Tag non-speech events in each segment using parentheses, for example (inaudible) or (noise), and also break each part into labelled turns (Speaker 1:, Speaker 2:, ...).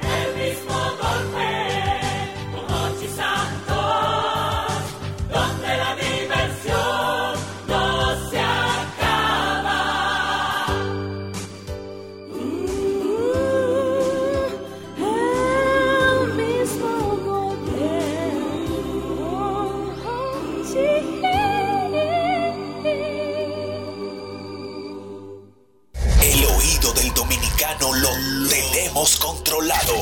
Speaker 1: El mismo golpe, con Hochi Santos, donde la diversión no se acaba. el mismo golpe, con
Speaker 2: El oído del dominicano lo tenemos controlado.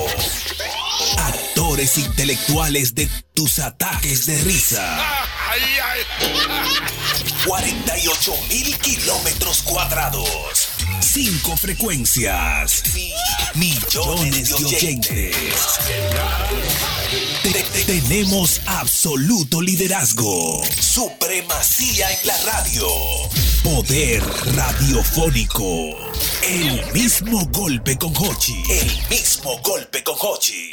Speaker 2: Actores intelectuales de tus ataques de risa. 48 mil kilómetros cuadrados. Cinco frecuencias. Millones de oyentes. Te- te- tenemos absoluto liderazgo. Supremacía en la radio. Poder radiofónico. El mismo golpe con Hochi. El mismo golpe con Hochi.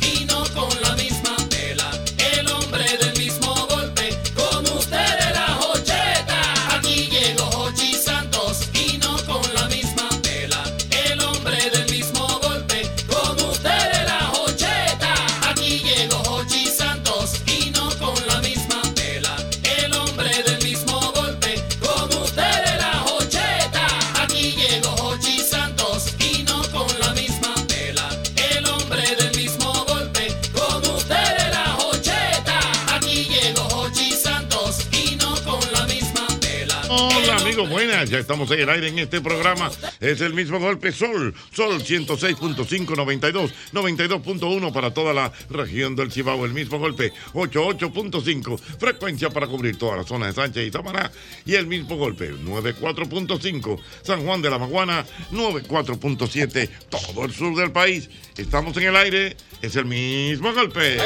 Speaker 3: y no con la misma tela. El hombre del mismo golpe, con ustedes la jocheta. Aquí llegó Hochi Santos y no con la misma tela. El hombre del mismo golpe, con ustedes la jocheta. Aquí llegó Hochi Santos y no con la misma tela. El hombre del mismo golpe, con ustedes la jocheta. Aquí llegó Hochi Santos y no con la misma tela. El hombre del mismo golpe, con ustedes la jocheta. Aquí llegó Hochi Santos y no con la misma tela.
Speaker 4: Hola amigos, buenas, ya estamos en el aire en este programa. Es el mismo golpe Sol, Sol 106.5, 92, 92.1 para toda la región del Chibao. El mismo golpe 88.5, frecuencia para cubrir toda la zona de Sánchez y Samaná. Y el mismo golpe 94.5, San Juan de la Maguana 94.7, todo el sur del país. Estamos en el aire, es el mismo golpe.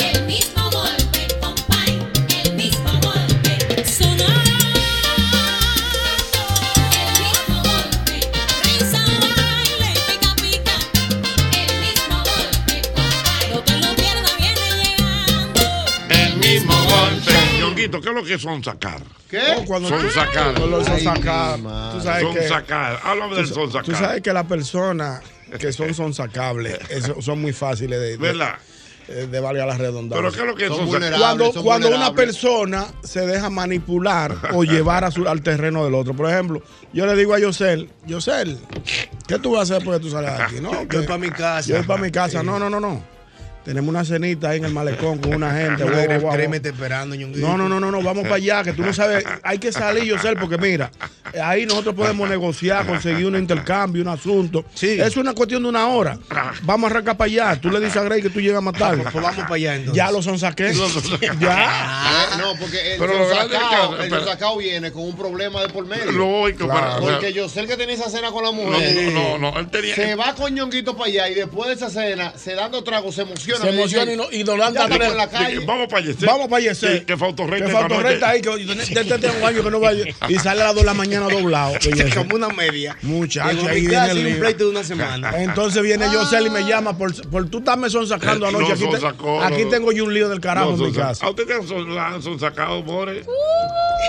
Speaker 1: El mismo golpe, compay, el mismo golpe, sonando. El mismo golpe, risa, baile, pica, pica. El mismo golpe, compay, no te lo pierdas, viene llegando.
Speaker 4: El mismo golpe. Ñonguito, ¿qué es lo que son sacar?
Speaker 5: ¿Qué?
Speaker 4: son sacar.
Speaker 5: Los son
Speaker 4: Ay,
Speaker 5: sacar.
Speaker 4: mi
Speaker 5: Tú
Speaker 4: madre.
Speaker 5: sabes
Speaker 4: Son
Speaker 5: que-
Speaker 4: sacar. Háblame del
Speaker 5: tú sa-
Speaker 4: son sacar.
Speaker 5: Tú sabes que las personas que
Speaker 4: (laughs)
Speaker 5: son son sacables eso- son muy fáciles de. de-
Speaker 4: ¿Verdad?
Speaker 5: eh, De valga la redundancia.
Speaker 4: Pero ¿qué es lo que Son son sacables? vulnerables,
Speaker 5: Cuando,
Speaker 4: son
Speaker 5: cuando una
Speaker 4: vulnerables.
Speaker 5: persona se deja manipular o llevar a su- al terreno del otro. Por ejemplo, yo le digo a Yosel, Yosel, ¿qué tú vas a hacer después que tú salgas de aquí? No, que-
Speaker 6: Yo voy pa' mi casa.
Speaker 5: Yo voy para mi casa. No, no, no, no. Tenemos una cenita ahí en el malecón con una gente. guau, guau, guau.
Speaker 6: Créeme, te esperando, Ñonguito.
Speaker 5: No, no, no, no, no,
Speaker 6: (laughs)
Speaker 5: vamos para allá, que tú no sabes, hay que salir, yo sé, porque mira, ahí nosotros podemos negociar, conseguir un intercambio, un asunto. Es una cuestión de una hora. Vamos a arrancar para allá. Tú le dices a Grey que tú llegas más tarde.
Speaker 6: Pues vamos para allá entonces.
Speaker 5: Ya lo son saqué. ya.
Speaker 7: Ah, no, porque el
Speaker 5: Pero lo grande es que-
Speaker 7: sonsacao el
Speaker 5: espera.
Speaker 7: sonsacao viene con un problema de por medio.
Speaker 4: Lógico, para-
Speaker 7: Porque yo sé que tenía esa cena con la
Speaker 4: No,
Speaker 7: mujer.
Speaker 4: no, no, no, él tenía-
Speaker 7: Se va con ñonguito para allá y después de esa cena, se dando trago, se emociona.
Speaker 5: Se emociona y no- y Dolanda
Speaker 7: Ya está
Speaker 5: tres.
Speaker 7: por la calle.
Speaker 5: Dije,
Speaker 4: Vamos para allá.
Speaker 5: Vamos para Yesé.
Speaker 4: Sí, que faltó
Speaker 5: Que
Speaker 4: renta.
Speaker 5: faltó
Speaker 4: esta
Speaker 5: renta
Speaker 4: noche.
Speaker 5: ahí, que este tiene un año que no vaya. Y sale a las 2 de la mañana doblado. Oye,
Speaker 6: Como una media.
Speaker 5: Muchacho,
Speaker 6: Llegó a
Speaker 5: ahí
Speaker 6: mi
Speaker 5: viene
Speaker 6: casa
Speaker 5: el
Speaker 6: y un Ah.
Speaker 5: lío.
Speaker 6: pleito de una semana. (laughs)
Speaker 5: Entonces viene Yosel y me llama por, por tú estás me son sacando
Speaker 4: Eh,
Speaker 5: anoche.
Speaker 4: no
Speaker 5: Aquí, te-
Speaker 4: sonsacó,
Speaker 5: aquí
Speaker 4: no.
Speaker 5: tengo yo un lío del carajo
Speaker 4: No,
Speaker 5: en mi
Speaker 4: son sac-
Speaker 5: casa.
Speaker 4: ¿A ustedes han son, la han son sacado, More?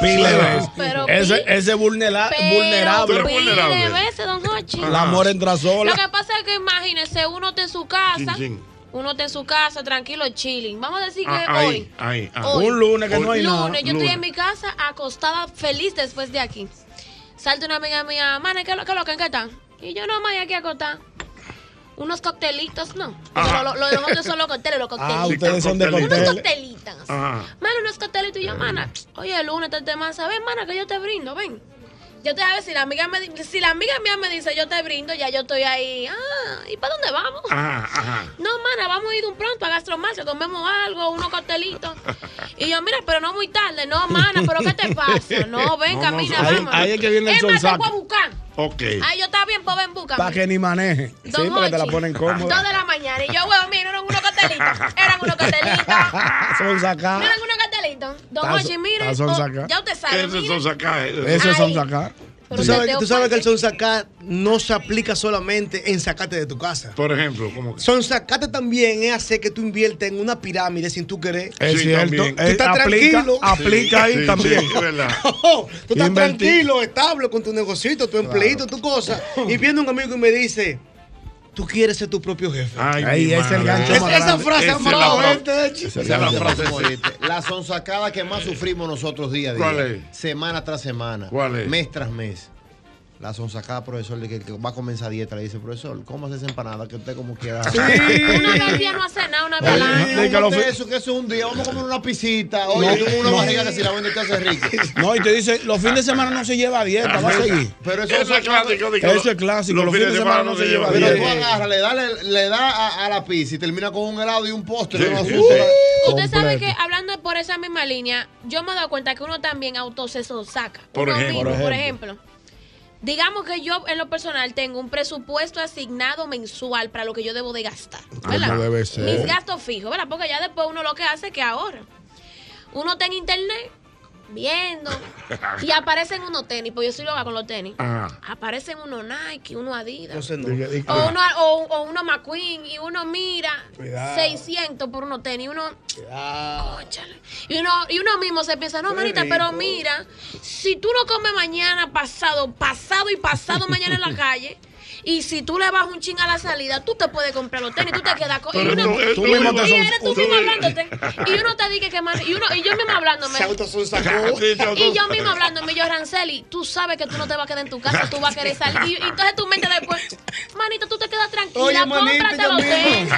Speaker 5: Pile veces.
Speaker 8: Uh, Pero
Speaker 5: Ese,
Speaker 8: pi-
Speaker 5: ese vulnera-
Speaker 8: Pero
Speaker 5: vulnerable.
Speaker 8: pile veces, don Hochi.
Speaker 5: El amor entra
Speaker 8: Lo
Speaker 5: sola.
Speaker 8: que pasa es que imagínese, uno está en su casa,
Speaker 5: Chin, chin.
Speaker 8: uno está en su casa, tranquilo, chilling. Vamos a decir que
Speaker 4: Ah, ahí,
Speaker 8: hoy,
Speaker 4: ahí. ah.
Speaker 8: hoy,
Speaker 5: Un lunes que no hay
Speaker 8: lunes,
Speaker 5: nada.
Speaker 8: yo
Speaker 5: Lunes.
Speaker 8: estoy en mi casa acostada feliz después de aquí. Salta una amiga mía, mana, ¿qué es lo que lo que en qué están? Y yo no más aquí acostada. Unos coctelitos, no. Porque
Speaker 1: Ajá.
Speaker 8: lo, lo de nosotros son los cocteles, los coctelitos.
Speaker 5: Ah, ustedes son de
Speaker 8: Unos
Speaker 5: cóctel.
Speaker 8: coctelitos.
Speaker 5: Ajá.
Speaker 8: Mano, unos coctelitos y yo, mana. Oye, el lunes te más, ven, mana, que yo te brindo, ven. Yo te voy a decir, la amiga me, di- si la amiga mía me dice, yo te brindo, ya yo estoy ahí. Ah, ¿y para dónde vamos?
Speaker 4: Ajá, ajá.
Speaker 8: No, mana, vamos a ir de un pronto a Gastromar, que comemos algo, unos costelitos. Y yo, mira, pero no muy tarde. No, mana, pero ¿qué te
Speaker 5: (laughs)
Speaker 8: pasa? No, ven,
Speaker 5: No, no,
Speaker 8: camina,
Speaker 5: ahí-
Speaker 8: vamos.
Speaker 5: ahí es que viene el
Speaker 8: Es más, te
Speaker 5: sonsaco.
Speaker 8: voy a buscar.
Speaker 4: Ok.
Speaker 8: Ay, yo estaba bien, pues ven, búscame.
Speaker 5: Para que ni maneje. Sí,
Speaker 8: Don
Speaker 5: porque te la
Speaker 8: Hochi,
Speaker 5: ponen
Speaker 8: Dos
Speaker 5: cómoda.
Speaker 8: de la mañana. Y yo, huevo, mira, eran unos costelitos.
Speaker 5: (laughs)
Speaker 8: Eran unos costelitos.
Speaker 5: Son sacadas.
Speaker 8: Eran unos costelitos. Don
Speaker 5: Está-
Speaker 8: Hochi, mire.
Speaker 5: está son
Speaker 8: o-
Speaker 5: saca.
Speaker 8: ya usted sabe,
Speaker 4: Esos
Speaker 8: mire.
Speaker 4: son sacajes.
Speaker 5: Esos son sacadas.
Speaker 6: Tú
Speaker 8: Pero usted
Speaker 6: sabes,
Speaker 8: te
Speaker 6: tú sabes que el
Speaker 8: ofende.
Speaker 6: son sacá no se aplica solamente en sacarte de tu casa.
Speaker 4: Por ejemplo, como que.
Speaker 6: Son sacate también es hacer que tú inviertas en una pirámide sin tú querer.
Speaker 5: Es
Speaker 4: Sí,
Speaker 5: cierto.
Speaker 4: también.
Speaker 5: Eh,
Speaker 6: Tú estás
Speaker 5: aplica
Speaker 6: tranquilo.
Speaker 5: aplica ahí
Speaker 4: Sí, sí,
Speaker 5: también.
Speaker 4: es (laughs) verdad.
Speaker 6: tú estás
Speaker 5: Invertir.
Speaker 6: tranquilo, estable con tu negocito, tu empleito, tu cosa. Y viene un amigo y me dice, tú quieres ser tu propio
Speaker 4: (laughs)
Speaker 6: jefe.
Speaker 4: Ay,
Speaker 5: Ahí,
Speaker 4: mi
Speaker 5: ese es el
Speaker 4: madre.
Speaker 5: gancho
Speaker 6: Es-
Speaker 5: más
Speaker 6: esa
Speaker 5: grande.
Speaker 6: frase
Speaker 4: Esa
Speaker 6: han
Speaker 4: es la fra-
Speaker 6: gente.
Speaker 4: Esa es la frase. sí.
Speaker 7: Oíste, La sonsacada que más sufrimos nosotros día a día.
Speaker 4: ¿Cuál es?
Speaker 7: Semana tras semana.
Speaker 4: ¿Cuál es?
Speaker 7: Mes tras mes. La sonsacada, profesor, de que, que va a comenzar dieta, le dice, profesor, cómase esa empanada que usted como quiera. (laughs)
Speaker 8: Una vez al día no hace nada, una vez al
Speaker 7: Oye,
Speaker 8: año.
Speaker 5: de que lo-
Speaker 7: usted eso, que eso es un día, vamos a comer una pisita. Oye, yo como una barriga que si la vende usted hace rico.
Speaker 4: (laughs)
Speaker 5: No, y te dice, los fines de semana no se lleva a dieta, va a seguir.
Speaker 7: Pero eso,
Speaker 4: Eso es clásico. de que
Speaker 5: Eso es clásico, los fines de semana no se lleva
Speaker 7: Pero tú
Speaker 5: bien.
Speaker 7: agarras, le da, le, le da a, a la pizza y termina con un helado y un postre.
Speaker 4: Sí,
Speaker 7: una
Speaker 4: sí,
Speaker 7: azúcar.
Speaker 8: Usted sabe
Speaker 5: Completo.
Speaker 8: que hablando por esa misma línea, yo me he dado cuenta que uno también autoceso saca.
Speaker 4: Por
Speaker 8: Uno
Speaker 4: ejemplo.
Speaker 8: mismo,
Speaker 5: Por
Speaker 8: por ejemplo. Digamos que yo en lo personal tengo un presupuesto asignado mensual para lo que yo debo de gastar. ¿verdad?
Speaker 5: Como debe ser.
Speaker 8: Mis gastos fijos, ¿verdad? Porque ya después uno lo que hace es que ahorra. Uno está en internet viendo y aparecen unos tenis, pues yo soy loca con los tenis.
Speaker 4: Ajá.
Speaker 8: Aparecen unos Nike, unos Adidas.
Speaker 6: No sé, no.
Speaker 5: Dije,
Speaker 8: O uno, o, o uno McQueen y uno mira
Speaker 5: Cuidado.
Speaker 8: 600 por uno tenis. Uno, Cónchale. y uno y uno mismo se piensa, no, manita, pero mira, si tú no comes mañana, pasado, pasado y pasado
Speaker 4: (laughs)
Speaker 8: mañana en la calle, y si tú le bajas un ching a la salida, tú te puedes comprar los tenis, tú te quedas con. Y
Speaker 4: Pero
Speaker 8: uno,
Speaker 4: tú- tú
Speaker 8: y uno-
Speaker 4: mismo te
Speaker 8: y
Speaker 4: son-
Speaker 8: eres tú
Speaker 4: tú-
Speaker 8: mismo hablándote. Y uno te dice que man- y uno y yo mismo hablándome.
Speaker 6: Se
Speaker 4: (laughs)
Speaker 6: autosonsacó.
Speaker 4: Sí, yo-
Speaker 8: Y yo mismo hablándome, yo, Ranceli, tú sabes que tú no te vas a quedar en tu casa, tú vas a querer salir. Y, y entonces tu mente después, manito, tú te quedas tranquila,
Speaker 6: Oye, manito,
Speaker 8: cómprate
Speaker 6: yo
Speaker 8: los
Speaker 6: mismo.
Speaker 8: (laughs) tenis.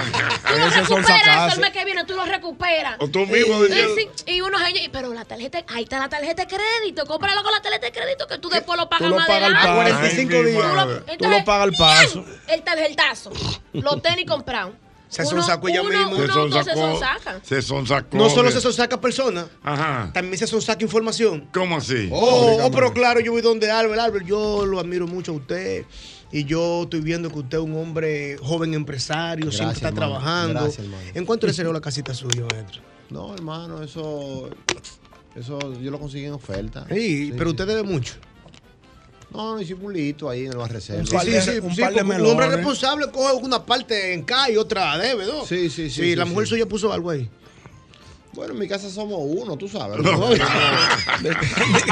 Speaker 8: Tú los
Speaker 5: Esos son
Speaker 8: recuperas
Speaker 5: sacadas.
Speaker 8: eso el mes que viene, tú los recuperas.
Speaker 4: O tú mismo diciendo.
Speaker 8: Sí, sí. Y unos años, y- pero la tarjeta, ahí está la tarjeta de crédito, cómpralo con la tarjeta de crédito que tú después lo pagas
Speaker 5: lo
Speaker 8: más
Speaker 5: pagas al
Speaker 8: adelante.
Speaker 5: pago.
Speaker 4: Ay,
Speaker 6: 45
Speaker 4: mi
Speaker 6: días.
Speaker 4: madre.
Speaker 5: Tú lo pagas al paso.
Speaker 8: ¡bien! El tarjetazo, los tenis
Speaker 4: (laughs)
Speaker 8: comprados.
Speaker 6: Se
Speaker 8: Uno-
Speaker 6: sonsacó ella
Speaker 8: uno-
Speaker 6: misma.
Speaker 8: uno
Speaker 4: Se son
Speaker 8: auto se
Speaker 4: sacó.
Speaker 8: sonsaca.
Speaker 4: Se son sacó.
Speaker 6: No solo se sonsaca personas,
Speaker 4: Ajá.
Speaker 6: también se sonsaca información.
Speaker 4: ¿Cómo así?
Speaker 6: Oh, oh, pero claro, yo voy donde Albert. Albert, yo lo admiro mucho a usted. Y yo estoy viendo que usted es un hombre joven empresario, siempre
Speaker 7: Gracias,
Speaker 6: está
Speaker 7: hermano.
Speaker 6: trabajando.
Speaker 7: Gracias, hermano.
Speaker 6: ¿En cuánto le salió la casita suya, maestro?
Speaker 7: No, hermano, eso. Eso yo lo conseguí en oferta.
Speaker 6: Sí, pero usted debe mucho.
Speaker 7: No, no hicimos un lito ahí en la reserva.
Speaker 5: Un par de- un par de
Speaker 6: porque un
Speaker 5: melones.
Speaker 6: hombre responsable coge una parte en K y otra debe, ¿no?
Speaker 7: Sí, sí, sí,
Speaker 6: Sí, la
Speaker 7: sí,
Speaker 6: mujer
Speaker 7: sí.
Speaker 6: suya puso algo ahí.
Speaker 7: Bueno, en mi casa somos uno, tú sabes.
Speaker 5: (laughs)
Speaker 6: Es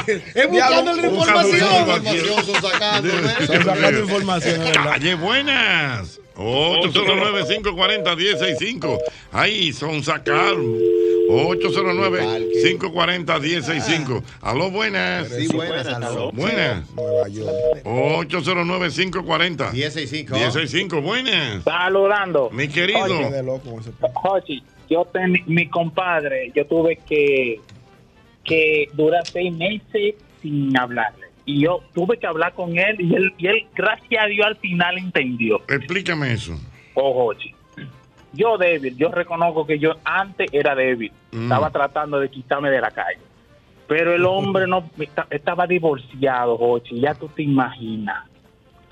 Speaker 6: buscando la
Speaker 4: Diablo, buscando
Speaker 6: información.
Speaker 4: información.
Speaker 7: Son sacando, ¿eh?
Speaker 5: Son sacadas de información, de ¿verdad?
Speaker 4: Calle Buenas. 809-540-165. Ahí son sacar. 809-540-165. Aló, buenas.
Speaker 7: Sí, buenas, aló.
Speaker 4: Buenas. 809-540.
Speaker 7: 1065.
Speaker 4: 165. Buenas.
Speaker 9: Saludando.
Speaker 4: Mi querido.
Speaker 5: Qué loco con ese
Speaker 9: Jochi, yo ten- mi compadre, yo tuve que, que durar seis meses sin hablarle. Y yo tuve que hablar con él y él, y él gracias a Dios, al final entendió.
Speaker 4: Explícame eso.
Speaker 9: Oh, Jochi. Yo débil, yo reconozco que yo antes era débil.
Speaker 4: Mm.
Speaker 9: Estaba tratando de quitarme de la calle. Pero el hombre no esta- estaba divorciado, Jochi, ya tú te imaginas.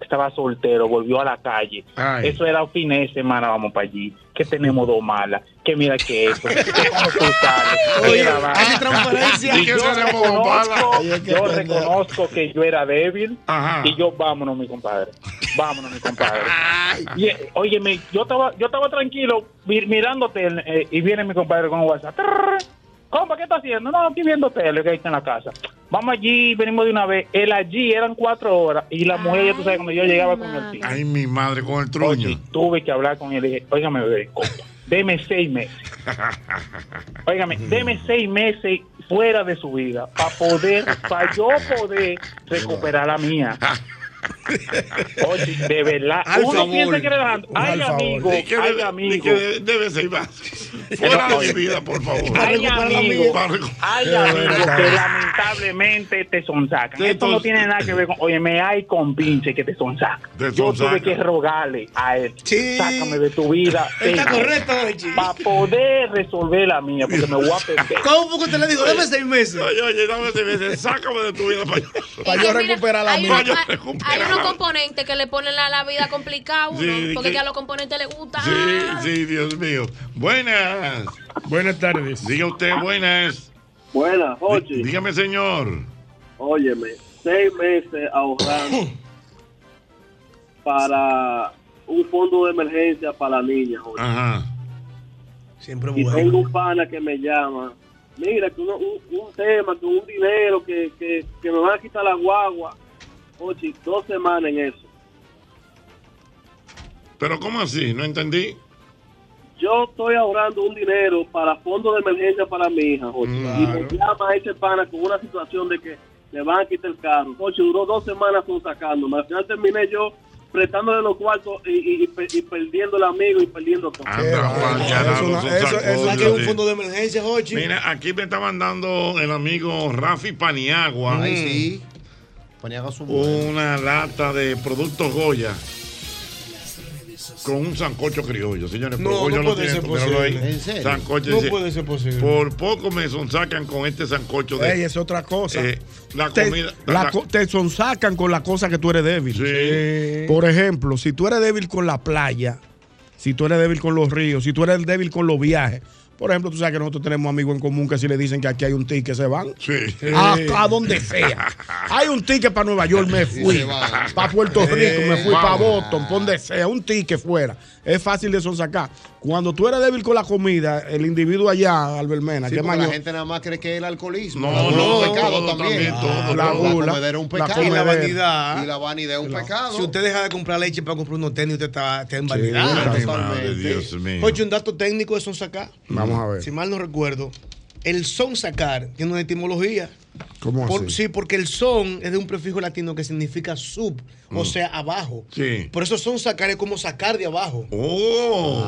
Speaker 9: Estaba soltero, volvió a la calle.
Speaker 4: Ay.
Speaker 9: Eso era un fin de semana, vamos para allí. Que tenemos dos malas. Que mira que
Speaker 4: (laughs)
Speaker 9: eso. que cómo tú sales, que
Speaker 6: Oye,
Speaker 9: la vaina.
Speaker 6: hace transparencia.
Speaker 4: ¿Y qué
Speaker 9: Yo
Speaker 4: tenemos dos malas?
Speaker 9: reconozco,
Speaker 5: Oye, qué
Speaker 9: yo
Speaker 5: pendejo.
Speaker 9: reconozco que yo era débil.
Speaker 4: Ajá.
Speaker 9: Y yo, vámonos, mi compadre. Vámonos, mi compadre. Y, eh, óyeme, yo estaba, yo estaba tranquilo mi- mirando tele eh, y viene mi compadre con WhatsApp. Trrr. Compa, ¿qué está haciendo? No, aquí viendo tele que ahí está en la casa. Vamos allí, venimos de una vez. El allí eran cuatro horas y la mujer, ya tú sabes, cuando yo
Speaker 8: Ay,
Speaker 9: llegaba con el
Speaker 8: madre.
Speaker 9: tío.
Speaker 4: Ay, mi madre, con el
Speaker 9: Oye,
Speaker 4: truño.
Speaker 9: tuve que hablar con él y dije, óigame, bebé, compa, deme seis meses.
Speaker 4: (laughs)
Speaker 9: Óigame, deme seis meses
Speaker 4: (laughs)
Speaker 9: fuera de su vida para poder, para yo poder recuperar la mía.
Speaker 10: Oye, de verdad.
Speaker 4: Al
Speaker 10: Ah, uno
Speaker 4: favor.
Speaker 10: piensa que relajando.
Speaker 4: Al
Speaker 10: Ay,
Speaker 4: favor.
Speaker 10: amigo.
Speaker 4: Ni que
Speaker 10: ay,
Speaker 4: debe-
Speaker 10: amigo.
Speaker 4: ni que de- debe ser más. Fuera de mi vida, por favor.
Speaker 10: Ay, amigo. Ay, amigo, que lamentablemente te sonsacan.
Speaker 4: Te
Speaker 10: Esto no
Speaker 4: son-
Speaker 10: tiene nada que ver con. Oye, me hay compinche que te sonsacan.
Speaker 4: Te
Speaker 10: Yo
Speaker 4: sonsacan.
Speaker 10: tuve que rogarle a él. Sácame de tu vida.
Speaker 6: (laughs) Está correcto,
Speaker 10: Para poder resolver la mía, porque me voy a perder.
Speaker 6: (laughs) ¿Cómo fue que usted le dijo? Dame seis meses.
Speaker 4: Oye, oye, dame seis meses. Sácame de tu vida para yo,
Speaker 6: (laughs)
Speaker 8: para yo mira, recuperar la hay mía. una-
Speaker 4: Para yo
Speaker 8: Hay
Speaker 4: recuperar
Speaker 8: unos
Speaker 4: la-
Speaker 8: componentes que le ponen la, la vida complicada a uno,
Speaker 4: Sí,
Speaker 8: porque
Speaker 4: que-
Speaker 8: que a los componentes les gusta.
Speaker 4: Sí, sí, Dios mío. Buenas. Buenas tardes. Diga usted, buenas.
Speaker 9: Buenas,
Speaker 4: Jochi. Dígame, señor.
Speaker 9: Óyeme, seis meses ahorrando para un fondo de emergencia para niñas. Jochi.
Speaker 4: Ajá.
Speaker 6: Siempre
Speaker 9: Y tengo un pana que me llama. Mira, que uno- un, un tema, que un dinero que, que, que me van a quitar la guagua. Ochi, dos semanas en eso.
Speaker 4: Pero ¿cómo así? Ah, No entendí.
Speaker 9: Yo estoy ahorrando un dinero para fondo de emergencia para mi hija, Jochi.
Speaker 4: Mm,
Speaker 9: Y me llama ese pana con una situación de que le van a quitar el carro. Jochi, duró dos semanas con sacándome. Al final terminé yo prestándole los cuartos y, y- y per- y perdiendo el amigo y perdiendo todo.
Speaker 6: Ah, Saque un fondo de emergencia, Jochi.
Speaker 4: Mira, aquí me está mandando el amigo Rafi Paniagua.
Speaker 6: Ay,
Speaker 7: sí.
Speaker 5: Oh.
Speaker 4: Una lata de productos Goya. Con un sancocho criollo, señores.
Speaker 6: No,
Speaker 4: pero Goya
Speaker 6: no puede
Speaker 4: tiene
Speaker 6: ser
Speaker 4: esto, míralo ahí.
Speaker 6: posible. ¿En serio?
Speaker 4: Sancocho,
Speaker 6: No
Speaker 4: dice,
Speaker 6: puede ser posible.
Speaker 4: Por poco me sonsacan con este sancocho de.
Speaker 5: Ey, es otra cosa.
Speaker 4: Eh, la
Speaker 5: te,
Speaker 4: comida.
Speaker 5: la
Speaker 4: la-
Speaker 5: co- te sonsacan con la cosa que tú eres débil. Por ejemplo, si tú eres débil con la playa, si tú eres débil con los ríos, si tú eres débil con los viajes. Por ejemplo, tú sabes que nosotros tenemos amigos en común que si le dicen que aquí hay un ticket, se van. A, a donde sea. Hay un ticket para Nueva York,
Speaker 7: (laughs)
Speaker 5: me fui.
Speaker 7: se van.
Speaker 5: Para Puerto
Speaker 7: Sí.
Speaker 5: Rico, me fui. Para
Speaker 7: Vamos.
Speaker 5: Boston, para donde sea. Un ticket fuera. Es fácil de sonsacar. Cuando tú eres débil con la comida, el individuo allá, Albermena,
Speaker 7: Sí,
Speaker 5: que
Speaker 7: porque
Speaker 5: mañana.
Speaker 7: la gente nada más cree que es el alcoholismo.
Speaker 5: No,
Speaker 7: La gula
Speaker 5: no,
Speaker 7: es un pecado
Speaker 5: todo
Speaker 7: también. Ah,
Speaker 5: también, todo,
Speaker 7: la, gula,
Speaker 5: todo. La
Speaker 7: la comedera es un
Speaker 5: la
Speaker 7: pecado.
Speaker 6: Y la vanidad.
Speaker 7: Y la vanidad es un pecado.
Speaker 6: Si usted deja de comprar leche para comprar unos tenis, usted está, está en vanidad.
Speaker 4: Ay, madre,
Speaker 6: Totalmente.
Speaker 4: Dios mío.
Speaker 6: Oye, un dato técnico de sonsacar.
Speaker 5: Vamos a ver.
Speaker 6: Si mal no recuerdo, el sonsacar tiene una etimología.
Speaker 5: ¿Cómo
Speaker 6: Por-
Speaker 5: así?
Speaker 6: sí, porque el son es de un prefijo latino que significa sub,
Speaker 5: Mm.
Speaker 6: o sea, abajo.
Speaker 4: Sí.
Speaker 6: Por eso son sacar es como sacar de abajo.
Speaker 4: ¡Oh!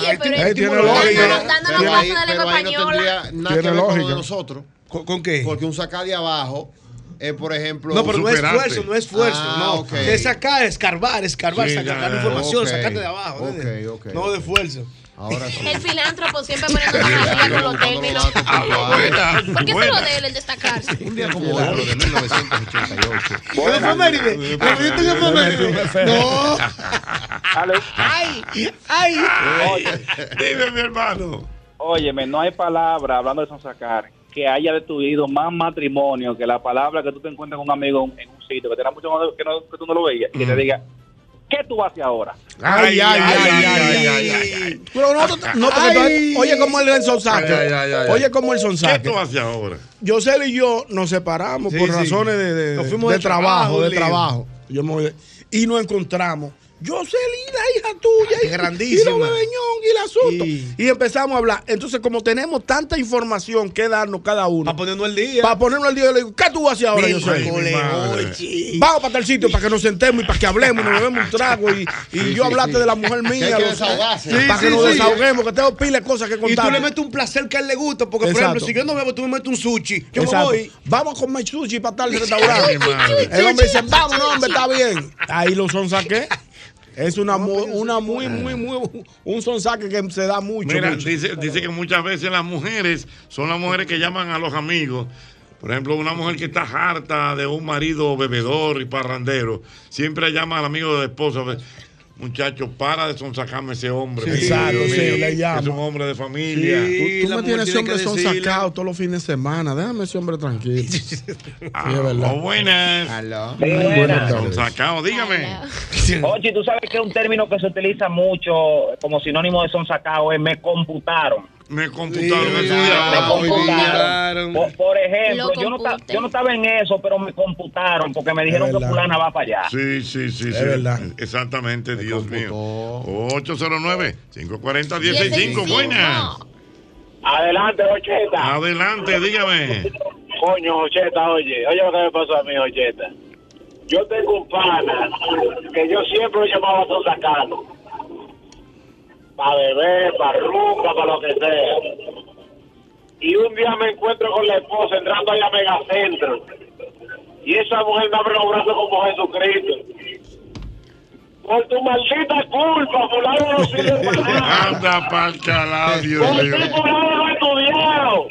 Speaker 8: Oye, pero
Speaker 6: Él tiene
Speaker 7: Pero
Speaker 6: lógica.
Speaker 7: ahí-
Speaker 6: Pero
Speaker 8: la
Speaker 7: pero
Speaker 8: plaza
Speaker 7: ahí-
Speaker 8: de la
Speaker 7: pero ahí no
Speaker 8: española.
Speaker 7: tendría nada
Speaker 6: Tiene
Speaker 7: que ver con lo
Speaker 6: lógica.
Speaker 7: de nosotros.
Speaker 6: ¿Con, qué?
Speaker 7: Porque un sacar de abajo es, por ejemplo.
Speaker 6: No, pero no es
Speaker 7: superarte.
Speaker 6: esfuerzo, no es esfuerzo.
Speaker 7: Ah,
Speaker 6: no,
Speaker 7: ok.
Speaker 6: es sacar, escarbar, escarbar,
Speaker 7: Sí,
Speaker 6: sacar
Speaker 7: ya,
Speaker 6: la información,
Speaker 7: ok.
Speaker 6: sacarte de abajo. ¿entiendes?
Speaker 7: Ok, ok,
Speaker 6: no de esfuerzo.
Speaker 7: Ahora
Speaker 6: (laughs)
Speaker 7: sí.
Speaker 8: El filántropo
Speaker 4: (laughs)
Speaker 8: siempre poniendo fantasía con los términos. (laughs) ¿Por qué se lo de él el destacarse?
Speaker 7: Un día como hoy, pero de 1988.
Speaker 6: ¿Qué fue Méride? ¿Qué fue Méride? No.
Speaker 10: Ay,
Speaker 6: ay.
Speaker 4: Dime, mi hermano.
Speaker 10: Óyeme, no hay palabra, hablando de sonsacar, que haya destruido más matrimonio que la palabra que tú te encuentras con un amigo en un sitio que tenga mucho más que, no- que tú no lo veías y que
Speaker 4: Mm.
Speaker 10: te diga, ¿qué tú haces ahora?
Speaker 5: Ay, ay, ay, ay, ay, Pero nosotros- no, porque
Speaker 10: Ay.
Speaker 5: tú- oye como el
Speaker 4: Ay, ay, ay,
Speaker 5: sonsaque.
Speaker 4: ay.
Speaker 5: Oye como el
Speaker 4: ¿Qué
Speaker 5: sonsaque.
Speaker 4: tú haces ahora?
Speaker 5: Yosel y yo nos separamos
Speaker 4: Sí,
Speaker 5: por
Speaker 4: sí.
Speaker 5: razones de, de-
Speaker 4: Nos fuimos
Speaker 5: de
Speaker 4: de
Speaker 5: trabajo,
Speaker 4: trabajo,
Speaker 5: de
Speaker 4: lío.
Speaker 5: trabajo. Yo me voy de- y nos encontramos. Yosel y la hija tuya. y-
Speaker 6: grandísima.
Speaker 5: Y los bebeñón y el asunto. Y empezamos a hablar. Entonces, como tenemos tanta información que darnos cada uno. Para
Speaker 6: ponernos al día.
Speaker 5: Para ponernos al día, yo le digo, ¿qué tú haces ahora,
Speaker 6: Mi
Speaker 5: Yosel?
Speaker 6: madre.
Speaker 5: Vamos para tal sitio para que nos sentemos y para que hablemos y nos bebemos un trago y, y
Speaker 6: Sí,
Speaker 5: yo
Speaker 6: sí,
Speaker 5: hablarte
Speaker 6: sí.
Speaker 5: de la mujer
Speaker 6: Que hay
Speaker 5: mía.
Speaker 6: que
Speaker 5: los-
Speaker 6: desahogarse.
Speaker 5: para
Speaker 6: Sí,
Speaker 5: que
Speaker 6: sí,
Speaker 5: nos
Speaker 6: sí.
Speaker 5: desahoguemos, que tengo pilas de cosas que
Speaker 6: Y
Speaker 5: contar.
Speaker 6: tú le metes un placer que a él le gusta, porque por
Speaker 5: Exacto.
Speaker 6: ejemplo, si yo no bebo, tú me metes un sushi, yo
Speaker 5: Exacto.
Speaker 6: me voy.
Speaker 5: Vamos a comer sushi para tal
Speaker 6: Ay,
Speaker 5: restaurante.
Speaker 6: mi madre.
Speaker 5: El hombre dice,
Speaker 6: Sushi,
Speaker 5: vamos, no, hombre,
Speaker 6: sushi.
Speaker 5: está bien. Ahí lo
Speaker 6: (laughs)
Speaker 5: sonsaqué. Es una, mu- una muy, muy, muy, un sonsaque que se da mucho.
Speaker 4: Mira,
Speaker 5: mucho.
Speaker 4: dice, dice que muchas veces las mujeres son las mujeres que llaman a los amigos. Por ejemplo, una mujer que está harta de un marido bebedor y parrandero, siempre llama al amigo de esposa. Muchacho, para de sonsacarme ese hombre.
Speaker 5: Sí,
Speaker 4: Dios
Speaker 5: exacto, sí,
Speaker 4: mío,
Speaker 5: le llama.
Speaker 4: Es un hombre de familia.
Speaker 5: tú, tú me tienes ese hombre sonsacado todos los fines de semana. Déjame ese hombre
Speaker 4: (laughs)
Speaker 5: tranquilo. Sí, es verdad.
Speaker 4: Oh, buenas.
Speaker 5: Muy buenas
Speaker 4: Buenas.
Speaker 5: tardes.
Speaker 4: Sonsacado, dígame.
Speaker 10: Oye, tú sabes que un término que se utiliza mucho como sinónimo de sonsacao es me computaron.
Speaker 4: Me computaron
Speaker 10: me
Speaker 4: ese día.
Speaker 10: computaron. Por, por ejemplo,
Speaker 4: Lo
Speaker 10: yo no, ta- yo no estaba en eso, pero me computaron porque me dijeron que
Speaker 4: verdad.
Speaker 10: fulana va para allá.
Speaker 4: Sí, sí, sí,
Speaker 5: Es
Speaker 4: sí.
Speaker 5: verdad.
Speaker 4: Exactamente, Dios mío. 809-540-165,
Speaker 10: 1065.
Speaker 4: buenas.
Speaker 10: Adelante, 80.
Speaker 4: Adelante, dígame.
Speaker 11: Coño, Ocheta, oye, oye lo que me pasó a mí, Ocheta. Yo tengo un pana que yo siempre lo llamaba a sacando. Para beber, para rumba, para lo que sea. Y un día me encuentro con la esposa entrando allá a Megacentro. Y esa mujer me abre los brazos como Jesucristo. Por tu maldita culpa, fulano no sirve para nada.
Speaker 4: Anda pa'l calado, Dios
Speaker 11: Por
Speaker 4: mío.
Speaker 11: ti, fulano no estudiaron.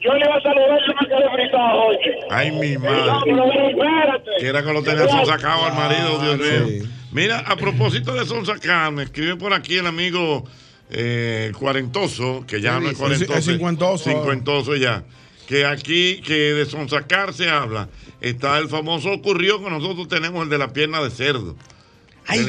Speaker 11: Yo le iba a saludar y me quedé frisado, oye.
Speaker 4: Ay, mi
Speaker 11: Exacto, no,
Speaker 4: madre.
Speaker 11: espérate.
Speaker 4: Que era cuando tenía son sacado al marido, Dios mío. Mira, a propósito de son sacado, me escribe por aquí el amigo eh, cuarentoso, que ya
Speaker 5: ¿Qué
Speaker 4: no es
Speaker 5: dice?
Speaker 4: cuarentoso.
Speaker 5: Es cincuentoso.
Speaker 4: Cincuentoso ya. Que aquí, que de sonsacar se habla, está el famoso ocurrió que nosotros tenemos el de la pierna de cerdo. Ay,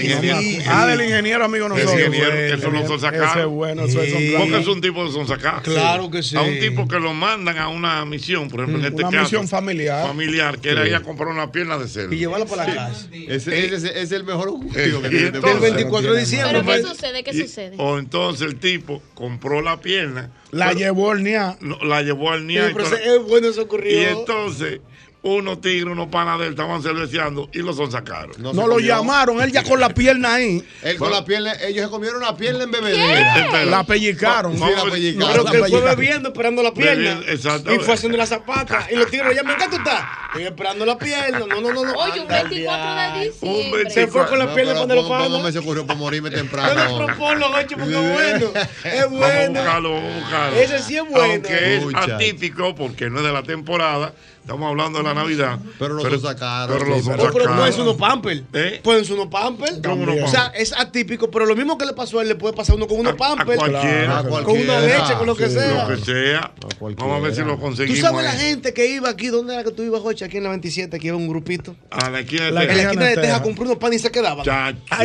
Speaker 5: Ah, del ingeniero amigo nosotros.
Speaker 4: eso no son sacados.
Speaker 5: Ese es bueno, eso es son
Speaker 4: Porque es un tipo de son sacados.
Speaker 5: Claro que sí. Mm,
Speaker 4: A un tipo que lo mandan a una misión, por ejemplo, en este
Speaker 5: Una
Speaker 4: caso.
Speaker 5: misión
Speaker 7: Ah.
Speaker 5: familiar.
Speaker 4: familiar, que era ir a comprar una pierna de cerdo.
Speaker 7: Y llevarla para la casa. Ese, ese- ese es el mejor ocurrido que
Speaker 4: Eh, Y
Speaker 7: tiene.
Speaker 4: entonces-
Speaker 7: Del 24 de diciembre.
Speaker 8: Pero ¿qué
Speaker 7: pues.
Speaker 8: sucede? ¿Qué
Speaker 4: Y-
Speaker 8: sucede?
Speaker 4: O entonces el tipo compró la pierna,
Speaker 5: La llevó el NIA.
Speaker 4: no- la llevó al niño.
Speaker 5: Sí, pero ese- es
Speaker 7: bueno eso
Speaker 4: Y entonces, unos tigres, unos panas de él estaban cerveceando y los son sacaron.
Speaker 5: No, lo llamaron, él ya con la pierna ahí.
Speaker 7: Él con la pierna, ellos se comieron una pierna en
Speaker 5: ¿Qué?
Speaker 7: bebedera.
Speaker 5: La pellicaron.
Speaker 7: Sí,
Speaker 5: Vamos
Speaker 7: la
Speaker 5: a ver.
Speaker 7: pellicaron.
Speaker 5: Pero
Speaker 7: La
Speaker 5: que fue
Speaker 7: pellicaron.
Speaker 5: bebiendo,
Speaker 6: esperando la pierna.
Speaker 7: Bebiendo, exacto.
Speaker 6: Y fue haciendo la zapata. Y los tigres ya me encanta estás? Estoy esperando la pierna. No, no, no, no.
Speaker 8: Oye, un
Speaker 6: Anda al
Speaker 8: 24 de
Speaker 6: diablo.
Speaker 8: diciembre. Un
Speaker 6: Se fue con la
Speaker 7: No,
Speaker 6: pierna
Speaker 7: pero
Speaker 6: cuando lo
Speaker 7: ¿cómo-
Speaker 6: pagan.
Speaker 7: ¿Cómo me se ocurrió para morirme
Speaker 6: Yo
Speaker 7: temprano?
Speaker 6: le propongo, ocho, porque es (laughs) bueno. Es bueno. Ese sí es bueno.
Speaker 4: Aunque es
Speaker 7: Muchacho.
Speaker 4: atípico porque no es de la temporada. Estamos hablando de la Navidad. Pero
Speaker 7: los son sacaros,
Speaker 4: Pero ¿Eh? los
Speaker 7: sí,
Speaker 4: son
Speaker 6: Oh, pero pueden ser
Speaker 4: sacaros.
Speaker 6: unos pamper. Pueden ser unos pamper.
Speaker 4: unos
Speaker 6: O sea, es atípico, pero lo mismo que le pasó a él, le puede pasar a uno con unos pamper.
Speaker 4: Cualquiera. Ah,
Speaker 6: Con una leche, con lo que sea.
Speaker 4: Lo que sea. Vamos a ver si lo
Speaker 6: Tú
Speaker 4: conseguimos.
Speaker 6: sabes la
Speaker 4: ahí.
Speaker 6: gente que iba aquí, ¿dónde era que tú ibas, Joche? Aquí en la 27, aquí iba un grupito.
Speaker 4: A la esquina de
Speaker 6: En la
Speaker 4: Texas.
Speaker 6: esquina de Texas compró unos panes y se quedaban.
Speaker 4: Chacho, este? pero a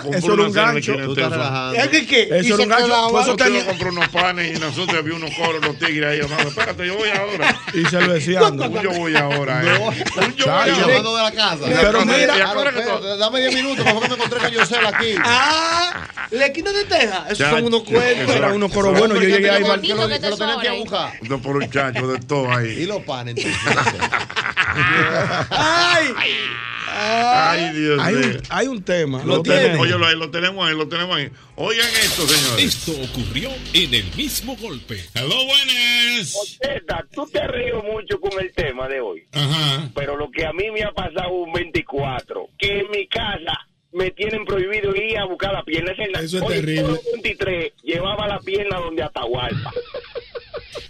Speaker 4: comprar
Speaker 5: eso era
Speaker 4: una
Speaker 5: un
Speaker 4: cena de
Speaker 5: gancho.
Speaker 4: 500
Speaker 5: Tú estás
Speaker 4: pesos.
Speaker 5: relajando. ¿Es que qué? Eso Y era se un gancho. quedaba. Pues eso
Speaker 4: Nosotros
Speaker 5: tenía-
Speaker 4: compró unos panes y nosotros había unos coros, los tigres ahí. Amado, espérate, yo voy ahora.
Speaker 5: Y cerveceando.
Speaker 4: Yo voy ahora. eh. Yo voy
Speaker 7: Chacho,
Speaker 4: ahora.
Speaker 7: llamando de la casa.
Speaker 4: Pero mira,
Speaker 7: Claro, espérate, dame 10 minutos, mejor que me encontré con Yosel aquí.
Speaker 6: Ah, la esquina de Texas. Esos son unos cuernos.
Speaker 5: Era unos coros buenos, yo llegué ahí,
Speaker 7: Que lo, que lo tenían que buscar.
Speaker 4: No, por un chacho de todo ahí.
Speaker 7: Y los panes.
Speaker 6: ¡Ay!
Speaker 4: Ay, Dios
Speaker 5: hay
Speaker 4: mío.
Speaker 5: un, hay un tema.
Speaker 4: Lo
Speaker 5: Lo
Speaker 4: tenemos,
Speaker 5: tiene.
Speaker 4: óyelo ahí, lo tenemos ahí, lo tenemos ahí. Oigan esto, señores.
Speaker 12: Esto ocurrió en el mismo golpe.
Speaker 4: Hello, buenas.
Speaker 11: tú te río mucho con el tema de hoy. Pero lo que a mí me ha pasado un 24, que en mi casa me tienen prohibido ir a buscar la pierna. Esa es la-
Speaker 13: Eso es
Speaker 11: Oye,
Speaker 13: terrible.
Speaker 11: todo el 23 llevaba la pierna donde Atahualpa.
Speaker 4: (laughs)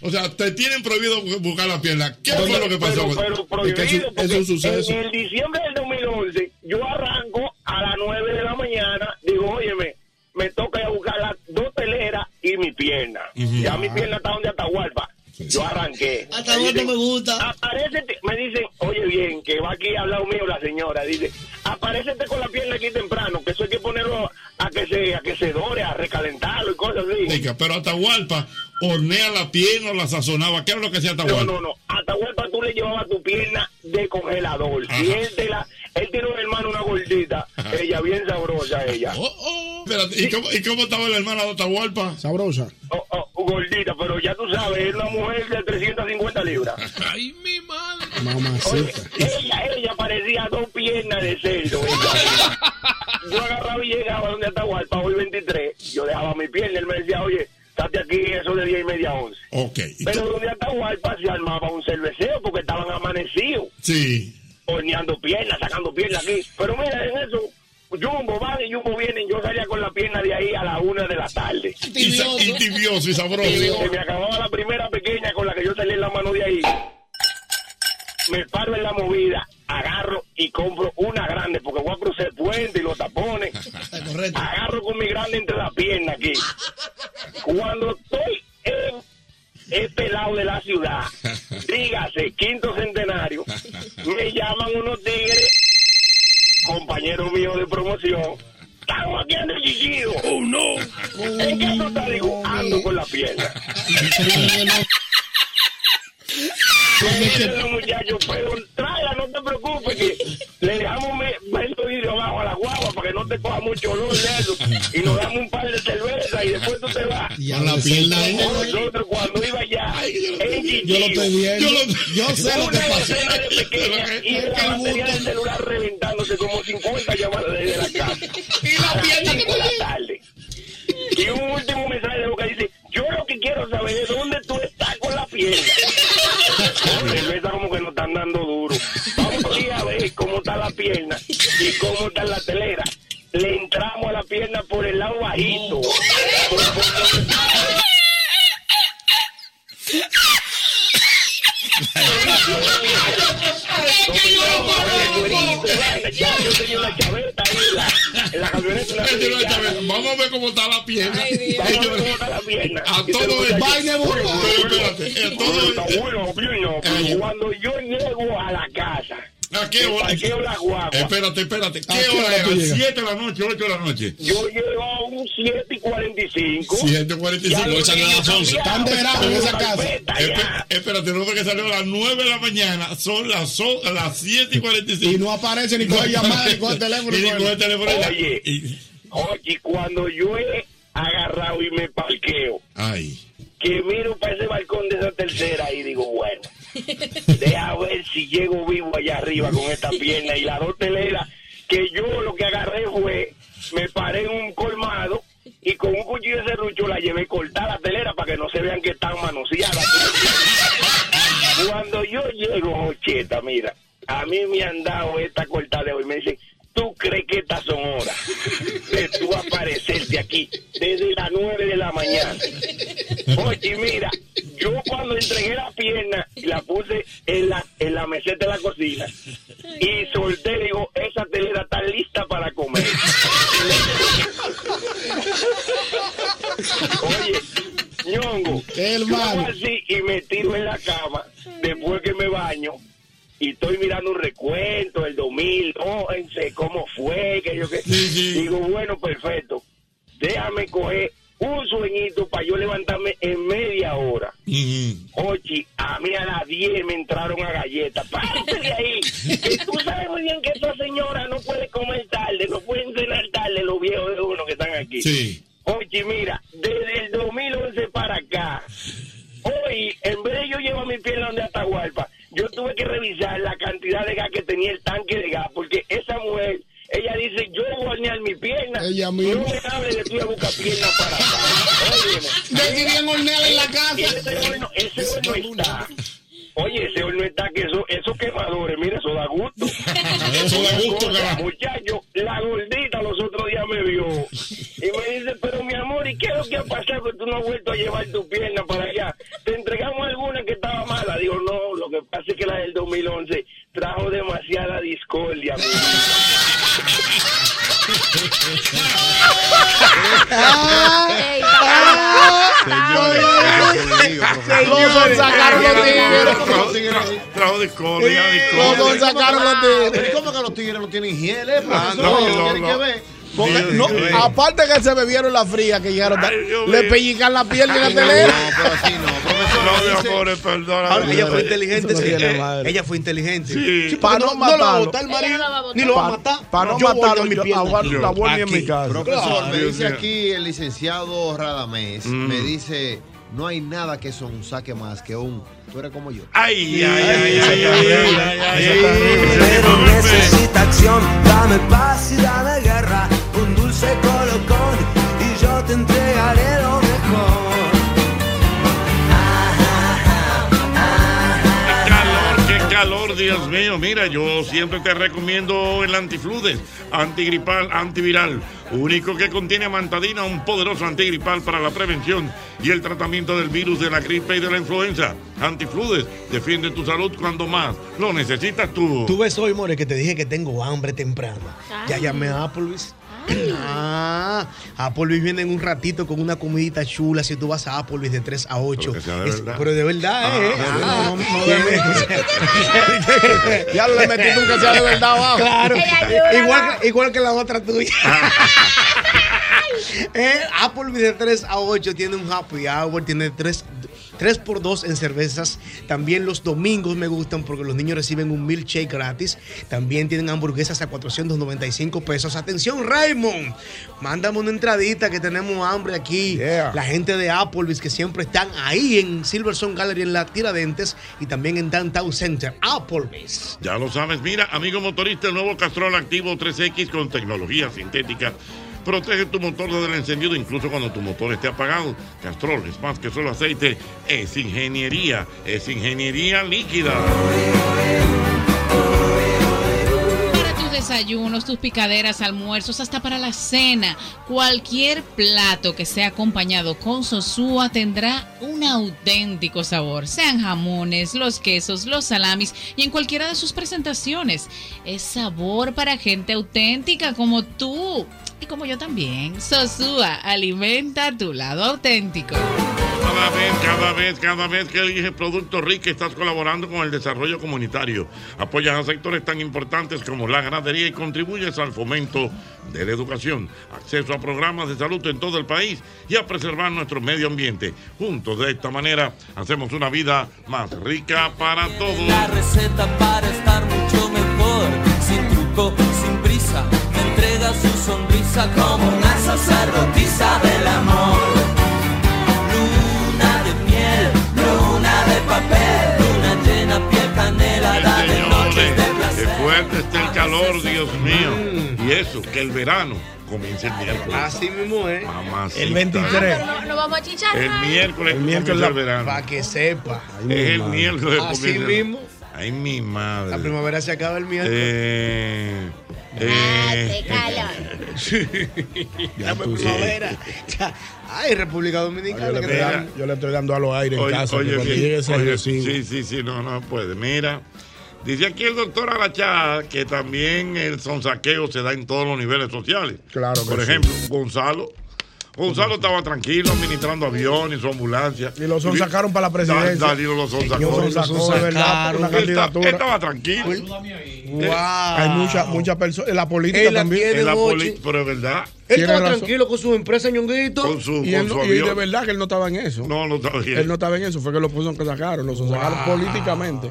Speaker 4: O sea, te tienen prohibido buscar la pierna. ¿Qué
Speaker 11: Pero-
Speaker 4: fue lo que pasó?
Speaker 11: Pero, pero
Speaker 4: Es que
Speaker 11: prohibido,
Speaker 4: eso-
Speaker 11: porque
Speaker 4: eso es un suceso.
Speaker 11: En el diciembre del 2011, yo arranco a las 9 de la mañana, digo, óyeme, me toca ir a buscar las dos teleras y mi pierna.
Speaker 13: Ujú.
Speaker 11: Ya
Speaker 4: Ah.
Speaker 11: mi pierna está donde Atahualpa. Yo arranqué.
Speaker 13: Atahualpa me
Speaker 11: gusta. Aparecete, me dicen, oye bien, que va aquí al lado mío la señora, dice, aparécete con la pierna aquí temprano, que eso hay que ponerlo a que se, a que se dore, a recalentarlo y cosas así.
Speaker 4: Rica, Pero Atahualpa hornea la pierna o la sazonaba. ¿Qué era lo que hacía Atahualpa?
Speaker 11: No, no, no. Atahualpa tú le llevabas tu pierna de congelador.
Speaker 4: Ajá.
Speaker 11: Y él te la. Él tiene un hermano, una gordita.
Speaker 4: Ajá.
Speaker 11: Ella, bien sabrosa, ella.
Speaker 4: Oh, oh, espérate, ¿y, cómo, y cómo estaba la hermana de Atahualpa?
Speaker 5: Sabrosa.
Speaker 11: Oh, oh, gordita, pero ya tú sabes, es una mujer de 350 libras.
Speaker 5: Mamacita.
Speaker 11: ella, ella parecía dos piernas de cerdo.
Speaker 4: (laughs)
Speaker 11: ella. Yo agarraba y llegaba donde Atahualpa, hoy 23. Yo dejaba mi pierna. Él me decía, oye, estate aquí, eso de 10 y media a 11.
Speaker 4: Ok.
Speaker 11: Pero donde Atahualpa se armaba un cerveceo porque estaban amanecidos.
Speaker 4: Sí.
Speaker 11: horneando piernas, sacando piernas aquí. Pero mira, en eso, Jumbo van y Jumbo vienen. Yo salía con la pierna de ahí a la una de la tarde.
Speaker 4: Y, sa- y tibioso y sabroso.
Speaker 11: Se me acababa la primera pequeña con la que yo salí en la mano de ahí. Me paro en la movida, agarro y compro una grande porque voy a cruzar el puente y los tapones. Agarro con mi grande entre las piernas aquí. Cuando estoy en este lado de la ciudad, dígase, quinto centenario, me llaman unos tigres, compañeros míos de promoción. Estamos aquí en el Chiquido. Oh, no. ¿En qué tú estás? Digo, ando con la pierna. Dicen los muchachos, pero tráela, no te preocupes, que le dejamos me- medio vidrio abajo a la guagua para que no te coja mucho olor Nelson, y nos damos un par de cervezas y después tú te vas.
Speaker 13: Y a la pierna ahí.
Speaker 11: Nosotros cuando iba allá, en
Speaker 13: Yo lo estoy viendo.
Speaker 11: Yo,
Speaker 13: Yo sé lo que pasó.
Speaker 11: y la batería del celular reventándose como 50 llamadas desde la casa. y la pierna de la tarde. Y un último mensaje de boca dice, yo lo que quiero saber es dónde tú estás con la pierna. Cerveza como que nos están dando duro. Vamos a ir a ver cómo está la pierna y cómo está la telera. Le entramos a la pierna por el lado bajito.
Speaker 3: Vamos a ver cómo está la pierna. A
Speaker 11: Y se lo
Speaker 3: todo
Speaker 11: voy
Speaker 3: esto.
Speaker 11: a-
Speaker 3: Pero espérate, a todo esto.
Speaker 11: Bueno, bueno, pero cuando yo llego a la casa,
Speaker 4: ¿A qué
Speaker 11: me
Speaker 4: hora?
Speaker 11: parqueo la guagua.
Speaker 4: Espérate, espérate. ¿Qué
Speaker 11: ¿A qué
Speaker 4: hora
Speaker 11: hora
Speaker 4: es?
Speaker 11: tú llegas?
Speaker 4: 7 de la niños, 8 de la noche.
Speaker 11: Yo llego a un 7 y 45.
Speaker 4: 7 45.
Speaker 11: Esa no es las 11. Están verados en esa casa.
Speaker 4: Espérate, Espérate, no que salió a las 9 de la mañana. Son las, so- a las 7 y 45. Y no
Speaker 13: aparece ni coge llamada, ni coge teléfono,
Speaker 4: Y ni
Speaker 13: ni
Speaker 4: coge teléfono.
Speaker 11: Oye, oye, cuando yo he agarrado y me parqueo, que miro para ese balcón de esa tercera y digo, bueno, deja ver si llego vivo allá arriba con esta pierna y la dos teleras, que yo lo que agarré fue, me paré en un colmado y con un cuchillo de serrucho la llevé cortada la telera para que no se vean que están manoseadas. Cuando yo llego, Ocheta, mira, a mí me han dado esta cortada de hoy. Me dicen, ¿tú crees que estas son horas de tú aparecerte aquí desde las 9 de la mañana? Oye, mira, yo cuando entregué la pierna y la puse en la, en la meseta de la cocina y solté, digo, esa telera está lista para comer. Oye, ñongo, yo hago así y me tiro en la cama después que me baño y estoy mirando un recuento del 2011, cómo fue, que yo qué. Digo, bueno, perfecto, déjame coger un sueñito para yo levantarme en media hora. Ochi, a mí a las 10 me entraron a galletas. Párate de ahí. Que Tú sabes muy bien que esta señora no puede comer tarde, no pueden cenar tarde los viejos de uno que están aquí.
Speaker 3: Sí.
Speaker 11: Ochi, mira, desde el 2011 para acá, hoy, en vez de yo llevar mi pierna donde Atahualpa, yo tuve que revisar la cantidad de gas que tenía el tanque de gas, porque esa mujer, ella dice, yo voy a hornear mi pierna. Ella No me hable de tú a buscar pierna para acá. Óyeme.
Speaker 13: Decidían hornear en la casa.
Speaker 11: Ese horno, ese horno está. Oye, ese horno está que eso, esos quemadores, mira, eso da gusto. eso da gusto, Muchacho, la gordita los otros días me vio y me dice, pero mi amor, ¿y qué es lo que ha pasado que tú no has vuelto a llevar tu pierna para allá? Te entregamos alguna que estaba mala. Digo, no, lo que pasa es que la del 2011 trajo demasiada discordia. mi vida".
Speaker 4: Señores.
Speaker 7: sacaron los tigres.
Speaker 4: Trajo- trajo- Trajo discordia, discordia.
Speaker 7: Los sacaron los tigres. ¿Y cómo que los tigres no tienen hiel, eh,
Speaker 4: Ah,
Speaker 7: profesor?
Speaker 4: no,
Speaker 7: Ellos
Speaker 4: no,
Speaker 7: tienen
Speaker 4: no.
Speaker 7: que ver.
Speaker 13: Porque,
Speaker 7: Dios
Speaker 13: no,
Speaker 7: mío.
Speaker 13: aparte que se bebieron la fría que llegaron, le pellican la pierna y la
Speaker 7: Ay, no,
Speaker 13: telera.
Speaker 4: No, mi amor, perdona.
Speaker 6: Ahora, "Ah, ella fue
Speaker 7: Eso
Speaker 6: inteligente.
Speaker 7: no
Speaker 6: sí,
Speaker 7: tiene
Speaker 6: eh,
Speaker 7: madre.
Speaker 6: ella fue inteligente.
Speaker 7: Sí,
Speaker 6: Para no,
Speaker 7: porque
Speaker 6: no lo va a
Speaker 7: matarlo.
Speaker 6: botar el
Speaker 7: Ella
Speaker 6: marido,
Speaker 7: no la va a botar.
Speaker 6: ni lo va a
Speaker 7: Pa-
Speaker 6: matar.
Speaker 7: pa' no
Speaker 6: Yo voy a
Speaker 7: matarlo,
Speaker 6: dar mi
Speaker 7: yo
Speaker 6: pierna.
Speaker 7: aguardo la vuelta en
Speaker 6: Aquí.
Speaker 7: mi casa. Profesor,
Speaker 6: Claro.
Speaker 7: me dice aquí el licenciado Radamés,
Speaker 4: Mm.
Speaker 7: me dice, no hay nada que son saque más que un, tú eres como yo.
Speaker 4: Ay, ay, ay, ay, ay, ay, ay,
Speaker 14: Pero necesita acción, dame paz y dame guerra, un dulce colocón y yo te entregaré lo mejor.
Speaker 4: calor, Ah, qué calor, Dios mío. Mira, yo siempre te recomiendo el antifludes, antigripal, antiviral, único que contiene amantadina, un poderoso antigripal para la prevención y el tratamiento del virus de la gripe y de la influenza. Antifludes, defiende tu salud cuando más lo necesitas tú.
Speaker 6: Tú ves hoy, More, que te dije que tengo hambre temprano. Ya llamé a Applebee's. Ah, Applebee's viene en un ratito con una comidita chula si tú vas a Applebee's de 3 a 8.
Speaker 4: de verdad.
Speaker 6: pero de verdad, ¿eh?
Speaker 4: Ah,
Speaker 6: Ah,
Speaker 4: de
Speaker 6: no,
Speaker 4: verdad.
Speaker 6: no.
Speaker 4: (laughs) Ya le metiste un que sea de verdad abajo.
Speaker 6: Claro.
Speaker 4: Ella llora,
Speaker 6: Igual que, igual que la otra tuya.
Speaker 4: Ah.
Speaker 6: (laughs) Eh, Applebee's de 3 a 8 tiene un happy hour, tiene tres 3 por 2 en cervezas. También los domingos me gustan porque los niños reciben un milkshake gratis. También tienen hamburguesas a 495 pesos. Atención, Raymond. Mándame una entradita que tenemos hambre aquí. La gente de Applebee's que siempre están ahí en Silverson Gallery en la Tiradentes y también en Downtown Center. Applebee's.
Speaker 4: Ya lo sabes, mira, amigo motorista, el nuevo Castrol Activo 3X con tecnología sintética. Protege tu motor desde el encendido incluso cuando tu motor esté apagado. Castrol es más que solo aceite, es ingeniería, es ingeniería líquida.
Speaker 15: Para tus desayunos, tus picaderas, almuerzos, hasta para la cena, cualquier plato que sea acompañado con sosúa tendrá un auténtico sabor. Sean jamones, los quesos, los salamis y en cualquiera de sus presentaciones. Es sabor para gente auténtica como tú y como yo también. Sosúa, alimenta tu lado auténtico.
Speaker 4: Cada vez, cada vez, cada vez que eliges Producto Rica estás colaborando con el desarrollo comunitario. Apoyas a sectores tan importantes como la ganadería y contribuyes al fomento de la educación, acceso a programas de salud en todo el país y a preservar nuestro medio ambiente. Juntos de esta manera hacemos una vida más rica para
Speaker 14: La
Speaker 4: todos.
Speaker 14: receta para estar mucho mejor, sin truco, sin prisa, me entrega su sonrisa como una sacerdotisa del amor. Luna de miel, luna de papel, luna llena, piel canela, la de noches de
Speaker 4: Qué fuerte está el calor, Dios mío. Y eso, que el verano comience el miércoles.
Speaker 6: Así mismo ¿eh? es.
Speaker 4: El
Speaker 8: Ah, No, no vamos a chichar.
Speaker 4: El
Speaker 8: Ray.
Speaker 4: miércoles,
Speaker 6: El miércoles
Speaker 4: comienza el
Speaker 6: la-
Speaker 4: verano.
Speaker 6: Para que sepa.
Speaker 4: es el miércoles.
Speaker 6: Así
Speaker 4: comienza el-
Speaker 6: mismo.
Speaker 4: Ay, mi madre.
Speaker 6: La primavera se acaba el miércoles.
Speaker 4: Eh, eh, (laughs)
Speaker 6: La primavera. Ay, República Dominicana.
Speaker 5: Yo le,
Speaker 6: que
Speaker 5: estoy
Speaker 6: te dan-
Speaker 5: dando, yo le estoy dando a los aires en
Speaker 4: Oye,
Speaker 5: casa. que
Speaker 4: oye,
Speaker 5: cuando
Speaker 4: sí,
Speaker 5: llegue ese
Speaker 4: oye,
Speaker 5: recibo.
Speaker 4: sí, sí, sí, no, no puede. Mira, dice aquí el doctor Arachá que también el sonsaqueo se da en todos los niveles sociales.
Speaker 5: Claro que
Speaker 4: Por
Speaker 5: sí.
Speaker 4: ejemplo, Gonzalo. Gonzalo estaba tranquilo administrando aviones, su ambulancia. Y
Speaker 5: lo sonsacaron para la presidencia.
Speaker 4: Da- Danilo lo sonsacó.
Speaker 5: Señor, lo sonsacó, de verdad, por una
Speaker 4: Él está-
Speaker 5: candidatura.
Speaker 4: él estaba tranquilo.
Speaker 5: Hay muchas muchas personas. La política
Speaker 6: Él la
Speaker 5: también.
Speaker 6: tiene,
Speaker 4: En eh, la
Speaker 6: Jochi.
Speaker 4: poli- pero es verdad.
Speaker 6: Él estaba tranquilo con sus empresas, ñonguito.
Speaker 4: Con su-
Speaker 5: Y, él no- y de verdad que él no estaba en eso.
Speaker 4: No, no estaba en
Speaker 5: Él no estaba en eso. Fue que lo puso que sacaron. Lo sacaron
Speaker 4: Wow.
Speaker 5: políticamente.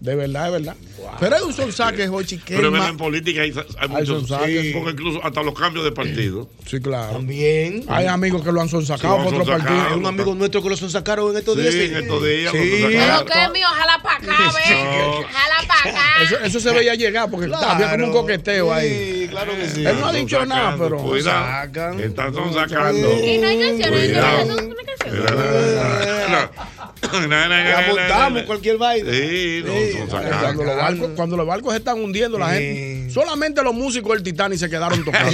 Speaker 5: De verdad, de verdad. Pero hay un son saque, Jochi, que
Speaker 4: Pero
Speaker 5: es
Speaker 4: ven,
Speaker 5: más-
Speaker 4: en política hay, hay muchos.
Speaker 5: sonsaques.
Speaker 4: sí, Porque incluso hasta los cambios de partido.
Speaker 5: Sí, claro.
Speaker 6: También.
Speaker 5: Hay amigos que lo han sonsacado
Speaker 4: Sí, lo
Speaker 5: por
Speaker 4: han
Speaker 5: otro
Speaker 4: sonsacado.
Speaker 5: partido.
Speaker 4: Hay un amigo
Speaker 6: nuestro que lo sacaron en estos
Speaker 4: Sí,
Speaker 6: días.
Speaker 4: en estos días.
Speaker 6: Sí.
Speaker 4: lo
Speaker 8: Pero
Speaker 4: sacaron.
Speaker 8: que es mío, jala para acá,
Speaker 4: (laughs)
Speaker 8: ve. Jala para acá.
Speaker 5: Eso, eso se veía llegar porque
Speaker 8: Claro.
Speaker 5: había como un coqueteo ahí.
Speaker 6: Sí, claro que sí.
Speaker 5: Él no ha dicho nada, pero.
Speaker 4: Cuidado. Están sonsacando.
Speaker 8: Y no hay canciones,
Speaker 4: Cuidado.
Speaker 8: no hay
Speaker 4: montamos
Speaker 6: cualquier baile.
Speaker 4: Sí, no, sonsacando.
Speaker 5: Cuando los, barcos, cuando los barcos se están hundiendo, la gente. Solamente los músicos del Titanic se quedaron
Speaker 4: (laughs)
Speaker 5: tocando.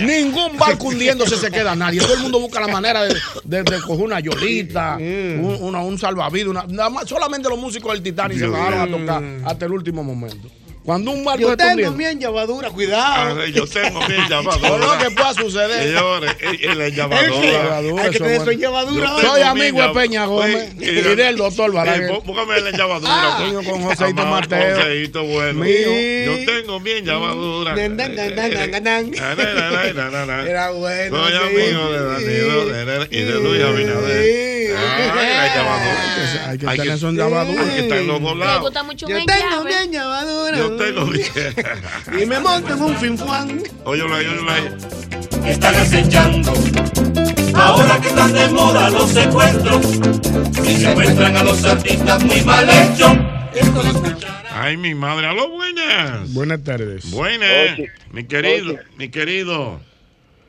Speaker 5: Ningún barco hundiéndose se queda nadie. Todo el mundo busca la manera de, de- de coger una yolita, un, una- un salvavidas. una- nada más, solamente los músicos del Titanic se
Speaker 6: Dios
Speaker 5: quedaron a
Speaker 6: mío.
Speaker 5: tocar hasta el último momento. Cuando un barco se
Speaker 6: Yo
Speaker 5: está
Speaker 6: tengo
Speaker 5: hundiendo.
Speaker 6: bien llavadura, cuidado.
Speaker 4: Ah, Yo tengo mi llamado.
Speaker 5: Por lo que pueda suceder.
Speaker 4: Señores, en la
Speaker 5: Llevadura,
Speaker 4: llamadora.
Speaker 5: eso es bueno.
Speaker 4: Yo
Speaker 5: Soy
Speaker 4: tengo
Speaker 5: amigo
Speaker 4: mi
Speaker 5: de Peña
Speaker 4: llama-
Speaker 5: Gómez
Speaker 4: Oye,
Speaker 5: y del doctor
Speaker 4: Eh,
Speaker 5: Balaguer.
Speaker 4: pó- Póngame la llamadura.
Speaker 5: Ah,
Speaker 4: pues.
Speaker 5: coño, con Joseito
Speaker 4: Amado
Speaker 5: Mateo.
Speaker 4: Joseito, bueno.
Speaker 5: Mío.
Speaker 4: Yo tengo mi llamadura.
Speaker 6: Dan, dan, dan, dan, dan, dan, dan.
Speaker 4: Na, na, na, na, na, na.
Speaker 6: Era bueno.
Speaker 4: Soy amigo de Danilo de- de- y de Luis Abinader. Ay, la llamadura. Hay que tener son llamaduras. Hay que estar en los dos
Speaker 8: Me
Speaker 4: lados.
Speaker 8: gusta mucho
Speaker 6: Yo
Speaker 8: un
Speaker 6: tengo
Speaker 8: llave.
Speaker 6: bien llavadura.
Speaker 4: Yo tengo mi.
Speaker 6: Y me monto en un finfuan.
Speaker 4: Óyelo ahí, óyelo ahí.
Speaker 14: Están acechando,
Speaker 7: Este
Speaker 14: ahora que están de moda los secuestros, y secuestran a los artistas muy mal hechos.
Speaker 4: Ay, mi madre. Aló, buenas.
Speaker 5: Buenas tardes.
Speaker 4: Buenas.
Speaker 16: Oye,
Speaker 4: eh, Mi querido, mi querido.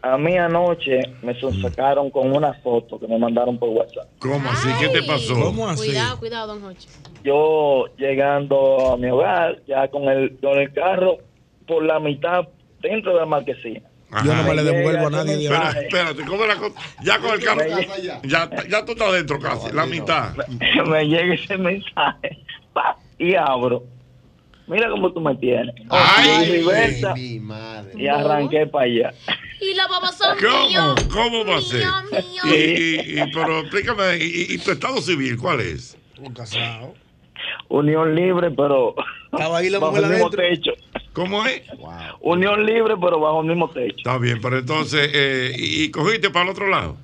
Speaker 16: A mí anoche me sacaron con una foto que me mandaron por WhatsApp.
Speaker 4: ¿Cómo así? ¿Qué te pasó?
Speaker 8: Cuidado, cuidado, don Jochi.
Speaker 16: Yo llegando a mi hogar, ya con el, con el carro por la mitad dentro de la marquesina.
Speaker 5: Yo no me le devuelvo a nadie de
Speaker 4: Espera,
Speaker 5: abajo.
Speaker 4: espérate, ¿cómo la cosa? Ya con el carro. Ya, ya tú estás dentro casi, la mitad.
Speaker 16: me llega ese mensaje pa, y abro. Mira cómo tú me tienes.
Speaker 4: Ay,
Speaker 16: Y reversa, y arranqué para allá.
Speaker 8: Y los babos son
Speaker 4: ¿Cómo?
Speaker 8: míos.
Speaker 4: ¿Cómo va a ser?
Speaker 8: mío, mío.
Speaker 4: Y, y- y- pero explícame, ¿y, y- y tu estado civil cuál es?
Speaker 16: Unión libre, pero
Speaker 6: Estaba ahí la
Speaker 16: bajo
Speaker 6: mujer
Speaker 16: el mismo
Speaker 6: adentro.
Speaker 16: techo.
Speaker 4: ¿Cómo es?
Speaker 16: Unión libre, pero bajo el mismo techo.
Speaker 4: Está bien, pero entonces, eh, y, y cogiste para el otro lado?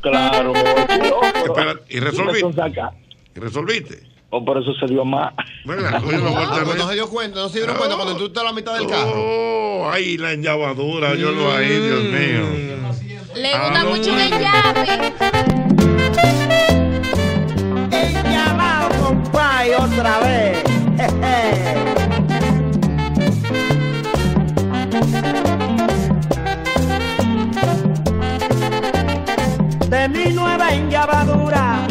Speaker 11: Claro, me volví
Speaker 16: oh,
Speaker 11: loco.
Speaker 4: ¿y resolviste?
Speaker 11: Dime con saca.
Speaker 4: ¿Y resolviste?
Speaker 16: Oh,
Speaker 11: O por eso se dio más.
Speaker 4: ¿Verdad? Cogió Pues la vuelta
Speaker 7: Cuando
Speaker 4: al
Speaker 7: Ah, pues no se dio cuenta, no se dieron cuenta cuando tú estás a la mitad del carro.
Speaker 4: Oh, ay, la enllavadura, yo lo
Speaker 6: Mm.
Speaker 4: ahí, Dios mío.
Speaker 8: Le gusta
Speaker 4: Ah, no.
Speaker 8: mucho el llave.
Speaker 14: Llamado, compay, otra vez. De mi nueva enllavadura,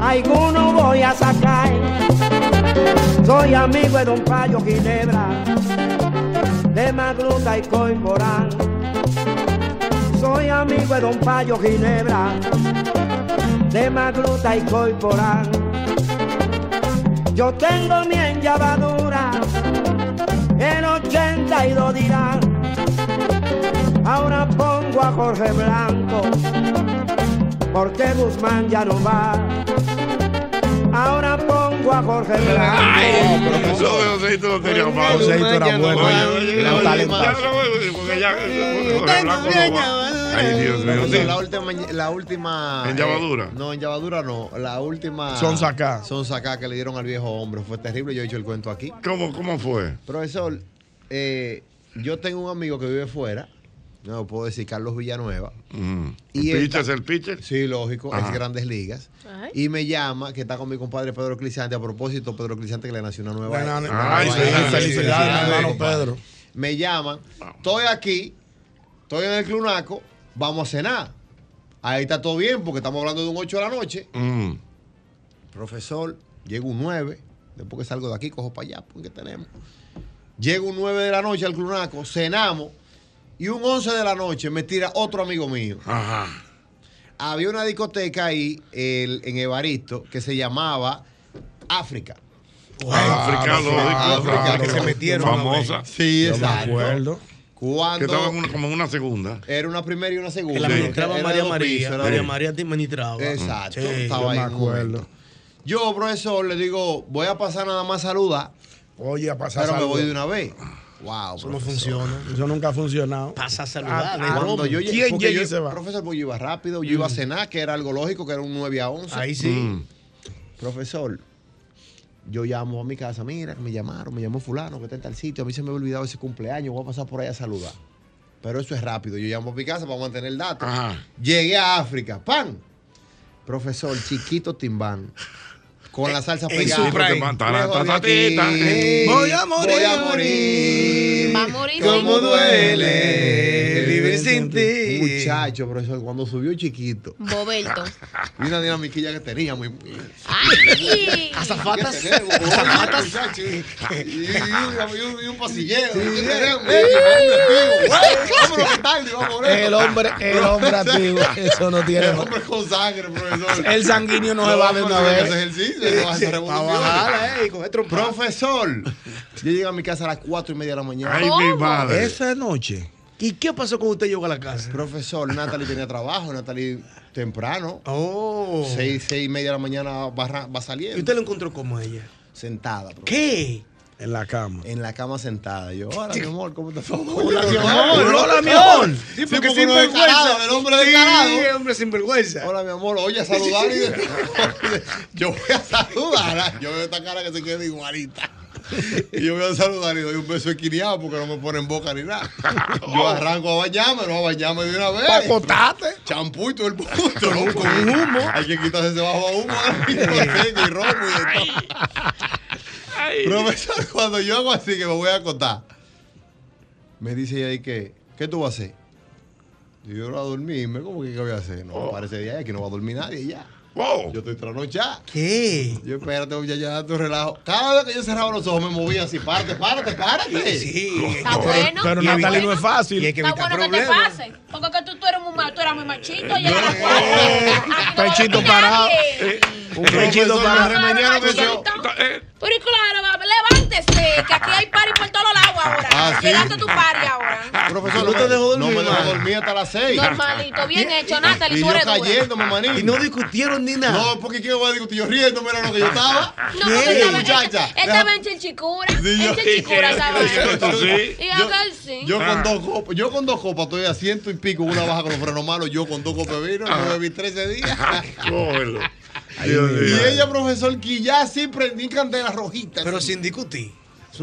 Speaker 14: alguno voy a sacar. Soy amigo de Don Payo Ginebra, de Magluta y Coimborán. Soy amigo de Don Payo Ginebra, de Magluta y Coiporán. Yo tengo mi enllavadura en 82 dirán. Ahora pongo a Jorge Blanco porque Guzmán ya no va. Ahora pongo a Jorge Blanco.
Speaker 4: Eso de Joséito lo tenía mal.
Speaker 14: Joséito era bueno,
Speaker 4: Oye,
Speaker 14: ya,
Speaker 4: oye,
Speaker 14: era un
Speaker 4: oye,
Speaker 14: talentazo.
Speaker 4: ya no, oye, porque ya- porque Blanco no va. Ay, Dios mío.
Speaker 7: Pero La última, la última. eh,
Speaker 4: ¿En llavadura?
Speaker 7: no, en llavadura no. La última.
Speaker 4: Son
Speaker 7: sacá. Son sacá que le dieron al viejo hombre. Fue terrible. Yo he hecho el cuento aquí.
Speaker 4: ¿Cómo, cómo fue?
Speaker 7: Profesor, eh, yo tengo un amigo que vive fuera. No lo puedo decir, Carlos Villanueva.
Speaker 4: Mm.
Speaker 7: Y
Speaker 4: ¿El
Speaker 7: él está-
Speaker 4: pitcher es el pitcher?
Speaker 7: Sí, lógico,
Speaker 4: Ajá.
Speaker 7: es grandes ligas. Y me llama, que está con mi compadre Pedro Clisante. A propósito, Pedro Clisante que le nació una nueva.
Speaker 5: Bueno,
Speaker 7: una
Speaker 5: ay,
Speaker 7: nueva
Speaker 5: sí,
Speaker 7: hija.
Speaker 5: felicidades, hermano
Speaker 7: compadre.
Speaker 5: Pedro.
Speaker 7: Me llaman, estoy aquí, estoy en el Clunaco, vamos a cenar. Ahí está todo bien, porque estamos hablando de un 8 de la noche.
Speaker 4: mm.
Speaker 7: Profesor, llego un 9. Después que salgo de aquí, cojo para allá, porque tenemos. Llego un 9 de la noche al Clunaco, cenamos. Y un 11 de la noche me tira otro amigo mío. Había una discoteca ahí el- en Evaristo que se llamaba África.
Speaker 4: África, lógico.
Speaker 7: África, que se
Speaker 4: claro.
Speaker 7: metieron.
Speaker 4: Famosa.
Speaker 7: Sí, Yo me exacto. acuerdo.
Speaker 4: Que
Speaker 7: Cuando
Speaker 4: estaba en una- como en una segunda.
Speaker 7: era una primera y una segunda.
Speaker 4: Que la administraba
Speaker 7: Era
Speaker 4: María
Speaker 7: dos
Speaker 4: María.
Speaker 7: pisos, era
Speaker 4: María
Speaker 7: dos-
Speaker 4: María
Speaker 6: te administraba.
Speaker 7: Exacto.
Speaker 6: Sí, yo
Speaker 7: estaba ahí
Speaker 6: me
Speaker 7: en un
Speaker 6: acuerdo.
Speaker 7: momento. Yo, profesor, le digo, voy a pasar nada más a saludar.
Speaker 5: Oye, a pasar
Speaker 7: Pero
Speaker 5: saludar.
Speaker 7: me voy de una vez. Wow, Eso no
Speaker 6: funciona.
Speaker 5: Eso nunca ha funcionado.
Speaker 6: Pasa a
Speaker 5: saludar, de
Speaker 7: cuando
Speaker 5: broma.
Speaker 7: yo llegué,
Speaker 5: Ah, ¿Quién
Speaker 7: porque
Speaker 5: llega y
Speaker 7: yo-
Speaker 5: se va? Mm.
Speaker 7: Profesor, pues yo iba rápido, yo iba a cenar, que era algo lógico, que era un 9 a 11.
Speaker 6: Ahí sí. Mm.
Speaker 7: Profesor, yo llamo a mi casa, mira, que me llamaron, me llamó fulano, que está en tal sitio, a mí se me había olvidado ese cumpleaños, voy a pasar por ahí a saludar. Pero eso es rápido, yo llamo a mi casa para mantener el dato. Llegué a África, ¡pam! Profesor, chiquito timbán.
Speaker 5: Eh,
Speaker 7: Con la salsa
Speaker 4: en
Speaker 7: pegada.
Speaker 4: su prime.
Speaker 7: Lejos de
Speaker 4: Taratata,
Speaker 7: aquí.
Speaker 4: tita.
Speaker 7: Voy a morir. Voy a morir.
Speaker 8: Va a morir.
Speaker 7: ¿Cómo
Speaker 8: sin-
Speaker 7: duele vivir sin ti? Muchacho, profesor, cuando subió chiquito.
Speaker 8: Boberto.
Speaker 7: Y una dinamiquilla que tenía muy.
Speaker 8: ¡Ay!
Speaker 7: Azafatas. Azafatas. Muchacho. Y, y- y un, y un pasillero.
Speaker 14: Sí.
Speaker 7: ¿Qué tenemos?
Speaker 14: Sí.
Speaker 7: Activo. Vámonos, que tarde, vamos, Leo.
Speaker 13: El hombre, el hombre activo, eso no tiene.
Speaker 7: El hombre con sangre, profesor.
Speaker 13: El sanguíneo no se va de una
Speaker 7: porque
Speaker 13: vez.
Speaker 7: hace ejercicio, no va a hacer
Speaker 13: Pa'
Speaker 7: revoluciones.
Speaker 13: bajarla,
Speaker 7: Profesor, yo llego a mi casa a las 4 y media de la mañana.
Speaker 13: Ay, mi ¿Cómo? madre.
Speaker 7: Esa noche. ¿Y qué pasó cuando usted llegó a la casa? Profesor, Natalie tenía trabajo, Natalie temprano. Oh. Seis, seis y media de la mañana va, va saliendo. ¿Y usted lo encontró como ella? Sentada, profesor. ¿Qué? En la cama. En la cama sentada. Yo, hola, mi amor, ¿cómo te fue?
Speaker 6: Hola, mi amor.
Speaker 7: Hola, mi amor. Sí, porque
Speaker 6: sin
Speaker 7: descarado, el hombre descarado.
Speaker 6: Sí, hombre sin vergüenza.
Speaker 7: Hola, mi amor. Oye, a saludar (laughs) y de- Yo voy a saludar. ¿ah? Yo veo esta cara que se queda (laughs) igualita. Y yo voy a saludar y doy un beso esquineado porque no me ponen boca ni (laughs) nada. Yo arranco a bañarme, no a bañarme de una vez.
Speaker 13: Pacotate.
Speaker 7: Champú y todo el punto. ¿no? (laughs) Con humo. Hay que quitarse ese bajo a humo. Y tengo y romo y de todo. Profesor, cuando yo hago así que me voy a acotar, me dice ella ahí que, ¿qué tú vas a hacer? Y yo voy a dormirme, ¿cómo que qué voy a hacer? No, parece día que no va a dormir nadie ya. Yo estoy trasnochada. ¿Qué? Yo espérate, ya, ya, tu relajo. Cada vez que yo cerraba los ojos me movía así, párate, párate, párate. Sí,
Speaker 8: Está bueno.
Speaker 5: Pero Natalie no es fácil.
Speaker 8: Está bueno que te pase. Porque que tú, tú eres muy mal, tú eras muy machito. Y a las
Speaker 5: Pechito parado.
Speaker 13: eh,
Speaker 5: Un pechito parado.
Speaker 13: este
Speaker 8: Pero y claro, va, levántese, que aquí hay pari por todos lados ahora. Llegando a tu party ahora.
Speaker 7: Profesor, no, Ah, te dejó dormir. No me dejó dormir hasta las seis.
Speaker 8: Normalito, bien hecho, Natalie,
Speaker 7: Y
Speaker 8: tú
Speaker 7: yo
Speaker 8: eres dura.
Speaker 7: cayendo, mamanito.
Speaker 8: Y no
Speaker 7: discutieron ni nada. No, porque ¿qué voy a discutir? Yo riendo, mira lo que yo estaba.
Speaker 8: No, porque
Speaker 7: ¿Qué,
Speaker 8: estaba,
Speaker 7: muchacha?
Speaker 8: él estaba en chinchicura.
Speaker 7: Sí,
Speaker 8: en
Speaker 7: yo-
Speaker 8: chinchicura,
Speaker 7: Sí,
Speaker 8: ¿sabes?
Speaker 7: yo-
Speaker 8: Y
Speaker 7: yo-
Speaker 8: acá él sí.
Speaker 7: Yo
Speaker 4: Ah.
Speaker 7: con dos copas, yo con dos copas estoy a ciento y pico, una baja con los frenos malos, yo con dos copas de vino, me bebí 13
Speaker 4: (laughs)
Speaker 7: días.
Speaker 4: Ah. Cógelo.
Speaker 7: y ella, profesor, que ya sí prendí candela rojita. Pero sin discutir.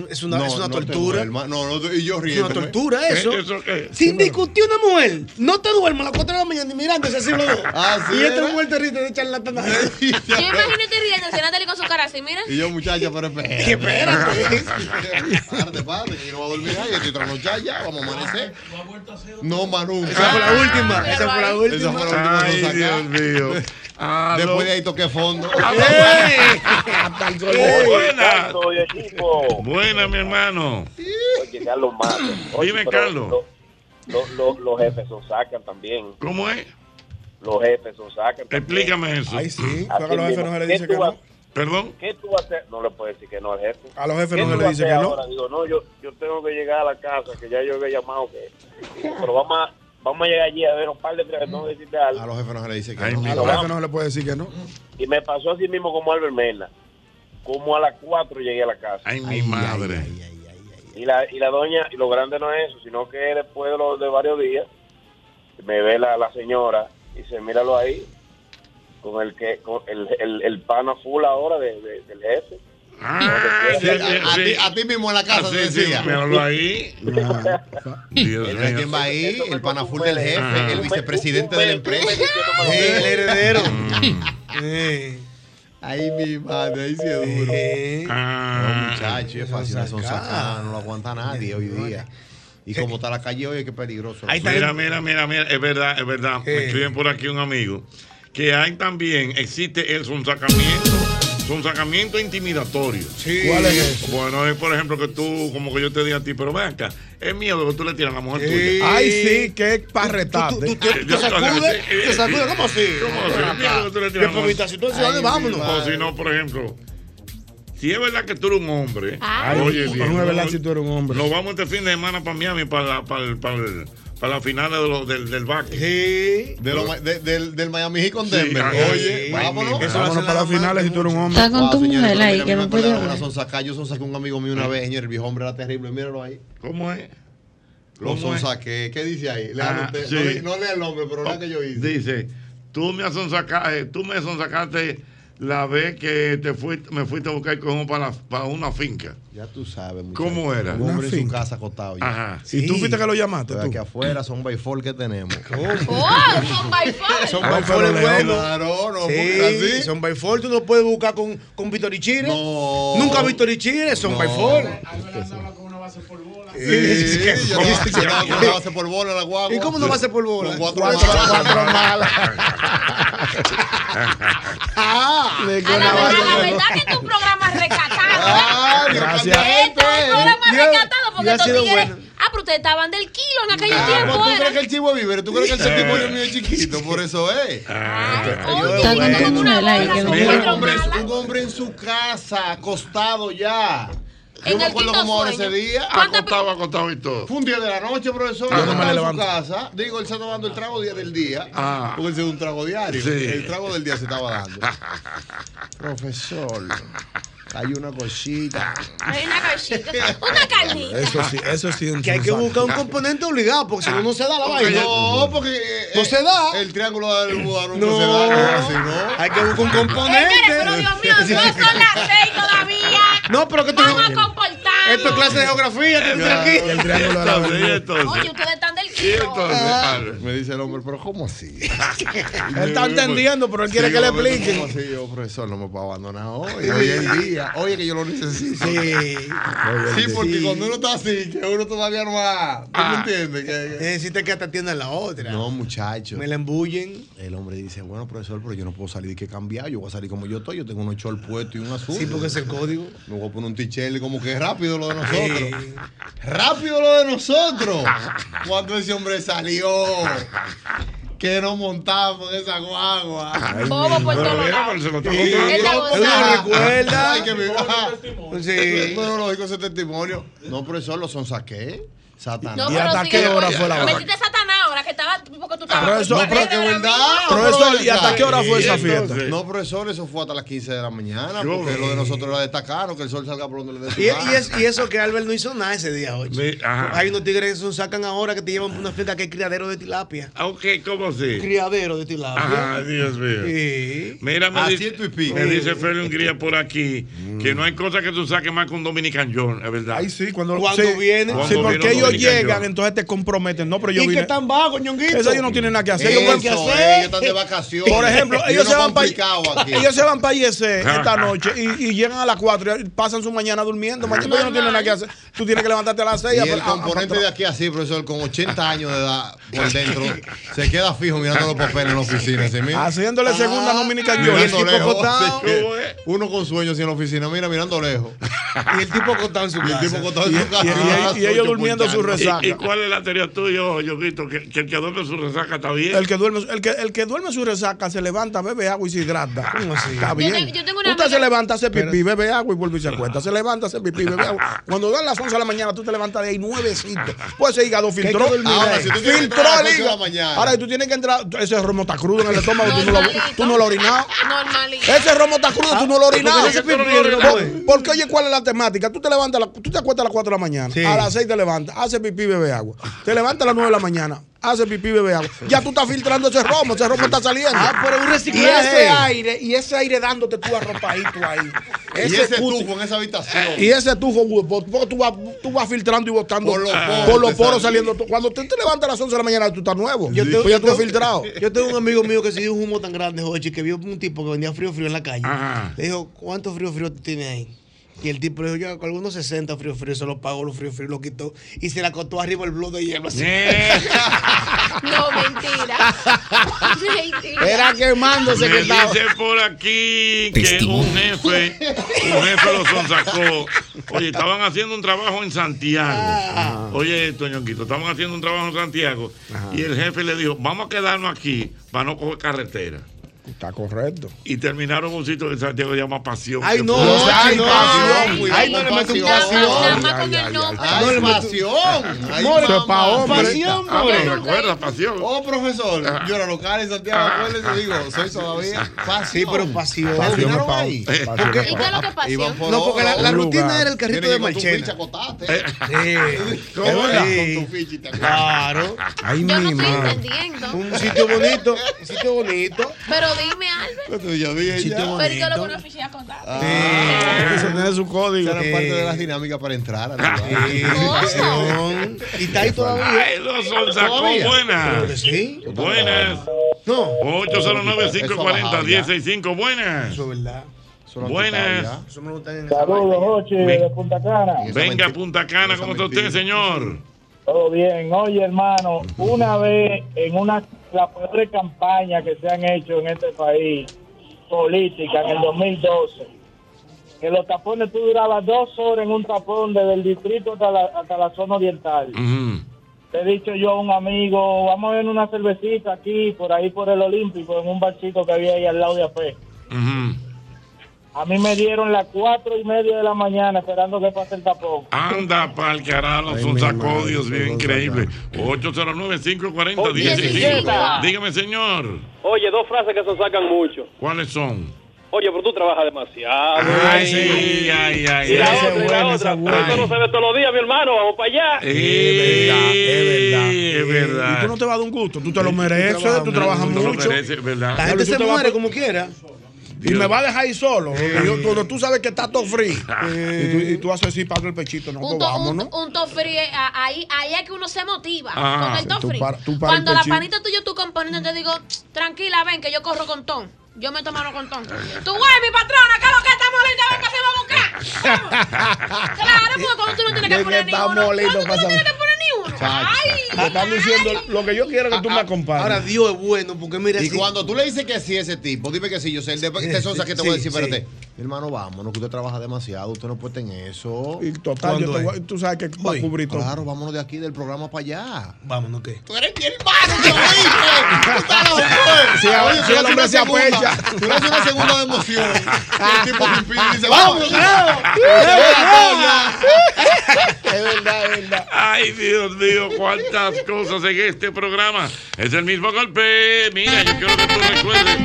Speaker 6: Es una, es una tortura.
Speaker 7: No, no, y yo
Speaker 6: Es
Speaker 7: riendo.
Speaker 6: una tortura eso.
Speaker 4: ¿Eh? qué?
Speaker 6: Sin discutir una mujer, no te duermas a las 4 de la mañana y mirándose así
Speaker 7: (laughs)
Speaker 6: los dos.
Speaker 7: Así
Speaker 6: y esta
Speaker 7: era.
Speaker 6: mujer te ríe
Speaker 7: (laughs)
Speaker 6: de charlatán.
Speaker 8: Yo imagínate riéndose, Natalie con su cara así, mira.
Speaker 7: Y yo, muchacha, pero espérate. (laughs) Parte, parte, que yo no voy a dormir ahí, estoy trasnochada ya, vamos a amanecer. No, Manu. Esa fue la última, esa fue la última. Esa fue la última que nos
Speaker 4: Ay, Dios
Speaker 7: sacaron.
Speaker 4: mío.
Speaker 7: Después de ahí toqué fondo.
Speaker 4: Buena. Buena, mi hermano.
Speaker 17: Oye, Carlos Mato.
Speaker 4: Dime,
Speaker 17: pero
Speaker 4: Carlos.
Speaker 17: lo- lo- lo- los jefes os sacan también.
Speaker 4: ¿Cómo es?
Speaker 17: Los jefes os sacan.
Speaker 4: Explícame eso. Ay, sí.
Speaker 17: Así
Speaker 5: pero a los jefes
Speaker 17: mismo.
Speaker 5: no se le
Speaker 17: ¿Qué
Speaker 5: dice
Speaker 17: tú
Speaker 5: que
Speaker 17: vas-
Speaker 4: Perdón.
Speaker 17: ¿Qué tú vas a hacer? No le puedes decir que no al jefe.
Speaker 5: A los jefes
Speaker 17: ¿Qué
Speaker 5: no se
Speaker 17: tú
Speaker 5: le
Speaker 17: vas a
Speaker 5: dice
Speaker 17: hacer
Speaker 5: que no?
Speaker 17: ahora? Digo, no, yo, yo tengo que llegar a la casa, que ya yo había llamado. que Pero vamos a, vamos a llegar allí a ver un par de no decirte algo.
Speaker 7: A los jefes no se le dice que
Speaker 5: Mm. A
Speaker 7: no.
Speaker 5: los jefes no se le puede decir que no.
Speaker 17: Y me pasó así mismo como Albert Mena. Como a las 4 llegué a la casa.
Speaker 4: Ay, mi madre.
Speaker 17: Y la, y la doña, y lo grande no es eso, sino que después de, los de varios días, me ve la, la señora y dice, míralo ahí, con el que con el, el, el pana full ahora de, de- del jefe.
Speaker 4: Ah,
Speaker 7: Sí,
Speaker 4: Eh,
Speaker 7: a, a ti, a ti mismo en la casa te decía.
Speaker 4: me habló ahí.
Speaker 5: Ah,
Speaker 4: Dios
Speaker 7: Él es
Speaker 4: mío.
Speaker 7: quien va ahí, el panaful del jefe, el vicepresidente de la empresa. El heredero.
Speaker 4: Mm.
Speaker 7: Eh. Ahí mi madre, ahí sí es duro.
Speaker 4: Ah.
Speaker 7: No, muchacho, es fácil, son sacadas, no lo aguanta nadie hoy día. Y como está la calle hoy, qué peligroso.
Speaker 4: Mira, mira, mira, mira, es verdad, es verdad. Me escriben por aquí un amigo que hay también, existe el sonsacamiento, sonsacamiento intimidatorio.
Speaker 5: ¿Cuál es
Speaker 4: Bueno, es por ejemplo que tú, como que yo te diga a ti, pero ven acá, es miedo que tú le tiras a la mujer tuya.
Speaker 5: Ay, sí, qué parretado.
Speaker 4: Yo-
Speaker 5: te sacudes, ¿cómo así?
Speaker 4: ¿Cómo así?
Speaker 5: Ven
Speaker 4: Mira
Speaker 5: acá.
Speaker 4: lo que tú le
Speaker 5: Qué
Speaker 4: tiras a la mujer.
Speaker 5: pobita situación, Ay, vámonos. mi
Speaker 4: O si no, por ejemplo, si es verdad que tú eres un hombre,
Speaker 5: Ay,
Speaker 4: oye,
Speaker 5: no
Speaker 4: bien,
Speaker 5: es verdad
Speaker 4: no-
Speaker 5: si tú eres un hombre.
Speaker 4: nos vamos este fin de semana para Miami, para, la- para, el- para, el- para la final de los- del, del básquet.
Speaker 7: Sí. De lo- de- del, del Miami Heat con
Speaker 4: Sí,
Speaker 7: Denver.
Speaker 4: ajá.
Speaker 7: Oye,
Speaker 4: Sí,
Speaker 7: vámonos.
Speaker 4: Eso va a ser
Speaker 5: Vámonos para las finales si tú eres un hombre.
Speaker 7: Está con tu
Speaker 5: mujer
Speaker 7: Pero
Speaker 5: ahí,
Speaker 7: mira,
Speaker 5: que
Speaker 7: a mí
Speaker 5: no
Speaker 7: me
Speaker 5: puede
Speaker 7: acuerdo de
Speaker 5: hablar.
Speaker 7: una sonsaca. Yo sonsaqué a un amigo mío una vez, señor. El viejo hombre era terrible. Míralo ahí.
Speaker 4: ¿Cómo es?
Speaker 7: Lo
Speaker 4: ¿Cómo es?
Speaker 7: sonsaqué. ¿Qué dice ahí? Léalo
Speaker 4: Ah,
Speaker 7: usted.
Speaker 4: sí.
Speaker 7: No le- No, lea el nombre, pero lea que yo hice.
Speaker 4: Dice, tú me sonsacaste, tú me sonsacaste la vez que te fuiste, me fuiste a buscar como para, la- para una finca.
Speaker 7: Ya tú sabes, muchacho.
Speaker 4: ¿Cómo era?
Speaker 7: Un hombre
Speaker 4: Una
Speaker 7: en su
Speaker 4: finca.
Speaker 7: casa acostado ya.
Speaker 4: Ajá.
Speaker 7: Sí.
Speaker 4: ¿Y tú fuiste que lo llamaste,
Speaker 7: Pero
Speaker 4: tú?
Speaker 7: Aquí afuera son by four que
Speaker 4: (laughs)
Speaker 7: tenemos.
Speaker 8: (laughs)
Speaker 7: (laughs)
Speaker 8: ¡Oh, son by
Speaker 6: Son
Speaker 7: Ah,
Speaker 6: by
Speaker 7: pero
Speaker 6: four es
Speaker 7: León.
Speaker 6: bueno.
Speaker 7: Claro, no, porque
Speaker 6: sí,
Speaker 7: así.
Speaker 6: son by four. Tú no puedes buscar con, con Víctor y Chile.
Speaker 7: No.
Speaker 6: Nunca Víctor y Chile, son by four.
Speaker 7: Sí,
Speaker 6: que-
Speaker 7: yo estaba- yo estaba con una base por bola en la guagua.
Speaker 6: ¿Y cómo no va a ser por bola?
Speaker 7: Con cuatro
Speaker 6: Cuatro-
Speaker 7: malas.
Speaker 6: cuatro
Speaker 7: (laughs)
Speaker 6: malas.
Speaker 7: Ah,
Speaker 8: A la, verdad, la verdad que tu programa es recatado. ¿eh?
Speaker 7: Gracias.
Speaker 8: Este es un programa
Speaker 7: Dios,
Speaker 8: recatado
Speaker 7: y
Speaker 8: porque
Speaker 7: ha
Speaker 8: estos
Speaker 7: sido
Speaker 8: tigres.
Speaker 7: bueno.
Speaker 8: Ah, pero ustedes estaban del kilo en aquel
Speaker 7: Ah, pues,
Speaker 8: tiempo.
Speaker 7: ¿Tú
Speaker 8: era.
Speaker 7: crees que el chivo vive? ¿Tú crees que el
Speaker 4: Eh.
Speaker 7: testimonio mío es chiquito? Por eso es.
Speaker 8: Está bueno. como una bola,
Speaker 7: Mira,
Speaker 8: son
Speaker 7: un,
Speaker 8: cuatro
Speaker 7: hombre,
Speaker 8: malas.
Speaker 7: un hombre en su casa, acostado ya.
Speaker 8: En
Speaker 7: Yo me
Speaker 8: el
Speaker 7: acuerdo
Speaker 8: quinto
Speaker 7: cómo ahora ese
Speaker 8: sueño.
Speaker 7: día.
Speaker 4: Acostado, acostado y todo.
Speaker 7: Fue un día de la noche, profesor.
Speaker 4: Ah,
Speaker 7: yo
Speaker 4: no me
Speaker 7: estaba en su
Speaker 4: levanto.
Speaker 7: casa. Digo, él se estaba dando el trago día del día.
Speaker 4: Ah.
Speaker 7: Porque ese es un trago diario.
Speaker 4: Sí.
Speaker 7: El trago del día se estaba dando. profesor, hay una cosita.
Speaker 8: Hay una cachita. Una carnita.
Speaker 5: Eso sí, eso sí.
Speaker 6: Que hay que buscar un componente obligado, porque si no, no se da la vaina.
Speaker 7: No, porque.
Speaker 6: No se da.
Speaker 7: El triángulo del Buda
Speaker 6: No.
Speaker 7: no se da. porque Si no.
Speaker 6: Hay que buscar un
Speaker 8: Señores,
Speaker 6: componente.
Speaker 8: pero
Speaker 7: (laughs)
Speaker 8: Dios mío, no son las seis todavía.
Speaker 6: No, pero que tú.
Speaker 8: Vamos a comportarnos.
Speaker 6: Esto es clase de geografía, te dicen aquí.
Speaker 7: El triángulo de la
Speaker 4: Entonces, entonces,
Speaker 8: Oye, ustedes están del
Speaker 4: y
Speaker 8: kilo.
Speaker 4: entonces,
Speaker 7: Ah.
Speaker 4: padre.
Speaker 7: Me dice el hombre, pero ¿cómo así?
Speaker 5: Él está entendiendo, pero él quiere que le expliquen.
Speaker 7: pues, ¿Cómo así? Yo, profesor, no me puedo abandonar hoy. Hoy es el día. Hoy es que yo lo necesito. Sí. Sí, porque cuando uno está así, que uno todavía no va. ¿Tú me entiendes? Que- que-
Speaker 6: Necesita que hasta atiendan la otra.
Speaker 7: No, muchacho.
Speaker 6: Me la embullen.
Speaker 7: El hombre dice, bueno, profesor, pero yo no puedo salir que cambiar. Yo voy a salir como yo estoy. Yo tengo un short puesto y un azul.
Speaker 6: Sí, porque es el código.
Speaker 7: Me voy a poner un tichel como que rápido lo de nosotros.
Speaker 6: (laughs)
Speaker 7: Rápido lo de nosotros. Cuando ese hombre salió. que nos montamos en esa guagua.
Speaker 4: Bobo por
Speaker 8: pues,
Speaker 4: pero todos mira, lados. pero se lo está contando. Él está
Speaker 7: Él
Speaker 4: gozando.
Speaker 7: lo recuerda.
Speaker 4: Ay, que me-
Speaker 7: Sí. Pero lógico ese testimonio. No, profesor, lo son saqué. Satanás.
Speaker 8: No, pero sí, Metiste a Satanás ahora que estaba. Porque tú
Speaker 3: Ah,
Speaker 8: estabas.
Speaker 7: Profesor,
Speaker 8: Porque
Speaker 7: pero-
Speaker 3: (laughs)
Speaker 8: de la
Speaker 7: verdad,
Speaker 8: mía.
Speaker 7: profesor,
Speaker 5: ¿y hasta qué hora fue esa
Speaker 7: Entonces,
Speaker 5: fiesta?
Speaker 7: No, profesor, eso fue hasta las 15 de la mañana,
Speaker 6: Yo
Speaker 7: porque
Speaker 6: no.
Speaker 7: lo de nosotros era destacar, que el sol salga por donde le dé su
Speaker 6: Y,
Speaker 7: gana.
Speaker 6: y es- y eso que Albert no hizo nada ese día, ocho.
Speaker 4: Sí, ajá.
Speaker 6: Hay unos tigres que se sacan ahora que te llevan por una fiesta que es criadero de tilapia.
Speaker 4: Ah, Ok, ¿cómo así?
Speaker 6: Criadero de tilapia.
Speaker 4: Ah, Dios mío. Mira, me
Speaker 6: A
Speaker 4: dice,
Speaker 6: ciento y pico.
Speaker 4: me
Speaker 6: Sí.
Speaker 4: dice Feli Hungría por aquí que
Speaker 7: Mm.
Speaker 4: no hay cosa que tú saques más que un Dominican John, es verdad. Ahí
Speaker 5: sí, cuando,
Speaker 4: viene
Speaker 5: sí, Sí, porque ellos llegan, entonces te comprometen. No, pero yo
Speaker 4: Y que
Speaker 5: vine-
Speaker 4: están
Speaker 6: vagos, ñonguito.
Speaker 5: Eso ellos no tienen nada que hacer.
Speaker 7: Eso,
Speaker 5: ellos van-
Speaker 7: ellos están
Speaker 5: (laughs)
Speaker 7: de vacaciones.
Speaker 5: Por ejemplo,
Speaker 7: Y
Speaker 5: ellos
Speaker 7: uno
Speaker 5: se, van pa-
Speaker 7: complicado aquí.
Speaker 5: (laughs) ellos se van para IEC esta noche y, y llegan a las 4 y pasan su mañana durmiendo. Mañana ellos no tienen nada que hacer. Tú tienes que levantarte a las 6.
Speaker 7: Ah. Y el componente de aquí así, profesor, con 80 años de edad por dentro, se queda fijo mirando los papeles en la oficina. así, mira. Ah,
Speaker 5: Haciéndole segunda Dominican John.
Speaker 7: Mirando
Speaker 5: Y el tipo
Speaker 7: lejos,
Speaker 5: acotado.
Speaker 7: así que Uno con sueños así en la oficina, mira, mirando lejos. Y el tipo acotado en su casa. Y el tipo acotado en su casa.
Speaker 4: ¿Y, y cuál es la teoría tuya, Yoguito? Que, que el que duerme su resaca está bien.
Speaker 5: El que, duerme, el, que, el que duerme su resaca se levanta, bebe agua y se hidrata. Está
Speaker 4: Yo
Speaker 5: bien.
Speaker 4: te- yo tengo una
Speaker 5: Usted
Speaker 4: amiga-
Speaker 5: se levanta, hace pipí, bebe agua y vuelve y se acuesta. Se levanta, hace pipí, bebe agua. Cuando dan las 11 de la mañana, tú te levantas de ahí nuevecito. Pues ese hígado
Speaker 7: hay que
Speaker 5: filtró.
Speaker 7: dormir. Ahora, si tú tienes que
Speaker 5: filtró
Speaker 7: entrar a las ocho de
Speaker 5: el
Speaker 7: la
Speaker 5: hígado.
Speaker 7: mañana.
Speaker 5: Ahora, si tú tienes que entrar. Ese romo está crudo
Speaker 4: (laughs)
Speaker 5: en el estómago, tú no lo, tú no lo has orinado.
Speaker 8: Normalito.
Speaker 5: Ese romo está crudo, tú no lo
Speaker 8: Ah,
Speaker 5: has orinado.
Speaker 8: ¿por qué ese pipí
Speaker 5: Por-
Speaker 8: no lo puede?
Speaker 5: Porque, oye, ¿cuál es la temática? Tú te levantas, a la- tú te acuestas a las 4 de la mañana.
Speaker 13: Sí.
Speaker 5: A las 6 te levantas, hace pipí, bebe agua. Te levantas a las 9 de la mañana, hace pipí, bebe agua. Ya tú estás filtrando ese romo, ese romo está saliendo.
Speaker 13: Ah, pero un reciclaje.
Speaker 5: Y ese aire, y ese aire dándote tú arropadito ahí.
Speaker 7: Y ese
Speaker 5: cuti-
Speaker 7: tufo en esa habitación.
Speaker 5: y ese tufo, porque tú vas, tú vas filtrando y botando
Speaker 7: Por los poros
Speaker 5: por los
Speaker 7: te
Speaker 5: poros
Speaker 7: sale.
Speaker 5: saliendo. tú. Cuando tú te levantas a las 11 de la mañana, tú estás nuevo.
Speaker 6: Yo tengo,
Speaker 5: Pues ya
Speaker 6: yo
Speaker 5: tú has
Speaker 6: tengo-
Speaker 5: filtrado.
Speaker 6: (laughs) Yo tengo un amigo mío que se dio un humo tan grande, Jochi, que vio un tipo que vendía frío frío en la calle. Le dijo, ¿cuánto frío frío tú tienes ahí? Y el tipo le dijo, yo hago algunos 60 frío frío, se lo pagó los frío frío, lo quitó y se le acotó arriba el blog de hielo así.
Speaker 8: No, mentira. mentira.
Speaker 13: Era quemándose que
Speaker 4: Me
Speaker 13: estaba.
Speaker 4: dice por aquí que un jefe, un jefe lo sonsacó. Oye, estaban haciendo un trabajo en
Speaker 5: Ah.
Speaker 4: Santiago. Oye, Toñonquito, estaban haciendo un trabajo en Santiago. Y el jefe le dijo, vamos a quedarnos aquí para no coger carretera.
Speaker 5: Está correcto.
Speaker 4: Y terminaron en un sitio que Santiago se llama Pasión.
Speaker 5: Ay,
Speaker 4: que
Speaker 5: no,
Speaker 4: fue-
Speaker 5: ay, no,
Speaker 4: Pasión,
Speaker 5: ay,
Speaker 4: cuidado
Speaker 5: ay, no
Speaker 4: con
Speaker 5: le meto un
Speaker 4: Pasión.
Speaker 5: pasión. Nada más
Speaker 4: Ay,
Speaker 5: con
Speaker 4: ay,
Speaker 5: el
Speaker 4: ay,
Speaker 5: nombre.
Speaker 4: ay.
Speaker 5: No le meto-
Speaker 7: pasión. Ay,
Speaker 5: Mora,
Speaker 7: mamá.
Speaker 5: pa' hombre.
Speaker 7: Pasión,
Speaker 5: Ah,
Speaker 7: pobre.
Speaker 5: pero recuerda,
Speaker 4: pasión.
Speaker 7: Oh, profesor, yo era local en Santiago, acuérdese, digo, soy todavía pasión.
Speaker 6: Ah. Sí, pero pasión.
Speaker 7: ¿Terminaron
Speaker 6: Pasión es pa'
Speaker 7: ahí?
Speaker 6: hombre, pasión
Speaker 7: Porque-
Speaker 6: es pa' ¿Y qué es lo que pasión?
Speaker 7: Iban por
Speaker 6: No, porque la-
Speaker 7: oro,
Speaker 6: la
Speaker 7: un
Speaker 6: rutina
Speaker 7: lugar.
Speaker 6: era el carrito
Speaker 7: Tiene que
Speaker 6: de
Speaker 7: ir con tu
Speaker 6: Marchena.
Speaker 7: ficha cotate.
Speaker 6: (laughs) Sí.
Speaker 7: ¿Cómo era?
Speaker 6: Sí.
Speaker 7: Con tu ficha y te-
Speaker 6: Claro.
Speaker 5: Ay,
Speaker 8: Yo no
Speaker 5: (laughs)
Speaker 6: mi
Speaker 8: estoy
Speaker 6: madre.
Speaker 8: entendiendo.
Speaker 6: Un sitio bonito, (laughs) un sitio bonito.
Speaker 8: Pero dime, Albert.
Speaker 7: dije
Speaker 6: sitio
Speaker 7: ya.
Speaker 8: Pero yo lo con una fichilla contada.
Speaker 5: Eso tiene su código.
Speaker 7: Esa era parte de las dinámicas para entrar. al
Speaker 6: Ah.
Speaker 7: lugar.
Speaker 6: pasión. Y está ahí todavía.
Speaker 4: Ay, lo sonsacó.
Speaker 6: Todavía.
Speaker 4: Buenas.
Speaker 6: Pues Sí.
Speaker 4: Buenas.
Speaker 6: No.
Speaker 4: 809-540-1065. Buenas. Eso
Speaker 6: es verdad.
Speaker 7: lo han
Speaker 4: Buenas.
Speaker 7: quitado
Speaker 6: Eso no lo están en
Speaker 11: Saludos, Jochi,
Speaker 4: Ven.
Speaker 11: de Punta Cana.
Speaker 4: Venga, Punta Cana, ¿cómo está usted, señor?
Speaker 11: Todo bien. Oye, hermano, una vez en una la peor campaña que se han hecho en este país, política, en el 2012, que los tapones tú durabas dos horas en un tapón desde el distrito hasta la, hasta la zona oriental. Te he dicho yo a un amigo, vamos a ver una cervecita aquí, por ahí por el Olímpico, en un barcito que había ahí al lado de AP. A mí me dieron las cuatro y media de la mañana esperando que pase el tapón.
Speaker 4: Anda pa'l carajo, son sacó, Dios mío, increíble. 809-540-1065.
Speaker 18: billeta.
Speaker 4: Dígame, señor,
Speaker 18: Oye, dos frases que se sacan mucho.
Speaker 4: ¿cuáles son?
Speaker 18: Oye, pero tú trabajas demasiado. ¿eh?
Speaker 4: Ay, sí, ay, ay,
Speaker 18: Y la
Speaker 4: ay.
Speaker 18: otra, y la otra. Pero Eso no se ve todos los días, mi hermano. Vamos para allá.
Speaker 4: Es verdad, es verdad.
Speaker 5: Y tú no te vas a dar un gusto, tú te lo mereces, tú trabajas
Speaker 4: Tú lo
Speaker 5: mucho.
Speaker 4: mereces, ¿verdad?
Speaker 5: La gente se muere
Speaker 6: como quiera.
Speaker 5: Y me va a dejar ahí solo. porque yo- cuando tú sabes que está todo free. Y, tú, y tú haces así, pago el pechito. No, pues
Speaker 8: Un, to, un,
Speaker 5: vámonos.
Speaker 8: un tofri, eh, ahí, ahí es que uno se motiva
Speaker 5: Ah,
Speaker 8: con el
Speaker 5: tú
Speaker 8: tofri.
Speaker 5: para- tú para
Speaker 8: Cuando
Speaker 5: el
Speaker 8: la
Speaker 5: pechín.
Speaker 8: panita tuya, tú componiendo, te digo, tranquila, ven, que yo corro con Tom. Yo me tomo con Tom. Tú, güey, mi patrona, que lo que estamos linda, ven, que se va a buscar. Vamos. Claro, porque cuando tú no tienes que
Speaker 5: De que
Speaker 8: poner ni
Speaker 5: está
Speaker 8: uno.
Speaker 5: molito,
Speaker 8: Cuando tú no
Speaker 5: pásame.
Speaker 8: tienes que poner ni uno. Ay,
Speaker 5: Te están diciendo lo que yo quiero que tú me acompañes.
Speaker 7: Ahora
Speaker 6: Dios es bueno, porque mira.
Speaker 7: Y
Speaker 6: si-
Speaker 7: cuando tú le dices que sí a ese tipo, dime que sí, yo sé, el de este sonsa que te
Speaker 6: Sí,
Speaker 7: voy a decir,
Speaker 6: sí.
Speaker 7: espérate. Mi hermano, vámonos, que usted trabaja demasiado, usted no puede en eso.
Speaker 5: Y total, yo te voy a- tú sabes que va a cubrir todo.
Speaker 7: Claro, vámonos de aquí del programa para allá.
Speaker 6: Vámonos, ¿qué?
Speaker 7: Tú eres mi hermano, te lo dije. Tú
Speaker 5: (laughs)
Speaker 13: Si, a-
Speaker 7: Oye, tú
Speaker 13: si
Speaker 7: haces
Speaker 13: el hombre
Speaker 7: una
Speaker 13: se
Speaker 7: segunda, (laughs)
Speaker 13: apecha.
Speaker 7: Tú le haces una segunda de emoción. y el tipo te impide y dice,
Speaker 13: Vamos,
Speaker 7: vamos.
Speaker 13: Es verdad, es verdad.
Speaker 4: Ay, Dios mío, cuántas cosas en este programa. Es el mismo golpe. Mira, yo quiero que tú recuerdes.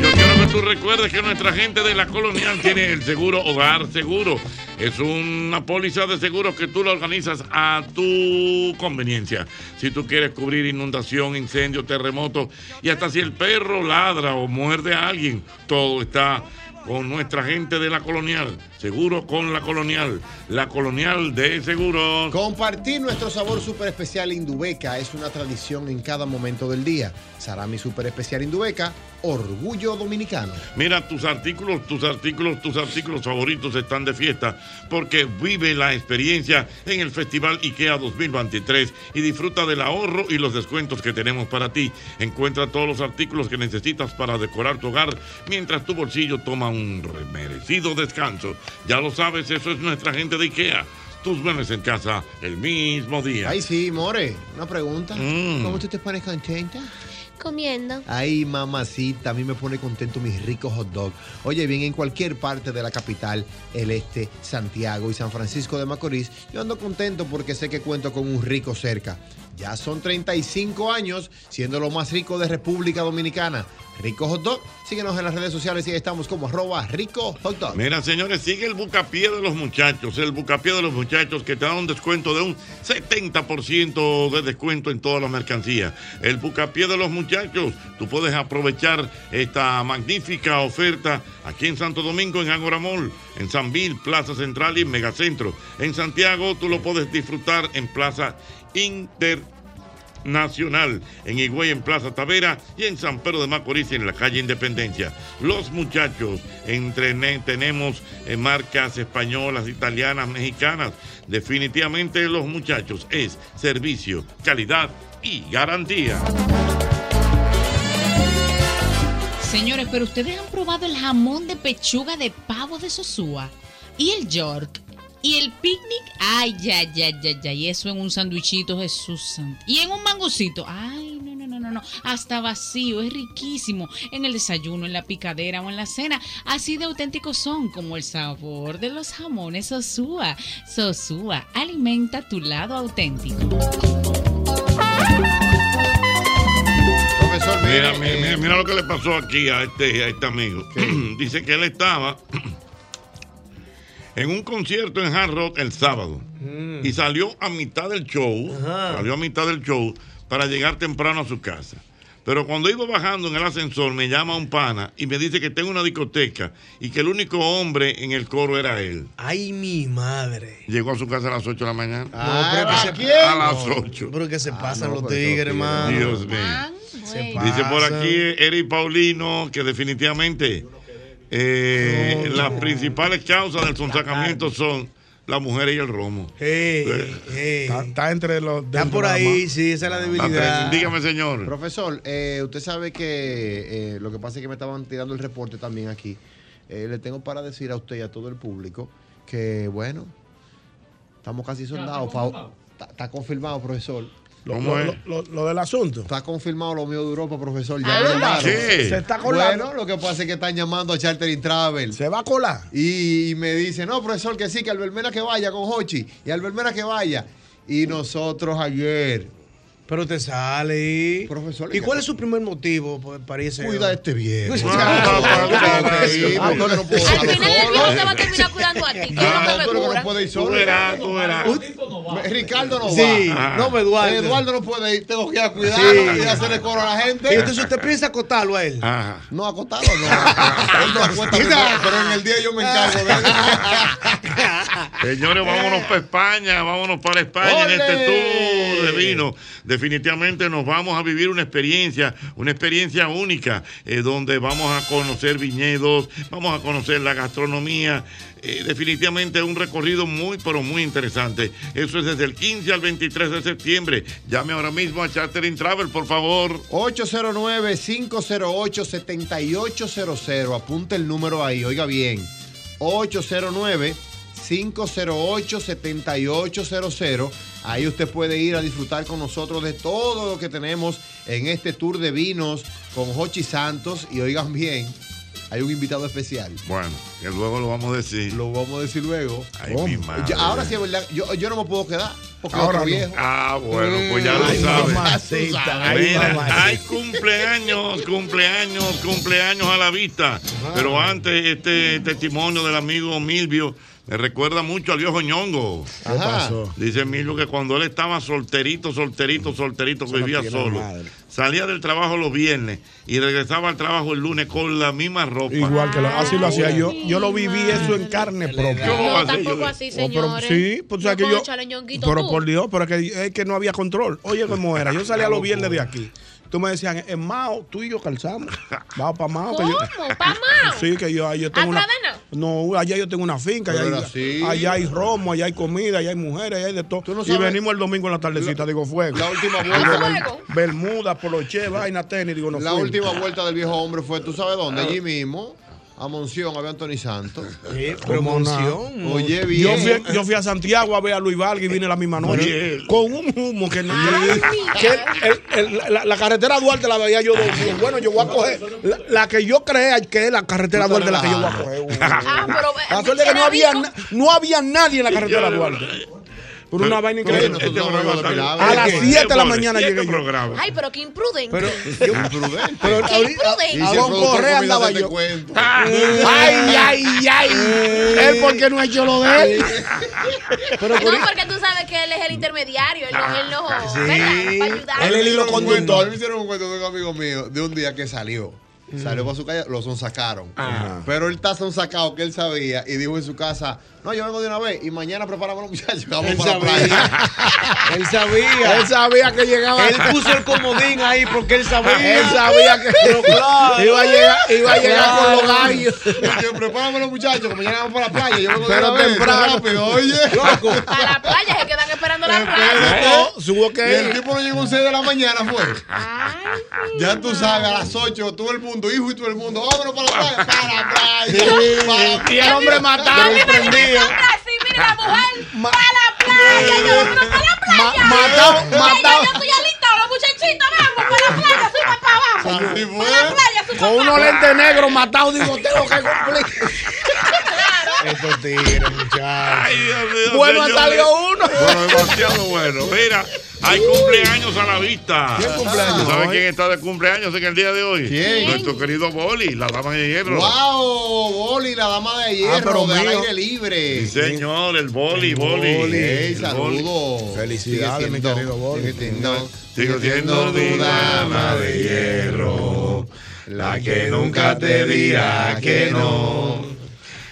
Speaker 4: Yo quiero que tú recuerdes que nuestra gente de la colonial tiene el seguro hogar seguro. Es una póliza de seguros que tú la organizas a tu conveniencia. Si tú quieres cubrir inundación, incendio, terremoto y hasta si el perro ladra o muerde a alguien, todo está con nuestra gente de la colonial. Seguro con la colonial. La colonial de seguros.
Speaker 7: Compartir nuestro sabor super especial Indubeca es una tradición en cada momento del día. Sarami super especial Indubeca, orgullo dominicano.
Speaker 4: Mira, tus artículos, tus artículos, tus artículos favoritos están de fiesta porque vive la experiencia en el Festival IKEA 2023 y disfruta del ahorro y los descuentos que tenemos para ti. Encuentra todos los artículos que necesitas para decorar tu hogar mientras tu bolsillo toma un merecido descanso. Ya lo sabes, eso es nuestra gente de IKEA. Tus muebles en casa el mismo día.
Speaker 7: Ay, sí, more. Una pregunta. ¿Cómo tú te pones contenta?
Speaker 8: Comiendo.
Speaker 7: Ay, mamacita, a mí me pone contento mis ricos hot dog. Oye, bien, en cualquier parte de la capital, el este, Santiago y San Francisco de Macorís, yo ando contento porque sé que cuento con un rico cerca. Ya son 35 años siendo lo más rico de República Dominicana. Rico hot dog, síguenos en las redes sociales y ahí estamos como arroba rico hot dog.
Speaker 4: Mira, señores, sigue el bucapié de los muchachos, el bucapié de los muchachos que te da un descuento de un 70% de descuento en toda la mercancía. El bucapié de los muchachos, tú puedes aprovechar esta magnífica oferta aquí en Santo Domingo, en Ágora Mall, en San Vil, Plaza Central y en Megacentro. En Santiago tú lo puedes disfrutar en Plaza Inter. Nacional, en Higüey, en Plaza Tavera y en San Pedro de Macorís, en la calle Independencia. Los muchachos, entre, ne- tenemos eh, marcas españolas, italianas, mexicanas. Definitivamente los muchachos es servicio, calidad y garantía.
Speaker 15: Señores, pero ustedes han probado el jamón de pechuga de pavo de Sosúa y el York y el picnic. Ay, ya, ya, ya, ya. Y eso en un sandwichito, Jesús santo. Y en un mangocito. Ay, no, no, no, no, no. Hasta vacío, es riquísimo. En el desayuno, en la picadera o en la cena. Así de auténticos son como el sabor de los jamones Sosúa. Sosúa, alimenta tu lado auténtico.
Speaker 7: Profesor,
Speaker 4: Mira, mira, mira, mira lo que le pasó aquí a este, a este amigo. (clears throat) Dice que él estaba en un concierto en Hard Rock el sábado
Speaker 13: Mm.
Speaker 4: y salió a mitad del show, salió a mitad del show para llegar temprano a su casa. Pero cuando iba bajando en el ascensor me llama un pana y me dice que tengo una discoteca y que el único hombre en el coro era él.
Speaker 6: Ay, mi madre.
Speaker 4: Llegó a su casa a las 8 de la mañana. Ah,
Speaker 6: pero que se-
Speaker 4: a las 8.
Speaker 6: Pero que se
Speaker 7: Ah,
Speaker 6: pasan los tigres, hermano.
Speaker 4: Dios mío.
Speaker 6: Se
Speaker 4: Dice por
Speaker 6: pasan.
Speaker 4: aquí Eric Paulino que definitivamente eh, las principales causas del sonsacamiento son la mujer y el romo.
Speaker 5: Está, está entre los.
Speaker 4: Está por ahí, sí, esa es la debilidad. Dígame, señor.
Speaker 7: Profesor, eh, usted sabe que eh, lo que pasa es que me estaban tirando el reporte también aquí. Eh, le tengo para decir a usted y a todo el público que, bueno, estamos casi soldados. pa- Está está confirmado, profesor.
Speaker 5: Lo, lo- lo- lo del asunto.
Speaker 7: Está confirmado lo mío de Europa, profesor. Ya
Speaker 5: Ah,
Speaker 7: me llamaron.
Speaker 5: ¿qué? Se está colando.
Speaker 7: Bueno, lo que pasa es que están llamando a Charter in Travel. Se va a colar. Y, y me dice, no, profesor, que sí, que Albermena que vaya con Hochi. Y Albermena que vaya. Y nosotros ayer.
Speaker 6: Pero te sale.
Speaker 7: Profesor.
Speaker 6: ¿Y cuál es su primer motivo por- para irse?
Speaker 7: Cuida este viejo. no puedo
Speaker 6: Al final
Speaker 7: dejarlo
Speaker 6: el viejo
Speaker 7: solo.
Speaker 6: se va a
Speaker 8: terminar curando
Speaker 7: (laughs)
Speaker 8: a ti.
Speaker 7: No, pero que no puede ir solo.
Speaker 6: Tú verás, tú verás.
Speaker 7: Eh, Ricardo no va.
Speaker 6: Sí, no, pero Eduardo.
Speaker 7: Eduardo no puede ir. Tengo que ir a cuidarlo
Speaker 6: Sí.
Speaker 7: y hacerle coro a la gente.
Speaker 6: Y entonces usted piensa acotarlo a él.
Speaker 7: No, acotarlo no. Él no acuesta, pero- pero en el día yo me encargo de él.
Speaker 4: Señores, vámonos para España, vámonos para España
Speaker 7: ¡Ole!
Speaker 4: en este tour de vino. Definitivamente nos vamos a vivir una experiencia, una experiencia única, eh, donde vamos a conocer viñedos, vamos a conocer la gastronomía. eh, definitivamente un recorrido muy, pero muy interesante. Eso es desde el 15 al 23 de septiembre. Llame ahora mismo a Chartering Travel, por favor.
Speaker 7: 809-508-7800. Apunta el número ahí, oiga bien. 809-508-7800. Ahí usted puede ir a disfrutar con nosotros de todo lo que tenemos en este tour de vinos con Jochi Santos. Y oigan bien, hay un invitado especial.
Speaker 4: Bueno, que luego lo vamos a decir.
Speaker 7: Lo vamos a decir luego.
Speaker 4: Ay, mi madre.
Speaker 7: Ya, ahora sí es verdad, yo, yo no me puedo quedar. Porque otro
Speaker 4: Ahora no.
Speaker 7: viejo.
Speaker 4: Ah, bueno, pues ya lo
Speaker 7: Ay,
Speaker 4: sabes.
Speaker 7: mamacita, ay,
Speaker 4: Mira,
Speaker 7: mamacita.
Speaker 4: hay cumpleaños, cumpleaños, cumpleaños a la vista. Pero antes, este testimonio del amigo Milvio me recuerda mucho al viejo ñongo.
Speaker 13: ¿Qué pasó?
Speaker 4: Dice Milvio que cuando él estaba solterito, solterito, solterito, que
Speaker 13: no
Speaker 4: vivía
Speaker 13: tiene
Speaker 4: solo.
Speaker 13: madre.
Speaker 4: Salía del trabajo los viernes y regresaba al trabajo el lunes con la misma ropa.
Speaker 5: Igual que lo, así lo hacía yo. Yo lo viví eso en carne propia.
Speaker 8: No, tampoco así,
Speaker 5: Oh, pero
Speaker 8: señores.
Speaker 5: sí, pues, o sea
Speaker 8: No,
Speaker 5: que yo-
Speaker 8: cónchale, Ñonguito,
Speaker 5: Pero
Speaker 8: tú.
Speaker 5: por Dios, pero es que, es que no había control. Oye, ¿cómo era? Yo salía los viernes
Speaker 7: eh.
Speaker 5: de aquí. Tú me decían, es Mao, tú y
Speaker 7: (laughs)
Speaker 5: yo calzamos. Vamos para Mao. que yo-
Speaker 8: ¿Cómo? ¿Pa' Mao?
Speaker 5: Sí, que yo, ahí yo tengo una.
Speaker 8: ¿Atrás de nada?
Speaker 5: No, allá yo tengo una finca. Allá
Speaker 7: Pero
Speaker 5: hay,
Speaker 7: era así.
Speaker 5: allá hay romo, allá hay comida, allá hay mujeres, allá hay de todo. y
Speaker 7: sabes-
Speaker 5: venimos el domingo en la tardecita, digo fuego.
Speaker 7: la última
Speaker 5: Digo,
Speaker 7: vuelta.
Speaker 5: Bel- Bermuda, poloche, vaina, tenis, digo, no
Speaker 7: La
Speaker 5: fuimos.
Speaker 7: última vuelta del viejo hombre fue, ¿tú sabes dónde? Allí mismo. A Monción, había Anthony Santos.
Speaker 5: ¿Cómo no?
Speaker 7: Oye,
Speaker 5: Yo
Speaker 7: bien.
Speaker 5: fui, yo fui a Santiago a ver a Luis Vargas y vine la misma noche. Con un humo que, no- que el- el- la, la carretera Duarte la veía yo.
Speaker 7: Ah.
Speaker 5: dos- Bueno, yo voy a coger la, la que yo creía que es la carretera Duarte la que yo voy a coger.
Speaker 7: Ah,
Speaker 5: La suerte que no había, na- no había nadie en la carretera Duarte. Por una vaina increíble.
Speaker 4: Este programa está bien.
Speaker 5: A las
Speaker 4: Este
Speaker 5: 7 de la
Speaker 4: programa,
Speaker 5: mañana
Speaker 4: este
Speaker 5: llegué yo. Eh,
Speaker 4: programa.
Speaker 8: Ay, pero qué imprudente. (laughs)
Speaker 7: Imprudente.
Speaker 5: Pero
Speaker 8: Qué
Speaker 5: ahorita,
Speaker 8: imprudente.
Speaker 5: a Don Correa andaba yo.
Speaker 13: Ay, Ah. ay, ay. Él porque no ha hecho lo
Speaker 7: (laughs)
Speaker 13: de él.
Speaker 8: no, porque tú sabes que él es el intermediario, él no, él no,
Speaker 4: Ah,
Speaker 7: Ah, Sí.
Speaker 8: ¿verdad? Para
Speaker 4: Eh.
Speaker 8: ayudar.
Speaker 7: A mí me hicieron un
Speaker 13: conductor.
Speaker 7: cuento, A mí me hicieron un cuento de un amigo mío de un día que salió. Salió para su calle, lo sonsacaron.
Speaker 13: Ajá.
Speaker 7: Pero él está sonsacado que él sabía y dijo en su casa: No, yo vengo de una vez y mañana preparamos los muchachos. Vamos
Speaker 13: Él
Speaker 7: para la playa.
Speaker 6: Él sabía.
Speaker 13: Él sabía que llegaba.
Speaker 6: Él puso el comodín ahí porque él sabía.
Speaker 13: Él sabía que
Speaker 6: Pero claro.
Speaker 13: iba a llegar, iba a llegar con los
Speaker 7: Claro.
Speaker 13: gallos.
Speaker 7: Oye, prepárame los muchachos, que mañana vamos para la playa. Yo vengo de
Speaker 13: Pero
Speaker 7: una vez,
Speaker 13: temprano.
Speaker 7: rápido, oye. (laughs)
Speaker 13: Loco.
Speaker 8: Para la playa se quedan esperando
Speaker 4: Eh,
Speaker 8: la playa.
Speaker 7: Espérate.
Speaker 5: Subo que
Speaker 7: Y el tipo no llegó a 6 de la mañana, fue. ya tú sabes, a las 8, todo el mundo, hijo y todo el mundo, vámonos para la playa. Para la playa. para la
Speaker 13: Y el
Speaker 7: playa.
Speaker 13: hombre matado.
Speaker 7: Pero
Speaker 13: prendido. Ah. Ma- Matado, matado. Con unos lentes negros matado, digo, tengo que cumplir.
Speaker 6: Estos tigres, muchachos.
Speaker 4: Ay, Dios mío,
Speaker 13: Bueno,
Speaker 4: señores.
Speaker 13: salió uno.
Speaker 4: Bueno, demasiado bueno. Mira, hay cumpleaños a la vista.
Speaker 7: ¿Quién cumpleaños
Speaker 4: ¿Tú ¿Sabes
Speaker 7: hoy?
Speaker 4: quién está de cumpleaños en el día de hoy?
Speaker 7: ¿Quién?
Speaker 4: Nuestro querido Boli, la dama de hierro.
Speaker 7: Ah, ¡Wow! Boli, la dama de
Speaker 13: Ah,
Speaker 7: hierro,
Speaker 4: pero
Speaker 7: de al
Speaker 4: mío.
Speaker 7: aire libre.
Speaker 4: Sí, señor, el Boli, Boli.
Speaker 7: Boli, ey,
Speaker 4: El Boli.
Speaker 7: saludos.
Speaker 5: Felicidades, mi querido Boli.
Speaker 4: Sigo siendo tu dama de hierro, la que nunca te dirá que no,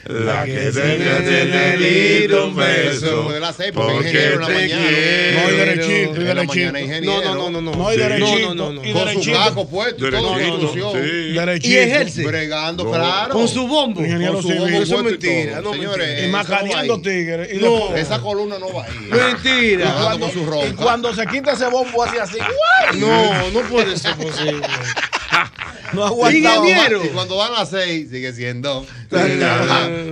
Speaker 4: la que te te un beso,
Speaker 7: De las seis, porque
Speaker 4: porque
Speaker 7: ingeniero en la
Speaker 4: te
Speaker 7: mañana.
Speaker 4: quiero.
Speaker 5: No, y derechito, y
Speaker 7: Eh, En la mañana,
Speaker 5: derechito.
Speaker 7: ingeniero.
Speaker 6: No, no, no, no.
Speaker 5: No, y
Speaker 4: Sí.
Speaker 5: derechito.
Speaker 6: No, no, no,
Speaker 5: Y
Speaker 7: Con su
Speaker 5: derechito.
Speaker 7: caco puesto y todo,
Speaker 4: Derechito,
Speaker 7: inclusión.
Speaker 4: sí.
Speaker 6: Y
Speaker 5: Derechito.
Speaker 6: ejerce.
Speaker 7: Bregando,
Speaker 4: No.
Speaker 7: claro. (laughs)
Speaker 6: Con su bombo.
Speaker 5: Ingeniero
Speaker 7: Con su
Speaker 5: civil.
Speaker 7: bombo
Speaker 6: Eso es
Speaker 7: puesto y
Speaker 6: mentira,
Speaker 7: todo.
Speaker 6: no,
Speaker 7: Señores,
Speaker 5: Y macaneando
Speaker 7: eso no va ahí.
Speaker 5: tigres. Y
Speaker 6: No.
Speaker 5: después-
Speaker 7: Esa columna no va ahí.
Speaker 6: Mentira.
Speaker 7: Bregando con su
Speaker 5: Y
Speaker 7: ronca.
Speaker 5: cuando se quita ese bombo así, así.
Speaker 6: No, no puede ser posible.
Speaker 5: No aguantaba. más.
Speaker 6: Ingeniero.
Speaker 7: Y cuando van a seis, sigue siendo.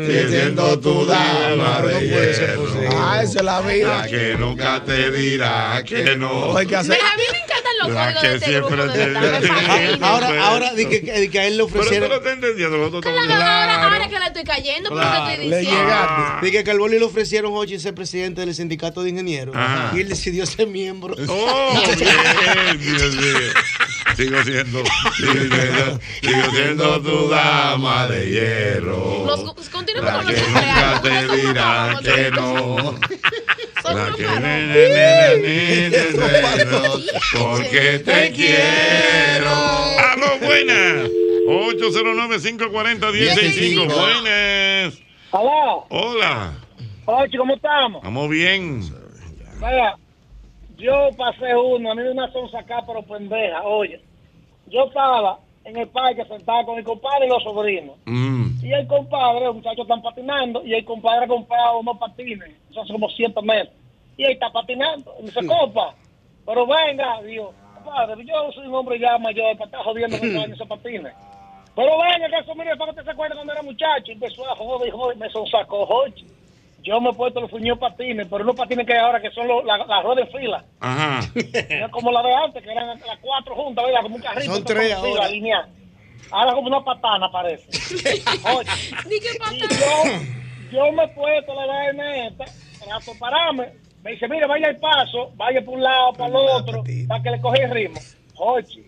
Speaker 4: Sigue siendo tu dama
Speaker 7: No
Speaker 4: de
Speaker 7: puede ser
Speaker 4: hierro,
Speaker 7: posible.
Speaker 5: Ay, se la vida.
Speaker 4: la que nunca te dirá que no.
Speaker 5: No hay que hacer.
Speaker 8: a mí me encantan los
Speaker 4: La
Speaker 8: códigos
Speaker 4: que
Speaker 8: de este
Speaker 4: siempre
Speaker 8: grupo. de
Speaker 4: te-
Speaker 8: verdad, me fascina.
Speaker 6: Ahora, ahora, de que, de que a él le
Speaker 4: Pero tú no
Speaker 6: ofrecieron.
Speaker 4: estás entendiendo, los otros estamos-
Speaker 8: Ahora, ahora que le estoy cayendo, por eso te estoy
Speaker 6: Le
Speaker 8: diciendo.
Speaker 4: Ah.
Speaker 6: llegaste. Dije que al Boli le ofrecieron Hochi ser presidente del sindicato de ingenieros
Speaker 4: Ajá.
Speaker 6: y él decidió ser miembro.
Speaker 4: Ah.
Speaker 6: (laughs)
Speaker 4: Oh, bien, Dios mío. Sigo siendo, sigo siendo, sigo siendo tu dama de hierro.
Speaker 8: Los- continuemos
Speaker 4: la
Speaker 8: con los
Speaker 4: que nunca
Speaker 8: cumpleaños.
Speaker 4: te dirá que no.
Speaker 8: Son
Speaker 4: La
Speaker 8: unos
Speaker 4: que
Speaker 8: varones.
Speaker 4: ne- ne- ne- ne- ne- ne-
Speaker 8: (laughs)
Speaker 4: ne- porque te quiero. ¡A lo buenas! 809-540-165. Buenas.
Speaker 18: Aló,
Speaker 4: Hola.
Speaker 18: oye, ¿cómo estamos?
Speaker 4: Vamos bien.
Speaker 18: Vea, yo pasé uno, a mí una sonsa acá, pero pendeja, oye. Yo estaba en el parque sentado con mi compadre y los sobrinos.
Speaker 4: Mm.
Speaker 18: Y el compadre, los muchachos están patinando, y el compadre ha comprado unos patines, eso hace como 100 metros. Y él está patinando, y me dice, compa, pero venga, digo, compadre, yo soy un hombre ya mayor, para estar jodiendo con todos esos patines. Pero venga, que eso, mire, para que usted se acuerde cuando era muchacho, y empezó a joder, y joder, me sonsacó, joder. Yo me he puesto los fuñidos patines, pero unos patines que hay ahora que son los- la- las ruedas en fila.
Speaker 4: Ajá.
Speaker 18: No es como la de antes, que eran las cuatro juntas, ¿verdad? Como un carrito.
Speaker 6: Son
Speaker 18: todo
Speaker 6: tres
Speaker 18: con fila,
Speaker 6: ahora.
Speaker 18: lineal. Ahora como una patana
Speaker 6: (laughs)
Speaker 18: parece. Oye, y yo, yo me he puesto la vaina esta, trato de pararme. Me dice, mira, vaya el paso, vaya por un lado, para el otro, para que le coge el ritmo. Oye,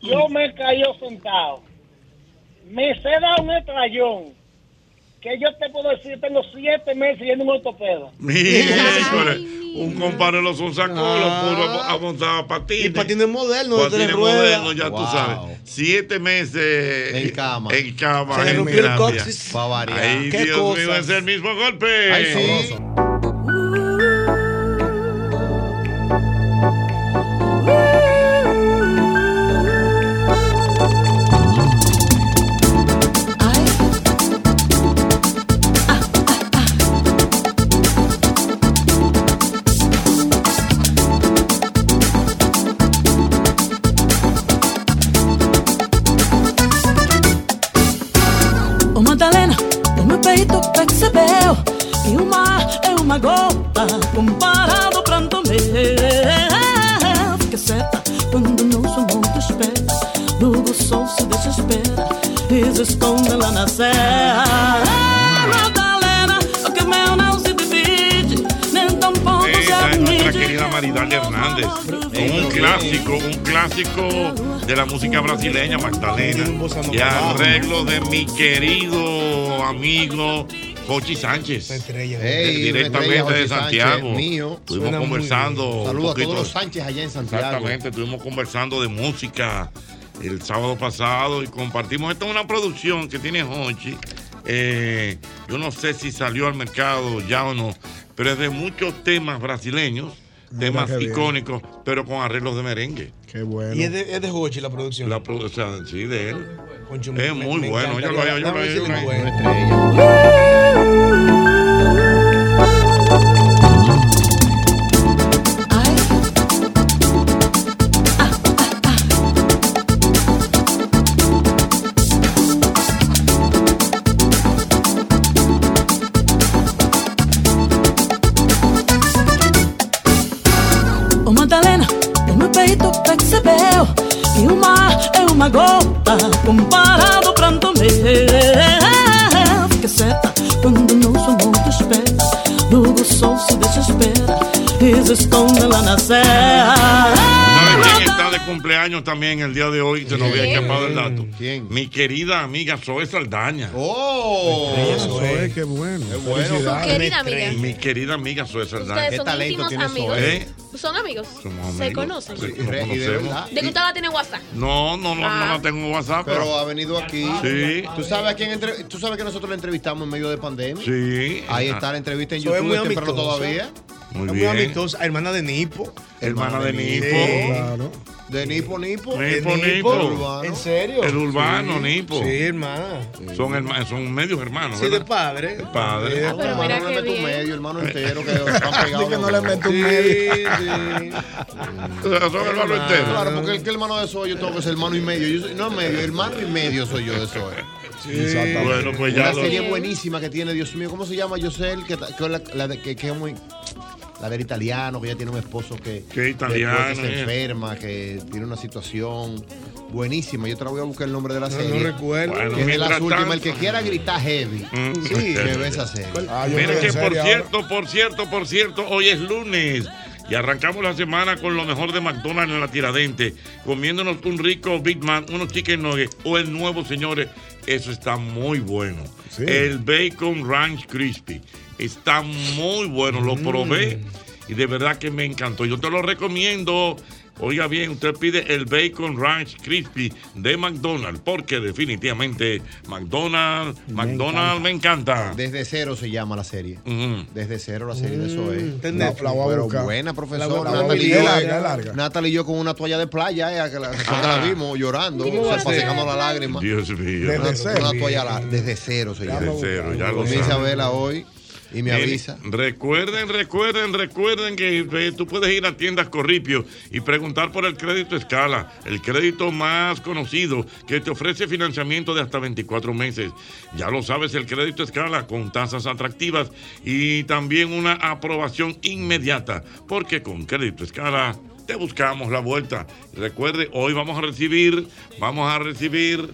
Speaker 18: yo me caí sentado. Me se da un estrellón. Que yo te puedo decir, tengo siete meses yendo a un ortopeda.
Speaker 4: Miércoles. Un compadre los un sacó, lo puso a montar patines. Y patines
Speaker 6: Ah. modernos, de
Speaker 4: patines
Speaker 6: tres ruedas.
Speaker 4: modernos, ya tú
Speaker 6: Wow.
Speaker 4: sabes. Siete meses en cama. En cama.
Speaker 6: Se le
Speaker 4: en
Speaker 6: rompió el
Speaker 4: terapia.
Speaker 6: coxis.
Speaker 4: Pa' variar. Ay,
Speaker 6: Qué
Speaker 4: Dios
Speaker 6: cosas.
Speaker 4: mío, es el mismo golpe.
Speaker 6: Ay, sí.
Speaker 19: Ô Madalena, o meu peito percebeu que o mar é uma gota comparado ao pranto meu. Fica certa quando não sou muito esperta, logo o sol se desespera e se esconde lá na serra. Ah, Madalena, o que é meu não se divide, nem tampouco se
Speaker 4: Esta es nuestra
Speaker 19: admite.
Speaker 4: é querida Maridalia Hernández. Con un clásico, un clásico de la música brasileña, Magdalena. Y arreglo de mi querido amigo Jochi Sánchez. Eh,
Speaker 7: Ey, una
Speaker 4: directamente
Speaker 7: estrella,
Speaker 4: de
Speaker 7: Jochi
Speaker 4: Santiago.
Speaker 7: Sánchez, mío.
Speaker 4: Estuvimos
Speaker 7: Suena muy
Speaker 4: conversando.
Speaker 7: bien.
Speaker 4: un
Speaker 7: Saludos a
Speaker 4: poquito.
Speaker 7: todos los Sánchez allá en Santiago.
Speaker 4: Exactamente, estuvimos conversando de música el sábado pasado y compartimos. Esta es una producción que tiene Honchi. Eh, yo no sé si salió al mercado ya o no, pero es de muchos temas brasileños, temas
Speaker 6: qué bien.
Speaker 4: icónicos, pero con arreglos de merengue.
Speaker 5: Qué bueno.
Speaker 6: Y es de, es de Hochi la producción.
Speaker 4: La producción, sí, de él.
Speaker 6: Concho,
Speaker 4: es
Speaker 6: me-
Speaker 4: muy
Speaker 6: me
Speaker 4: bueno.
Speaker 6: encanta.
Speaker 4: Yo lo veo, yo lo
Speaker 6: Dame
Speaker 4: veo,
Speaker 6: ese
Speaker 4: yo lo
Speaker 6: lengüe.
Speaker 4: veo.
Speaker 19: Ô Madalena, o é meu peito percebeu que o mar é uma gota comparado ao pranto meu. Fica certa quando não sou muito esperta, logo o sol se desespera e se esconde lá na serra.
Speaker 4: ¿Sabe quién está de cumpleaños también el día de hoy? Se nos había
Speaker 19: ¿Quién?
Speaker 4: escapado el dato. ¿Quién? Mi querida amiga Zoe Saldaña.
Speaker 7: ¡Oh!
Speaker 5: Zoe, qué bueno. Qué
Speaker 4: bueno.
Speaker 8: Su querida amiga.
Speaker 4: Mi querida amiga Zoe Saldaña.
Speaker 8: Ustedes son íntimos amigos.
Speaker 4: ¿Eh?
Speaker 8: Son amigos.
Speaker 4: Somos
Speaker 8: Se
Speaker 4: amigos.
Speaker 8: conocen.
Speaker 4: Sí,
Speaker 8: De
Speaker 4: nos conocemos.
Speaker 8: que usted la tiene en WhatsApp.
Speaker 4: No, no, no,
Speaker 8: Ah.
Speaker 4: no la tengo en WhatsApp.
Speaker 7: Pero ha venido aquí.
Speaker 4: Sí.
Speaker 7: ¿Tú sabes, a quién entre- ¿Tú sabes que nosotros la entrevistamos en medio de pandemia?
Speaker 4: Sí.
Speaker 7: Ahí está la entrevista en
Speaker 6: Soy
Speaker 7: YouTube,
Speaker 6: muy
Speaker 7: pero
Speaker 6: amistosa.
Speaker 7: todavía.
Speaker 4: Muy
Speaker 6: Es muy
Speaker 4: bien.
Speaker 6: amistosa, hermana de Nipo.
Speaker 4: Hermana de Nipo.
Speaker 6: Claro.
Speaker 7: De Nipo, Nipo.
Speaker 4: Nipo,
Speaker 6: De
Speaker 4: Nipo.
Speaker 6: Nipo. ¿En serio?
Speaker 4: El urbano,
Speaker 6: Sí.
Speaker 4: Nipo.
Speaker 6: Sí, hermana.
Speaker 4: Son, herma- son medios hermanos.
Speaker 6: Sí, de
Speaker 4: ¿verdad?
Speaker 6: padre.
Speaker 4: Padre. Eh,
Speaker 6: Ah, pero mira
Speaker 7: no le meto
Speaker 6: qué
Speaker 7: un
Speaker 6: bien.
Speaker 7: medio, hermano entero, que están pegados.
Speaker 6: que no
Speaker 7: los
Speaker 6: le
Speaker 7: dos.
Speaker 6: meto un
Speaker 7: Sí,
Speaker 6: medio.
Speaker 7: sí.
Speaker 4: O sea, son hermanos enteros.
Speaker 7: Claro, porque el que hermano de Soy, yo tengo que ser hermano y medio. Yo soy- no es medio, hermano y medio soy yo de Soy.
Speaker 4: Exactamente. Bueno, pues ya
Speaker 7: Una
Speaker 4: lo-
Speaker 7: serie buenísima que tiene, Dios mío, ¿cómo se llama? Yosel, que, ta- que la, la de- que, que es muy. La del italiano, que ya tiene un esposo que.
Speaker 4: Que italiano,
Speaker 7: después que
Speaker 4: eh.
Speaker 7: se enferma, que tiene una situación buenísima. Yo te la voy a buscar el nombre de la
Speaker 6: No,
Speaker 7: serie.
Speaker 6: no recuerdo.
Speaker 7: Que es
Speaker 6: Bueno,
Speaker 7: de las
Speaker 6: mientras
Speaker 7: últimas.
Speaker 6: tanto-
Speaker 7: El que quiera gritar heavy.
Speaker 4: Mm.
Speaker 7: Sí,
Speaker 4: (laughs)
Speaker 7: que ve esa serie.
Speaker 6: Ah,
Speaker 4: Mira que por cierto, por cierto, por cierto, hoy es lunes. Y arrancamos la semana con lo mejor de McDonald's en la Tiradente, comiéndonos un rico Big Mac, unos chicken nuggets o el nuevo, señores, eso está muy bueno. El Bacon Ranch Crispy está muy bueno, lo probé y de verdad que me encantó. Yo te lo recomiendo. Oiga bien, usted pide el Bacon Ranch Crispy de McDonald's, porque definitivamente McDonald's, McDonald's me encanta.
Speaker 7: Desde cero se llama la serie. Desde cero la serie de Soy.
Speaker 4: Entendé.
Speaker 7: La,
Speaker 4: La voy a
Speaker 7: pero
Speaker 4: buscar.
Speaker 7: buena,
Speaker 4: La voy
Speaker 7: profesora.
Speaker 4: a- la voy a
Speaker 7: Natalie y
Speaker 4: buscar.
Speaker 7: yo-
Speaker 4: Larga, larga.
Speaker 7: Natalie y yo con una toalla de playa, eh, que la, cuando
Speaker 4: Ah.
Speaker 7: la vimos llorando,
Speaker 4: ¿Cómo va a ser?
Speaker 7: sacando la lágrima.
Speaker 4: Dios mío.
Speaker 7: Una-
Speaker 4: Desde
Speaker 7: una
Speaker 4: cero.
Speaker 7: toalla la- desde cero se llama.
Speaker 4: Desde cero, ya lo
Speaker 7: Comienza a
Speaker 4: sabe.
Speaker 7: verla hoy. Y me
Speaker 4: En-
Speaker 7: avisa.
Speaker 4: Recuerden, recuerden, recuerden que eh, tú puedes ir a tiendas Corripio y preguntar por el crédito Escala, el crédito más conocido que te ofrece financiamiento de hasta 24 meses. Ya lo sabes, el crédito Escala con tasas atractivas y también una aprobación inmediata, porque con crédito Escala te buscamos la vuelta. Recuerde, hoy vamos a recibir, vamos a recibir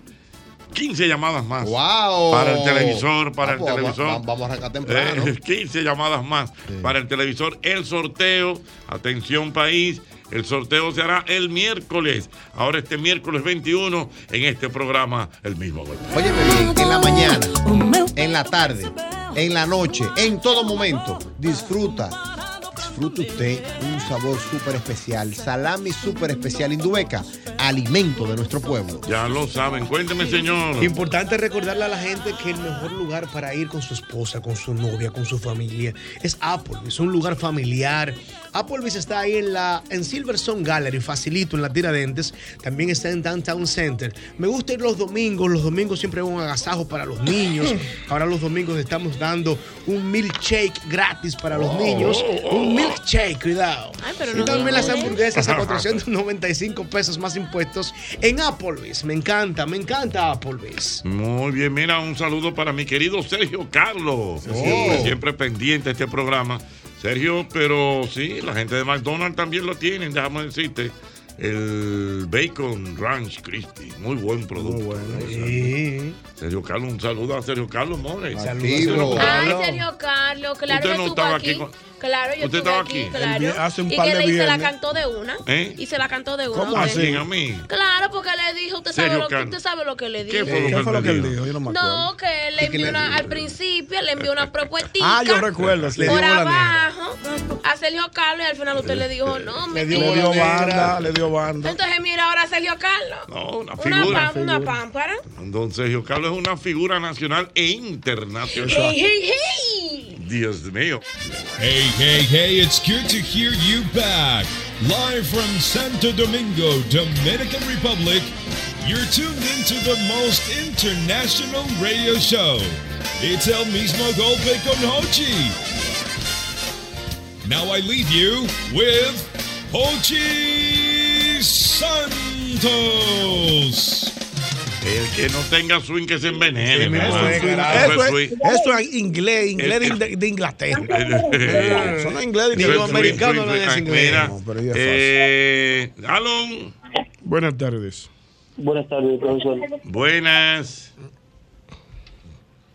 Speaker 4: 15 llamadas más.
Speaker 7: ¡Wow!
Speaker 4: Para el televisor,
Speaker 7: Ah,
Speaker 4: para el
Speaker 7: pues, va-
Speaker 4: televisor.
Speaker 7: va- vamos a arrancar temprano.
Speaker 4: Eh, (laughs) 15 llamadas más para el televisor. El sorteo, atención país, el sorteo se hará el miércoles. Ahora este miércoles 21 en este programa, el mismo golpe.
Speaker 7: Óyeme bien, en la mañana, en la tarde, en la noche, en todo momento, disfruta. Disfrute usted un sabor súper especial, salami súper especial, Indubeca, alimento de nuestro pueblo.
Speaker 4: Ya lo saben, cuénteme señor.
Speaker 6: Importante recordarle a la gente que el mejor lugar para ir con su esposa, con su novia, con su familia es Applebee's, un lugar familiar. Applebee's está ahí en la en Silverstone Gallery, facilito en la Tiradentes, también está en Downtown Center. Me gusta ir los domingos, los domingos siempre hay un agasajo para los niños. Ahora los domingos estamos dando un milkshake gratis para los niños, un milkshake, cuidado.
Speaker 8: pero
Speaker 6: y
Speaker 8: no
Speaker 6: también
Speaker 8: dijo
Speaker 6: las
Speaker 8: eso.
Speaker 6: hamburguesas
Speaker 4: (laughs)
Speaker 6: a 495 pesos más impuestos en Applebee's. Me encanta, me encanta Applebee's.
Speaker 4: Muy bien, mira, un saludo para mi querido Sergio Carlos. Siempre, siempre pendiente de este programa. Sergio, pero sí, la gente de McDonald's también lo tienen, déjame decirte. El Bacon Ranch Crispy, muy buen producto. Sergio Carlos, un saludo a Sergio Carlos, more. Saludos.
Speaker 8: Ay, serio, Carlos, claro
Speaker 4: Usted
Speaker 8: yo
Speaker 4: no
Speaker 8: estuvo
Speaker 4: estaba
Speaker 8: aquí.
Speaker 4: aquí con-
Speaker 8: Claro, yo
Speaker 4: Usted
Speaker 8: estuve
Speaker 4: estaba
Speaker 8: aquí,
Speaker 4: aquí. El
Speaker 8: claro.
Speaker 4: vie- hace un
Speaker 8: y
Speaker 4: par
Speaker 8: que
Speaker 4: de
Speaker 8: le- y se la
Speaker 4: viernes.
Speaker 8: cantó de una.
Speaker 4: ¿Eh?
Speaker 8: Y se la cantó de una.
Speaker 4: ¿Cómo
Speaker 5: Ah,
Speaker 8: a
Speaker 4: así?
Speaker 8: usted.
Speaker 4: A mí.
Speaker 8: Claro, porque le dijo, usted sabe,
Speaker 4: Sergio
Speaker 8: lo, que-
Speaker 4: Carlos.
Speaker 8: usted sabe lo que le dijo.
Speaker 5: Eh,
Speaker 4: ¿Qué fue lo que él dijo?
Speaker 5: Yo no me
Speaker 8: No, que él le envió una, al principio le
Speaker 4: (laughs)
Speaker 8: envió una propuestita.
Speaker 5: Ah, yo recuerdo, sí, le
Speaker 8: por
Speaker 5: dio bola
Speaker 8: abajo, a Sergio Carlos, y al final usted le dijo,
Speaker 4: Eh,
Speaker 8: no, me
Speaker 5: Le dio, le dio banda, le dio banda.
Speaker 8: Entonces mira ahora a Sergio Carlos.
Speaker 4: No, una
Speaker 8: Una,
Speaker 4: figura.
Speaker 8: pam- una pámpara.
Speaker 4: Don Sergio Carlos es una figura nacional e internacional.
Speaker 8: Hey, hey, hey.
Speaker 4: Dios mío.
Speaker 12: Hey, hey, hey, it's good to hear you back. Live from Santo Domingo, Dominican Republic, you're tuned into the most international radio show. It's El Mismo Golpe con Hochi. Now I leave you with Hochi Santos.
Speaker 4: El que no tenga swing que se envenene. mi
Speaker 5: Eso
Speaker 4: hermano.
Speaker 5: es,
Speaker 4: Eso
Speaker 5: eso
Speaker 4: es
Speaker 5: es,
Speaker 4: swing.
Speaker 5: eso es inglés, inglés
Speaker 4: El-
Speaker 5: de, de Inglaterra.
Speaker 4: Eh,
Speaker 5: Son inglés
Speaker 4: Eso es swing,
Speaker 5: americanos
Speaker 4: swing,
Speaker 5: no dicen
Speaker 4: swing.
Speaker 5: inglés.
Speaker 4: Mira,
Speaker 5: No, pero ya es
Speaker 4: eh, Alon,
Speaker 5: Buenas tardes.
Speaker 11: Buenas tardes, profesor.
Speaker 4: buenas.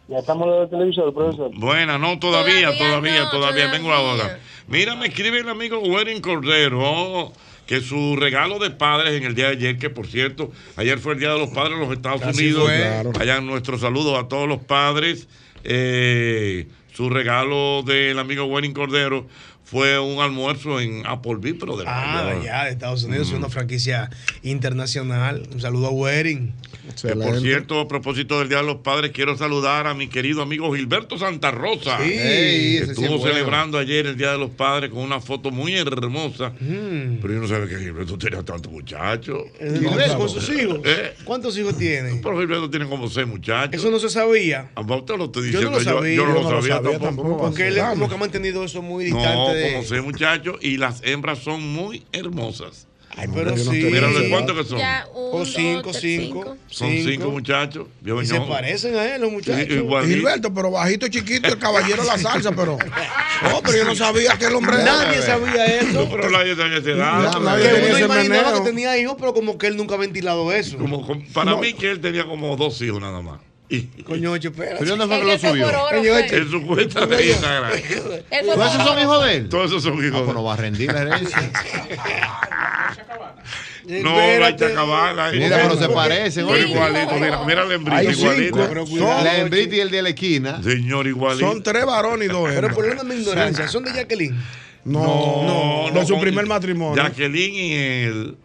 Speaker 11: Ya estamos en el televisor, profesor.
Speaker 4: Buenas, no, todavía, todavía, todavía, vengo ahora. Mira, me escribe el amigo Wedding Cordero oh, que su regalo de padres en el día de ayer, que por cierto, ayer fue el Día de los Padres en los Estados
Speaker 5: Así
Speaker 4: Unidos.
Speaker 5: fue. Claro.
Speaker 4: Allá nuestro saludo a todos los padres. Eh, su regalo del amigo Wedding Cordero fue un almuerzo en Applebee, pero de
Speaker 6: Ah, ya, de Estados Unidos, es
Speaker 4: Mm.
Speaker 6: una franquicia internacional. Un saludo a Waring.
Speaker 4: Que, por cierto, a propósito del Día de los Padres, quiero saludar a mi querido amigo Gilberto Santa Rosa,
Speaker 6: Sí,
Speaker 4: que
Speaker 6: ese sí
Speaker 4: estuvo
Speaker 6: es bueno.
Speaker 4: celebrando ayer el Día de los Padres con una foto muy hermosa.
Speaker 7: Mm.
Speaker 4: Pero yo no sabía que Gilberto tenía tantos muchachos.
Speaker 6: Gilberto, con sus hijos.
Speaker 4: Eh,
Speaker 6: ¿Cuántos hijos tiene?
Speaker 4: Pero Gilberto tiene como seis muchachos.
Speaker 6: Eso no se sabía.
Speaker 4: Ah, Usted lo está
Speaker 6: Yo no lo
Speaker 4: diciendo,
Speaker 6: sabía.
Speaker 4: yo no lo sabía tampoco.
Speaker 6: Porque él es como que ha mantenido eso muy
Speaker 4: No,
Speaker 6: distante
Speaker 4: como
Speaker 6: de.
Speaker 4: seis muchachos y las hembras son muy hermosas. Ay,
Speaker 6: pero sí.
Speaker 4: Míralo, ¿cuántos que son?
Speaker 8: Ya, un,
Speaker 6: O cinco,
Speaker 8: dos, tres,
Speaker 6: cinco.
Speaker 4: Son cinco, muchachos. Yo,
Speaker 6: Y se
Speaker 4: no.
Speaker 6: parecen a él los muchachos.
Speaker 4: Sí, igualito.
Speaker 5: Gilberto, pero bajito, chiquito, el caballero de la salsa, pero. No, pero yo no sabía que el hombre.
Speaker 6: Nadie sabía eso.
Speaker 4: Pero nadie sabía esa edad.
Speaker 6: que uno imaginaba que tenía hijos, pero como que él nunca ha ventilado eso.
Speaker 4: Como, como- para mí que él tenía como dos hijos nada más.
Speaker 6: Coño, oye, espérate.
Speaker 4: Pero yo no sé
Speaker 6: Es que
Speaker 4: lo subió.
Speaker 6: por oro Coño, fue.
Speaker 4: En su cuenta de Instagram.
Speaker 8: Él fue
Speaker 7: ¿Todos esos son
Speaker 8: por-
Speaker 7: hijos de él?
Speaker 4: Todos esos son hijos.
Speaker 7: Ah, pues no va a rendir la
Speaker 4: (laughs)
Speaker 7: herencia.
Speaker 4: No, eh. vaya cabana.
Speaker 7: Mira, pero se parecen.
Speaker 4: Son
Speaker 7: oye.
Speaker 4: igualitos. Mira, mira la hembrita,
Speaker 7: Hay cinco.
Speaker 4: igualita.
Speaker 7: La hembrita y el de la esquina.
Speaker 4: Señor, igualito.
Speaker 5: Son tres varones y dos hembras.
Speaker 6: Pero perdóname mi ignorancia, son de Jacqueline.
Speaker 5: No, no, de su primer matrimonio.
Speaker 4: Jacqueline y el.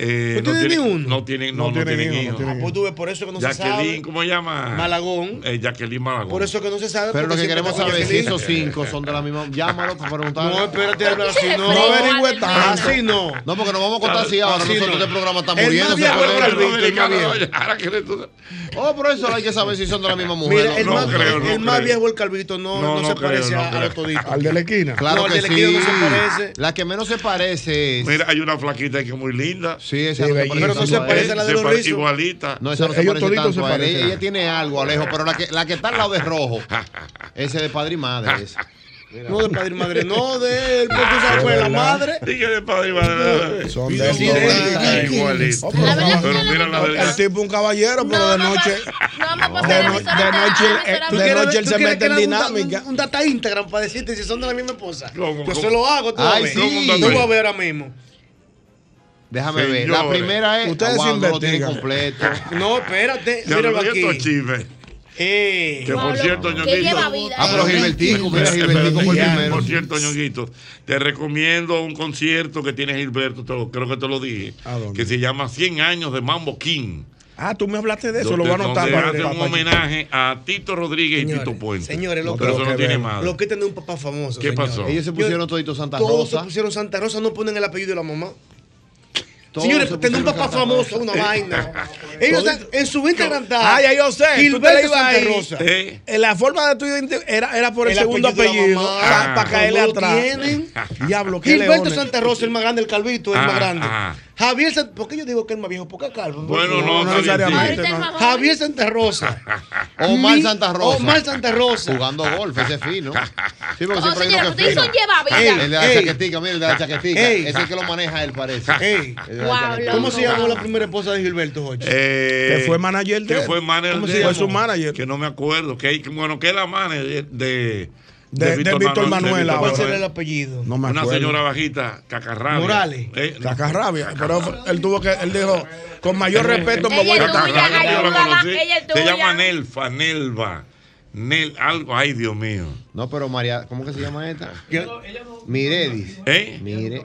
Speaker 4: Eh,
Speaker 6: ¿No tiene ni uno?
Speaker 4: No tienen, no, no tienen hijos.
Speaker 6: Ah, pues tú ves, por eso que no se
Speaker 4: Jacqueline,
Speaker 6: sabe.
Speaker 4: ¿cómo llama?
Speaker 6: Malagón.
Speaker 4: Eh, Jacqueline Malagón.
Speaker 6: Por eso que no se sabe.
Speaker 7: Pero lo que
Speaker 6: porque siempre
Speaker 7: queremos
Speaker 6: está
Speaker 7: saber es si
Speaker 6: Jacqueline.
Speaker 7: esos cinco son de la misma. Llámalo para preguntar.
Speaker 6: No, espérate, así no.
Speaker 7: No averigüe
Speaker 6: Alberto.
Speaker 7: tanto.
Speaker 6: Así no.
Speaker 7: No, porque nos vamos a contar así ahora.
Speaker 6: Así
Speaker 7: Nosotros
Speaker 6: no.
Speaker 7: este programa está
Speaker 6: El
Speaker 7: muriendo.
Speaker 6: más viejo
Speaker 7: señores.
Speaker 6: es Alberto, el más viejo.
Speaker 7: Oh, pero eso hay que saber si son de la misma mujer.
Speaker 6: Mira, el más, el más viejo, el calvito, no,
Speaker 7: No,
Speaker 6: no, se
Speaker 7: no creo,
Speaker 6: parece
Speaker 7: no
Speaker 6: a, a los
Speaker 7: creo.
Speaker 6: toditos.
Speaker 5: Al de la esquina.
Speaker 7: Claro
Speaker 6: No, el
Speaker 7: que
Speaker 6: del equipo
Speaker 7: sí.
Speaker 6: no se parece.
Speaker 7: La que menos se parece es.
Speaker 4: Mira, hay una flaquita que es muy linda.
Speaker 7: Sí, esa no se parece Pero no tanto se a él. parece a la de
Speaker 4: Se
Speaker 7: los
Speaker 4: parece
Speaker 7: rizos.
Speaker 4: Igualita.
Speaker 7: No, esa no se parece tanto a él. Ella, ella tiene algo, Alejo, pero la que, la que está al lado de rojo, ese de padre y madre. ese.
Speaker 6: No de padre y madre, no de él, porque tú sabes cuál es la madre.
Speaker 4: Dije de padre y madre.
Speaker 5: Son
Speaker 6: de
Speaker 4: Sí, de- igualita. Pero mira la de
Speaker 5: El tipo un caballero, pero de noche. de, no- de noche, eh,
Speaker 6: ¿Tú
Speaker 5: de
Speaker 6: quieres-
Speaker 5: noche él
Speaker 6: tú
Speaker 5: se
Speaker 6: quieres
Speaker 5: mete
Speaker 6: que
Speaker 5: en
Speaker 6: le haga un-
Speaker 5: dinámica.
Speaker 6: Un, un data Instagram para decirte si son de la misma esposa. Yo
Speaker 5: cómo?
Speaker 6: se lo hago, tú
Speaker 5: Ay,
Speaker 6: vas a ver.
Speaker 5: sí.
Speaker 6: Tú vas a ver ahora mismo.
Speaker 7: Déjame ver. La primera es. ah,
Speaker 6: Ustedes
Speaker 7: Wow, no lo tienen
Speaker 6: investigan.
Speaker 4: (laughs)
Speaker 7: completo.
Speaker 6: No, espérate,
Speaker 7: Ya,
Speaker 6: míralo
Speaker 7: pero
Speaker 6: aquí.
Speaker 7: esto es
Speaker 6: Eh.
Speaker 4: Que por cierto, Ñonguito.
Speaker 7: Ah, pero Gilbertico, mira, Gilbertico fue el
Speaker 4: Espérate,
Speaker 7: primero.
Speaker 4: Por cierto, Ñonguito, te recomiendo un concierto que tiene Gilberto, te lo- creo que te lo dije, que se llama 100 años de Mambo King.
Speaker 5: Ah, tú me hablaste de eso, lo voy a
Speaker 4: donde-
Speaker 5: anotar.
Speaker 4: donde
Speaker 5: para-
Speaker 4: hace un
Speaker 5: para-
Speaker 4: homenaje a Tito Rodríguez y Tito Puente.
Speaker 6: Señores, lo
Speaker 4: Pero eso no tiene
Speaker 6: más.
Speaker 4: madre.
Speaker 6: Los que tienen un papá famoso.
Speaker 4: ¿Qué
Speaker 6: señores.
Speaker 4: pasó?
Speaker 7: Ellos se pusieron toditos Santa
Speaker 6: Todos se
Speaker 7: Rosa.
Speaker 6: pusieron Santa Rosa, no ponen el apellido de la mamá.
Speaker 7: Todos
Speaker 6: Señores,
Speaker 7: se
Speaker 6: tener un
Speaker 7: pusieron
Speaker 6: papá
Speaker 7: Santa
Speaker 6: famoso
Speaker 7: Rosa.
Speaker 5: (laughs)
Speaker 6: una vaina. Ellos
Speaker 5: Todo-
Speaker 6: están en su Instagram. está
Speaker 5: Ay, ay, yo sé. tú te la
Speaker 6: Gilberto
Speaker 5: ibas
Speaker 6: Santa
Speaker 5: ahí.
Speaker 6: Rosa.
Speaker 5: Eh, La forma de tu identi- era, era por el,
Speaker 6: El
Speaker 5: segundo
Speaker 6: apellido de la
Speaker 5: apellido.
Speaker 6: mamá.
Speaker 5: Para
Speaker 6: Ah.
Speaker 5: caerle
Speaker 6: No lo
Speaker 5: atrás.
Speaker 6: tienen.
Speaker 5: Diablo, qué
Speaker 6: Gilberto
Speaker 5: leones.
Speaker 6: Santa Rosa, el más grande, el calvito, el
Speaker 5: Ah,
Speaker 6: más grande.
Speaker 5: ah.
Speaker 6: Javier Santa ¿Por qué yo digo que el más viejo? Porque es calvo.
Speaker 4: Bueno, no,
Speaker 5: no necesariamente, Ahorita el no. más joven.
Speaker 6: Javier Santa Rosa.
Speaker 7: (laughs) Omar
Speaker 6: Mi-
Speaker 7: Santa Rosa.
Speaker 6: Omar Santa Rosa.
Speaker 7: Jugando golf, ese es
Speaker 4: (laughs)
Speaker 7: fino. Sí,
Speaker 6: Oh,
Speaker 7: porque siempre hay uno
Speaker 6: señor,
Speaker 7: que es
Speaker 6: ustedes
Speaker 7: fino.
Speaker 6: son llevavidas.
Speaker 7: Ey, El de la
Speaker 6: Ey.
Speaker 7: chaquetica, mira, el de la chaquetica.
Speaker 6: Ey.
Speaker 7: Ese es el que lo maneja él, parece. El de la chaquetica.
Speaker 6: ¿Cómo se llamó la primera esposa de Gilberto, Jochi?
Speaker 4: Eh,
Speaker 5: Que fue manager de
Speaker 4: que
Speaker 5: él.
Speaker 4: fue manager
Speaker 5: ¿Cómo
Speaker 4: de
Speaker 5: se
Speaker 4: él.
Speaker 5: llama? Fue su manager.
Speaker 4: Que no me acuerdo. Que, que bueno, que es la manager de.
Speaker 5: De- de Víctor Manuel
Speaker 4: de Víctor
Speaker 5: ahora.
Speaker 6: ¿Cuál será el apellido?
Speaker 5: No me
Speaker 4: Una
Speaker 5: acuerdo.
Speaker 4: señora bajita, Cacarrabia.
Speaker 5: Morales.
Speaker 4: Eh, no.
Speaker 5: Cacarrabia. Pero él tuvo que, él dijo, con mayor respeto me voy a
Speaker 4: Cacarrabia, yo la conocí.
Speaker 8: ella es
Speaker 4: Se
Speaker 8: tuya.
Speaker 4: llama Nelfa, Nelva. Nel, algo, ay Dios mío.
Speaker 7: No, pero María, ¿cómo que se llama esta? Miredis.
Speaker 4: ¿Eh?
Speaker 7: Mire.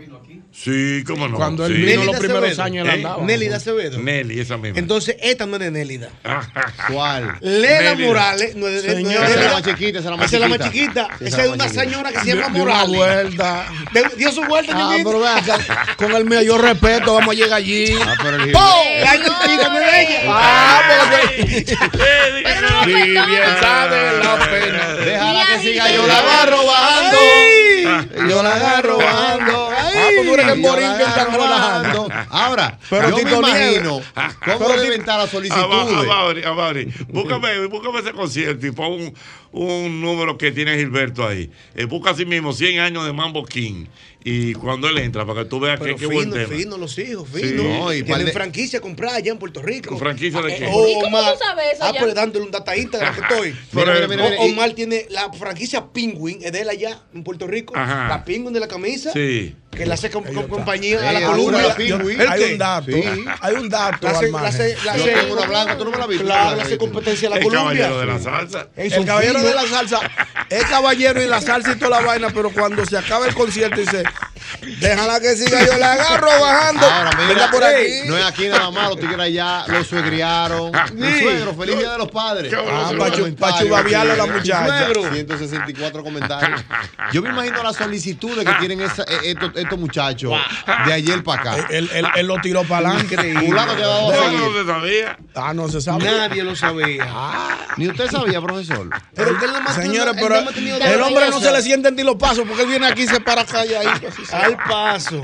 Speaker 4: Sí, cómo no.
Speaker 7: Cuando él
Speaker 4: sí.
Speaker 7: vino los primeros años, él
Speaker 4: ¿Eh?
Speaker 7: andaba.
Speaker 6: Nélida Acevedo.
Speaker 4: Nelly, esa misma.
Speaker 6: Entonces, esta no es de Nélida.
Speaker 4: (laughs)
Speaker 7: ¿Cuál?
Speaker 6: Lela
Speaker 4: Nélida.
Speaker 6: Morales no es de no es
Speaker 7: Señora.
Speaker 6: de-
Speaker 7: Esa es la más chiquita, esa es la más
Speaker 6: Esa es la más
Speaker 7: chiquita.
Speaker 6: chiquita.
Speaker 7: Sí, esa
Speaker 6: Esa
Speaker 7: es
Speaker 6: es
Speaker 7: la
Speaker 6: una
Speaker 7: más chiquita.
Speaker 6: señora que se llama
Speaker 5: Dio- dio una
Speaker 6: Morales.
Speaker 5: vuelta.
Speaker 6: De- Dio su vuelta,
Speaker 5: Ah,
Speaker 6: Ñonguito.
Speaker 5: pero ve acá,
Speaker 6: (laughs)
Speaker 5: con el mayor respeto vamos a llegar allí.
Speaker 7: Ah, pero el
Speaker 5: ¡Oh!
Speaker 6: La chiquita, mira ella.
Speaker 7: Ah, pues,
Speaker 4: (laughs)
Speaker 7: ah, Déjala que siga,
Speaker 5: ay,
Speaker 7: yo la
Speaker 5: ay.
Speaker 7: agarro bajando.
Speaker 5: Ay.
Speaker 7: Yo la agarro bajando.
Speaker 5: Ah, pues tú eres
Speaker 7: Yo
Speaker 5: el
Speaker 7: la
Speaker 5: borinquen tan
Speaker 7: agarro
Speaker 5: relajando.
Speaker 7: bajando. Ahora,
Speaker 5: Pero
Speaker 7: yo me
Speaker 5: Tito Nieves.
Speaker 4: (laughs)
Speaker 7: imagino Ah, cómo deben estar las solicitudes.
Speaker 4: Ababri, Ababri, búscame, búscame ese concierto y pon un, un número que tiene Gilberto ahí. Eh, busca así mismo 100 años de Mambo King. Y cuando él entra, para que tú veas que
Speaker 6: Pero
Speaker 4: qué buen
Speaker 6: fino,
Speaker 4: tema.
Speaker 6: fino, los hijos,
Speaker 4: Sí.
Speaker 6: fino.
Speaker 4: No, y par
Speaker 6: Tienen
Speaker 4: de-
Speaker 6: franquicia comprada allá en Puerto Rico.
Speaker 4: ¿Con franquicia de qué?
Speaker 6: Eh,
Speaker 4: ¿Y cómo
Speaker 6: Omar-
Speaker 8: tú sabes eso
Speaker 6: Ah,
Speaker 8: ya?
Speaker 6: pues dándole un data Instagram que
Speaker 4: (laughs)
Speaker 6: estoy. oh,
Speaker 4: Mira, mira, mira,
Speaker 6: O-
Speaker 4: mira, y-
Speaker 6: Omar tiene la franquicia Penguin, es de él allá en Puerto Rico.
Speaker 4: Ajá.
Speaker 6: La Penguin de la camisa.
Speaker 4: Sí.
Speaker 6: Que la hace con, con compañía a
Speaker 5: Ahora,
Speaker 6: la
Speaker 5: yo-
Speaker 6: Columbia. ¿El
Speaker 5: Hay
Speaker 6: qué?
Speaker 5: un dato. Hay un dato.
Speaker 6: La hace-
Speaker 5: al
Speaker 6: la
Speaker 5: margen.
Speaker 6: hace- la
Speaker 5: Yo
Speaker 6: hace-
Speaker 5: tengo una blanca.
Speaker 7: tú no me la viste,
Speaker 6: Claro,
Speaker 7: la
Speaker 6: hace
Speaker 7: viste.
Speaker 6: competencia a la
Speaker 4: El
Speaker 6: Colombia.
Speaker 4: caballero de la salsa.
Speaker 5: El caballero de la salsa es caballero y la salsa y toda la vaina, pero cuando se acaba el concierto dice, déjala que siga, yo la agarro bajando.
Speaker 7: Ahora, mira,
Speaker 5: Venga por
Speaker 7: ey,
Speaker 5: aquí.
Speaker 7: No es aquí nada más, los tigres allá lo suegriaron. Mi
Speaker 5: Sí.
Speaker 7: suegro, feliz día de los padres.
Speaker 5: Qué Ah, bueno, pa' chu- pa' chubaviarlo la muchacha.
Speaker 7: Suegro. 164 comentarios. Yo me imagino las solicitudes que tienen esa- eh, estos, estos muchachos de ayer para acá.
Speaker 5: Él, él- él lo tiró para adelante.
Speaker 7: Fulano te ha dado a
Speaker 5: No,
Speaker 7: seguir.
Speaker 5: no
Speaker 4: se sabía.
Speaker 5: Ah, no se sabe. Ah.
Speaker 6: Nadie lo sabía.
Speaker 7: Ni usted sabía, profesor.
Speaker 6: Pero que él nomás-
Speaker 5: Señores,
Speaker 6: él
Speaker 5: pero
Speaker 6: nomás tenía
Speaker 5: el
Speaker 6: dos
Speaker 5: hombre no
Speaker 6: cosas.
Speaker 5: se le sienten ni los pasos porque él viene aquí y se para calladito.
Speaker 6: Al paso.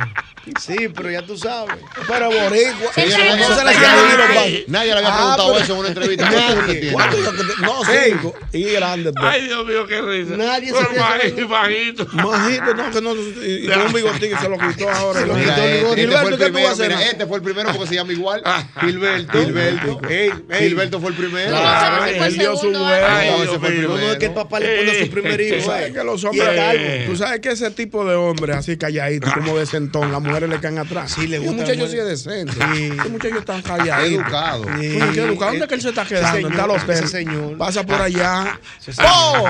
Speaker 6: Sí, pero ya tú sabes.
Speaker 5: Pero boricua.
Speaker 7: Sí,
Speaker 5: Señores,
Speaker 7: nadie-
Speaker 5: no se le
Speaker 7: nadie-
Speaker 5: sienten ni los
Speaker 7: nadie-
Speaker 5: pasos.
Speaker 7: nadie le había
Speaker 5: Ah,
Speaker 7: preguntado
Speaker 5: pero-
Speaker 7: eso en una entrevista.
Speaker 5: Nadie.
Speaker 7: ¿Cuántos tiene?
Speaker 5: ¿Cuántos yo que te- No, cinco. Y grande. pues.
Speaker 4: Ay, Dios mío, qué risa.
Speaker 5: Nadie
Speaker 7: "Pues,
Speaker 5: sabía
Speaker 4: Pero baji-
Speaker 5: saber-
Speaker 4: bajito.
Speaker 5: Majito, no, que no. Y, y con un bigotín que se
Speaker 7: (laughs)
Speaker 5: lo quitó ahora.
Speaker 7: Mira,
Speaker 5: Gilberto,
Speaker 7: este, este
Speaker 5: Gilberto,
Speaker 7: fue el
Speaker 5: ¿qué tú vas a
Speaker 7: primero,
Speaker 5: hacer? Ah.
Speaker 7: mira, este fue el primero porque se llama igual. Gilberto. Gilberto. Gilberto este fue el primero.
Speaker 5: Claro, él dio su vuelta.
Speaker 7: Ay, Dios mío.
Speaker 5: No, es que el papá le pone a su primer hijo. Tú sabes que los hombres.
Speaker 7: Eh.
Speaker 5: calvos, Tú sabes que ese tipo de hombres así calladitos, como de sentón, las mujeres le caen atrás. Sí, le
Speaker 7: gusta
Speaker 5: Un
Speaker 7: la
Speaker 5: muchacho
Speaker 7: mujer.
Speaker 5: sí es decente. Un muchacho está calladito. Eh,
Speaker 7: Educado.
Speaker 5: Coño, qué educado. ¿Dónde es que él se está quedando? está al hotel. Pasa por allá. ¡Oh!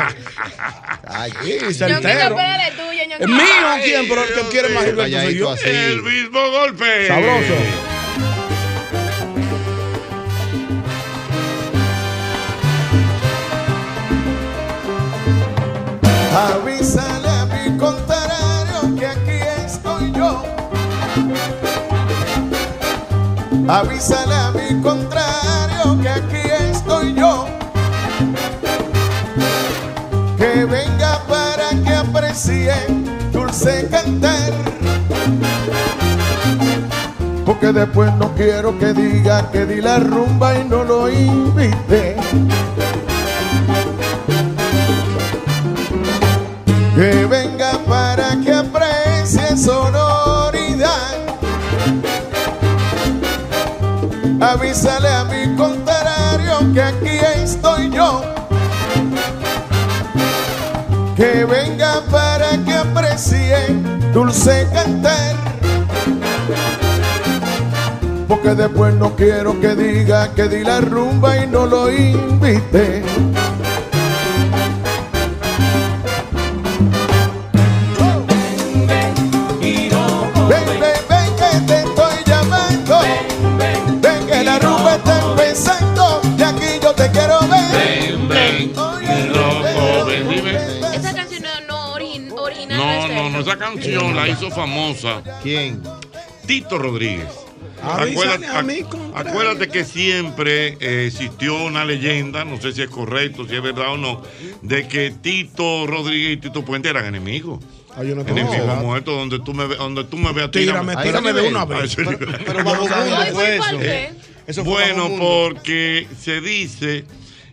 Speaker 5: Allí, se
Speaker 8: Ñonguito,
Speaker 5: entero.
Speaker 8: espérate tú,
Speaker 7: Eh,
Speaker 8: Ñonguito.
Speaker 5: Es mío, ¿quién? Pero el que quiere más Gilberto soy yo.
Speaker 4: El mismo golpe.
Speaker 5: Sabroso.
Speaker 20: Avísale a mi contrario que aquí estoy yo. Que venga para que aprecie dulce cantar. Porque después no quiero que diga que di la rumba y no lo invité. Que venga para que aprecie sonoridad. Avísale a mi contrario que aquí estoy yo. Que venga para que aprecie dulce cantar. Porque después no quiero que diga que di la rumba y no lo invité. Ven, ven, ven que te estoy llamando. Ven que la rumba está empezando y aquí yo te quiero ver.
Speaker 4: Ven, loco, ven, dime.
Speaker 8: Esa canción no, no ori- original.
Speaker 4: No,
Speaker 8: es
Speaker 4: no,
Speaker 8: esa.
Speaker 4: no, esa canción la hizo famosa. ¿Quién? Tito Rodríguez.
Speaker 5: Avísale
Speaker 4: Acuérdate,
Speaker 5: a mí,
Speaker 4: acuérdate que siempre eh, existió una leyenda, no sé si es correcto, si es verdad o no, de que Tito Rodríguez y Tito Puente eran enemigos.
Speaker 5: Ay, Ah, yo no tengo
Speaker 4: Enemigos
Speaker 5: nada.
Speaker 4: muertos, donde tú me, ve- donde tú me veas,
Speaker 5: Tírame,
Speaker 4: tírame.
Speaker 5: tírame de una
Speaker 4: Ay,
Speaker 5: vez.
Speaker 4: sí.
Speaker 5: pero bajo mundo Ay, fue ¿por eso. qué?
Speaker 4: Eh,
Speaker 5: Eso fue bajo
Speaker 4: bueno,
Speaker 5: mundo.
Speaker 4: porque se dice,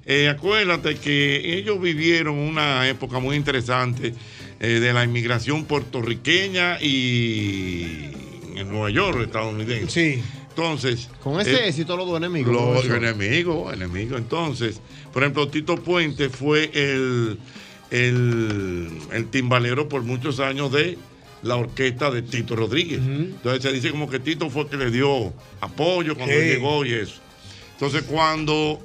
Speaker 4: eh, acuérdate que ellos vivieron una época muy interesante eh, de la inmigración puertorriqueña y en Nueva York, estadounidense. Sí. Entonces.
Speaker 7: Con ese
Speaker 4: eh,
Speaker 7: éxito los dos enemigos.
Speaker 4: los
Speaker 7: profesor.
Speaker 4: enemigos, enemigos. Entonces, por ejemplo, Tito Puente fue el, el, el timbalero por muchos años de la orquesta de Tito Rodríguez. Entonces se dice como que Tito fue el que le dio apoyo cuando
Speaker 5: Sí.
Speaker 4: llegó y eso. Entonces, cuando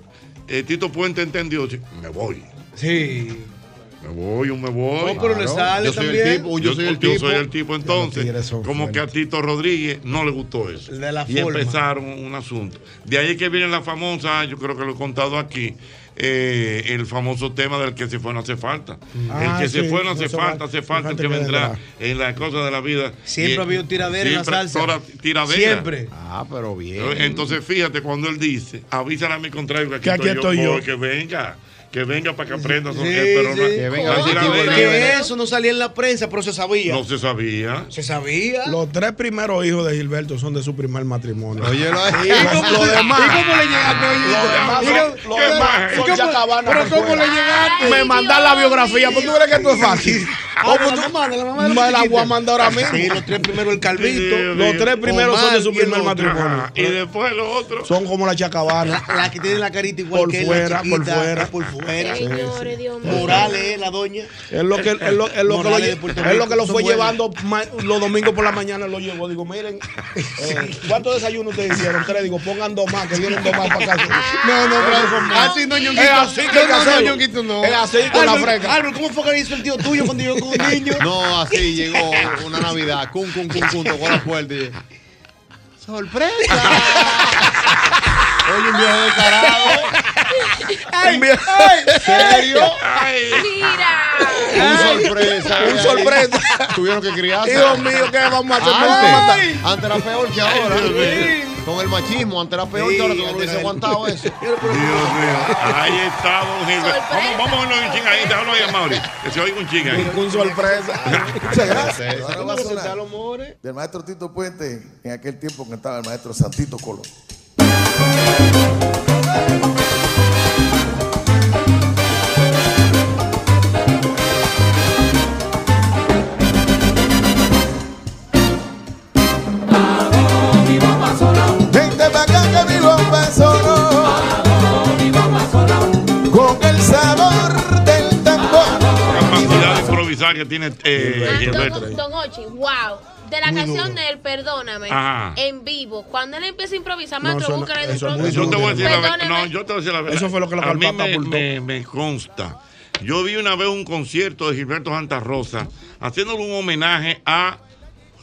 Speaker 4: eh, Tito Puente entendió, dice, me voy. Sí. Me voy, un me voy.
Speaker 7: No, pero le sale
Speaker 4: yo soy el
Speaker 7: también.
Speaker 4: tipo, yo, soy el tipo. Yo soy el tipo,
Speaker 7: tigres
Speaker 4: entonces.
Speaker 7: son
Speaker 4: Como que a Tito Rodríguez no le gustó eso.
Speaker 7: De la
Speaker 4: y
Speaker 7: forma.
Speaker 4: empezaron un asunto. De ahí que viene la famosa, yo creo que lo he contado aquí, eh, el famoso tema del que se fue no hace falta.
Speaker 7: Ah,
Speaker 4: el que
Speaker 7: sí,
Speaker 4: se fue no
Speaker 7: no
Speaker 4: hace
Speaker 7: se
Speaker 4: falta,
Speaker 7: va-
Speaker 4: hace falta el que
Speaker 7: que
Speaker 4: vendrá
Speaker 7: vendrá.
Speaker 4: en las cosas de la vida.
Speaker 7: Siempre
Speaker 4: Y-
Speaker 7: ha habido tiradera en la
Speaker 4: siempre
Speaker 7: salsa.
Speaker 4: toda tiradera.
Speaker 7: Siempre. Ah, pero bien.
Speaker 4: Entonces fíjate cuando él dice, avísale a mi contrario que aquí,
Speaker 7: Que aquí estoy
Speaker 4: estoy, yo,
Speaker 7: yo.
Speaker 4: voy, que venga, que venga para que aprenda.
Speaker 7: Sí,
Speaker 4: pero no-
Speaker 7: sí. Que venga,
Speaker 4: la
Speaker 7: que
Speaker 4: tiradera-
Speaker 7: que eso no salía en la prensa, pero se sabía.
Speaker 4: No se sabía.
Speaker 7: Se sabía.
Speaker 5: Los tres primeros hijos de Gilberto son de su primer matrimonio.
Speaker 7: Oye, lo-
Speaker 5: Sí,
Speaker 7: ¿Y cómo-
Speaker 5: lo demás.
Speaker 7: y cómo le llegaste, oye?
Speaker 5: Lo demás son-
Speaker 13: Lo
Speaker 5: ¿qué
Speaker 13: demás
Speaker 5: más?
Speaker 13: son
Speaker 5: ¿Y cómo-
Speaker 13: ya cabanas
Speaker 5: Pero cómo le
Speaker 13: afuera.
Speaker 5: llegaste?
Speaker 13: Me mandan la biografía,
Speaker 7: pues
Speaker 13: ¿por qué tú crees que esto es fácil?
Speaker 5: Ah, la
Speaker 13: ¿Cómo tú-
Speaker 5: mamá, la mamá de
Speaker 13: Me la
Speaker 5: chiquita.
Speaker 13: voy a mandar ahora mismo.
Speaker 5: Sí,
Speaker 7: los tres primeros el
Speaker 5: Calvito, los tres primeros son de su primer matrimonio.
Speaker 4: Y después los otros.
Speaker 5: Son como la chacabana.
Speaker 7: La, la que tiene la carita igual
Speaker 5: Ah, Por
Speaker 7: que él,
Speaker 5: fuera,
Speaker 7: la
Speaker 5: por
Speaker 7: chiquita,
Speaker 5: fuera. Ah,
Speaker 7: Por fuera.
Speaker 5: Sí, sí.
Speaker 7: Morales, eh, la doña.
Speaker 5: Es lo que, es lo, es lo que, lo,
Speaker 7: Morales de
Speaker 5: lle-
Speaker 7: Puerto
Speaker 5: es lo que
Speaker 7: Rico,
Speaker 5: lo
Speaker 7: son
Speaker 5: fue
Speaker 7: buenos.
Speaker 5: llevando ma- los domingos por la mañana, lo llevó. Digo,
Speaker 7: (laughs)
Speaker 5: miren, eh, ¿cuántos desayunos ustedes hicieron? Tres, digo, pongan dos más, que vienen dos más para casa.
Speaker 7: (laughs) No, no, pero
Speaker 5: Eso no.
Speaker 7: así Ah. no, Ñonguito.
Speaker 5: Es así que hay
Speaker 7: No, no,
Speaker 5: que
Speaker 7: no,
Speaker 5: hacerlo.
Speaker 7: Ñonguito, no.
Speaker 5: Es así con la
Speaker 7: Álvaro,
Speaker 5: fresca.
Speaker 7: Álvaro, ¿cómo fue que hizo el tío tuyo cuando llegó con un niño?
Speaker 5: No,
Speaker 7: así llegó una Navidad. Cun, cun, cun, cun, tocó la puerta y ¡Sorpresa! Oye, un viejo descarado.
Speaker 13: Ay, ay,
Speaker 7: ¿Serio?
Speaker 13: Ay.
Speaker 7: Un sorpresa.
Speaker 13: Un sorpresa.
Speaker 7: Tuvieron que criarse.
Speaker 13: Dios mío, ¿qué vamos a hacer?
Speaker 7: Antes,
Speaker 13: Ay.
Speaker 7: antes era peor que ahora.
Speaker 13: Dios
Speaker 7: Con el machismo, antes era peor
Speaker 4: Sí,
Speaker 7: que ahora. Tú no
Speaker 4: antes
Speaker 7: lo hubiese
Speaker 4: era-
Speaker 7: aguantado eso.
Speaker 4: Ahí está, don Gilberto. Vamos, vamos a oírnos un ching ahí, déjalo ahí, Mauri. Que se oiga un ching ahí.
Speaker 5: Un sorpresa.
Speaker 13: Muchas
Speaker 4: Sí, sí.
Speaker 13: gracias. Ahora va a sonar Del maestro Tito Puente, en aquel tiempo cantaba el maestro Santito Colón.
Speaker 20: Vente pa' acá que mi bomba sonó. Con el sabor del tambor.
Speaker 4: Capacidad de improvisar que tiene eh,
Speaker 5: Ah,
Speaker 4: Gilberto.
Speaker 8: Ah, Don, Don Ochi, wow. De la
Speaker 4: Muy
Speaker 8: canción
Speaker 4: duro.
Speaker 8: de él, perdóname,
Speaker 4: Ajá.
Speaker 8: en vivo. Cuando él empieza a improvisar, maestro,
Speaker 4: eso no-
Speaker 8: búscalo
Speaker 4: eso
Speaker 8: en
Speaker 4: no es Yo te voy a decir la verdad.
Speaker 8: Perdóname.
Speaker 4: No, yo te voy a decir la verdad.
Speaker 5: Eso fue lo que la
Speaker 4: A mí
Speaker 5: Carpata
Speaker 4: me,
Speaker 5: aportó.
Speaker 4: me- me consta. Yo vi una vez un concierto de Gilberto Santa Rosa haciéndole un homenaje a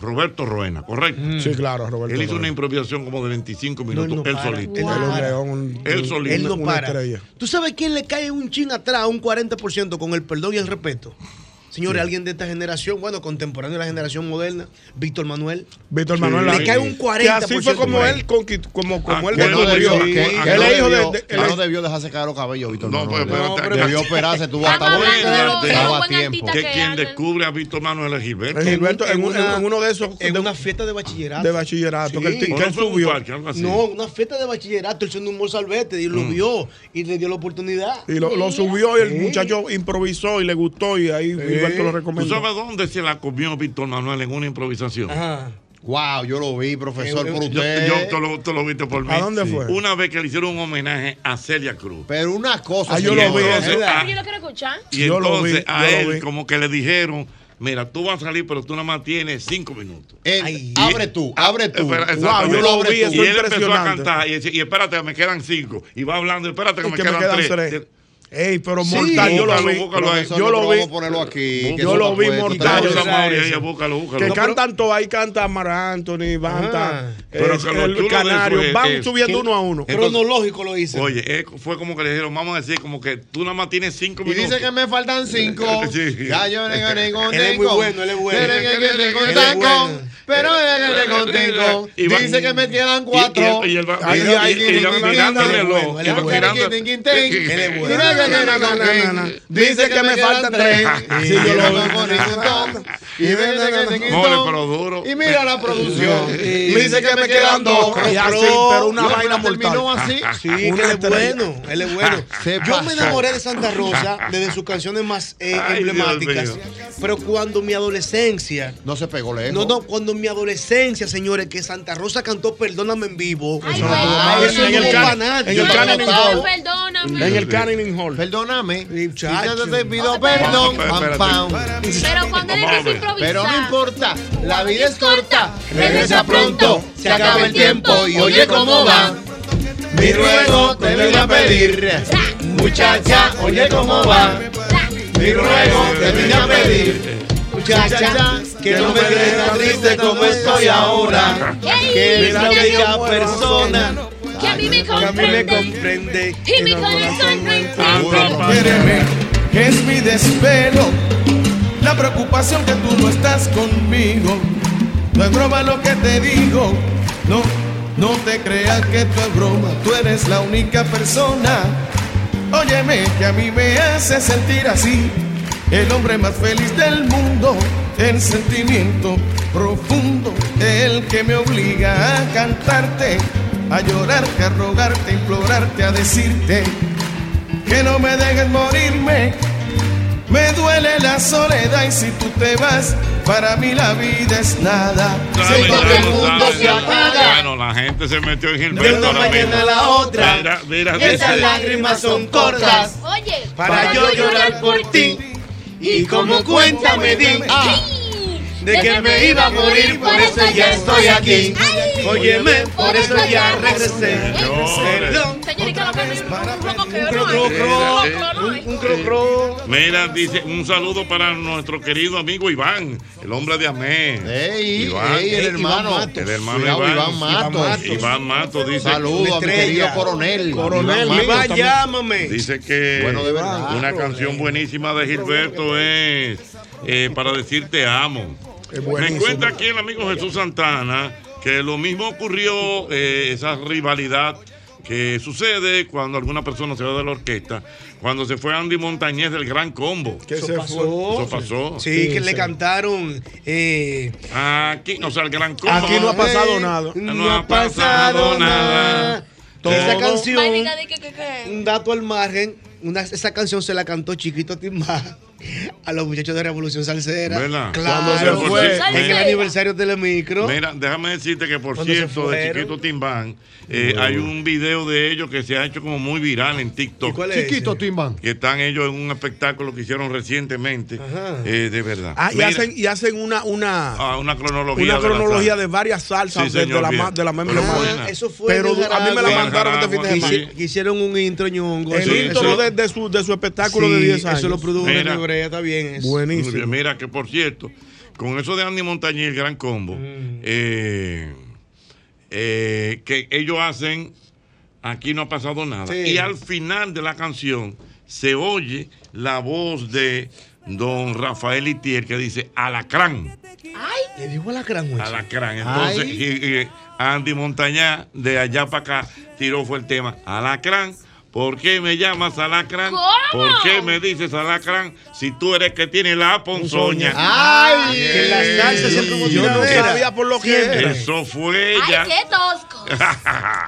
Speaker 4: Roberto Roena, ¿correcto?
Speaker 5: Mm. Sí, claro, Roberto.
Speaker 4: Él hizo
Speaker 5: Roena.
Speaker 4: una improvisación como de 25 minutos,
Speaker 5: no
Speaker 4: él
Speaker 5: para.
Speaker 4: solito.
Speaker 5: Él no Wow. para. Un-
Speaker 4: Él
Speaker 5: un-
Speaker 4: solito.
Speaker 5: él no
Speaker 4: Una
Speaker 5: para.
Speaker 4: estrella.
Speaker 7: ¿Tú sabes quién le cae un chin atrás, un 40% con el perdón y el respeto?
Speaker 6: Señores, alguien de esta generación, bueno, contemporáneo de la generación moderna, Víctor Manuel.
Speaker 5: Víctor Manuel
Speaker 6: Le
Speaker 5: Lavín.
Speaker 6: cae un 40.
Speaker 5: Que así fue como él conquist- como, como
Speaker 4: Ah,
Speaker 5: él
Speaker 7: Ah, que no debió,
Speaker 5: descubrió.
Speaker 7: que- que
Speaker 5: Él
Speaker 7: no
Speaker 5: es hijo
Speaker 7: debió-
Speaker 5: de- de-
Speaker 7: que
Speaker 5: él
Speaker 7: no
Speaker 5: es-
Speaker 7: debió dejarse caer los cabellos, Víctor. No,
Speaker 4: pero espérate.
Speaker 7: debió operarse, tuvo hasta
Speaker 4: Estamos
Speaker 7: bonito,
Speaker 4: hablando de
Speaker 7: estaba
Speaker 4: los
Speaker 7: a tiempo.
Speaker 4: Que quien descubre a Víctor Manuel es Gilberto.
Speaker 5: uno de esos.
Speaker 6: En una fiesta de bachillerato.
Speaker 5: de bachillerato, que él- que
Speaker 4: ¿O no
Speaker 5: él
Speaker 4: fue un
Speaker 5: subió.
Speaker 4: parque, algo así?
Speaker 6: No, una fiesta de bachillerato. Él sonó un mozalbete y lo vio y le dio la oportunidad.
Speaker 5: Mm. Y lo, lo subió y el muchacho improvisó y le gustó y ahí Gilberto lo
Speaker 4: ¿Tú
Speaker 5: recomendó.
Speaker 4: sabes dónde se la comió Víctor Manuel en una improvisación?
Speaker 7: Wow, yo lo vi, profesor, por usted.
Speaker 4: Yo, yo te, lo, te lo viste por mí.
Speaker 7: Eh, ¿A dónde fue?
Speaker 4: Una vez que le hicieron un homenaje a Celia Cruz.
Speaker 7: Pero una cosa.
Speaker 4: Ah, yo
Speaker 7: señor.
Speaker 4: lo vi,
Speaker 7: Es
Speaker 4: eso.
Speaker 7: verdad.
Speaker 8: Pero yo lo quiero escuchar.
Speaker 4: Y
Speaker 7: Yo lo
Speaker 4: entonces
Speaker 7: vi,
Speaker 4: a
Speaker 7: yo lo
Speaker 4: él
Speaker 7: vi.
Speaker 4: como que le dijeron, mira, tú vas a salir, pero tú nada más tienes cinco minutos.
Speaker 7: Él- abre tú, abre tú.
Speaker 4: Espera,
Speaker 7: wow,
Speaker 4: exactamente.
Speaker 7: yo lo vi, eso es
Speaker 4: Y él empezó a
Speaker 7: impresionante.
Speaker 4: cantar y, decía, y espérate, me quedan cinco. Y va hablando, espérate que,
Speaker 5: Es
Speaker 4: me, quedan tres.
Speaker 5: Ey, pero mortal, yo lo vi.
Speaker 4: Búscalo, búscalo ahí.
Speaker 5: Yo lo vi.
Speaker 4: que
Speaker 5: Yo
Speaker 4: eso
Speaker 5: lo
Speaker 4: no
Speaker 5: vi
Speaker 4: puede, tú
Speaker 5: mortal.
Speaker 4: te lo
Speaker 5: Esa
Speaker 4: sabes,
Speaker 5: es.
Speaker 4: ella, búscalo, búscalo.
Speaker 5: Que
Speaker 4: No, pero- Ah.
Speaker 5: cantan todos ahí, canta Mar Anthony, canta
Speaker 4: Pero
Speaker 5: es
Speaker 4: que eh, lo chulo
Speaker 5: el
Speaker 4: de eso
Speaker 5: Canario.
Speaker 4: es-
Speaker 5: Van
Speaker 4: es-
Speaker 5: subiendo uno a uno.
Speaker 6: Cronológico lo hice.
Speaker 4: Oye, eh, fue como que le dijeron, vamos a decir, como que tú nada más tienes cinco
Speaker 7: Y
Speaker 4: minutos.
Speaker 7: dice que me faltan cinco.
Speaker 4: (laughs) Sí.
Speaker 7: Ya yo le gané con
Speaker 4: Él es muy
Speaker 7: cinco.
Speaker 4: bueno, él es bueno.
Speaker 7: Pero que- que- que- con
Speaker 4: Él es
Speaker 7: cinco,
Speaker 4: bueno.
Speaker 7: Pero le gané con cinco.
Speaker 4: Y va-
Speaker 7: Dice que me quedan cuatro.
Speaker 4: Y, y, y, él va-
Speaker 7: Ay,
Speaker 4: y-
Speaker 7: ay,
Speaker 4: y- y va
Speaker 7: ay,
Speaker 4: mirando el
Speaker 7: ay,
Speaker 4: reloj,
Speaker 7: ay,
Speaker 4: y va
Speaker 7: ay, ay,
Speaker 4: mirando-
Speaker 7: ay, ay, ay,
Speaker 4: Él
Speaker 7: ay,
Speaker 4: es bueno.
Speaker 7: ay, ay, ay, ay, ay, ay, ay. Dice que me faltan tres. Sí, yo lo hago con cinco. Y dice que me quedan
Speaker 4: Mole,
Speaker 7: dos.
Speaker 4: pero duro.
Speaker 7: Y mira la producción.
Speaker 4: Sí.
Speaker 7: Me dice que me quedan dos.
Speaker 5: Y así, pero una vaina mortal.
Speaker 7: Terminó así.
Speaker 6: Sí, que él es bueno, él es bueno.
Speaker 7: Ah, Se
Speaker 6: Yo
Speaker 7: pasó.
Speaker 6: me enamoré
Speaker 7: (laughs)
Speaker 6: de Santa Rosa desde sus canciones más eh,
Speaker 7: Ay, Dios
Speaker 6: emblemáticas.
Speaker 7: mío.
Speaker 6: Pero cuando mi adolescencia.
Speaker 7: No se pegó lejos.
Speaker 6: No, no, cuando mi adolescencia, señores, que Santa Rosa cantó Perdóname en vivo. Eso no tuvo
Speaker 7: perdóname.
Speaker 6: madre, eso
Speaker 7: En
Speaker 6: no
Speaker 7: el
Speaker 6: tuvo
Speaker 7: can-
Speaker 6: pa' nadie.
Speaker 7: en el Canning Hall.
Speaker 8: Perdóname.
Speaker 5: Canning Hall.
Speaker 7: Perdóname. Y
Speaker 6: chacho.
Speaker 7: te pido perdón.
Speaker 6: Vamos,
Speaker 7: Pam,
Speaker 6: espérate.
Speaker 7: pam.
Speaker 8: Pero cuando él empieza a improvisar.
Speaker 7: Pero no importa, la vida es corta. Regresa pronto, se acaba el tiempo y oye cómo va. Mi ruego te vengo a pedir. Muchacha, oye cómo va. Mi ruego te vine a pedir. Muchacha, que no me dejes tan triste como estoy ahora. Que eres la única persona
Speaker 8: Que a mí me
Speaker 7: que a mí me
Speaker 8: comprende.
Speaker 7: comprende.
Speaker 8: Y mi corazón no
Speaker 2: Quiéreme, que es mi desvelo. La preocupación que tú no estás conmigo. No es broma lo que te digo. No, no te creas que tú es broma. Tú eres la única persona. Óyeme, que a mí me hace sentir así. El hombre más feliz del mundo. El sentimiento profundo. El que me obliga a cantarte. A llorarte, a rogarte, a implorarte, a decirte que no me dejes morirme. Me duele la soledad y si tú te vas, para mí la vida es nada.
Speaker 4: Sabe,
Speaker 2: Siento
Speaker 4: sabe,
Speaker 2: que el mundo
Speaker 4: sabe.
Speaker 2: se apaga.
Speaker 4: Bueno, la gente se metió en Gilberto.
Speaker 2: De una
Speaker 4: ahora
Speaker 2: mañana
Speaker 4: mismo.
Speaker 2: a la otra.
Speaker 4: Mira, mira,
Speaker 2: Esas
Speaker 4: dice-
Speaker 2: lágrimas son
Speaker 7: cortas.
Speaker 8: Oye,
Speaker 7: para yo llorar por ti. Y como cuenta me di ah, de que me iba a morir, por eso ya estoy aquí. Óyeme, por eso ya regresé. Perdón.
Speaker 6: Un cro cro.
Speaker 4: Mira, dice un saludo para nuestro querido amigo Iván, el hombre de Amén.
Speaker 7: Ey, ey, el hermano.
Speaker 4: El hermano
Speaker 7: Cuidado,
Speaker 4: Iván.
Speaker 7: Iván Matos.
Speaker 4: Iván Matos dice.
Speaker 7: Saludos a mi querido coronel.
Speaker 4: Coronel,
Speaker 7: Matos.
Speaker 4: Iván,
Speaker 6: llámame.
Speaker 4: Dice que
Speaker 7: Bueno, de verdad.
Speaker 4: una canción buenísima de Gilberto es eh, Para decir te amo. Me
Speaker 5: buenísimo.
Speaker 4: encuentra aquí el amigo Jesús Santana que lo mismo ocurrió, eh, esa rivalidad que sucede cuando alguna persona se va de la orquesta, cuando se fue Andy Montañez del Gran Combo.
Speaker 6: Eso
Speaker 4: se
Speaker 6: pasó.
Speaker 4: Eso pasó.
Speaker 6: Sí, que le cantaron. eh,
Speaker 4: Aquí, o sea, el Gran Combo.
Speaker 6: Aquí no ha pasado
Speaker 4: Eh,
Speaker 6: nada.
Speaker 4: No ha pasado nada.
Speaker 6: Esa
Speaker 4: Todo.
Speaker 6: canción, un dato al margen, una- esa canción se la cantó Chiquito Timbá a los muchachos de Revolución Salsera.
Speaker 4: ¿Verdad? Cuando
Speaker 6: Claro,
Speaker 4: se fue.
Speaker 6: en el
Speaker 4: Mira.
Speaker 6: aniversario de Telemicro.
Speaker 4: Mira, déjame decirte que por
Speaker 6: Cuando se
Speaker 4: cierto, de
Speaker 6: fueron.
Speaker 4: Chiquito Timbán, eh, hay un video de ellos que se ha hecho como muy viral en TikTok.
Speaker 7: cuál es Chiquito ese? Timbán.
Speaker 4: Que están ellos en un espectáculo que hicieron recientemente. eh, de verdad.
Speaker 5: Ah, y
Speaker 4: Mira,
Speaker 5: hacen, y hacen una, una,
Speaker 4: ah, una cronología.
Speaker 5: una
Speaker 4: de la
Speaker 5: cronología
Speaker 4: salsa.
Speaker 5: de varias salsas
Speaker 4: Sí,
Speaker 5: de, de
Speaker 4: señor,
Speaker 5: la,
Speaker 4: bien.
Speaker 5: ma- de la
Speaker 4: Pero
Speaker 5: memoria.
Speaker 4: buena.
Speaker 6: Ah, Eso fue
Speaker 5: Pero
Speaker 6: en
Speaker 5: a mí me la
Speaker 6: Nicaragua.
Speaker 5: mandaron este fin de
Speaker 6: Hici-
Speaker 5: semana.
Speaker 6: que hicieron un intro ñongo.
Speaker 5: El
Speaker 6: Eso-
Speaker 5: intro
Speaker 6: eso-
Speaker 5: de, de su, de su espectáculo de
Speaker 6: Sí,
Speaker 5: 10 años.
Speaker 6: Eso lo produjo René
Speaker 4: Mira.
Speaker 6: Brea, está bien. eso.
Speaker 4: Muy bien. Mira, que por cierto, con eso de Andy Montañez y el gran combo, eh, eh, que ellos hacen Aquí no ha pasado nada.
Speaker 21: Sí.
Speaker 4: Y al final de la canción se oye la voz de don Rafael Itier que dice alacrán.
Speaker 6: Ay. Le dijo alacrán, güey.
Speaker 4: Alacrán. Entonces, y- y Andy Montañá de allá para acá tiró fue el tema. Alacrán. ¿Por qué me llamas alacrán?
Speaker 13: ¿Cómo?
Speaker 4: ¿Por qué me dices alacrán si tú eres que tiene la ponzoña?
Speaker 13: Ay, que la salsa siempre hubo
Speaker 4: Yo no
Speaker 13: tiradera.
Speaker 4: sabía por lo que
Speaker 13: Siempre.
Speaker 4: era. Eso fue ella. (laughs)
Speaker 8: Ay, qué tosco.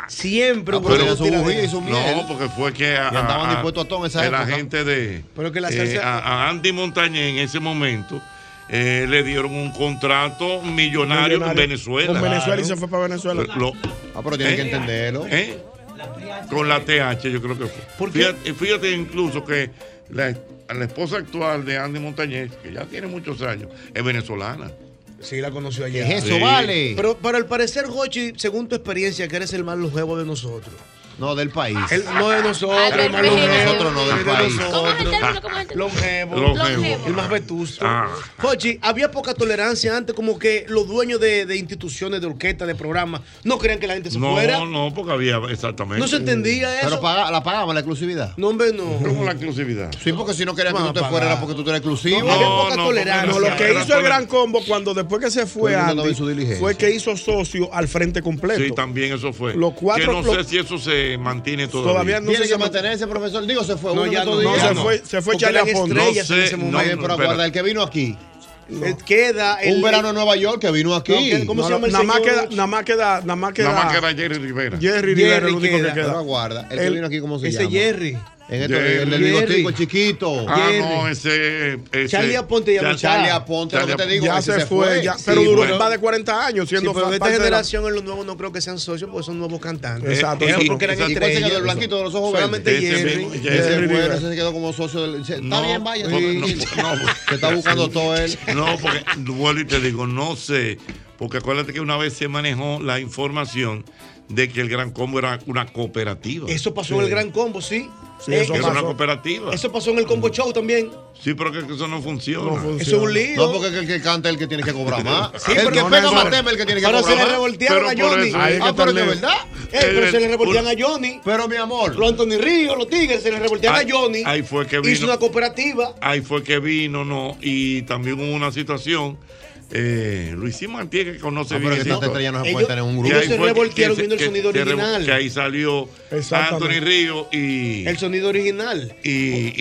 Speaker 6: Siempre
Speaker 4: hubo
Speaker 7: pero eso bujía y eso miel.
Speaker 4: No, porque fue que a-
Speaker 7: Y andaban
Speaker 4: a-
Speaker 7: dispuestos a todo en esa
Speaker 4: que
Speaker 7: época.
Speaker 4: la gente de
Speaker 7: Pero que la
Speaker 4: eh,
Speaker 7: salsa-
Speaker 4: a, a Andy Montañez en ese momento eh, le dieron un contrato millonario, en Venezuela.
Speaker 5: Con Venezuela y se fue para Venezuela.
Speaker 4: Lo-
Speaker 7: Ah, pero tienen
Speaker 4: ¿Eh?
Speaker 7: que entenderlo.
Speaker 4: ¿Eh? Con la TH, yo creo que fue. Fíjate, fíjate incluso que la, la esposa actual de Andy Montañez, que ya tiene muchos años, es venezolana.
Speaker 6: Sí, la conoció ayer.
Speaker 4: ¿Qué es eso, Sí. vale?
Speaker 6: Pero, pero al parecer, Jochi, según tu experiencia, que eres el más longevo de nosotros.
Speaker 7: No, del país.
Speaker 6: El- no de nosotros,
Speaker 7: Ay,
Speaker 6: el más
Speaker 7: del
Speaker 6: longevo.
Speaker 7: Nosotros no, del
Speaker 6: de
Speaker 7: país.
Speaker 6: nosotros.
Speaker 7: ¿Cómo es el término? ¿Cómo
Speaker 6: Longevo.
Speaker 7: Longevo.
Speaker 6: El más vetusto.
Speaker 7: Ah.
Speaker 6: Jochi, había poca tolerancia antes, como que los dueños de, de instituciones, de orquestas, de programas, no querían que la gente se
Speaker 4: No,
Speaker 6: fuera.
Speaker 4: no, porque había exactamente.
Speaker 6: No se entendía eso.
Speaker 7: Pero paga- la pagaban la exclusividad.
Speaker 6: No, hombre, no.
Speaker 4: ¿Cómo la exclusividad?
Speaker 7: Sí, porque si no querían que
Speaker 5: Van
Speaker 7: tú
Speaker 5: a
Speaker 7: te
Speaker 5: pagar.
Speaker 7: fueras era porque tú eras exclusivo.
Speaker 5: No, había poca tolerancia. No, lo que hizo el gran combo cuando después que se
Speaker 7: Todo
Speaker 5: fue
Speaker 7: el mundo andaba
Speaker 5: Andy,
Speaker 7: en su diligencia.
Speaker 5: fue que hizo socio al frente completo.
Speaker 4: Sí, también eso fue.
Speaker 5: Los cuatro-
Speaker 4: que no
Speaker 5: los-
Speaker 4: sé si eso se mantiene todavía.
Speaker 5: Todavía no
Speaker 7: Tiene
Speaker 5: se
Speaker 7: que
Speaker 5: llama-
Speaker 7: mantenerse, profesor. Digo, se fue.
Speaker 5: No,
Speaker 7: uno
Speaker 5: ya
Speaker 7: otro
Speaker 5: no,
Speaker 7: día.
Speaker 5: no, se fue- se fue
Speaker 7: Porque
Speaker 5: Charlie
Speaker 7: eran
Speaker 5: Aponte.
Speaker 7: estrellas
Speaker 5: No
Speaker 7: en
Speaker 5: sé,
Speaker 7: ese
Speaker 5: no,
Speaker 7: momento.
Speaker 5: no,
Speaker 7: pero
Speaker 5: espérate.
Speaker 7: aguarda, el que vino aquí.
Speaker 6: Queda el-
Speaker 7: Un verano en Nueva York que vino aquí.
Speaker 5: Eh, No, nada más queda, nada más queda, nada más queda.
Speaker 7: Nada más queda Jerry Rivera.
Speaker 5: Jerry Rivera es
Speaker 7: Jerry
Speaker 5: el único
Speaker 7: queda.
Speaker 5: que queda.
Speaker 7: Pero aguarda, el que vino aquí, ¿cómo se llama? En estos
Speaker 4: Jerry.
Speaker 7: días, el del
Speaker 4: Jerry.
Speaker 7: bigotico chiquito.
Speaker 4: Ah, no, ese. ese
Speaker 7: Charlie Aponte ya no está. Charlie Aponte, lo que te digo,
Speaker 5: Ya
Speaker 7: ese
Speaker 5: se
Speaker 7: se
Speaker 5: fue,
Speaker 7: fue.
Speaker 5: ya-
Speaker 7: Sí,
Speaker 5: pero duró
Speaker 7: bueno.
Speaker 5: más de 40 años
Speaker 6: Sí,
Speaker 5: siendo
Speaker 6: pero de esta
Speaker 5: parte de la-
Speaker 6: generación en los nuevos no creo que sean socios porque son nuevos cantantes.
Speaker 7: Eh,
Speaker 5: Exacto,
Speaker 6: Eso
Speaker 5: exacto.
Speaker 6: porque eran
Speaker 5: Exacto.
Speaker 6: estrellas.
Speaker 5: Ese que el blanquito
Speaker 7: de los ojos
Speaker 6: Solamente
Speaker 7: verdes. Ese
Speaker 6: Jerry.
Speaker 7: mismo, Jerry Ese fue, Rivera. ese se quedó como socio del. Está bien, vaya.
Speaker 4: porque-
Speaker 7: sí.
Speaker 4: no, no,
Speaker 7: Se está buscando todo él.
Speaker 4: No, porque vuelvo y te digo, no sé. Porque acuérdate que una vez se manejó la información de que el Gran Combo era una cooperativa.
Speaker 6: Eso pasó en el Gran Combo, sí.
Speaker 4: Sí,
Speaker 6: Eh,
Speaker 4: eso era una cooperativa.
Speaker 6: eso pasó en el
Speaker 7: Mm.
Speaker 6: Combo Show también.
Speaker 4: Sí, pero que que eso no funciona.
Speaker 6: Eso es un lío.
Speaker 7: No, porque el (laughs) que canta es el que tiene que cobrar
Speaker 4: (laughs)
Speaker 7: más.
Speaker 4: Sí,
Speaker 7: el
Speaker 4: pero
Speaker 7: que
Speaker 4: no,
Speaker 7: pega
Speaker 4: no,
Speaker 7: más
Speaker 4: pero-
Speaker 7: tema es el que tiene que
Speaker 4: pero
Speaker 7: cobrar
Speaker 4: se le
Speaker 7: más.
Speaker 4: revoltearon
Speaker 7: Pero
Speaker 4: a
Speaker 7: por
Speaker 4: Johnny.
Speaker 7: eso-
Speaker 4: Ahí es
Speaker 7: Ah,
Speaker 4: que Eh,
Speaker 7: pero
Speaker 4: está
Speaker 7: de
Speaker 4: lejos.
Speaker 7: verdad.
Speaker 6: Ey, Eh, pero se le revoltean a Johnny.
Speaker 7: Pero mi amor.
Speaker 6: Los Anthony Ríos, los Tigres, se le revoltean
Speaker 4: Ahí-
Speaker 6: a Johnny.
Speaker 4: ahí fue que
Speaker 6: Hizo
Speaker 4: vino.
Speaker 6: una cooperativa.
Speaker 4: Ahí fue que vino, no. Y también hubo una situación. Eh, Luisín Martínez, que conoce
Speaker 7: Ah, pero que
Speaker 4: bien.
Speaker 7: tanta estrella no se puede
Speaker 4: Ellos-
Speaker 7: tener en un
Speaker 4: que
Speaker 7: grupo.
Speaker 4: ahí
Speaker 7: Ellos se
Speaker 4: fue que-
Speaker 7: revoltearon
Speaker 4: que
Speaker 7: viendo el
Speaker 4: que-
Speaker 7: sonido
Speaker 4: que revo-
Speaker 7: original.
Speaker 4: Que ahí salió
Speaker 7: Exactamente.
Speaker 4: Anthony Ríos y.
Speaker 6: El sonido original.
Speaker 4: y,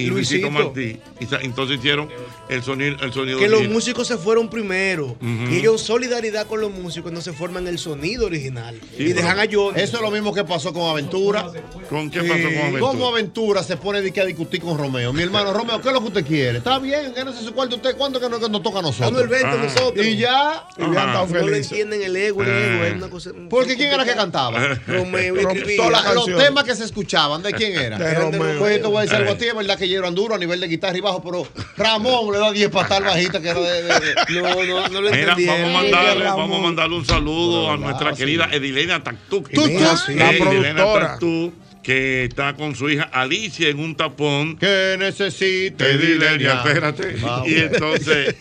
Speaker 4: y
Speaker 6: Luisito.
Speaker 4: Luisito Martí. Y sa- entonces hicieron el sonido. El sonido
Speaker 6: Que los
Speaker 4: original.
Speaker 6: músicos se fueron primero.
Speaker 4: Ujú.
Speaker 6: Y ellos, en solidaridad con los músicos, no se forman el sonido original.
Speaker 4: Sí,
Speaker 6: y
Speaker 4: pero-
Speaker 6: dejan a Johnny.
Speaker 7: Eso es lo mismo que pasó con Aventura.
Speaker 4: ¿Con qué
Speaker 7: Sí.
Speaker 4: pasó con Aventura?
Speaker 7: ¿Cómo Aventura se pone de que a discutir con Romeo? Mi hermano Romeo, ¿qué es lo que usted quiere? Está bien, gánese su cuarto usted. ¿Cuánto que no, que nos toca a nosotros?
Speaker 6: Dame el 20 a
Speaker 7: Ah.
Speaker 6: nosotros.
Speaker 7: Y ya.
Speaker 6: Y hubieran estado No le felices. entienden el ego, el ego, es una cosa-
Speaker 7: Porque ¿quién era que cantaba?
Speaker 6: (laughs) Romeo
Speaker 7: Rom-
Speaker 6: escribía.
Speaker 7: todas las- Los
Speaker 6: canciones.
Speaker 7: temas que se escuchaban, ¿de quién era?
Speaker 6: (laughs) De Romeo.
Speaker 7: Pues yo te voy a decir algo
Speaker 6: Eh.
Speaker 7: a ti, es verdad que ellos eran duros a nivel de guitarra y bajo, pero Ramón le da 10 para estar bajita que era de.
Speaker 6: (laughs) No, no, no
Speaker 7: le
Speaker 4: Mira, vamos a mandarle,
Speaker 7: Ramón.
Speaker 4: vamos a mandarle un saludo a nuestra querida Edilena Taktuk.
Speaker 7: Edilena, sí. La
Speaker 4: Edilena
Speaker 7: productora.
Speaker 4: Taktuk, que está con su hija Alicia en un tapón.
Speaker 7: Que necesita
Speaker 4: Edilena,
Speaker 7: Edilena.
Speaker 4: espérate.
Speaker 7: Vamos.
Speaker 4: Y entonces,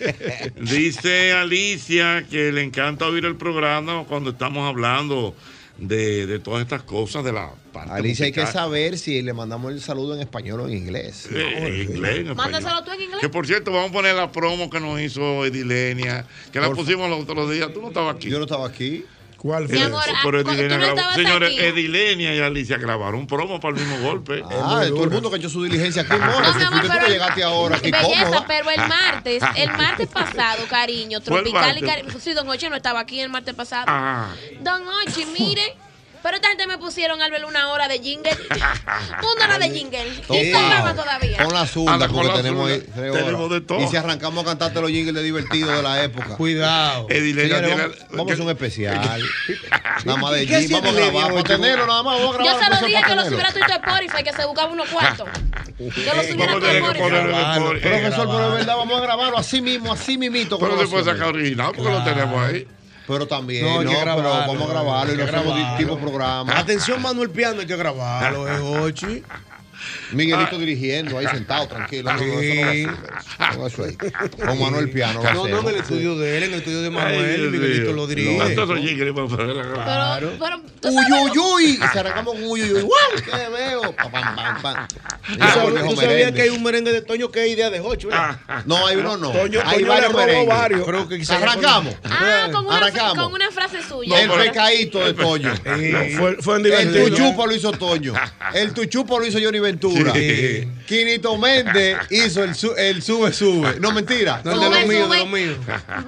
Speaker 4: dice Alicia que le encanta oír el programa cuando estamos hablando de, de todas estas cosas, de la
Speaker 7: (laughs)
Speaker 4: parte
Speaker 7: Alicia, hay que
Speaker 4: musical.
Speaker 7: saber si le mandamos el saludo en español o en inglés.
Speaker 4: Eh, en inglés, en español.
Speaker 8: Mándaselo tú en inglés.
Speaker 4: Que por cierto, vamos a poner la promo que nos hizo Edilenia, que la
Speaker 7: Por fa-
Speaker 4: pusimos los otros días. Tú no estabas aquí. Yo
Speaker 7: no estaba aquí.
Speaker 5: ¿Cuál
Speaker 8: Mi amor, ah,
Speaker 4: Pero
Speaker 8: cu- tú
Speaker 4: Edilenia
Speaker 8: no
Speaker 4: grabó.
Speaker 8: estabas
Speaker 4: Señores,
Speaker 8: aquí.
Speaker 4: Edilenia y Alicia grabaron promo para el mismo golpe.
Speaker 7: Ah, de todo el mundo que ha hecho su diligencia aquí,
Speaker 4: No,
Speaker 7: Morris.
Speaker 8: mi amor,
Speaker 7: tú que
Speaker 8: pero-
Speaker 7: llegaste ahora, qué
Speaker 8: Belleza,
Speaker 7: cómodo.
Speaker 8: pero el martes, el martes pasado, cariño,
Speaker 7: Fue el
Speaker 8: tropical y
Speaker 7: martes.
Speaker 8: cariño. Sí, don Ochi no estaba aquí el martes pasado.
Speaker 4: Ah.
Speaker 8: Don Ochi, mire. Pero esta gente me pusieron al ver una hora de jingle.
Speaker 4: Ah.
Speaker 8: Una hora de jingle.
Speaker 7: Topao.
Speaker 8: Y programa todavía.
Speaker 7: Con la zunda,
Speaker 4: Anda, con
Speaker 7: porque
Speaker 4: la
Speaker 7: tenemos
Speaker 4: zunda.
Speaker 7: ahí. tres
Speaker 4: Tenemos
Speaker 7: horas.
Speaker 4: de todo.
Speaker 7: Y si arrancamos a cantarte los jingles de divertido de la época.
Speaker 6: Cuidado.
Speaker 4: Eh,
Speaker 7: Edilenia,
Speaker 4: Señores,
Speaker 7: tiene-
Speaker 4: vamos-
Speaker 7: vamos a hacer un
Speaker 4: (laughs)
Speaker 7: especial. nada más de
Speaker 6: ¿Y
Speaker 7: jingle. Vamos a
Speaker 6: qué hacía Edilenia
Speaker 7: grabar.
Speaker 6: hoy,
Speaker 7: Para
Speaker 6: chico?
Speaker 7: tenerlo, nada más. Vamos a grabar.
Speaker 8: Yo se lo
Speaker 7: cosas
Speaker 8: dije
Speaker 7: para
Speaker 8: que lo
Speaker 7: tenerlo.
Speaker 8: subiera tú a Spotify, que se buscaba unos cuartos. Yo lo subiera
Speaker 4: Vamos
Speaker 8: tú
Speaker 4: a
Speaker 8: a
Speaker 4: tener que ponerlo en
Speaker 8: Spotify.
Speaker 4: Spotify.
Speaker 7: Profesor, pero es verdad, vamos a grabarlo así mismo, así mismito.
Speaker 4: Pero
Speaker 7: como
Speaker 4: se puede
Speaker 7: hacemos.
Speaker 4: sacar original porque lo
Speaker 7: Claro.
Speaker 4: tenemos ahí.
Speaker 7: Pero también,
Speaker 6: No,
Speaker 7: no,
Speaker 6: hay que
Speaker 7: pero
Speaker 6: grabarlo,
Speaker 7: vamos a grabarlo y
Speaker 6: hay
Speaker 7: lo
Speaker 6: que
Speaker 7: hacemos
Speaker 6: grabarlo.
Speaker 7: tipo programa.
Speaker 6: ¿eh, Atención, Manuel Piano, hay que grabarlo, es Ochi.
Speaker 7: Miguelito
Speaker 6: Ah.
Speaker 7: dirigiendo, ahí sentado, tranquilo. No, no, eso no va así, eso no va así ahí. Con ah, Manuel Piano.
Speaker 6: No, no, en el estudio de él, en el estudio de Manuel, y Miguelito lo dirige.
Speaker 7: Claro.
Speaker 8: Pero,
Speaker 7: Uy, uy, uy. Y arrancamos con uy, uy, uy. ¡Wow! ¿Qué veo? Pa, pam, pam, pam.
Speaker 6: ¿Tú
Speaker 7: Ya
Speaker 6: sabes-
Speaker 7: volvemos
Speaker 6: tú sabías
Speaker 7: merengue.
Speaker 6: que hay un merengue de Toño que es idea de Jocho, ¿verdad?
Speaker 7: No, hay uno no.
Speaker 6: Toño,
Speaker 7: hay
Speaker 6: Toño
Speaker 7: varios
Speaker 6: le robó
Speaker 7: merengues.
Speaker 6: varios. Creo que quizás-
Speaker 7: Arrancamos.
Speaker 8: Ah, con una, fra-
Speaker 7: Arrancamos.
Speaker 8: con una frase suya.
Speaker 7: No, el pecadito de Toño.
Speaker 5: fue- fue en
Speaker 7: el
Speaker 5: divertido.
Speaker 7: Tuchupo lo hizo Toño. El Tuchupo lo hizo Johnny Ventura.
Speaker 5: Sí.
Speaker 7: Quinito Méndez hizo el, su- el sube, sube. No, mentira.
Speaker 5: No, el de lo Sube, mío, sube. de lo
Speaker 7: mío.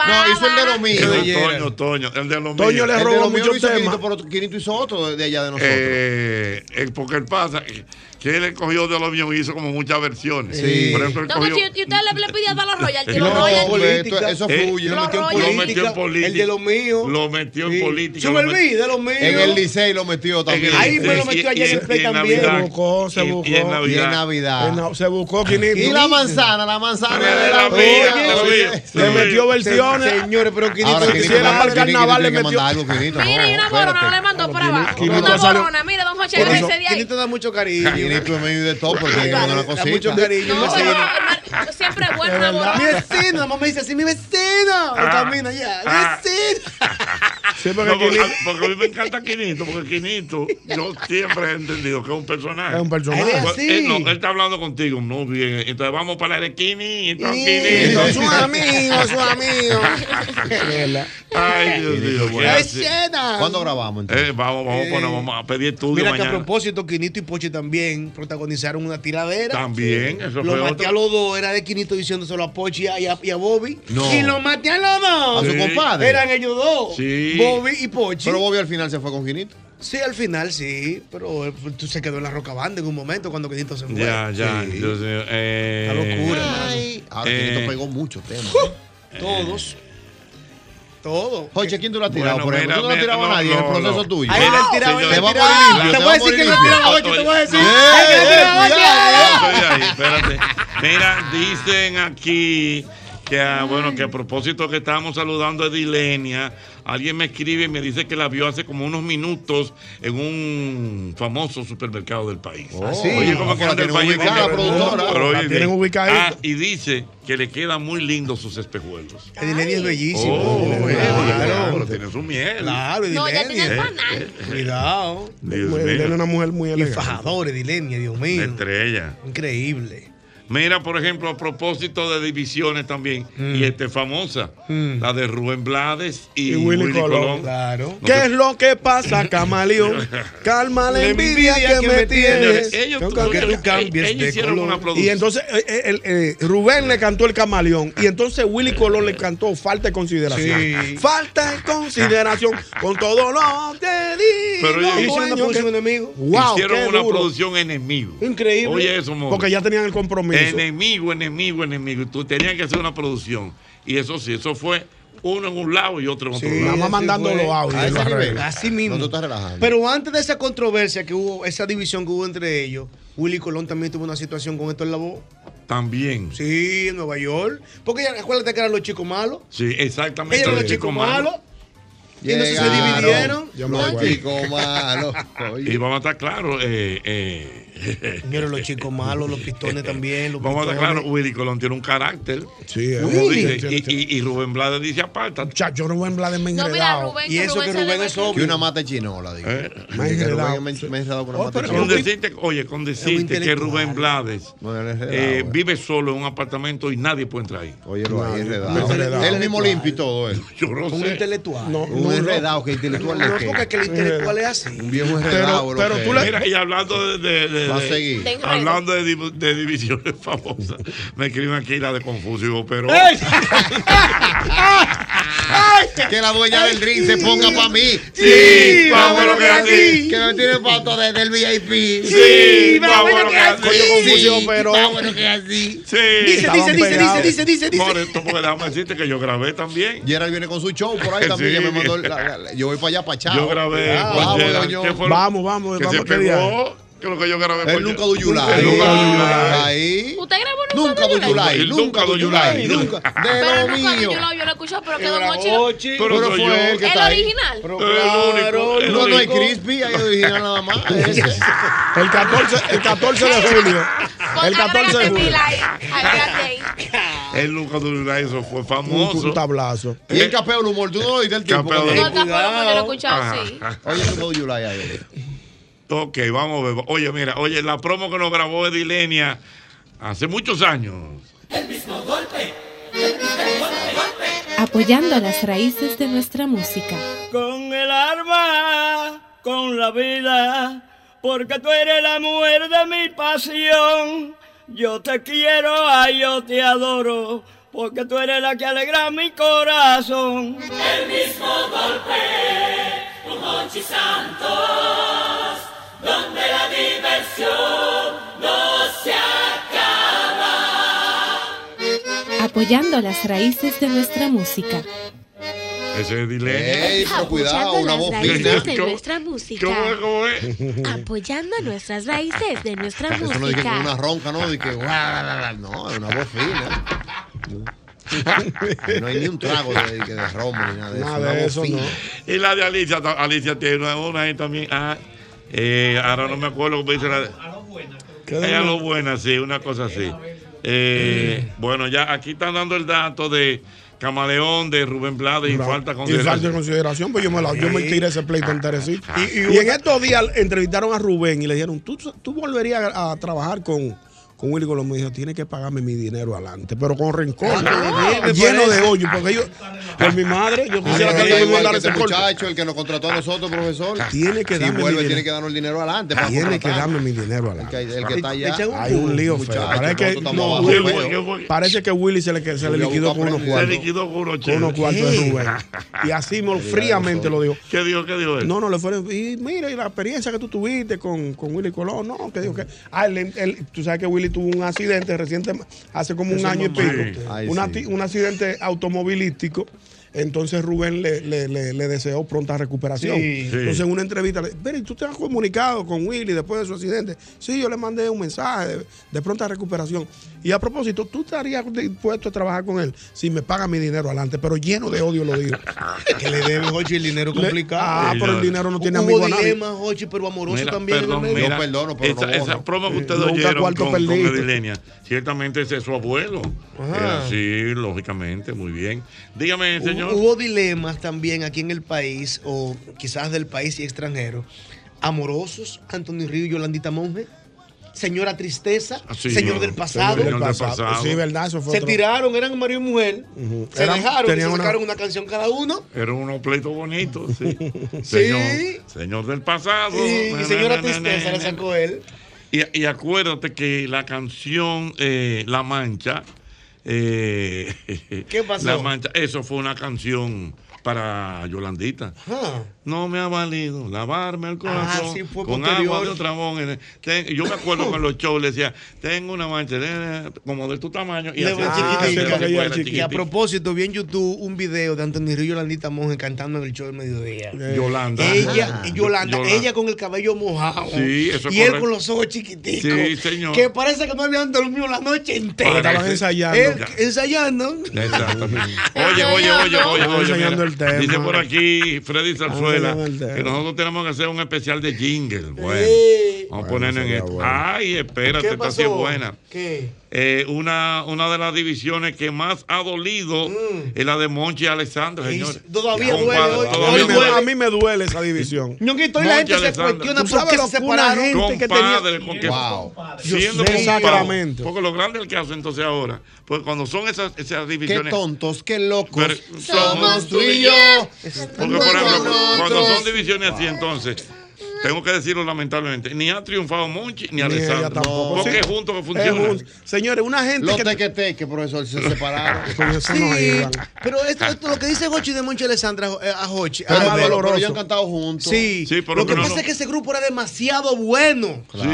Speaker 7: No, hizo el de lo
Speaker 4: El de
Speaker 7: mío.
Speaker 4: Toño, Toño, el de los
Speaker 7: Toño le robó mucho
Speaker 4: muchos
Speaker 7: tema. Quinito hizo otro de allá de nosotros.
Speaker 4: Eh, eh, porque él pasa que- que él cogió de los míos y hizo como muchas versiones.
Speaker 7: Sí.
Speaker 4: Por ejemplo, él
Speaker 8: No, pues
Speaker 4: cogió.
Speaker 8: si si usted le, le pidió a todos los royalties,
Speaker 4: No,
Speaker 8: los royalties.
Speaker 7: esto- eso fluye,
Speaker 4: Eh,
Speaker 7: lo metió en
Speaker 4: lo
Speaker 7: política,
Speaker 4: metió en política.
Speaker 7: el de lo mío.
Speaker 4: Lo metió en política.
Speaker 7: Yo
Speaker 4: lo
Speaker 7: me
Speaker 4: metió-
Speaker 7: olvidé de lo mío. En el Licey lo metió también.
Speaker 4: Ahí me lo metió ayer en el Play también.
Speaker 5: Se buscó, se
Speaker 4: Y- y
Speaker 5: buscó.
Speaker 4: en Navidad.
Speaker 7: Y en Navidad.
Speaker 5: En na- Se buscó, Quinito.
Speaker 7: Y la manzana, la manzana de la
Speaker 5: mía,
Speaker 7: mía.
Speaker 5: de la
Speaker 7: Oye,
Speaker 5: mía. Le metió versiones.
Speaker 7: Señores, pero Quinito,
Speaker 5: Ahora, Quinito,
Speaker 7: si era para el
Speaker 5: Quinito,
Speaker 7: carnaval, le
Speaker 5: Quinito,
Speaker 7: metió.
Speaker 5: tiene que mandar algo, Quinito,
Speaker 8: Mira, y una corona, no le mandó para abajo.
Speaker 7: Quinito
Speaker 8: Una
Speaker 7: salió-
Speaker 8: corona, mira, don José,
Speaker 7: Por eso,
Speaker 8: déjese de ahí.
Speaker 6: Quinito da mucho cariño.
Speaker 7: Quinito es medio de todo, pero tiene que mandar una cosita.
Speaker 6: mucho cariño,
Speaker 8: No,
Speaker 6: vecino.
Speaker 8: no, no, siempre es bueno una
Speaker 6: Mi
Speaker 8: corona.
Speaker 6: vecino, mamá me dice así, mi vecino. Y
Speaker 4: Ah.
Speaker 6: camina ya.
Speaker 4: Ah.
Speaker 6: Vecino.
Speaker 4: No, porque, porque a mí me encanta Quinito, porque Quinito, yo siempre he entendido que es un personaje.
Speaker 5: Es un personaje. Él es
Speaker 4: Pues,
Speaker 5: así.
Speaker 4: él, no, él está hablando contigo, no bien. Entonces vamos para el Quinito.
Speaker 5: Sí,
Speaker 4: Quinito.
Speaker 5: son sus amigos, son amigos.
Speaker 4: (laughs) Ay, Dios mío. qué
Speaker 6: Qué
Speaker 4: así.
Speaker 6: escena.
Speaker 7: ¿Cuándo grabamos?
Speaker 4: Eh, vamos, vamos, a poner- vamos a pedir estudio
Speaker 6: Mira que a
Speaker 4: mañana.
Speaker 6: propósito, Quinito y Pochi también protagonizaron una tiradera.
Speaker 4: También, eso
Speaker 6: Lo
Speaker 4: fue
Speaker 6: maté
Speaker 4: otro.
Speaker 6: a los dos, era de Quinito diciéndoselo a Pochi y a, y a- y a Bobby.
Speaker 7: No.
Speaker 6: Y lo maté a los dos.
Speaker 7: A su compadre.
Speaker 6: Eran ellos dos.
Speaker 7: Sí.
Speaker 6: Bobby y Pochi.
Speaker 7: Pero Bobby al final se fue con Quinito.
Speaker 6: Sí, al final sí, pero él fue- tú se quedó en la roca banda en un momento cuando Quinito se fue.
Speaker 4: Ya, ya.
Speaker 6: Sí.
Speaker 4: Dios mío, eh,
Speaker 6: La locura, hermano.
Speaker 7: Ahora
Speaker 4: Eh.
Speaker 7: Quinito Ah, pegó muchos temas.
Speaker 6: Todos. Todo.
Speaker 7: Oye, ¿quién tú lo has tirado?
Speaker 4: Bueno,
Speaker 7: por ejemplo,
Speaker 4: mira,
Speaker 7: tú no has
Speaker 4: mira,
Speaker 7: tirado
Speaker 4: no,
Speaker 7: a nadie en
Speaker 4: no,
Speaker 7: el proceso
Speaker 4: no.
Speaker 7: tuyo.
Speaker 4: Ahí le han tirado, ahí le
Speaker 7: Te
Speaker 4: han
Speaker 7: voy a
Speaker 4: tirado.
Speaker 7: morir limpio,
Speaker 4: Te
Speaker 7: te
Speaker 4: voy a
Speaker 7: voy a
Speaker 4: decir que
Speaker 7: morir
Speaker 4: lo
Speaker 7: limpio.
Speaker 4: tiraba ocho, te voy a decir.
Speaker 7: Eh,
Speaker 4: Ay, que lo
Speaker 7: eh,
Speaker 4: tiraba
Speaker 7: ya,
Speaker 4: ocho.
Speaker 7: ya.
Speaker 4: Estoy ahí, espérate. Mira, dicen aquí que, ah, bueno, que a propósito que estábamos saludando a Edilenia, alguien me escribe y me dice que la vio hace como unos minutos en un famoso supermercado del país.
Speaker 7: Ah, sí.
Speaker 4: Oye, como que
Speaker 7: La
Speaker 4: anda el
Speaker 7: tienen
Speaker 4: país.
Speaker 7: ubicada,
Speaker 4: Pero
Speaker 7: productora.
Speaker 4: oye,
Speaker 7: La tienen
Speaker 4: di-
Speaker 7: ubicadita.
Speaker 4: Ah, y dice que le quedan muy lindos sus espejuelos.
Speaker 6: Edilenia es bellísimo.
Speaker 4: Oh,
Speaker 6: Edilenia,
Speaker 4: claro. Tiene su miel.
Speaker 6: Claro, Eh,
Speaker 8: No, ya tiene el
Speaker 6: Edilenia.
Speaker 7: Eh,
Speaker 8: panal.
Speaker 6: Cuidado.
Speaker 4: mío.
Speaker 6: Edilenia
Speaker 4: es
Speaker 6: una mujer muy elegante. fajador, Edilenia, Dios mío.
Speaker 4: Estrella.
Speaker 6: Increíble.
Speaker 4: Mira, por ejemplo, a propósito de divisiones también, y este famosa, la de Rubén Blades y,
Speaker 5: Y Willy Colón.
Speaker 6: Claro.
Speaker 5: ¿Qué es lo que
Speaker 4: (laughs)
Speaker 5: pasa, camaleón? Calma la
Speaker 6: La
Speaker 5: envidia
Speaker 6: envidia
Speaker 5: que
Speaker 6: que
Speaker 5: me
Speaker 6: me
Speaker 5: tienes.
Speaker 6: tienes. Ellos tuvieron- Que tú cambies ellos de hicieron color. una producción.
Speaker 5: Y entonces eh, eh, el, eh, Rubén le cantó el camaleón. Y entonces Willy Colón le cantó Falta de consideración.
Speaker 6: Sí.
Speaker 5: Falta de consideración con todo lo que digo.
Speaker 4: Pero ellos-
Speaker 5: dueño,
Speaker 4: Hicieron una producción
Speaker 5: que-
Speaker 6: enemigo.
Speaker 5: Wow,
Speaker 4: Hicieron
Speaker 5: qué
Speaker 4: una
Speaker 5: duro.
Speaker 4: producción enemigo.
Speaker 5: Increíble.
Speaker 4: Oye, eso, amor.
Speaker 5: Porque ya tenían el compromiso.
Speaker 4: Enemigo, enemigo, enemigo. Tú tenías que hacer una producción. Y eso sí, eso fue uno en un lado y otro en otro lado.
Speaker 6: así fue. A ese nivel. Así
Speaker 7: Así
Speaker 6: mismo.
Speaker 7: mismo. No, tú estás relajando.
Speaker 6: Pero antes de esa controversia que hubo, esa división que hubo entre ellos, Willy Colón también tuvo una situación con Héctor Lavoe.
Speaker 4: También.
Speaker 6: Sí, en Nueva York. Porque ya, acuérdate que eran los chicos malos.
Speaker 4: Sí, exactamente.
Speaker 6: Ellos eran los
Speaker 4: Sí.
Speaker 6: chicos malos. Y entonces se
Speaker 7: Llegaron.
Speaker 6: dividieron.
Speaker 7: Yo me acuerdo. Chico malo.
Speaker 4: Y vamos a estar claros. Eh, eh.
Speaker 6: Señores, los chicos malos, los
Speaker 4: (laughs)
Speaker 6: pistones también. Los
Speaker 4: Vamos a estar
Speaker 6: pistones.
Speaker 4: claros, Willy Colón tiene un carácter.
Speaker 5: Sí,
Speaker 4: Como
Speaker 7: eh.
Speaker 5: Willy.
Speaker 4: dice, y, y- y Rubén Blades dice aparta.
Speaker 5: Chacho, Rubén Blades me
Speaker 8: No, mira,
Speaker 5: enredado.
Speaker 8: Rubén- Y eso Rubén que se Rubén le- es obvio.
Speaker 7: Y una mata chinola, digo. Me dice que Rubén me- me ha enredado con una mata
Speaker 4: Eh, Con
Speaker 7: chinola.
Speaker 4: decirte- oye, con
Speaker 7: Es un
Speaker 4: decirte que
Speaker 7: intelectual.
Speaker 4: Rubén Blades eh,
Speaker 7: enredado,
Speaker 4: vive solo en un apartamento y nadie puede entrar ahí.
Speaker 7: Oye, lo ahí
Speaker 4: Un
Speaker 7: enredado.
Speaker 4: intelectual.
Speaker 7: Él mismo limpio y todo, él.
Speaker 4: (laughs) Yo no
Speaker 7: Un
Speaker 4: sé.
Speaker 6: intelectual.
Speaker 7: No, un
Speaker 4: no,
Speaker 7: enredado, que intelectual
Speaker 6: No,
Speaker 7: de
Speaker 6: porque
Speaker 7: qué.
Speaker 6: es que el intelectual es así.
Speaker 7: Un viejo enredado. lo que es.
Speaker 4: Mira, y hablando de, de- de-
Speaker 7: Va a
Speaker 4: de-
Speaker 7: seguir.
Speaker 4: de- hablando de, div- de divisiones (laughs) famosas, me escriben aquí la de Confucio, pero
Speaker 7: (laughs) Que la dueña del ring se ponga para mí.
Speaker 4: Sí, vámonos que así.
Speaker 7: Que me tiene foto desde el VIP.
Speaker 4: Sí, vámonos que así.
Speaker 7: Coño, confusión,
Speaker 4: Sí,
Speaker 7: pero.
Speaker 4: vámonos
Speaker 7: que así.
Speaker 4: sí.
Speaker 7: Estaban pegados.
Speaker 4: Por esto, porque déjame decirte que yo grabé también.
Speaker 7: Gerald viene con su show por ahí también.
Speaker 4: (laughs) Sí.
Speaker 7: ya me mandó la- la- la- yo voy para allá, para Chao.
Speaker 4: Yo grabé.
Speaker 7: Ah,
Speaker 4: con
Speaker 7: vamos,
Speaker 4: Gerald.
Speaker 7: doño.
Speaker 4: ¿Qué fue lo-
Speaker 5: Vamos, vamos,
Speaker 4: que
Speaker 5: vamos,
Speaker 4: se
Speaker 5: ¿qué
Speaker 4: pegó? ¿Qué es lo que yo grabé?
Speaker 7: Él
Speaker 4: por-
Speaker 7: nunca do you like.
Speaker 4: Él nunca do you
Speaker 7: Ahí.
Speaker 4: like.
Speaker 7: Ahí.
Speaker 8: ¿Usted grabó
Speaker 7: Nunca do you like.
Speaker 4: El
Speaker 7: Nunca do you like. Nunca.
Speaker 4: Ah.
Speaker 7: De
Speaker 8: Pero
Speaker 7: lo
Speaker 8: nunca
Speaker 7: mío.
Speaker 8: yo lo, yo lo escucho, pero
Speaker 7: Que
Speaker 8: quedó
Speaker 7: grabó
Speaker 8: mochilo.
Speaker 7: Ochi. Pero Pero soy fue yo. él que
Speaker 8: ¿El
Speaker 7: está ahí.
Speaker 8: original.
Speaker 7: Claro,
Speaker 5: el
Speaker 7: no, no hay
Speaker 5: único.
Speaker 7: crispy, hay original nada
Speaker 4: (laughs)
Speaker 7: más.
Speaker 5: El 14, el 14 de julio.
Speaker 3: (laughs)
Speaker 5: El 14 de julio.
Speaker 4: El Nunca do you like, eso fue famoso.
Speaker 5: Un tablazo.
Speaker 7: Y el capeo del humor, tú no lo oíste el tiempo.
Speaker 4: Capeo del
Speaker 7: Cuando-
Speaker 4: humor. No, el capeo del humor yo lo he escuchado,
Speaker 7: Ajá.
Speaker 4: sí.
Speaker 7: Oye, Nunca do you like ahí.
Speaker 4: Ok, vamos a ver. Oye, mira, oye, la promo que nos grabó Edilenia hace muchos años.
Speaker 22: apoyando las raíces de nuestra música.
Speaker 21: Con el arma, con la vida, porque tú eres la mujer de mi pasión. Yo te quiero, ay, yo te adoro, porque tú eres la que alegra mi corazón.
Speaker 3: El mismo golpe con Hochi Santos, donde la diversión no se acaba.
Speaker 22: Apoyando las raíces de nuestra música.
Speaker 4: Ese es Edilenia.
Speaker 7: Ey, pero cuidado, una voz
Speaker 22: raíces
Speaker 7: fina.
Speaker 22: de nuestra música. Apoyando nuestras raíces de nuestra
Speaker 7: Eso no dije con una
Speaker 22: música.
Speaker 7: ronca, no, dije, guau, la, la, la. no, es una voz fina. No hay ni un trago de, de, de romo ni nada de eso.
Speaker 4: Nada
Speaker 7: una
Speaker 4: de
Speaker 7: voz
Speaker 4: eso,
Speaker 7: fina.
Speaker 4: no. Y la de Alicia, ta- Alicia tiene una, una ahí también. Ah, eh, ahora no me acuerdo cómo dice la. Ella lo buena, sí, una cosa así. Eh, Bueno, ya aquí están dando el dato de Camaleón, de Rubén Blades y
Speaker 5: Y
Speaker 4: falta
Speaker 5: falta de
Speaker 4: consideración.
Speaker 5: consideración, pues yo me, la, yo me
Speaker 4: Sí.
Speaker 5: tiré ese
Speaker 7: Ah,
Speaker 5: pleito enterecito.
Speaker 4: Y-
Speaker 5: Y,
Speaker 4: y
Speaker 5: en estos días entrevistaron a Rubén y le dijeron, ¿tú, tú volverías a, a trabajar con, con Willy Colón? Me dijo, tienes que pagarme mi dinero adelante, pero con rencor,
Speaker 7: Ah,
Speaker 5: lleno
Speaker 7: parece.
Speaker 5: de hoyo, porque yo, por mi madre, yo quisiera que
Speaker 7: Ahora
Speaker 5: alguien me
Speaker 7: Ah, igual que
Speaker 5: mandara
Speaker 7: este
Speaker 5: ese corte.
Speaker 7: muchacho, el que nos contrató a nosotros, profesor.
Speaker 5: Tiene que
Speaker 7: si
Speaker 5: darme
Speaker 7: vuelve,
Speaker 5: mi
Speaker 7: tiene
Speaker 5: dinero.
Speaker 7: que darnos el dinero adelante. para
Speaker 5: Tiene que
Speaker 7: contratar.
Speaker 5: darme mi dinero adelante.
Speaker 7: El que- el que está allá.
Speaker 5: Echa un Hay un lío
Speaker 7: Muchacho,
Speaker 5: feo. Parece que,
Speaker 7: nosotros
Speaker 5: no,
Speaker 7: estamos
Speaker 5: Willy-
Speaker 7: abajo,
Speaker 5: Willy-
Speaker 7: feo.
Speaker 5: parece que Willy se le, que- se le
Speaker 7: Yo
Speaker 5: liquidó
Speaker 7: busco
Speaker 5: con unos
Speaker 7: aprender.
Speaker 5: cuartos.
Speaker 4: Se liquidó con unos
Speaker 5: Con unos
Speaker 4: cheles.
Speaker 5: cuartos de
Speaker 4: Sí.
Speaker 5: Rubén. (laughs) Y así mol- fríamente lo dijo.
Speaker 4: ¿Qué dijo? ¿Qué dijo él?
Speaker 5: No, no, le fueron. Y mira, y la experiencia que tú tuviste con, con Willy Colón, no, que digo que. Ah, él- él- tú sabes que Willy tuvo un accidente reciente, hace como un
Speaker 7: Ese
Speaker 5: año y
Speaker 7: mamá.
Speaker 5: pico.
Speaker 7: Sí. Ay,
Speaker 5: un,
Speaker 7: sí.
Speaker 5: ati- un accidente automovilístico. Entonces Rubén le, le- le- le deseó pronta recuperación.
Speaker 7: Sí. Sí.
Speaker 5: Entonces en una entrevista, le pero ¿y tú te has comunicado con Willy después de su accidente? Sí, yo le mandé un mensaje de, de pronta recuperación. Y a propósito, ¿tú estarías dispuesto a trabajar con él si me paga mi dinero adelante? Pero lleno de odio
Speaker 7: (laughs)
Speaker 5: lo digo.
Speaker 6: Que le deben, Jochi, el dinero
Speaker 5: Le-
Speaker 6: complicado.
Speaker 5: Ah, pero el dinero no tiene
Speaker 6: Hubo
Speaker 5: amigo a nadie.
Speaker 6: dilema, Jochi, pero amoroso
Speaker 4: Mira,
Speaker 6: también. en el
Speaker 4: perdón,
Speaker 6: medio.
Speaker 4: mira, esa, esa promo que ustedes
Speaker 5: Eh, nunca
Speaker 4: oyeron
Speaker 5: cuarto
Speaker 4: con, con
Speaker 5: perdido.
Speaker 4: Edilenia, ciertamente ese es su abuelo.
Speaker 5: Ah.
Speaker 6: Ajá.
Speaker 4: Eh, sí, lógicamente, muy bien. Dígame, señor.
Speaker 6: Hubo, hubo dilemas también aquí en el país, o quizás del país y extranjero. Amorosos, Antonio Río y Yolandita Monge. Señora Tristeza,
Speaker 5: Ah, sí,
Speaker 6: señor
Speaker 5: no,
Speaker 6: del pasado.
Speaker 5: Señor del pasado. Sí, verdad, eso fue
Speaker 6: Se
Speaker 5: otro.
Speaker 6: tiraron, eran marido y mujer.
Speaker 5: Ujú.
Speaker 6: Se
Speaker 5: Eran-
Speaker 6: dejaron, y se
Speaker 5: uh-huh. tenían una-
Speaker 6: sacaron una... canción cada uno.
Speaker 4: Era unos pleitos bonitos,
Speaker 5: (laughs)
Speaker 4: sí. Señor, señor del pasado.
Speaker 6: Y,
Speaker 4: Oh, Na,
Speaker 6: y señora
Speaker 4: na, na, na,
Speaker 6: Tristeza
Speaker 4: na,
Speaker 6: le
Speaker 4: na.
Speaker 6: sacó él.
Speaker 4: Y, y acuérdate que la canción eh, La Mancha. eh, (laughs)
Speaker 6: ¿Qué pasó?
Speaker 4: La Mancha, eso fue una canción para Yolandita.
Speaker 6: Ah.
Speaker 4: No me ha valido lavarme el corazón
Speaker 6: sí, fue
Speaker 4: con
Speaker 6: posterior.
Speaker 4: agua de otra monja. Ten- yo
Speaker 6: (laughs)
Speaker 4: me acuerdo con los shows le decía, tengo una mancha eh, como de tu tamaño. Y
Speaker 6: Le
Speaker 4: así,
Speaker 6: va
Speaker 4: así,
Speaker 6: chiquitica.
Speaker 4: así, así,
Speaker 6: Que
Speaker 4: así,
Speaker 6: a propósito, vi en YouTube un video de Antonio Río y Yolandita Monge cantando en el show del mediodía.
Speaker 4: Yolanda.
Speaker 6: Ella,
Speaker 4: Ah.
Speaker 6: Yolanda,
Speaker 4: Yolanda.
Speaker 6: ella con el cabello mojado.
Speaker 4: Sí, eso es
Speaker 6: y él
Speaker 4: correcto.
Speaker 6: con los ojos chiquiticos.
Speaker 4: Sí, señor.
Speaker 6: Que parece que no habían dormido la noche entera.
Speaker 4: Parece. Estaban ensayando.
Speaker 6: Él- ensayando.
Speaker 4: Exactamente. Oye, oye, oye, oye,
Speaker 5: Estamos
Speaker 4: oye.
Speaker 5: enseñando
Speaker 4: mira,
Speaker 5: el tema.
Speaker 4: Dice por aquí Freddy Zarzuela
Speaker 5: enseñando el tema.
Speaker 4: que nosotros tenemos que hacer un especial de jingle. Bueno, vamos a ponernos en esto. Ay, espérate,
Speaker 6: ¿Qué
Speaker 4: esta sí es
Speaker 6: pasó?
Speaker 4: buena.
Speaker 6: ¿Qué?
Speaker 4: Eh, una, una de las divisiones que más ha dolido es la de Monchi Alexandro, señores.
Speaker 5: todavía
Speaker 4: Compadre,
Speaker 5: Mm. duele hoy.
Speaker 4: todavía
Speaker 5: Hoy
Speaker 4: me-
Speaker 5: duele. A mí me duele esa división.
Speaker 6: Ñonguito, y la gente se cuestiona
Speaker 5: ¿Tú
Speaker 6: por
Speaker 5: sabes
Speaker 6: qué
Speaker 5: lo
Speaker 6: se
Speaker 5: que una
Speaker 6: separaron?
Speaker 5: gente que tenía.
Speaker 4: compadre, porque
Speaker 5: Wow. Dios
Speaker 4: siendo
Speaker 5: mío.
Speaker 4: compadre,
Speaker 5: Sacramento.
Speaker 4: porque lo grande es el que hacen entonces ahora, pues cuando son esas, esas
Speaker 7: Qué
Speaker 4: divisiones,
Speaker 7: tontos, qué locos.
Speaker 4: Pero somos tú y yo. Porque, por ejemplo, cuando son divisiones así, entonces, tengo que decirlo lamentablemente, ni ha triunfado Monchi ni,
Speaker 5: ella
Speaker 4: Alessandro.
Speaker 5: tampoco.
Speaker 4: Porque
Speaker 5: Sí.
Speaker 4: es junto que
Speaker 5: Es
Speaker 4: funciona.
Speaker 5: un- Señores, una gente
Speaker 7: Los
Speaker 5: que.
Speaker 7: tequeteques, profesor, se separaron.
Speaker 5: Con eso no
Speaker 6: Sí,
Speaker 5: iban.
Speaker 6: pero esto, esto lo que dice Jochi de Monchi Alessandra eh, a Jochi.
Speaker 7: Pero-
Speaker 6: a-
Speaker 7: pero- pero
Speaker 6: doloroso.
Speaker 7: ellos han cantado juntos.
Speaker 6: Sí,
Speaker 7: Sí, pero
Speaker 6: lo que
Speaker 7: no-
Speaker 6: pasa es que ese grupo era demasiado bueno.
Speaker 7: Claro.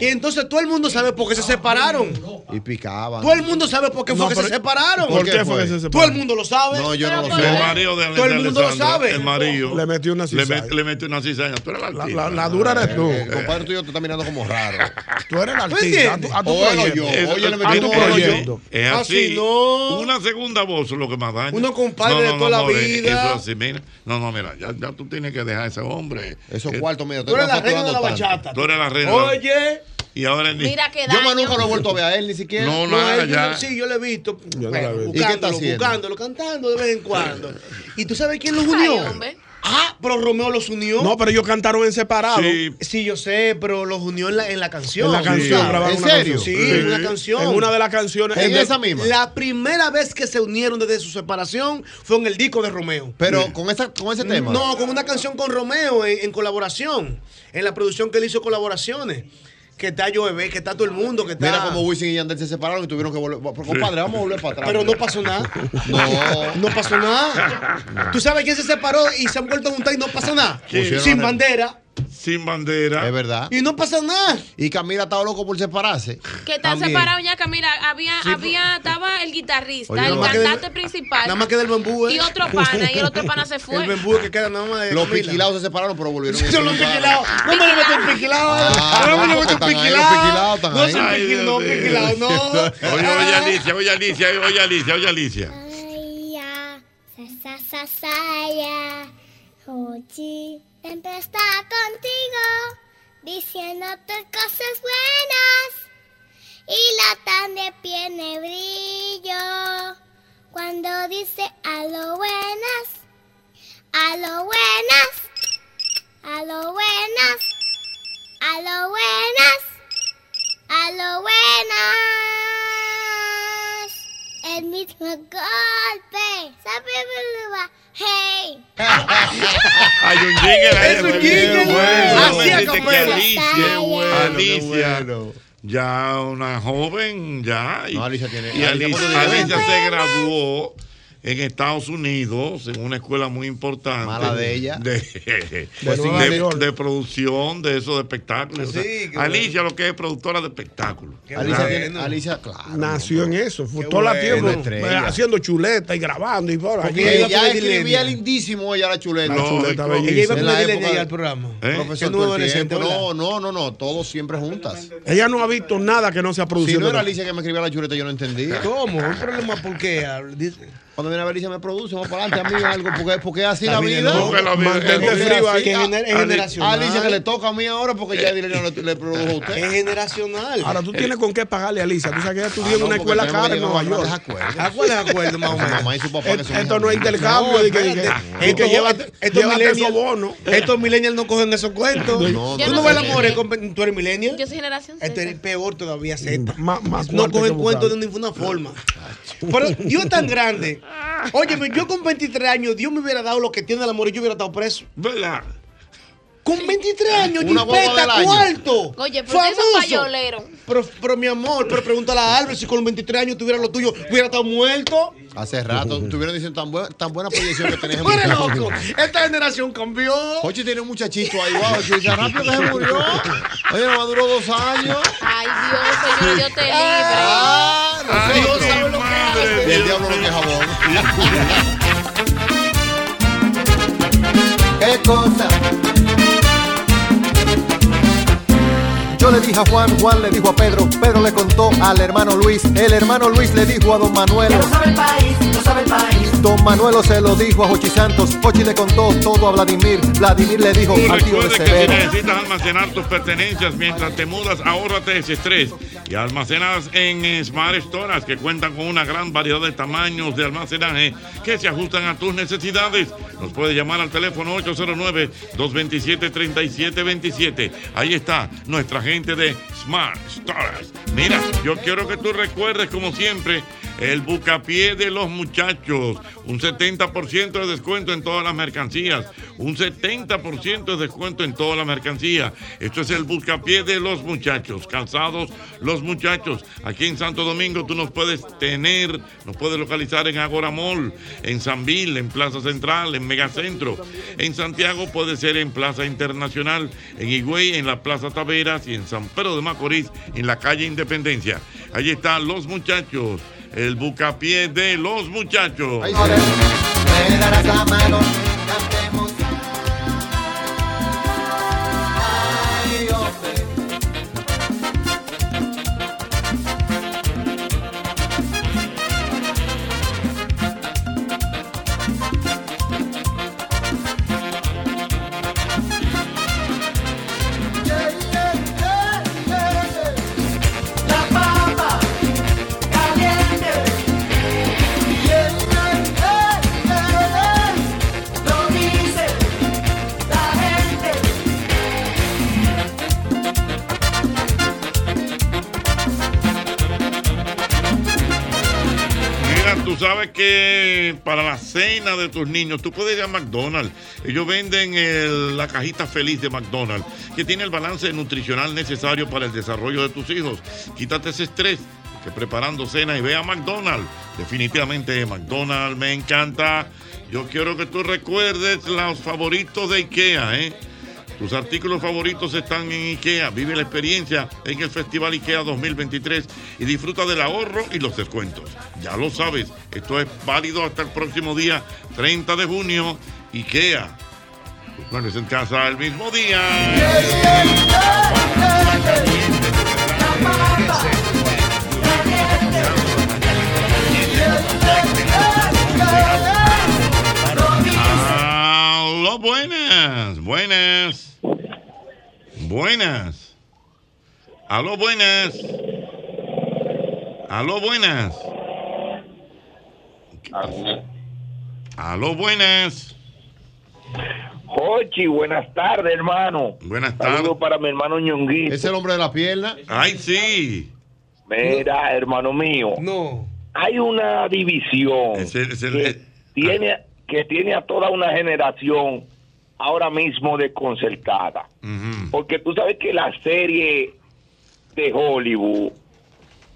Speaker 6: Y entonces todo el mundo sabe por qué se separaron.
Speaker 7: Y picaban.
Speaker 6: Todo el mundo sabe por qué
Speaker 7: No,
Speaker 6: fue que se
Speaker 7: pero-
Speaker 6: separaron.
Speaker 7: ¿Por qué fue que se
Speaker 6: Todo el
Speaker 7: separaron?
Speaker 6: mundo lo sabe.
Speaker 7: No, yo no lo
Speaker 4: El
Speaker 7: sé.
Speaker 4: marido de,
Speaker 6: Todo el
Speaker 4: de
Speaker 6: mundo lo
Speaker 4: Alessandro,
Speaker 6: sabe.
Speaker 4: El marido.
Speaker 5: Le metió una
Speaker 4: Le,
Speaker 5: cizaña.
Speaker 4: met- le metió una cizaña. Tú eres la,
Speaker 5: La, la la, la dura eres tú.
Speaker 7: El Eh, compadre tuyo te está mirando como raro.
Speaker 5: Tú eres el
Speaker 7: ¿Tú
Speaker 5: artista. A
Speaker 7: entiendes?
Speaker 5: tu, a tu
Speaker 7: Óyelo
Speaker 5: proyecto.
Speaker 7: yo,
Speaker 5: Es-
Speaker 7: óyelo,
Speaker 5: a
Speaker 7: me
Speaker 5: tu
Speaker 7: digo, óyelo
Speaker 5: proyecto.
Speaker 4: Es así.
Speaker 7: Así no.
Speaker 4: Una segunda voz es lo que más daña.
Speaker 7: Uno compadre de toda la
Speaker 4: amor, es-
Speaker 7: vida.
Speaker 4: eh, Eso es así, mira. No, no, mira, ya, ya tú tienes que dejar a ese hombre.
Speaker 7: Esos
Speaker 4: Que-
Speaker 7: cuartos, mira, te Tú eres están la reina de la facturando tanto. bachata.
Speaker 4: Tú eres la reina.
Speaker 7: Oye.
Speaker 4: Y ahora ni-
Speaker 8: Mira que
Speaker 7: Yo más
Speaker 8: daño.
Speaker 7: nunca lo he vuelto a ver a él, ni siquiera.
Speaker 4: No, nada,
Speaker 7: él-
Speaker 4: ya.
Speaker 6: Sí, yo lo he visto.
Speaker 7: no
Speaker 6: bueno,
Speaker 7: la veo. ¿Y qué está
Speaker 6: buscándolo,
Speaker 7: haciendo?
Speaker 6: buscándolo, cantando de vez
Speaker 5: (laughs)
Speaker 6: en cuando. ¿Y tú sabes quién los unió? ah, pero Romeo los unió.
Speaker 5: No, pero ellos cantaron en separado.
Speaker 6: Sí. yo sé, pero los unió en la, en la canción.
Speaker 5: En la canción,
Speaker 6: ¿sabes?
Speaker 5: grabaron
Speaker 6: ¿En
Speaker 5: una
Speaker 6: serio?
Speaker 5: canción.
Speaker 6: Sí, en
Speaker 5: Sí.
Speaker 6: una canción.
Speaker 5: En una de las canciones. En esa misma.
Speaker 6: La primera vez que se unieron desde su separación fue en el disco de Romeo.
Speaker 7: Pero con, esa, con ese tema.
Speaker 6: No, con una canción con Romeo en, en colaboración. En la producción que él hizo colaboraciones. Que está Yo Bebé, que está todo el mundo, que está.
Speaker 7: Mira cómo Wisin y Yandel se separaron y tuvieron que volver. Pero, compadre, vamos a volver para atrás.
Speaker 6: Pero no pasó
Speaker 7: (laughs)
Speaker 6: nada.
Speaker 7: No.
Speaker 6: No pasó nada. ¿Tú sabes quién se separó y se han vuelto a juntar y no pasa nada?
Speaker 7: Pusieron
Speaker 6: Sin
Speaker 7: el-
Speaker 6: bandera.
Speaker 4: Sin bandera.
Speaker 7: Es verdad.
Speaker 6: Y no pasa nada.
Speaker 7: Y Camila estaba loco por separarse.
Speaker 8: Que están
Speaker 7: También.
Speaker 8: separados ya, que mira, había,
Speaker 7: Sí,
Speaker 8: había, estaba el guitarrista,
Speaker 7: Oye,
Speaker 8: el
Speaker 7: nada más que del-
Speaker 8: cantante principal.
Speaker 6: Nada más que del bambú, ¿eh?
Speaker 8: Y otro pana, y el otro
Speaker 7: (laughs)
Speaker 6: (laughs)
Speaker 8: pana se fue.
Speaker 6: El bambú que queda nada más de.
Speaker 7: Los
Speaker 6: Camila.
Speaker 7: piquilados se separaron, pero volvieron.
Speaker 6: (laughs) Son los piquilados. No me le meto el piquilado.
Speaker 7: Ah,
Speaker 6: no me le
Speaker 7: no,
Speaker 6: meto el
Speaker 7: están ahí los
Speaker 6: piquilado.
Speaker 7: piquilados, están
Speaker 6: No
Speaker 7: ahí.
Speaker 6: soy
Speaker 7: Ay,
Speaker 6: piquil,
Speaker 7: Dios
Speaker 6: no,
Speaker 7: mío.
Speaker 6: piquilado, no.
Speaker 4: Oye, oye, Alicia, oye, Alicia, oye, Alicia, oye, Alicia.
Speaker 1: Maria, sa sa sa saya, Hochi, siempre está contigo, diciéndote cosas buenas, y la tarde tiene brillo, cuando dice a lo buenas, a lo buenas, a lo buenas, a lo buenas, a lo buenas. El mismo golpe. Sabe, Bluba. Hey.
Speaker 4: Hay un jingle ahí.
Speaker 1: Es un
Speaker 4: Qué
Speaker 1: jingle.
Speaker 4: bueno,
Speaker 1: Así
Speaker 4: me
Speaker 1: a
Speaker 4: dijiste que
Speaker 1: capela.
Speaker 4: Alicia,
Speaker 1: Qué bueno,
Speaker 4: Alicia, ya una joven, ya. Y, Alicia
Speaker 7: tiene-
Speaker 4: y
Speaker 7: Alicia
Speaker 4: Alicia,
Speaker 7: tiene-
Speaker 4: Alicia se graduó en Estados Unidos en una escuela muy importante.
Speaker 7: Mala de ella.
Speaker 4: De, (laughs) de-
Speaker 7: Pues sí,
Speaker 4: de-
Speaker 7: Nueva York.
Speaker 4: de producción, de eso, de espectáculos.
Speaker 7: Sí,
Speaker 4: O sea,
Speaker 7: qué
Speaker 4: Alicia lo que es productora de espectáculos.
Speaker 7: Alicia,
Speaker 4: Claro.
Speaker 7: tiene- Alicia, claro.
Speaker 5: Nació en eso. Fue
Speaker 7: Qué
Speaker 5: todo el
Speaker 7: bueno,
Speaker 5: tiempo
Speaker 7: una estrella.
Speaker 5: eh, haciendo chuleta y grabando y por aquí.
Speaker 7: Porque ella escribía lindísimo, ella la chuleta.
Speaker 5: La chuleta bellísima.
Speaker 7: Ella iba con
Speaker 5: En la
Speaker 7: la
Speaker 5: época-
Speaker 7: al
Speaker 6: programa.
Speaker 7: Profesor,
Speaker 5: Que no
Speaker 7: todo el
Speaker 5: adolescente,
Speaker 7: tiempo.
Speaker 5: ¿verdad?
Speaker 7: No, no, no, no, todos siempre juntas.
Speaker 5: Ella no ha visto nada que no sea
Speaker 7: Si
Speaker 5: producido.
Speaker 7: no era Alicia que me escribía la chuleta, yo no entendía.
Speaker 6: (laughs) ¿Cómo? ¿Un problema por qué?
Speaker 7: Cuando viene a ver, Alicia me produce, vamos para adelante, amigo, algo, porque, porque es así la,
Speaker 6: Está bien,
Speaker 7: vida.
Speaker 6: no, porque la vida- Mantente
Speaker 7: Porque es
Speaker 6: frío
Speaker 7: así.
Speaker 6: ahí. Que
Speaker 7: A-
Speaker 6: gener- es
Speaker 7: Ali-
Speaker 6: generacional.
Speaker 7: Alicia que le toca a mí ahora porque ya Dilenia le, le produjo a usted.
Speaker 6: Es generacional.
Speaker 5: Ahora tú tienes con qué pagarle a Alicia. Tú sabes que ella estudió
Speaker 7: Ah,
Speaker 5: en
Speaker 7: no,
Speaker 5: una
Speaker 7: porque
Speaker 5: escuela
Speaker 7: tenemos
Speaker 5: cara en
Speaker 7: que
Speaker 5: Nueva
Speaker 7: llegar a
Speaker 5: York.
Speaker 7: grandes acuerdos.
Speaker 6: ¿A cuál es acuerdo más o
Speaker 7: Su
Speaker 6: menos?
Speaker 7: mamá y su papá, que son
Speaker 5: Eh, Esto no es
Speaker 7: hija mía.
Speaker 5: intercambio. de que- de que- de que lleva-
Speaker 6: Estos
Speaker 5: llévate esos
Speaker 6: millennials,
Speaker 5: bonos.
Speaker 6: estos millennials no cogen esos cuentos.
Speaker 7: No,
Speaker 6: tú
Speaker 8: no.
Speaker 6: no ves
Speaker 8: Yo no
Speaker 6: la
Speaker 8: sé
Speaker 6: mujer,
Speaker 8: qué.
Speaker 6: con- tú eres millennial.
Speaker 8: Yo soy generación Z.
Speaker 6: Esto es peor todavía, Z.
Speaker 5: más
Speaker 6: no
Speaker 5: fuerte
Speaker 6: cogen
Speaker 5: que
Speaker 6: cuentos de
Speaker 5: buscar.
Speaker 6: ninguna forma. Pero Dios tan grande. Óyeme, yo con 23 años, Dios me hubiera dado lo que tiene el amor y yo hubiera estado preso.
Speaker 4: ¿Verdad?
Speaker 6: Con 23 años,
Speaker 7: Ah, Una boba del
Speaker 6: jipeta,
Speaker 7: año.
Speaker 6: cuarto.
Speaker 8: Oye, pero ustedes son
Speaker 6: famoso.
Speaker 8: payoleros.
Speaker 6: Pero, pero mi amor, pero pregúntale a Álvaro si con 23 años tuviera lo tuyo, hubiera estado muerto.
Speaker 7: Hace
Speaker 6: (laughs)
Speaker 7: rato estuvieron diciendo tan buena, tan buena proyección que (laughs) tenés.
Speaker 6: Tú eres loco. Esta generación cambió.
Speaker 7: Ochi tiene un muchachito ahí, guau, que dice rápido que se murió. Oye, nomás duró dos años.
Speaker 8: Ay, Dios, señor, Pues yo te libre.
Speaker 7: Ay, Ah, Dios sabe lo que hace. Y el diablo lo que es jabón.
Speaker 9: (laughs) qué cosa. Yo le dije a Juan, Juan le dijo a Pedro, Pedro le contó al hermano Luis, el hermano Luis le dijo a don Manuel.
Speaker 23: Lo sabe el país, lo sabe el país.
Speaker 9: Don Manuelo se lo dijo a Jochi Santos, Jochi le contó todo a Vladimir, Vladimir le dijo
Speaker 4: Tú
Speaker 9: al tío de
Speaker 4: recuerda que si
Speaker 9: Severo.
Speaker 4: necesitas almacenar tus pertenencias mientras te mudas, ahórrate ese estrés. Y almacenas en eh, Smart Storage, que cuentan con una gran variedad de tamaños de almacenaje que se ajustan a tus necesidades. Nos puedes llamar al teléfono 809-227-3727. Ahí está nuestra gente de Smart Storage. Mira, yo quiero que tú recuerdes, como siempre, el bucapié de los muchachos. Un 70% de descuento en todas las mercancías. Un 70% de descuento en toda la mercancía. Esto es el buscapié de los muchachos. Calzados los muchachos. Aquí en Santo Domingo tú nos puedes tener, nos puedes localizar en Agora Mall, en Sanvil, en Plaza Central, en Megacentro. En Santiago puede ser en Plaza Internacional, en Higüey, en la Plaza Taveras y en San Pedro de Macorís, en la calle Independencia. Allí están los muchachos. El bucapié de los muchachos.
Speaker 9: Me darás la mano, cantemos.
Speaker 4: Tú sabes que para la cena de tus niños, tú puedes ir a McDonald's. Ellos venden el- la cajita feliz de McDonald's, que tiene el balance nutricional necesario para el desarrollo de tus hijos. Quítate ese estrés que preparando cena y ve a McDonald's. Definitivamente McDonald's me encanta. Yo quiero que tú recuerdes los favoritos de IKEA, ¿eh? Tus artículos favoritos están en IKEA. Vive la experiencia en el Festival IKEA 2023 y disfruta del ahorro y los descuentos. Ya lo sabes, esto es válido hasta el próximo día 30 de junio. IKEA. Bueno, es en casa el mismo día. Aló, buenas, buenas. Buenas. Aló, buenas. Aló, buenas. ¿Qué pasa? Aló, buenas.
Speaker 10: Jochi, buenas tardes, hermano.
Speaker 4: Buenas
Speaker 10: tardes. Saludos para mi hermano Ñonguito.
Speaker 7: Es el hombre de la pierna.
Speaker 4: Ay, sí.
Speaker 10: Mira, hermano mío.
Speaker 7: No.
Speaker 10: Hay una división que, tiene, que tiene a toda una generación ahora mismo desconcertada. Porque tú sabes que la serie de Hollywood,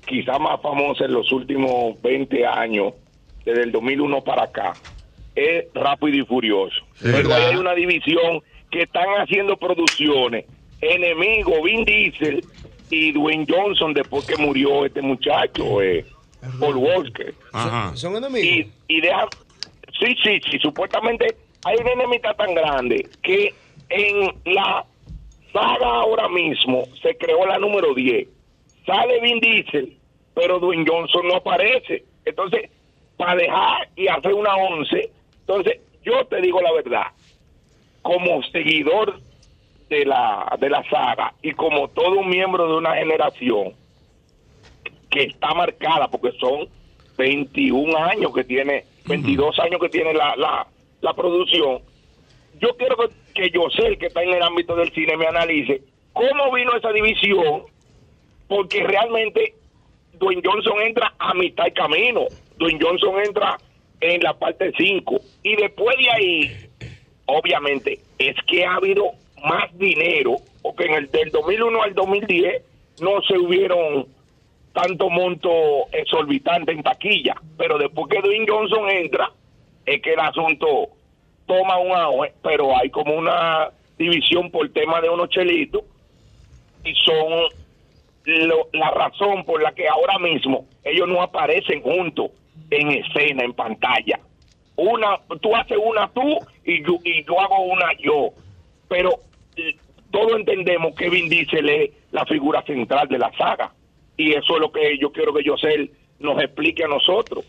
Speaker 10: quizá más famosa en los últimos 20 años, desde el 2001 para acá, es Rápido y Furioso. Pero ahí hay una división que están haciendo producciones. Enemigo, Vin Diesel y Dwayne Johnson después que murió este muchacho, eh, Paul Walker.
Speaker 7: Son enemigos.
Speaker 10: Y, y deja, sí, sí, sí, supuestamente hay una enemistad tan grande que en la saga ahora mismo se creó la número 10. Sale Vin Diesel, pero Dwayne Johnson no aparece. Entonces, para dejar y hacer una 11, entonces yo te digo la verdad, como seguidor de la, de la saga y como todo un miembro de una generación que está marcada, porque son 21 años que tiene, 22 años que tiene la, la, la producción, yo quiero que, que yo sé el que está en el ámbito del cine me analice cómo vino esa división, porque realmente Dwayne Johnson entra a mitad de camino, Dwayne Johnson entra en la parte 5 y después de ahí obviamente, es que ha habido más dinero, porque en el del 2001 al 2010 no se hubieron tanto monto exorbitante en taquilla, pero después que Dwayne Johnson entra, es que el asunto toma un auge, pero hay como una división por tema de unos chelitos y son lo- la razón por la que ahora mismo ellos no aparecen juntos en escena, en pantalla una, tú haces una tú y yo, y yo hago una yo. Pero eh, todos entendemos que Vin Diesel es la figura central de la saga. Y eso es lo que yo quiero que José nos explique a nosotros.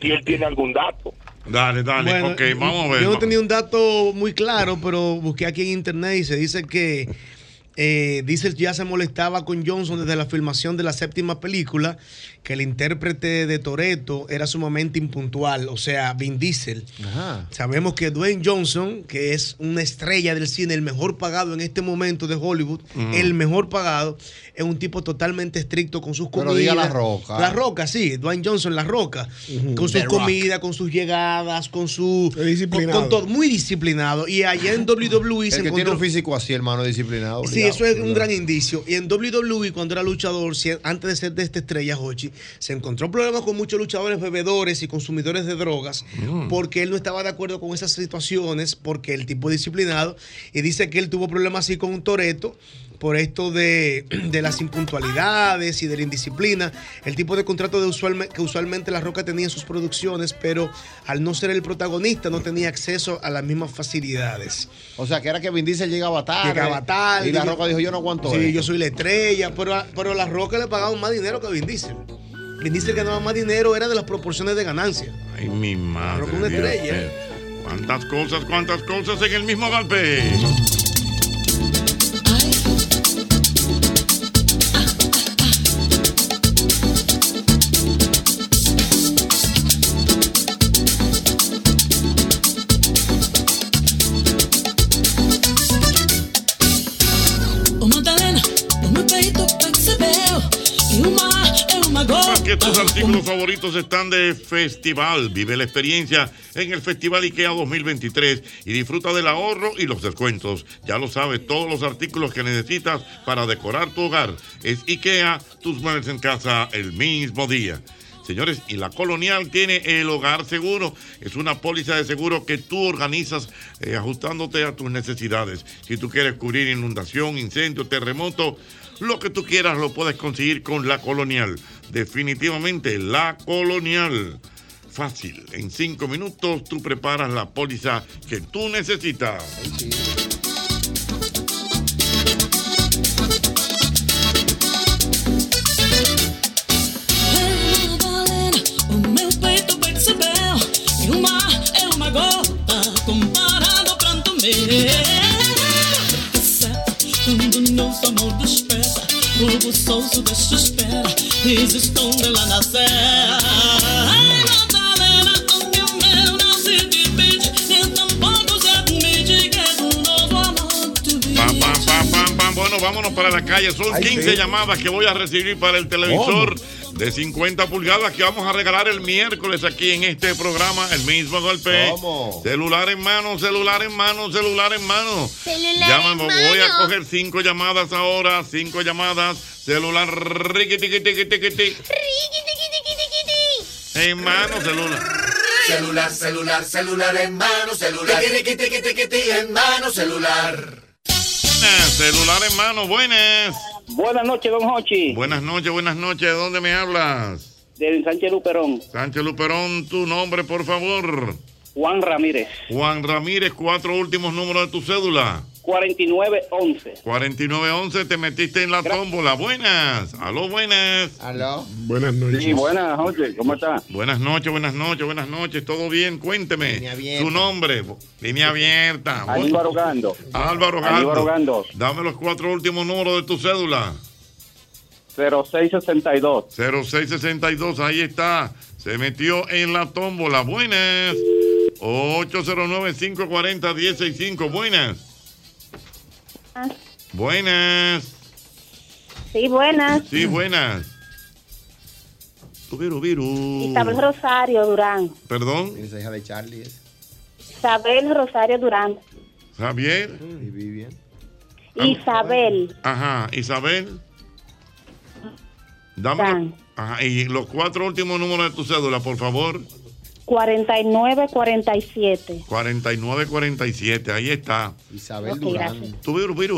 Speaker 10: Si él tiene algún dato.
Speaker 4: Dale, dale.
Speaker 10: Bueno,
Speaker 4: ok, vamos a ver.
Speaker 6: Yo no
Speaker 4: vamos.
Speaker 6: tenía un dato muy claro, pero busqué aquí en internet y se dice que eh, Diesel ya se molestaba con Johnson desde la filmación de la séptima película, que el intérprete de Toreto era sumamente impuntual, o sea, Vin Diesel. Sabemos que Dwayne Johnson, que es una estrella del cine, el mejor pagado en este momento de Hollywood,
Speaker 7: Ujú.
Speaker 6: el mejor pagado, es un tipo totalmente estricto con sus
Speaker 7: Pero
Speaker 6: comidas.
Speaker 7: diga La Roca.
Speaker 6: La Roca, sí, Dwayne Johnson, La Roca. Con sus
Speaker 7: The Rock.
Speaker 6: comidas, con sus llegadas, con su... Con,
Speaker 7: Disciplinado.
Speaker 6: con todo, muy disciplinado. Y allá en WWE
Speaker 7: El
Speaker 6: se
Speaker 7: que
Speaker 6: encontró...
Speaker 7: tiene un físico así, hermano, disciplinado.
Speaker 6: Sí, eso es un gran
Speaker 7: indicio.
Speaker 6: indicio. Y en WWE, cuando era luchador, si- antes de ser de esta estrella, Hochi, se encontró problemas con muchos luchadores bebedores y consumidores de drogas, porque él no estaba de acuerdo con esas situaciones, porque el tipo es disciplinado, y dice que él tuvo problemas así con un Toreto por esto de, de las impuntualidades y de la indisciplina, el tipo de contrato de usualme- que usualmente La Roca tenía en sus producciones, pero al no ser el protagonista no tenía acceso a las mismas facilidades.
Speaker 7: O sea, que era que Vin Diesel llegaba tarde.
Speaker 6: Llegaba tarde.
Speaker 7: Y La Ah, Roca dijo, yo no aguanto
Speaker 6: Sí,
Speaker 7: esto.
Speaker 6: yo soy la estrella, pero, a- pero a la Roca le pagaban más dinero que a Vin Diesel. Vin Diesel ganaba más dinero, era de las proporciones de ganancia.
Speaker 4: Ay, mi madre.
Speaker 6: Pero con una
Speaker 4: Dios
Speaker 6: estrella.
Speaker 4: mío. Cuántas cosas, cuántas cosas en el mismo golpe.
Speaker 19: Ô Madalena, o meu peito percebeu que uma é uma gota
Speaker 4: que tus artículos favoritos están de festival. Vive la experiencia en el Festival IKEA 2023 y disfruta del ahorro y los descuentos. Ya lo sabes, todos los artículos que necesitas para decorar tu hogar. Es IKEA, tus muebles en casa el mismo día. Señores, y la Colonial tiene el hogar seguro. Es una póliza de seguro que tú organizas eh, ajustándote a tus necesidades. Si tú quieres cubrir inundación, incendio, terremoto, lo que tú quieras lo puedes conseguir con la Colonial. Definitivamente la Colonial. Fácil, en cinco minutos tú preparas la póliza que tú necesitas.
Speaker 19: Evelyn, o meu peito percebeu que uma é uma gota comparado ao pranto meu. Porque certo, quando nosso amor desperta, o gostoso deste espera e se esconde lá na serra. Ai, Madalena, o que o meu não se divide, nem tampouco se admite que é um novo amor te
Speaker 4: Pam, pam, pam, pam, pam. Bueno, vámonos para la calle. Son
Speaker 19: Ay,
Speaker 4: 15
Speaker 19: sí.
Speaker 4: llamadas que voy a recibir para el televisor de 50 pulgadas que vamos a regalar el miércoles aquí en este programa. El mismo golpe. Celular en mano, celular en mano, celular en mano.
Speaker 1: Celular
Speaker 4: Llaman,
Speaker 1: en
Speaker 4: voy a
Speaker 1: mano.
Speaker 4: coger cinco llamadas ahora, cinco llamadas. Celular, riqui, tiqui, tiqui, tiqui, tiqui. En mano, celular.
Speaker 23: Celular, celular, celular en mano, celular. Tiqui, tiqui, tiqui, tiqui, tiqui, en mano, celular.
Speaker 4: Buenas, Celular en mano, buenas.
Speaker 14: Buenas noches, don Hochi.
Speaker 4: Buenas noches, buenas noches. ¿De dónde me hablas?
Speaker 14: Del Sánchez Luperón.
Speaker 4: Sánchez Luperón, tu nombre, por favor.
Speaker 14: Juan Ramírez.
Speaker 4: Juan Ramírez, cuatro últimos números de tu cédula.
Speaker 14: 4911.
Speaker 4: 4911, te metiste en la tómbola. Buenas. Aló, buenas. Aló.
Speaker 16: Buenas noches.
Speaker 14: Sí, buenas, Jorge. ¿Cómo estás?
Speaker 4: Buenas noches, buenas noches, buenas noches. ¿Todo bien? Cuénteme. Su nombre. Línea abierta.
Speaker 14: Álvaro Gando.
Speaker 4: Álvaro Gando.
Speaker 14: Álvaro Gando.
Speaker 4: Dame los cuatro últimos números de tu cédula.
Speaker 14: 0662.
Speaker 4: 0662, ahí está. Se metió en la tómbola. Buenas. 809-540-165. Buenas.
Speaker 17: Ah.
Speaker 4: Buenas.
Speaker 17: Sí, buenas.
Speaker 4: Sí, buenas. Tuviru, viru.
Speaker 17: Isabel Rosario Durán.
Speaker 4: Perdón.
Speaker 7: Esa hija de Charlie es.
Speaker 17: Isabel Rosario Durán.
Speaker 4: Javier.
Speaker 7: Y Vivian.
Speaker 17: Isabel.
Speaker 4: Ajá, Isabel. Dame. los- Ajá, y los cuatro últimos números de tu cédula, por favor.
Speaker 17: 4947.
Speaker 4: 4947, ahí está. Isabel
Speaker 17: Ok, Durán. gracias.
Speaker 4: Tuviru, viru.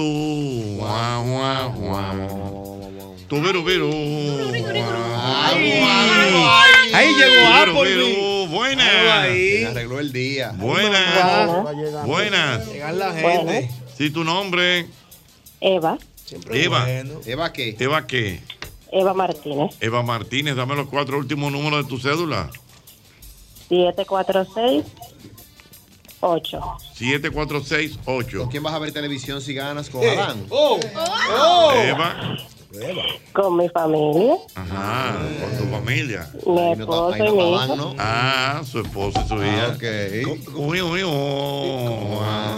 Speaker 4: Guau, guau, guau. Tuviru, viru.
Speaker 6: Ahí llegó
Speaker 4: Tuviru,
Speaker 6: Apple.
Speaker 4: viru. Buenas. arregló el día. Buenas. Buenas.
Speaker 7: Llegar la gente.
Speaker 4: Sí, tu nombre.
Speaker 17: Eva.
Speaker 4: Eva. ¿Eva qué? ¿Eva qué?
Speaker 17: Eva Martínez.
Speaker 4: Eva Martínez, dame los cuatro últimos números de tu cédula.
Speaker 17: 7468.
Speaker 4: 7468.
Speaker 7: ¿Con quién vas a ver televisión si ganas con
Speaker 17: Eh.
Speaker 7: Adán?
Speaker 17: Oh.
Speaker 4: Eva.
Speaker 17: Con mi familia.
Speaker 4: Ajá, Ah, con tu familia.
Speaker 17: Mi Ahí no ta- ahí esposo y no mi taban, hijo. ¿no?
Speaker 4: Ah, su esposa y su hija. ok.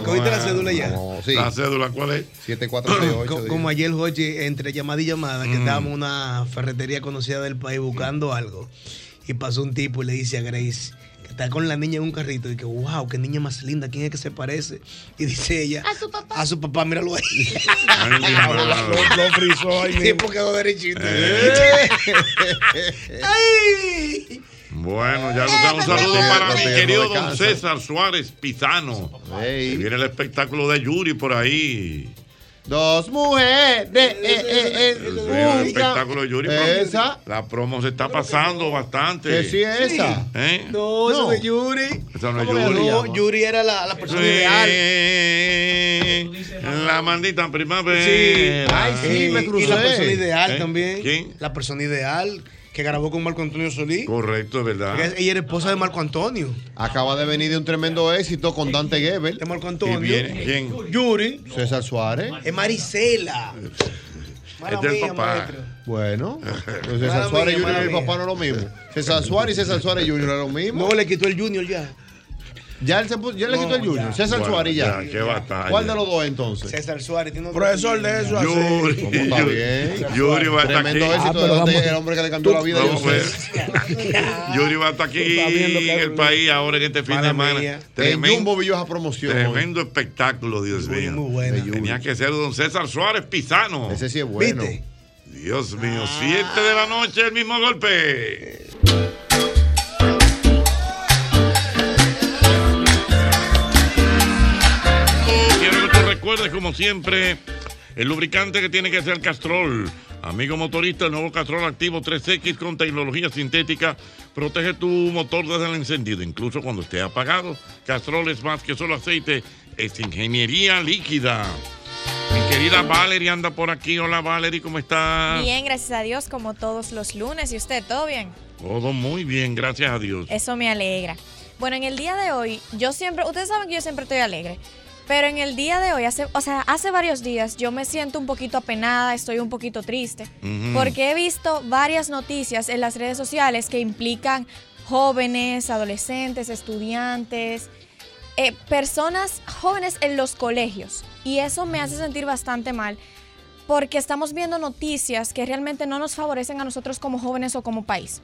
Speaker 6: ¿Cogiste la cédula ya?
Speaker 4: La cédula, ¿cuál es?
Speaker 7: 7468.
Speaker 6: Co- Como ayer, Jochi, entre llamada y llamada,
Speaker 7: Mm.
Speaker 6: que estábamos en una ferretería conocida del país buscando algo. Y pasó un tipo y le dice a Grace, que está con la niña en un carrito, y que, wow, qué niña más linda, ¿quién es que se parece? Y dice ella, a su papá. A su papá, míralo
Speaker 7: (laughs)
Speaker 6: ahí.
Speaker 5: Lo,
Speaker 6: (laughs)
Speaker 5: lo frizó ahí
Speaker 6: El
Speaker 5: mismo.
Speaker 6: tipo quedó derechito.
Speaker 4: Eh.
Speaker 6: (laughs)
Speaker 16: ¡Ay!
Speaker 4: Bueno, ya lo sabes. Un saludo
Speaker 16: Eva,
Speaker 4: para
Speaker 16: no
Speaker 4: mi
Speaker 16: te- no
Speaker 4: querido
Speaker 16: descansa.
Speaker 4: don César Suárez Pizano. Que Viene el espectáculo de Yuri por ahí.
Speaker 7: Dos mujeres. eh, eh, eh,
Speaker 4: Sí, el
Speaker 7: usa.
Speaker 4: espectáculo de Yuri.
Speaker 7: Esa.
Speaker 4: La promo se está pasando bastante.
Speaker 7: Que sí, esa.
Speaker 4: ¿Eh?
Speaker 6: No, eso de Yuri.
Speaker 4: Esa no es
Speaker 6: ¿Cómo que
Speaker 4: Yuri.
Speaker 6: no? Yuri era la, la persona
Speaker 4: Sí.
Speaker 6: ideal.
Speaker 4: La mandita primavera.
Speaker 6: Sí. Y la persona ideal
Speaker 4: ¿Eh?
Speaker 6: también.
Speaker 4: ¿Quién?
Speaker 6: La persona ideal que grabó con Marco Antonio Solís.
Speaker 4: Correcto, es verdad.
Speaker 6: Porque Ella era esposa de Marco Antonio.
Speaker 7: Acaba de venir de un tremendo éxito con Dante Gebel. De
Speaker 6: Marco Antonio.
Speaker 7: Yuri. César Suárez.
Speaker 6: Es Marisela. Mala
Speaker 7: Este es el
Speaker 6: mía,
Speaker 7: papá.
Speaker 6: maestro.
Speaker 7: Bueno, pues
Speaker 6: (laughs) Mala
Speaker 7: César
Speaker 6: mía,
Speaker 7: Suárez Junior y
Speaker 6: mala
Speaker 7: mi
Speaker 6: mía.
Speaker 7: papá no es lo mismo. César Suárez y César Suárez Junior es lo mismo.
Speaker 6: No, le quitó el Junior ya.
Speaker 7: Ya él se puso, ya le quitó el Junior. César
Speaker 4: Bueno,
Speaker 7: Suárez ya.
Speaker 4: Ah, ya, qué batalla.
Speaker 7: ¿Cuál de los dos entonces?
Speaker 6: César Suárez tiene otro
Speaker 5: Profesor de eso así.
Speaker 4: Yuri,
Speaker 7: ¿Cómo Pues está
Speaker 4: Yuri,
Speaker 7: bien?
Speaker 4: Yuri va a estar
Speaker 7: Tremendo
Speaker 4: aquí.
Speaker 7: éxito,
Speaker 4: Ah, pero
Speaker 7: delante
Speaker 4: vamos-
Speaker 7: del hombre que le cambió la vida.
Speaker 4: Vamos
Speaker 7: yo
Speaker 4: a
Speaker 7: sé.
Speaker 4: ver. (laughs) Yuri va a estar aquí en el país ahora en este fin de
Speaker 7: Mala
Speaker 4: semana.
Speaker 7: mía. El Jumbo vio esa promoción.
Speaker 4: Tremendo espectáculo, Dios mío. Tenía que ser don César Suárez Pizano. Ese
Speaker 7: sí es bueno.
Speaker 4: Dios mío, 7 de la noche, el mismo golpe. Quiero que tú recuerdes, como siempre, el lubricante que tiene que ser Castrol. Amigo motorista, el nuevo Castrol Activo 3X con tecnología sintética protege tu motor desde el encendido, incluso cuando esté apagado. Castrol es más que solo aceite, es ingeniería líquida. Mi querida Valerie anda por aquí. Hola Valerie, ¿cómo estás?
Speaker 12: Bien, gracias a Dios, como todos los lunes. ¿Y usted, todo bien?
Speaker 4: Todo muy bien, gracias a Dios.
Speaker 12: Eso me alegra. Bueno, en el día de hoy, yo siempre, ustedes saben que yo siempre estoy alegre, pero en el día de hoy, hace, o sea, hace varios días yo me siento un poquito apenada, estoy un poquito triste,
Speaker 15: Ujú.
Speaker 12: porque he visto varias noticias en las redes sociales que implican jóvenes, adolescentes, estudiantes, eh, personas jóvenes en los colegios, y eso me hace sentir bastante mal. Porque estamos viendo noticias que realmente no nos favorecen a nosotros como jóvenes o como país.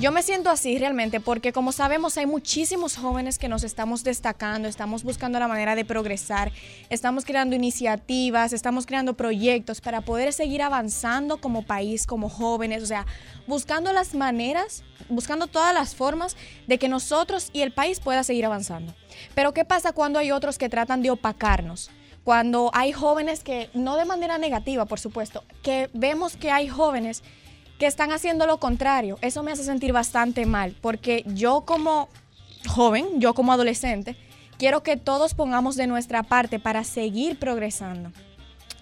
Speaker 12: Yo me siento así realmente porque como sabemos hay muchísimos jóvenes que nos estamos destacando, estamos buscando la manera de progresar, estamos creando iniciativas, estamos creando proyectos para poder seguir avanzando como país, como jóvenes, o sea, buscando las maneras, buscando todas las formas de que nosotros y el país pueda seguir avanzando. Pero ¿qué pasa cuando hay otros que tratan de opacarnos? Cuando hay jóvenes que, no de manera negativa, por supuesto, que vemos que hay jóvenes que están haciendo lo contrario. Eso me hace sentir bastante mal, porque yo como joven, yo como adolescente, quiero que todos pongamos de nuestra parte para seguir progresando.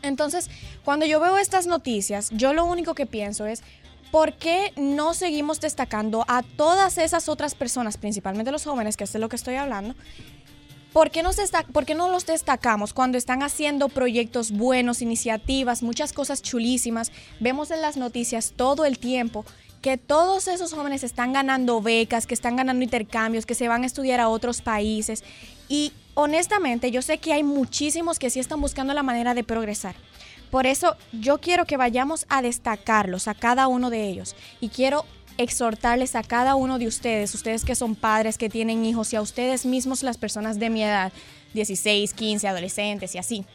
Speaker 12: Entonces, cuando yo veo estas noticias, yo lo único que pienso es, ¿por qué no seguimos destacando a todas esas otras personas, principalmente los jóvenes, que es de lo que estoy hablando? ¿Por qué, nos desta- por qué no los destacamos cuando están haciendo proyectos buenos, iniciativas, muchas cosas chulísimas? Vemos en las noticias todo el tiempo que todos esos jóvenes están ganando becas, que están ganando intercambios, que se van a estudiar a otros países. Y honestamente yo sé que hay muchísimos que sí están buscando la manera de progresar. Por eso yo quiero que vayamos a destacarlos, a cada uno de ellos. Y quiero exhortarles a cada uno de ustedes, ustedes que son padres, que tienen hijos, y a ustedes mismos, las personas de mi edad, 16, 15, adolescentes y así,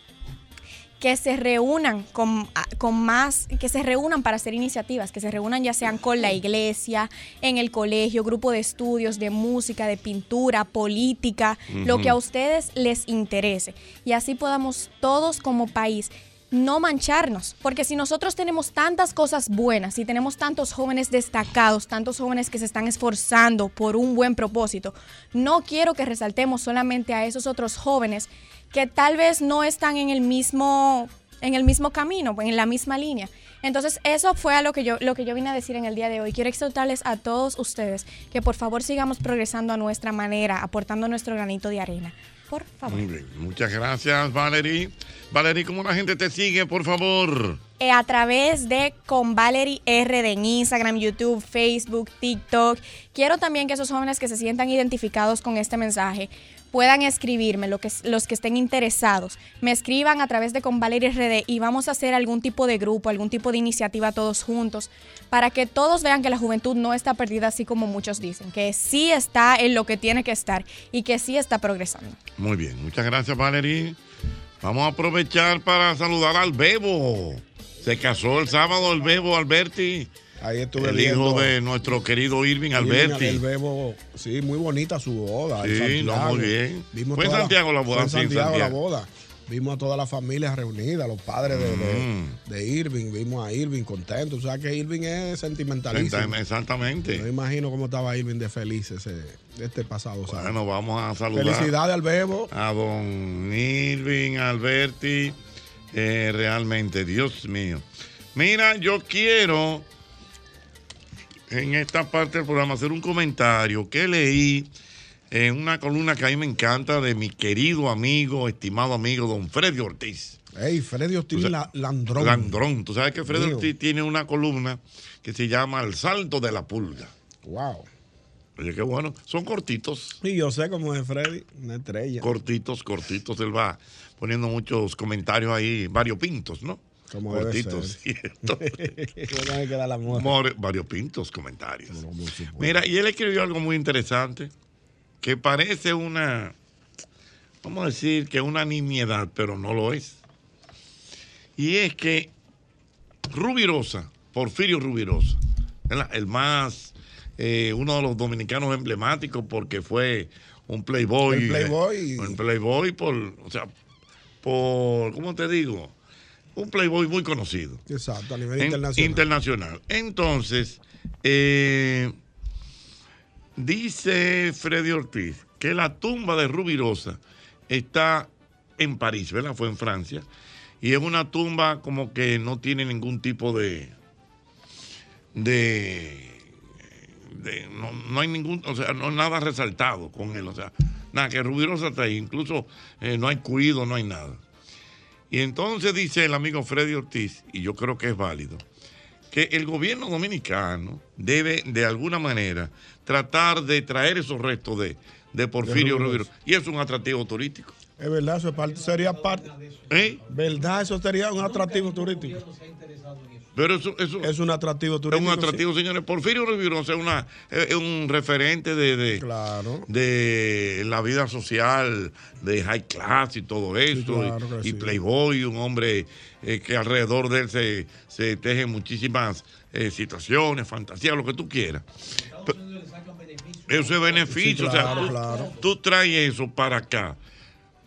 Speaker 12: que se reúnan con, a- con más, que se reúnan para hacer iniciativas, que se reúnan ya sean con la iglesia, en el colegio, grupo de estudios, de música, de pintura, política, lo que a Ujú. ustedes les interese. Y así podamos todos como país no mancharnos, porque si nosotros tenemos tantas cosas buenas, si tenemos tantos jóvenes destacados, tantos jóvenes que se están esforzando por un buen propósito, no quiero que resaltemos solamente a esos otros jóvenes que tal vez no están en el mismo en el mismo camino, en la misma línea. Entonces, eso fue a lo que yo lo que yo vine a decir en el día de hoy. Quiero exhortarles a todos ustedes que por favor sigamos progresando a nuestra manera, aportando nuestro granito de arena. Por favor.
Speaker 4: Muy bien, muchas gracias Valerie. Valerie, ¿cómo la gente te sigue, por favor?
Speaker 12: eh, a través de con Valerie RD en Instagram, YouTube, Facebook, TikTok. Quiero también que esos jóvenes que se sientan identificados con este mensaje puedan escribirme, lo que, los que estén interesados. Me escriban a través de con Valerie RD y vamos a hacer algún tipo de grupo, algún tipo de iniciativa todos juntos para que todos vean que la juventud no está perdida así como muchos dicen, que sí está en lo que tiene que estar y que sí está progresando.
Speaker 4: Muy bien, muchas gracias Valerie. Vamos a aprovechar para saludar al Bebo. Se casó el sábado el Bebo Alberti.
Speaker 5: Ahí estuve
Speaker 4: El
Speaker 5: viendo.
Speaker 4: hijo de nuestro querido
Speaker 5: Irving,
Speaker 4: Irving
Speaker 5: El
Speaker 4: Alberti.
Speaker 5: bebo, sí, muy bonita su boda. en
Speaker 4: Sí, no,
Speaker 5: Santiago.
Speaker 4: muy bien.
Speaker 5: Vimos
Speaker 4: Fue en
Speaker 5: toda
Speaker 4: Santiago la boda,
Speaker 5: fue en
Speaker 4: sí, en
Speaker 5: Santiago,
Speaker 4: Santiago.
Speaker 5: la boda. Vimos a todas las familias reunidas, los padres de, de- de Irving. Vimos a Irving contento. O sea que Irving es sentimentalista.
Speaker 4: Exactamente.
Speaker 5: No imagino cómo estaba Irving de feliz ese, este pasado sábado.
Speaker 4: Bueno, vamos a saludar.
Speaker 5: Felicidades al bebo.
Speaker 4: A don Irving Alberti. eh, realmente, Dios mío. Mira, yo quiero en esta parte del programa hacer un comentario que leí en una columna que a mí me encanta de mi querido amigo, estimado amigo, don Freddy Ortiz.
Speaker 5: Ey, Freddy Ortiz la- Landrón.
Speaker 4: Pues, Landrón. Tú sabes que Freddy
Speaker 5: Mío.
Speaker 4: Ortiz tiene una columna que se llama El Salto de la Pulga.
Speaker 5: Wow.
Speaker 4: Oye, qué bueno. Son cortitos.
Speaker 5: Y yo sé cómo es Freddy, una estrella. (laughs)
Speaker 4: Cortitos, cortitos. Él va poniendo muchos comentarios ahí, variopintos, ¿no?
Speaker 5: Como debe
Speaker 4: (laughs) cortitos.
Speaker 5: (laughs)
Speaker 4: ¿cierto?
Speaker 5: Tiene que dar la muerte.
Speaker 4: More- variopintos comentarios. Mira, y él escribió algo muy interesante que parece una, vamos a decir que una nimiedad, pero no lo es. Y es que Rubirosa, Porfirio Rubirosa, ¿verdad? el más, eh, uno de los dominicanos emblemáticos porque fue un playboy.
Speaker 5: El playboy.
Speaker 4: eh, un playboy por, o sea, por, ¿cómo te digo? Un playboy muy conocido.
Speaker 5: Exacto, a nivel
Speaker 4: En-
Speaker 5: internacional.
Speaker 4: internacional. Entonces, eh, dice Freddy Ortiz que la tumba de Rubirosa está en París, ¿verdad? Fue en Francia. Y es una tumba como que no tiene ningún tipo de. de. de- no, no hay ningún. O sea, no nada resaltado con él. O sea, nada, que Rubirosa está ahí. Incluso eh, no hay cuido, no hay nada. Y entonces dice el amigo Freddy Ortiz, y yo creo que es válido, que el gobierno dominicano debe de alguna manera tratar de traer esos restos de, de Porfirio
Speaker 5: De
Speaker 4: Rubio.
Speaker 5: Rubirosa.
Speaker 4: Y es un atractivo turístico.
Speaker 5: Es verdad, eso es parte- sería parte.
Speaker 4: ¿Eh?
Speaker 5: ¿Verdad? Eso sería un atractivo turístico.
Speaker 4: Pero eso, eso
Speaker 5: es un atractivo
Speaker 4: Es
Speaker 5: turístico.
Speaker 4: un atractivo, señores. Porfirio Rubirosa es, una, es un referente de, de, de la vida social, de high class y todo eso.
Speaker 5: claro
Speaker 4: y
Speaker 5: que sí.
Speaker 4: Playboy, un hombre eh, que alrededor de él se, se tejen muchísimas eh, situaciones, fantasías, lo que tú quieras. Pe- Eso es beneficio.
Speaker 5: Sí, claro,
Speaker 4: o sea, tú-
Speaker 5: claro.
Speaker 4: tú traes eso para acá.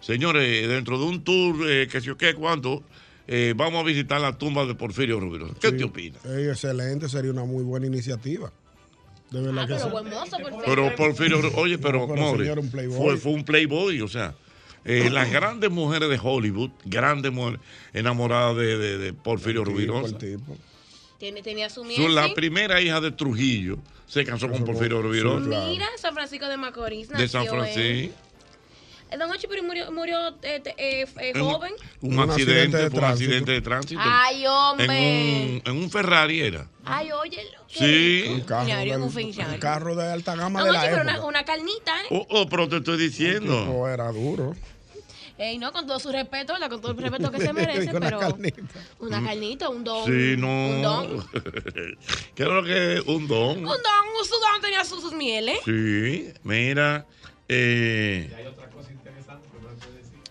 Speaker 4: Señores, eh, dentro de un tour, eh, que si o qué, cuando vamos a visitar la tumba de Porfirio Rubirosa. ¿Qué te opinas?
Speaker 5: Ey, excelente, sería una muy buena iniciativa. De verdad que sí.
Speaker 4: Pero Porfirio, Ru- oye,
Speaker 5: No,
Speaker 4: pero,
Speaker 5: pero
Speaker 4: More,
Speaker 5: señor, un playboy. Ah,
Speaker 4: fue, fue un playboy, o sea, eh, las grandes mujeres de Hollywood, grandes mujeres enamoradas de, de- de Porfirio Rubirosa.
Speaker 8: Tiene, tenía su
Speaker 4: Su-
Speaker 8: miel.
Speaker 4: la
Speaker 8: sí.
Speaker 4: primera hija de Trujillo se casó con Porfirio Rubirosa.
Speaker 8: Mira, San Francisco de Macorís.
Speaker 4: De San
Speaker 8: nació él.
Speaker 4: Francisco.
Speaker 8: Eh, Don Ochi, pero murió, murió eh, te- eh, eh,
Speaker 4: En-
Speaker 8: joven.
Speaker 4: Un, accidente, fue un accidente de tránsito.
Speaker 8: Ay,
Speaker 4: en,
Speaker 8: hombre.
Speaker 4: un, en un Ferrari era.
Speaker 8: Ay, óyelo.
Speaker 4: Sí.
Speaker 5: Un carro,
Speaker 8: Mira,
Speaker 5: del-
Speaker 8: confesional.
Speaker 5: un carro de alta gama
Speaker 8: Don
Speaker 5: de
Speaker 8: Ochi,
Speaker 5: la
Speaker 8: pero
Speaker 5: época.
Speaker 8: una, una carnita, ¿eh?
Speaker 4: Oh, oh, pero te estoy diciendo.
Speaker 5: No, era duro.
Speaker 8: Ey, no, con todo su respeto, ¿verdad? con todo el respeto que
Speaker 5: (laughs)
Speaker 8: se merece,
Speaker 4: Con la
Speaker 8: pero
Speaker 4: carnita.
Speaker 8: una carnita, un don.
Speaker 4: Mm. Sí,
Speaker 8: Un don.
Speaker 4: no. (laughs) Creo que un don.
Speaker 8: Un don, su don tenía sus, sus mieles.
Speaker 4: Sí, mira. Eh,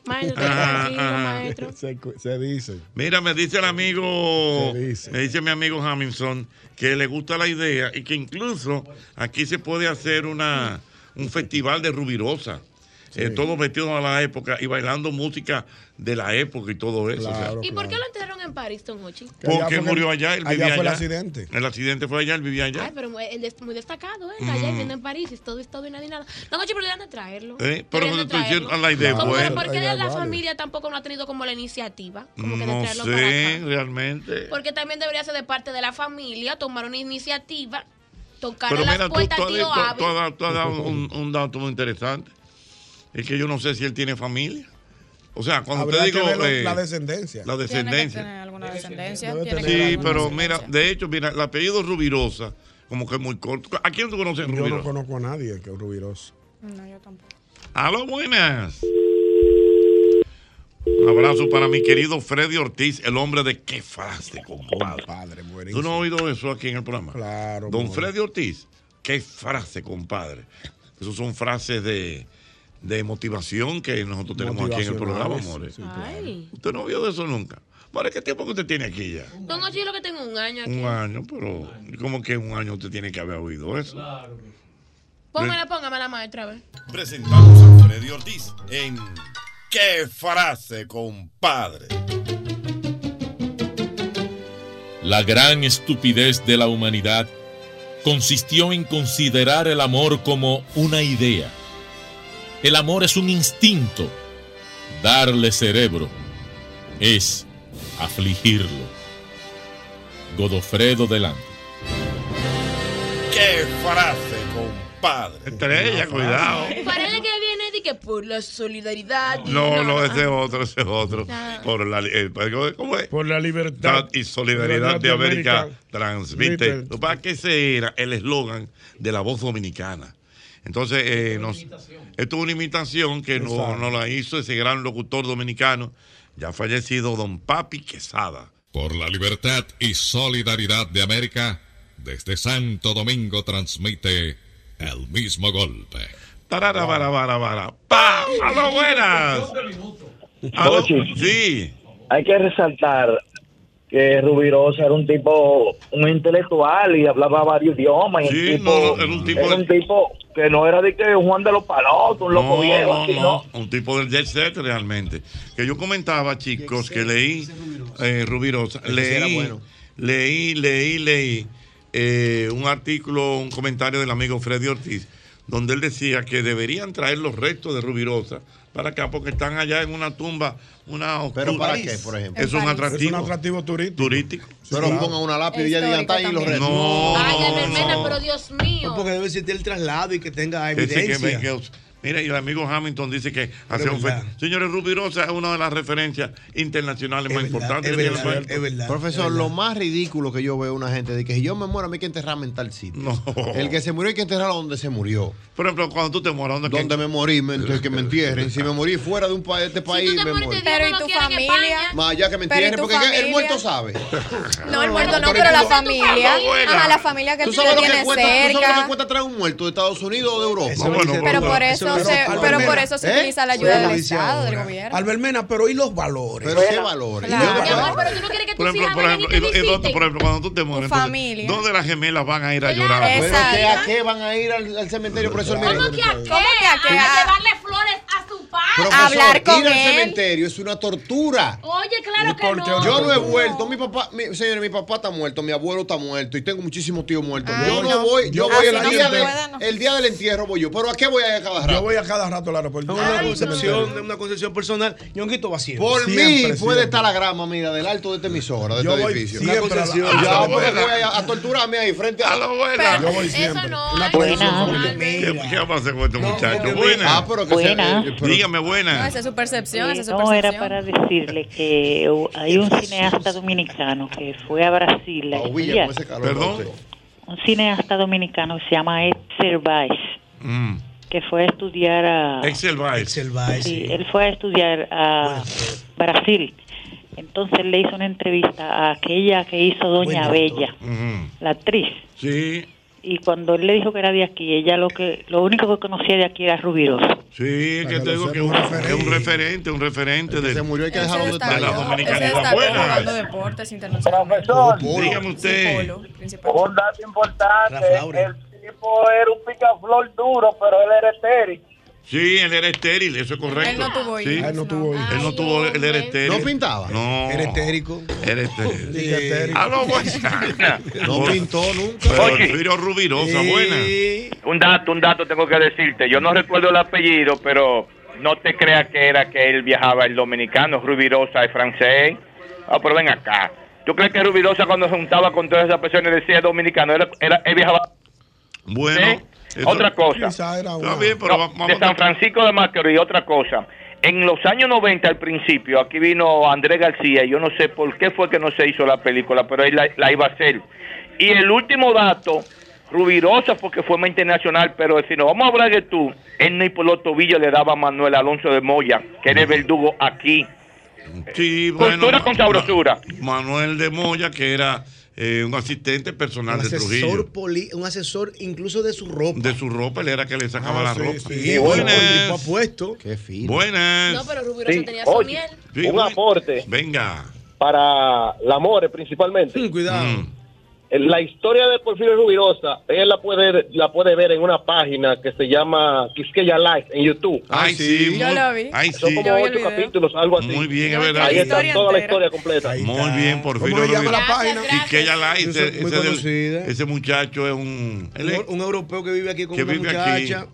Speaker 8: Maestro,
Speaker 4: Ajá,
Speaker 8: tranquilo,
Speaker 4: ajá.
Speaker 8: maestro.
Speaker 5: Se, se dice.
Speaker 4: Mira, me dice el amigo, me dice mi amigo Hamilton que le gusta la idea y que incluso aquí se puede hacer una un festival de rubirosa. Eh, todos vestidos a la época y bailando música de la época y todo eso. o sea.
Speaker 8: ¿Y por qué lo enterraron en París, Don Hochi?
Speaker 4: Porque él murió allá, él vivía allá.
Speaker 5: fue el accidente.
Speaker 4: El accidente fue allá, él vivía allá.
Speaker 8: Ay, pero él es muy destacado, ¿eh? Está allá
Speaker 4: Mm.
Speaker 8: viviendo en París, es todo, es todo y nada y nada. Don Hochi, pero deberían de traerlo.
Speaker 4: Eh, pero
Speaker 8: Deberían de
Speaker 4: te estoy
Speaker 8: traerlo.
Speaker 4: diciendo a la idea,
Speaker 8: Como que
Speaker 4: bueno.
Speaker 8: ¿Por qué
Speaker 4: Ay, ay,
Speaker 8: la
Speaker 4: vale.
Speaker 8: familia tampoco no ha tenido como la iniciativa? Como que de
Speaker 4: No
Speaker 8: traerlo para acá.
Speaker 4: sé, realmente.
Speaker 8: Porque también debería ser de parte de la familia tomar una iniciativa, tocarle
Speaker 4: Pero
Speaker 8: las
Speaker 4: mira, tú,
Speaker 8: puertas
Speaker 4: tú
Speaker 8: a
Speaker 4: has,
Speaker 8: tío
Speaker 4: tú-
Speaker 8: Abby.
Speaker 4: tú has dado- tú has dado un, un dato muy interesante. Es que yo no sé si él tiene familia. O sea, cuando
Speaker 5: Habría
Speaker 4: te digo.
Speaker 5: que ver lo-
Speaker 4: eh,
Speaker 5: la descendencia.
Speaker 4: La descendencia.
Speaker 12: alguna descendencia.
Speaker 4: Sí, pero mira, de hecho, mira, el apellido Rubirosa, como que es muy corto. ¿A quién tú conoces
Speaker 5: Yo no
Speaker 4: Rubirosa?
Speaker 5: conozco a nadie que es rubiroso.
Speaker 12: No, yo tampoco.
Speaker 4: Aló, buenas. Un abrazo para mi querido Freddy Ortiz, el hombre de qué frase, compadre. ¿Tú no has oído eso aquí en el programa?
Speaker 5: Claro.
Speaker 4: Don
Speaker 5: more.
Speaker 4: Freddy Ortiz, qué frase, compadre. Esas son frases de, de motivación que nosotros tenemos aquí en el programa,
Speaker 5: Motivacionales,
Speaker 4: amores.
Speaker 8: Ay.
Speaker 4: Usted no vio de eso nunca. More, ¿qué tiempo que usted tiene aquí ya?
Speaker 8: Don Ochi, yo lo que tengo un año aquí.
Speaker 4: Un año, pero como que un año usted tiene que haber oído eso.
Speaker 8: Póngamela, póngamela, maestra, a ver.
Speaker 11: Presentamos a Freddy Ortiz en ¿Qué frase, compadre?
Speaker 15: La gran estupidez de la humanidad consistió en considerar el amor como una idea. El amor es un instinto. Darle cerebro es afligirlo. Godofredo Delante.
Speaker 11: ¿Qué frase, compadre?
Speaker 4: Estrella, cuidado.
Speaker 8: Para el que viene, di que por la solidaridad. y Eh,
Speaker 4: No, no, ese es otro, ese es otro.
Speaker 8: Ah.
Speaker 4: Por la, li- eh, ¿cómo es?
Speaker 5: Por la libertad
Speaker 4: y solidaridad de América
Speaker 5: América.
Speaker 4: transmite.
Speaker 5: Transmite.
Speaker 4: ¿Para qué ese era el eslogan de la voz dominicana? Entonces, eh, nos- esto es una imitación que nos, nos la hizo ese gran locutor dominicano, ya fallecido, don Papi Quesada.
Speaker 20: Por la libertad y solidaridad de América, desde Santo Domingo transmite el mismo golpe.
Speaker 4: Tarara, bara, bara, bara. ¡Pa! ¡Aló, buenas! Aló, Ah, sí.
Speaker 2: Hay que resaltar que Rubirosa era un tipo, un intelectual y hablaba varios idiomas. Y
Speaker 4: Sí,
Speaker 2: el tipo,
Speaker 4: no, no, era un tipo-
Speaker 2: era un tipo que no era de que Juan de los Palotes, un loco
Speaker 4: No,
Speaker 2: viejo,
Speaker 4: no,
Speaker 2: sino-
Speaker 4: no, un tipo del jet set realmente. Que yo comentaba, chicos, que leí eh, Rubirosa,
Speaker 7: Ese sí era
Speaker 4: leí,
Speaker 7: bueno.
Speaker 4: leí, leí, leí eh, un artículo, un comentario del amigo Freddy Ortiz, donde él decía que deberían traer los restos de Rubirosa para acá porque están allá en una tumba, una
Speaker 7: ¿Pero
Speaker 4: oscura-
Speaker 7: para qué, por ejemplo?
Speaker 4: Es un atractivo.
Speaker 7: Es un
Speaker 5: turístico.
Speaker 7: Pero pongan una lápida y ya digan, está ahí los restos.
Speaker 4: No,
Speaker 8: Ay,
Speaker 4: no,
Speaker 8: Hermena,
Speaker 4: no.
Speaker 8: pero Dios mío.
Speaker 6: Porque debe existir el traslado y que tenga
Speaker 4: Ese que
Speaker 6: evidencia.
Speaker 4: me- que- mira, y el amigo Hamilton dice que hace un fe-
Speaker 6: verdad.
Speaker 4: Señores, Rubirosa es una de las referencias internacionales más importantes. que tiene el país.
Speaker 7: Profesor, lo más ridículo que yo veo una gente de que si yo me muero, a mí hay que enterrarme en tal sitio. El que se murió hay que enterrarlo donde se murió.
Speaker 4: Por ejemplo, cuando tú te mueras, ¿dónde,
Speaker 7: me morí? Me- Entonces que me entierren. Si me morí fuera de un pa- de este país, me morí.
Speaker 12: Pero y tu familia.
Speaker 7: Más allá que me
Speaker 12: Pero, ¿y
Speaker 7: entierren,
Speaker 12: tu
Speaker 7: porque que el
Speaker 12: familia?
Speaker 7: muerto sabe. Ah,
Speaker 12: No, el muerto no,
Speaker 7: Por
Speaker 12: pero la
Speaker 7: ejemplo,
Speaker 12: familia.
Speaker 7: no, buena.
Speaker 12: Ajá, la familia que
Speaker 7: ¿Tú
Speaker 12: tú
Speaker 7: sabes,
Speaker 12: te
Speaker 7: lo que
Speaker 12: tienes
Speaker 7: cuesta, ¿Tú sabes lo que
Speaker 12: cerca.
Speaker 7: cuesta traer un muerto de Estados Unidos o de Europa?
Speaker 12: Pero por eso se, pero por eso se utiliza la
Speaker 7: ¿Eh?
Speaker 12: ayuda del Estado, del gobierno.
Speaker 5: Albermena, pero ¿y los valores?
Speaker 7: Pero qué valores.
Speaker 12: Mi amor,
Speaker 8: pero tú no quieres que
Speaker 4: Por
Speaker 8: tus
Speaker 4: ejemplo,
Speaker 8: hijas
Speaker 4: por
Speaker 8: vengan y
Speaker 4: ejemplo,
Speaker 8: te
Speaker 4: y- y dónde- por
Speaker 8: visiten.
Speaker 4: ejemplo, cuando tú te mueres, entonces,
Speaker 8: familia.
Speaker 4: ¿dónde las gemelas van a ir a llorar?
Speaker 7: Pero que a qué van a ir al, al cementerio, profesor. Mire,
Speaker 8: ¿Cómo que a qué?
Speaker 12: ¿Cómo que a qué? Ah.
Speaker 8: A llevarle flores a tu padre.
Speaker 7: profesor, ir al cementerio es una tortura.
Speaker 8: Oye, claro que no.
Speaker 7: Yo no he vuelto, mi papá, mi, señores, mi papá está muerto, mi abuelo está muerto y tengo muchísimos tíos muertos. yo no, voy, yo
Speaker 5: Así
Speaker 7: voy el,
Speaker 5: no
Speaker 7: día
Speaker 5: se
Speaker 7: de-
Speaker 5: puede,
Speaker 7: el día del entierro voy yo, pero ¿a qué voy a cada rato?
Speaker 5: Yo voy a cada rato al aeropuerto.
Speaker 6: Es una concepción, es una concepción personal. Ñonguito vacío.
Speaker 7: Por mí puede estar la grama, mira, del alto de esta emisora, de
Speaker 6: Yo
Speaker 7: este
Speaker 6: voy
Speaker 7: edificio.
Speaker 6: siempre
Speaker 7: Una concesión.
Speaker 6: a la- a
Speaker 7: Ya,
Speaker 6: la
Speaker 7: porque
Speaker 6: abuela.
Speaker 7: voy a, a torturarme ahí frente a,
Speaker 4: la abuela.
Speaker 7: Yo voy siempre.
Speaker 4: ¿Qué, qué pasa con este muchacho? Buenas.
Speaker 7: Ah, pero que se- Buenas. eh,
Speaker 4: Dígame,
Speaker 12: No,
Speaker 4: buenas.
Speaker 12: esa es su percepción, esa es su
Speaker 18: No, era
Speaker 12: percepción.
Speaker 18: para decirle que u- hay un cineasta dominicano que fue a Brasil. a estudiar.
Speaker 4: Perdón.
Speaker 18: Un cineasta dominicano que se llama Edsel Weiss,
Speaker 4: Mm.
Speaker 18: que fue a estudiar
Speaker 24: Ah.
Speaker 18: a...
Speaker 4: Excel Vice. Excel
Speaker 18: Sí, él fue a estudiar a Brasil. Entonces le hizo una entrevista a aquella que hizo Doña Bella, la actriz.
Speaker 4: Sí,
Speaker 18: Y cuando él le dijo que era de aquí, ella lo que lo único que conocía de aquí era Rubirosa.
Speaker 4: sí, que te digo que es un referente, un referente, un referente del-
Speaker 12: que Ese dejarlo de
Speaker 4: de la
Speaker 12: destacó, ese
Speaker 4: dominicanidad.
Speaker 12: destacó hablando de
Speaker 4: Buenas.
Speaker 12: deportes
Speaker 18: pues,
Speaker 12: internacionales.
Speaker 4: Dígame usted.
Speaker 18: Un dato importante, el tipo era un picaflor duro, pero él era estéril.
Speaker 4: Sí, él era estéril, eso es correcto.
Speaker 18: Él no Ah, tuvo
Speaker 4: Sí.
Speaker 18: hijos,
Speaker 4: Él no tuvo Él no tuvo, él era estéril.
Speaker 7: ¿No pintaba?
Speaker 4: No.
Speaker 7: Era estérico.
Speaker 4: Era estéril.
Speaker 7: Sí, estérico.
Speaker 4: Ah, no, buena.
Speaker 7: No pintó nunca.
Speaker 4: Pero Ciro Rubirosa, buena.
Speaker 25: Un dato, un dato tengo que decirte. Yo no recuerdo el apellido, pero no te creas que era que él viajaba el dominicano, Rubirosa es francés. Ah, pero ven acá. ¿Tú crees que Rubirosa cuando se juntaba con todas esas personas y decía dominicano, era, era- él viajaba? ¿Eh?
Speaker 4: Bueno. eso-
Speaker 25: Otra cosa.
Speaker 4: Está bien, pero
Speaker 25: No,
Speaker 4: va- vamos
Speaker 25: de San Francisco de Macorís, y otra cosa. En los años 90, al principio, aquí vino Andrés García, y yo no sé por qué fue que no se hizo la película, pero él la, la iba a hacer. Y el último dato, Rubirosa, porque fue más internacional, pero si no vamos a hablar de tú, él ni por los tobillos le daba a Manuel Alonso de Moya, que era el verdugo aquí.
Speaker 4: Sí, bueno,
Speaker 25: Cultura con sabrosura.
Speaker 4: (laughs) Manuel de Moya, que era eh, un asistente personal de Trujillo.
Speaker 6: Asesor poli- un asesor incluso de su ropa.
Speaker 4: De su ropa, él era que le sacaba la ropa.
Speaker 6: Sí, bueno, el tipo
Speaker 4: buenas.
Speaker 6: apuesto.
Speaker 7: Qué fino.
Speaker 4: Buenas.
Speaker 8: No, pero Rubirosa
Speaker 18: Sí,
Speaker 8: tenía su
Speaker 18: oye.
Speaker 8: miel.
Speaker 4: Sí,
Speaker 18: un
Speaker 4: bueno.
Speaker 18: aporte
Speaker 4: Venga.
Speaker 18: para la More principalmente. Mm.
Speaker 6: cuidado.
Speaker 18: La historia de Porfirio Rubirosa, él la puede, la puede ver en una página que se llama Quisqueya Live en YouTube.
Speaker 4: Ay, sí. muy- Ay,
Speaker 18: Son
Speaker 4: sí.
Speaker 18: como ocho capítulos, algo así.
Speaker 4: Muy bien, es verdad.
Speaker 18: Ahí está
Speaker 4: Historia
Speaker 18: toda la
Speaker 4: entera.
Speaker 18: historia completa.
Speaker 4: Muy bien, por fin. lo vi.
Speaker 6: página?
Speaker 4: Y que ella la
Speaker 6: Yo
Speaker 4: hizo.
Speaker 6: soy
Speaker 4: Ese,
Speaker 6: muy
Speaker 4: del-
Speaker 6: conocida.
Speaker 4: ese muchacho es un. él es-
Speaker 6: Un, un europeo que vive aquí con
Speaker 4: que
Speaker 6: una
Speaker 4: vive aquí.
Speaker 6: muchacha.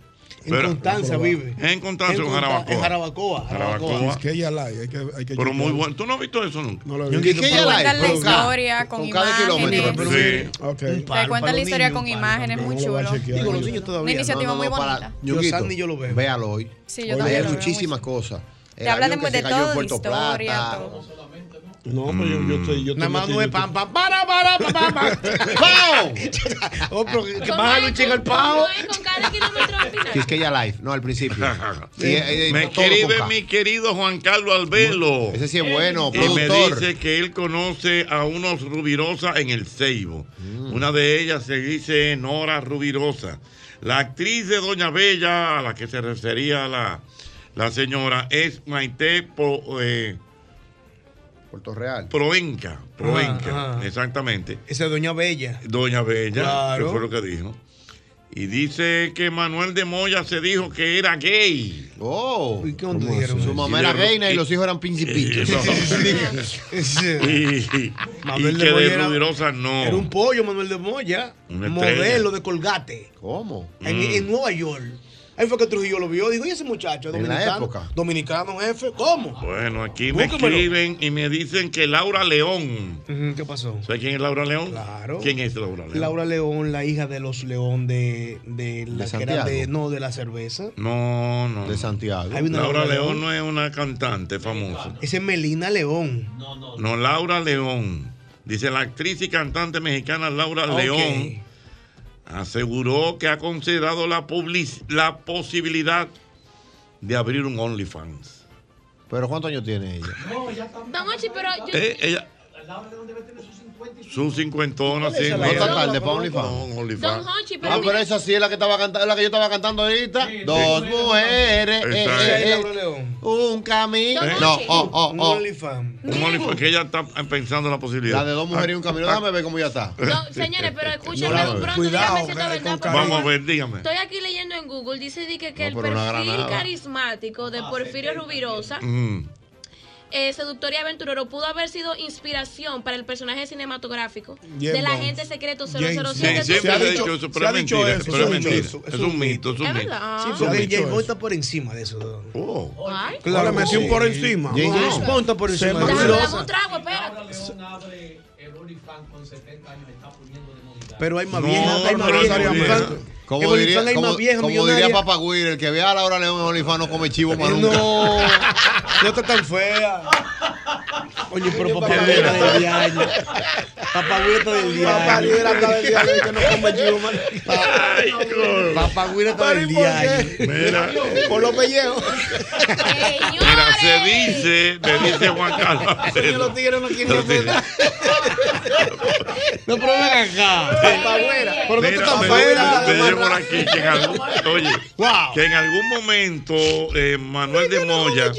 Speaker 6: En
Speaker 4: Pero-
Speaker 6: Constanza vive.
Speaker 4: En Constanza, en
Speaker 6: Consta-
Speaker 4: Jarabacoa.
Speaker 6: En Jarabacoa.
Speaker 4: Jarabacoa.
Speaker 6: Jarabacoa.
Speaker 4: Es que
Speaker 5: ella la hay, hay que, hay que
Speaker 4: Pero muy bueno. ¿Tú no has visto eso nunca? No
Speaker 5: lo
Speaker 4: he
Speaker 6: visto.
Speaker 12: Te cuentan la historia con, imágenes.
Speaker 4: Sí.
Speaker 12: Te cuentan la historia con imágenes, muy chulo.
Speaker 7: Digo, los niños todavía.
Speaker 12: Una iniciativa
Speaker 7: No, no,
Speaker 12: muy
Speaker 7: no, para-
Speaker 12: bonita.
Speaker 7: Ñonguito,
Speaker 6: Yo, Sandy, yo lo veo.
Speaker 7: Véalo hoy.
Speaker 12: Sí, yo
Speaker 7: Hoy
Speaker 12: también
Speaker 7: hay
Speaker 12: lo veo
Speaker 7: muchísimas cosas.
Speaker 12: Te hablan
Speaker 7: avión
Speaker 12: de-
Speaker 7: que se
Speaker 12: de
Speaker 7: cayó en
Speaker 12: todo, de
Speaker 7: Puerto
Speaker 12: historia,
Speaker 7: Plata.
Speaker 12: todo.
Speaker 5: No, pero yo, yo estoy. Yo
Speaker 6: Nada
Speaker 5: estoy
Speaker 6: más
Speaker 5: metido, yo
Speaker 6: no es
Speaker 5: estoy- (laughs)
Speaker 6: pam, pam, para, para, pa, pa, pa. ¡Pau! oh, pero que vas a luchar con el pao.
Speaker 8: eh,
Speaker 7: Sí, es que ya live, no al principio. Y, eh, eh,
Speaker 4: me
Speaker 7: todo con
Speaker 4: escribe
Speaker 7: K.
Speaker 4: mi querido Juan Carlos Albelo.
Speaker 7: Ese sí es bueno,
Speaker 4: Y me
Speaker 7: productor.
Speaker 4: dice que él conoce a unos Rubirosa en el Ceibo.
Speaker 7: Mm.
Speaker 4: Una de ellas se dice Nora Rubirosa. La actriz de Doña Bella, a la que se refería la, la señora, es Maite Po- eh,
Speaker 7: Puerto Real.
Speaker 4: Proenca. Proenca,
Speaker 6: ajá.
Speaker 4: exactamente.
Speaker 6: Esa es Doña Bella.
Speaker 4: Doña Bella,
Speaker 6: Claro.
Speaker 4: que fue lo que dijo. Y dice que Manuel de Moya se dijo que era gay.
Speaker 7: Oh.
Speaker 4: ¿Y qué onda
Speaker 7: Su mamá era reina y
Speaker 4: (laughs)
Speaker 7: los hijos eran principitos.
Speaker 4: Y,
Speaker 6: Manuel
Speaker 4: y
Speaker 6: de
Speaker 4: que
Speaker 6: Moya
Speaker 4: de
Speaker 6: era-
Speaker 4: Rubirosa no.
Speaker 6: Era un pollo, Manuel de Moya.
Speaker 4: Una
Speaker 6: Modelo
Speaker 4: estrella.
Speaker 6: de Colgate.
Speaker 7: ¿Cómo?
Speaker 6: En,
Speaker 4: Mm.
Speaker 6: en Nueva York. Ahí fue que Trujillo lo vio. Dijo, ¿y ese muchacho?
Speaker 4: En la
Speaker 6: Dominicano.
Speaker 4: época.
Speaker 6: Dominicano, jefe. ¿Cómo?
Speaker 4: Bueno, aquí me
Speaker 6: Búscamelo.
Speaker 4: escriben y me dicen que Laura León.
Speaker 6: ¿Qué pasó?
Speaker 4: ¿Sabes quién es Laura León?
Speaker 6: Claro.
Speaker 4: ¿Quién es Laura León?
Speaker 6: Laura León, la hija de los León de, de la que era
Speaker 4: Santiago.
Speaker 6: de, no, de la cerveza.
Speaker 4: No, no. De
Speaker 7: Santiago.
Speaker 6: Hay una
Speaker 4: Laura
Speaker 6: Laura León.
Speaker 4: León no es una cantante famosa.
Speaker 6: Esa es Melina León.
Speaker 4: No, Laura León. Dice la actriz y cantante mexicana Laura
Speaker 6: Ok.
Speaker 4: León aseguró que ha considerado la, public- la posibilidad de abrir un OnlyFans.
Speaker 7: ¿Pero cuántos años tiene ella?
Speaker 8: Don Ochi, pero yo,
Speaker 4: Eh, ella, su cincuentona,
Speaker 7: ¿Cuál es
Speaker 4: sí.
Speaker 7: esa, la
Speaker 4: mira.
Speaker 7: otra tarde, pa' OnlyFans?
Speaker 4: No,
Speaker 8: Don
Speaker 4: OnlyFans.
Speaker 8: Hochi, pero
Speaker 7: Ah,
Speaker 8: mira,
Speaker 7: pero esa sí es la que estaba cantando, (laughs) la que yo estaba cantando ahorita. Dos mujeres. eh, eh, eh, un camino.
Speaker 4: ¿Eh?
Speaker 7: No, oh, oh, oh.
Speaker 4: Un OnlyFans que ella está pensando en la posibilidad. Ah,
Speaker 7: La de dos mujeres y un camino. Déjame ver cómo ya está.
Speaker 8: don- señores,
Speaker 4: Eh,
Speaker 8: pero escúchenme
Speaker 7: No, no,
Speaker 8: pronto,
Speaker 7: cuidado, eh,
Speaker 8: dígame si esto es verdad. porque
Speaker 4: Vamos a ver, dígame.
Speaker 8: Estoy aquí leyendo en Google, dice di que, que
Speaker 4: No,
Speaker 8: el
Speaker 4: pero una
Speaker 8: perfil
Speaker 4: granada.
Speaker 8: carismático
Speaker 5: Ah,
Speaker 8: de Porfirio Rubirosa,
Speaker 4: Mm.
Speaker 8: eh, seductor y aventurero, pudo haber sido inspiración para el personaje cinematográfico
Speaker 4: Bien,
Speaker 8: del
Speaker 4: vamos.
Speaker 8: agente secreto
Speaker 4: Sí, siempre
Speaker 8: 007.
Speaker 6: Se ha
Speaker 4: se ha
Speaker 6: dicho-
Speaker 4: dicho eso,
Speaker 6: se
Speaker 4: pero
Speaker 6: ha
Speaker 4: es
Speaker 6: dicho
Speaker 4: mentira.
Speaker 6: eso,
Speaker 4: pero es
Speaker 6: se ha dicho
Speaker 4: mentira.
Speaker 6: eso,
Speaker 4: Es un mito, es un
Speaker 8: Es
Speaker 4: mito.
Speaker 8: verdad.
Speaker 6: Sí,
Speaker 8: Ah.
Speaker 6: porque
Speaker 4: dicho
Speaker 6: James
Speaker 4: eso.
Speaker 6: Bond está por encima de eso.
Speaker 4: Oh.
Speaker 8: Ay.
Speaker 5: Ahora metió un por
Speaker 6: Sí.
Speaker 5: encima.
Speaker 6: James
Speaker 5: Wow.
Speaker 6: Bond está por
Speaker 5: Se
Speaker 6: encima de
Speaker 5: mandó.
Speaker 6: eso.
Speaker 8: Dame un trago, espérate.
Speaker 6: Pero hay más
Speaker 7: No,
Speaker 6: viejas, hay más
Speaker 7: no
Speaker 6: viejas.
Speaker 7: necesariamente.
Speaker 6: OnlyFans. En
Speaker 7: Como
Speaker 6: OnlyFans
Speaker 7: diría,
Speaker 6: hay
Speaker 7: como,
Speaker 6: más viejas
Speaker 7: como diría
Speaker 6: millonarias.
Speaker 7: Papá Guir, el que vea a Laura León en OnlyFans no come chivo más nunca.
Speaker 6: Eh,
Speaker 7: (laughs)
Speaker 6: No, no está tan fea. Oye, pero papá
Speaker 7: papá
Speaker 6: Guira
Speaker 7: Guira.
Speaker 6: del diario. Papá Guira está del diario.
Speaker 5: Papá Guira está del diario, que no come
Speaker 6: chivo mal. Papá Guira está del diario.
Speaker 4: Mira.
Speaker 6: Por los pellejos.
Speaker 4: Mira, se dice, me dice Juan Carlos.
Speaker 6: Coño, los tigres no quieren respetar. No, pero ven acá. Papá Guira. Pero no
Speaker 4: Mira,
Speaker 6: está tan
Speaker 4: me-
Speaker 6: fea.
Speaker 4: me dice por aquí que en algún, oye, que en algún momento eh, Manuel de Moya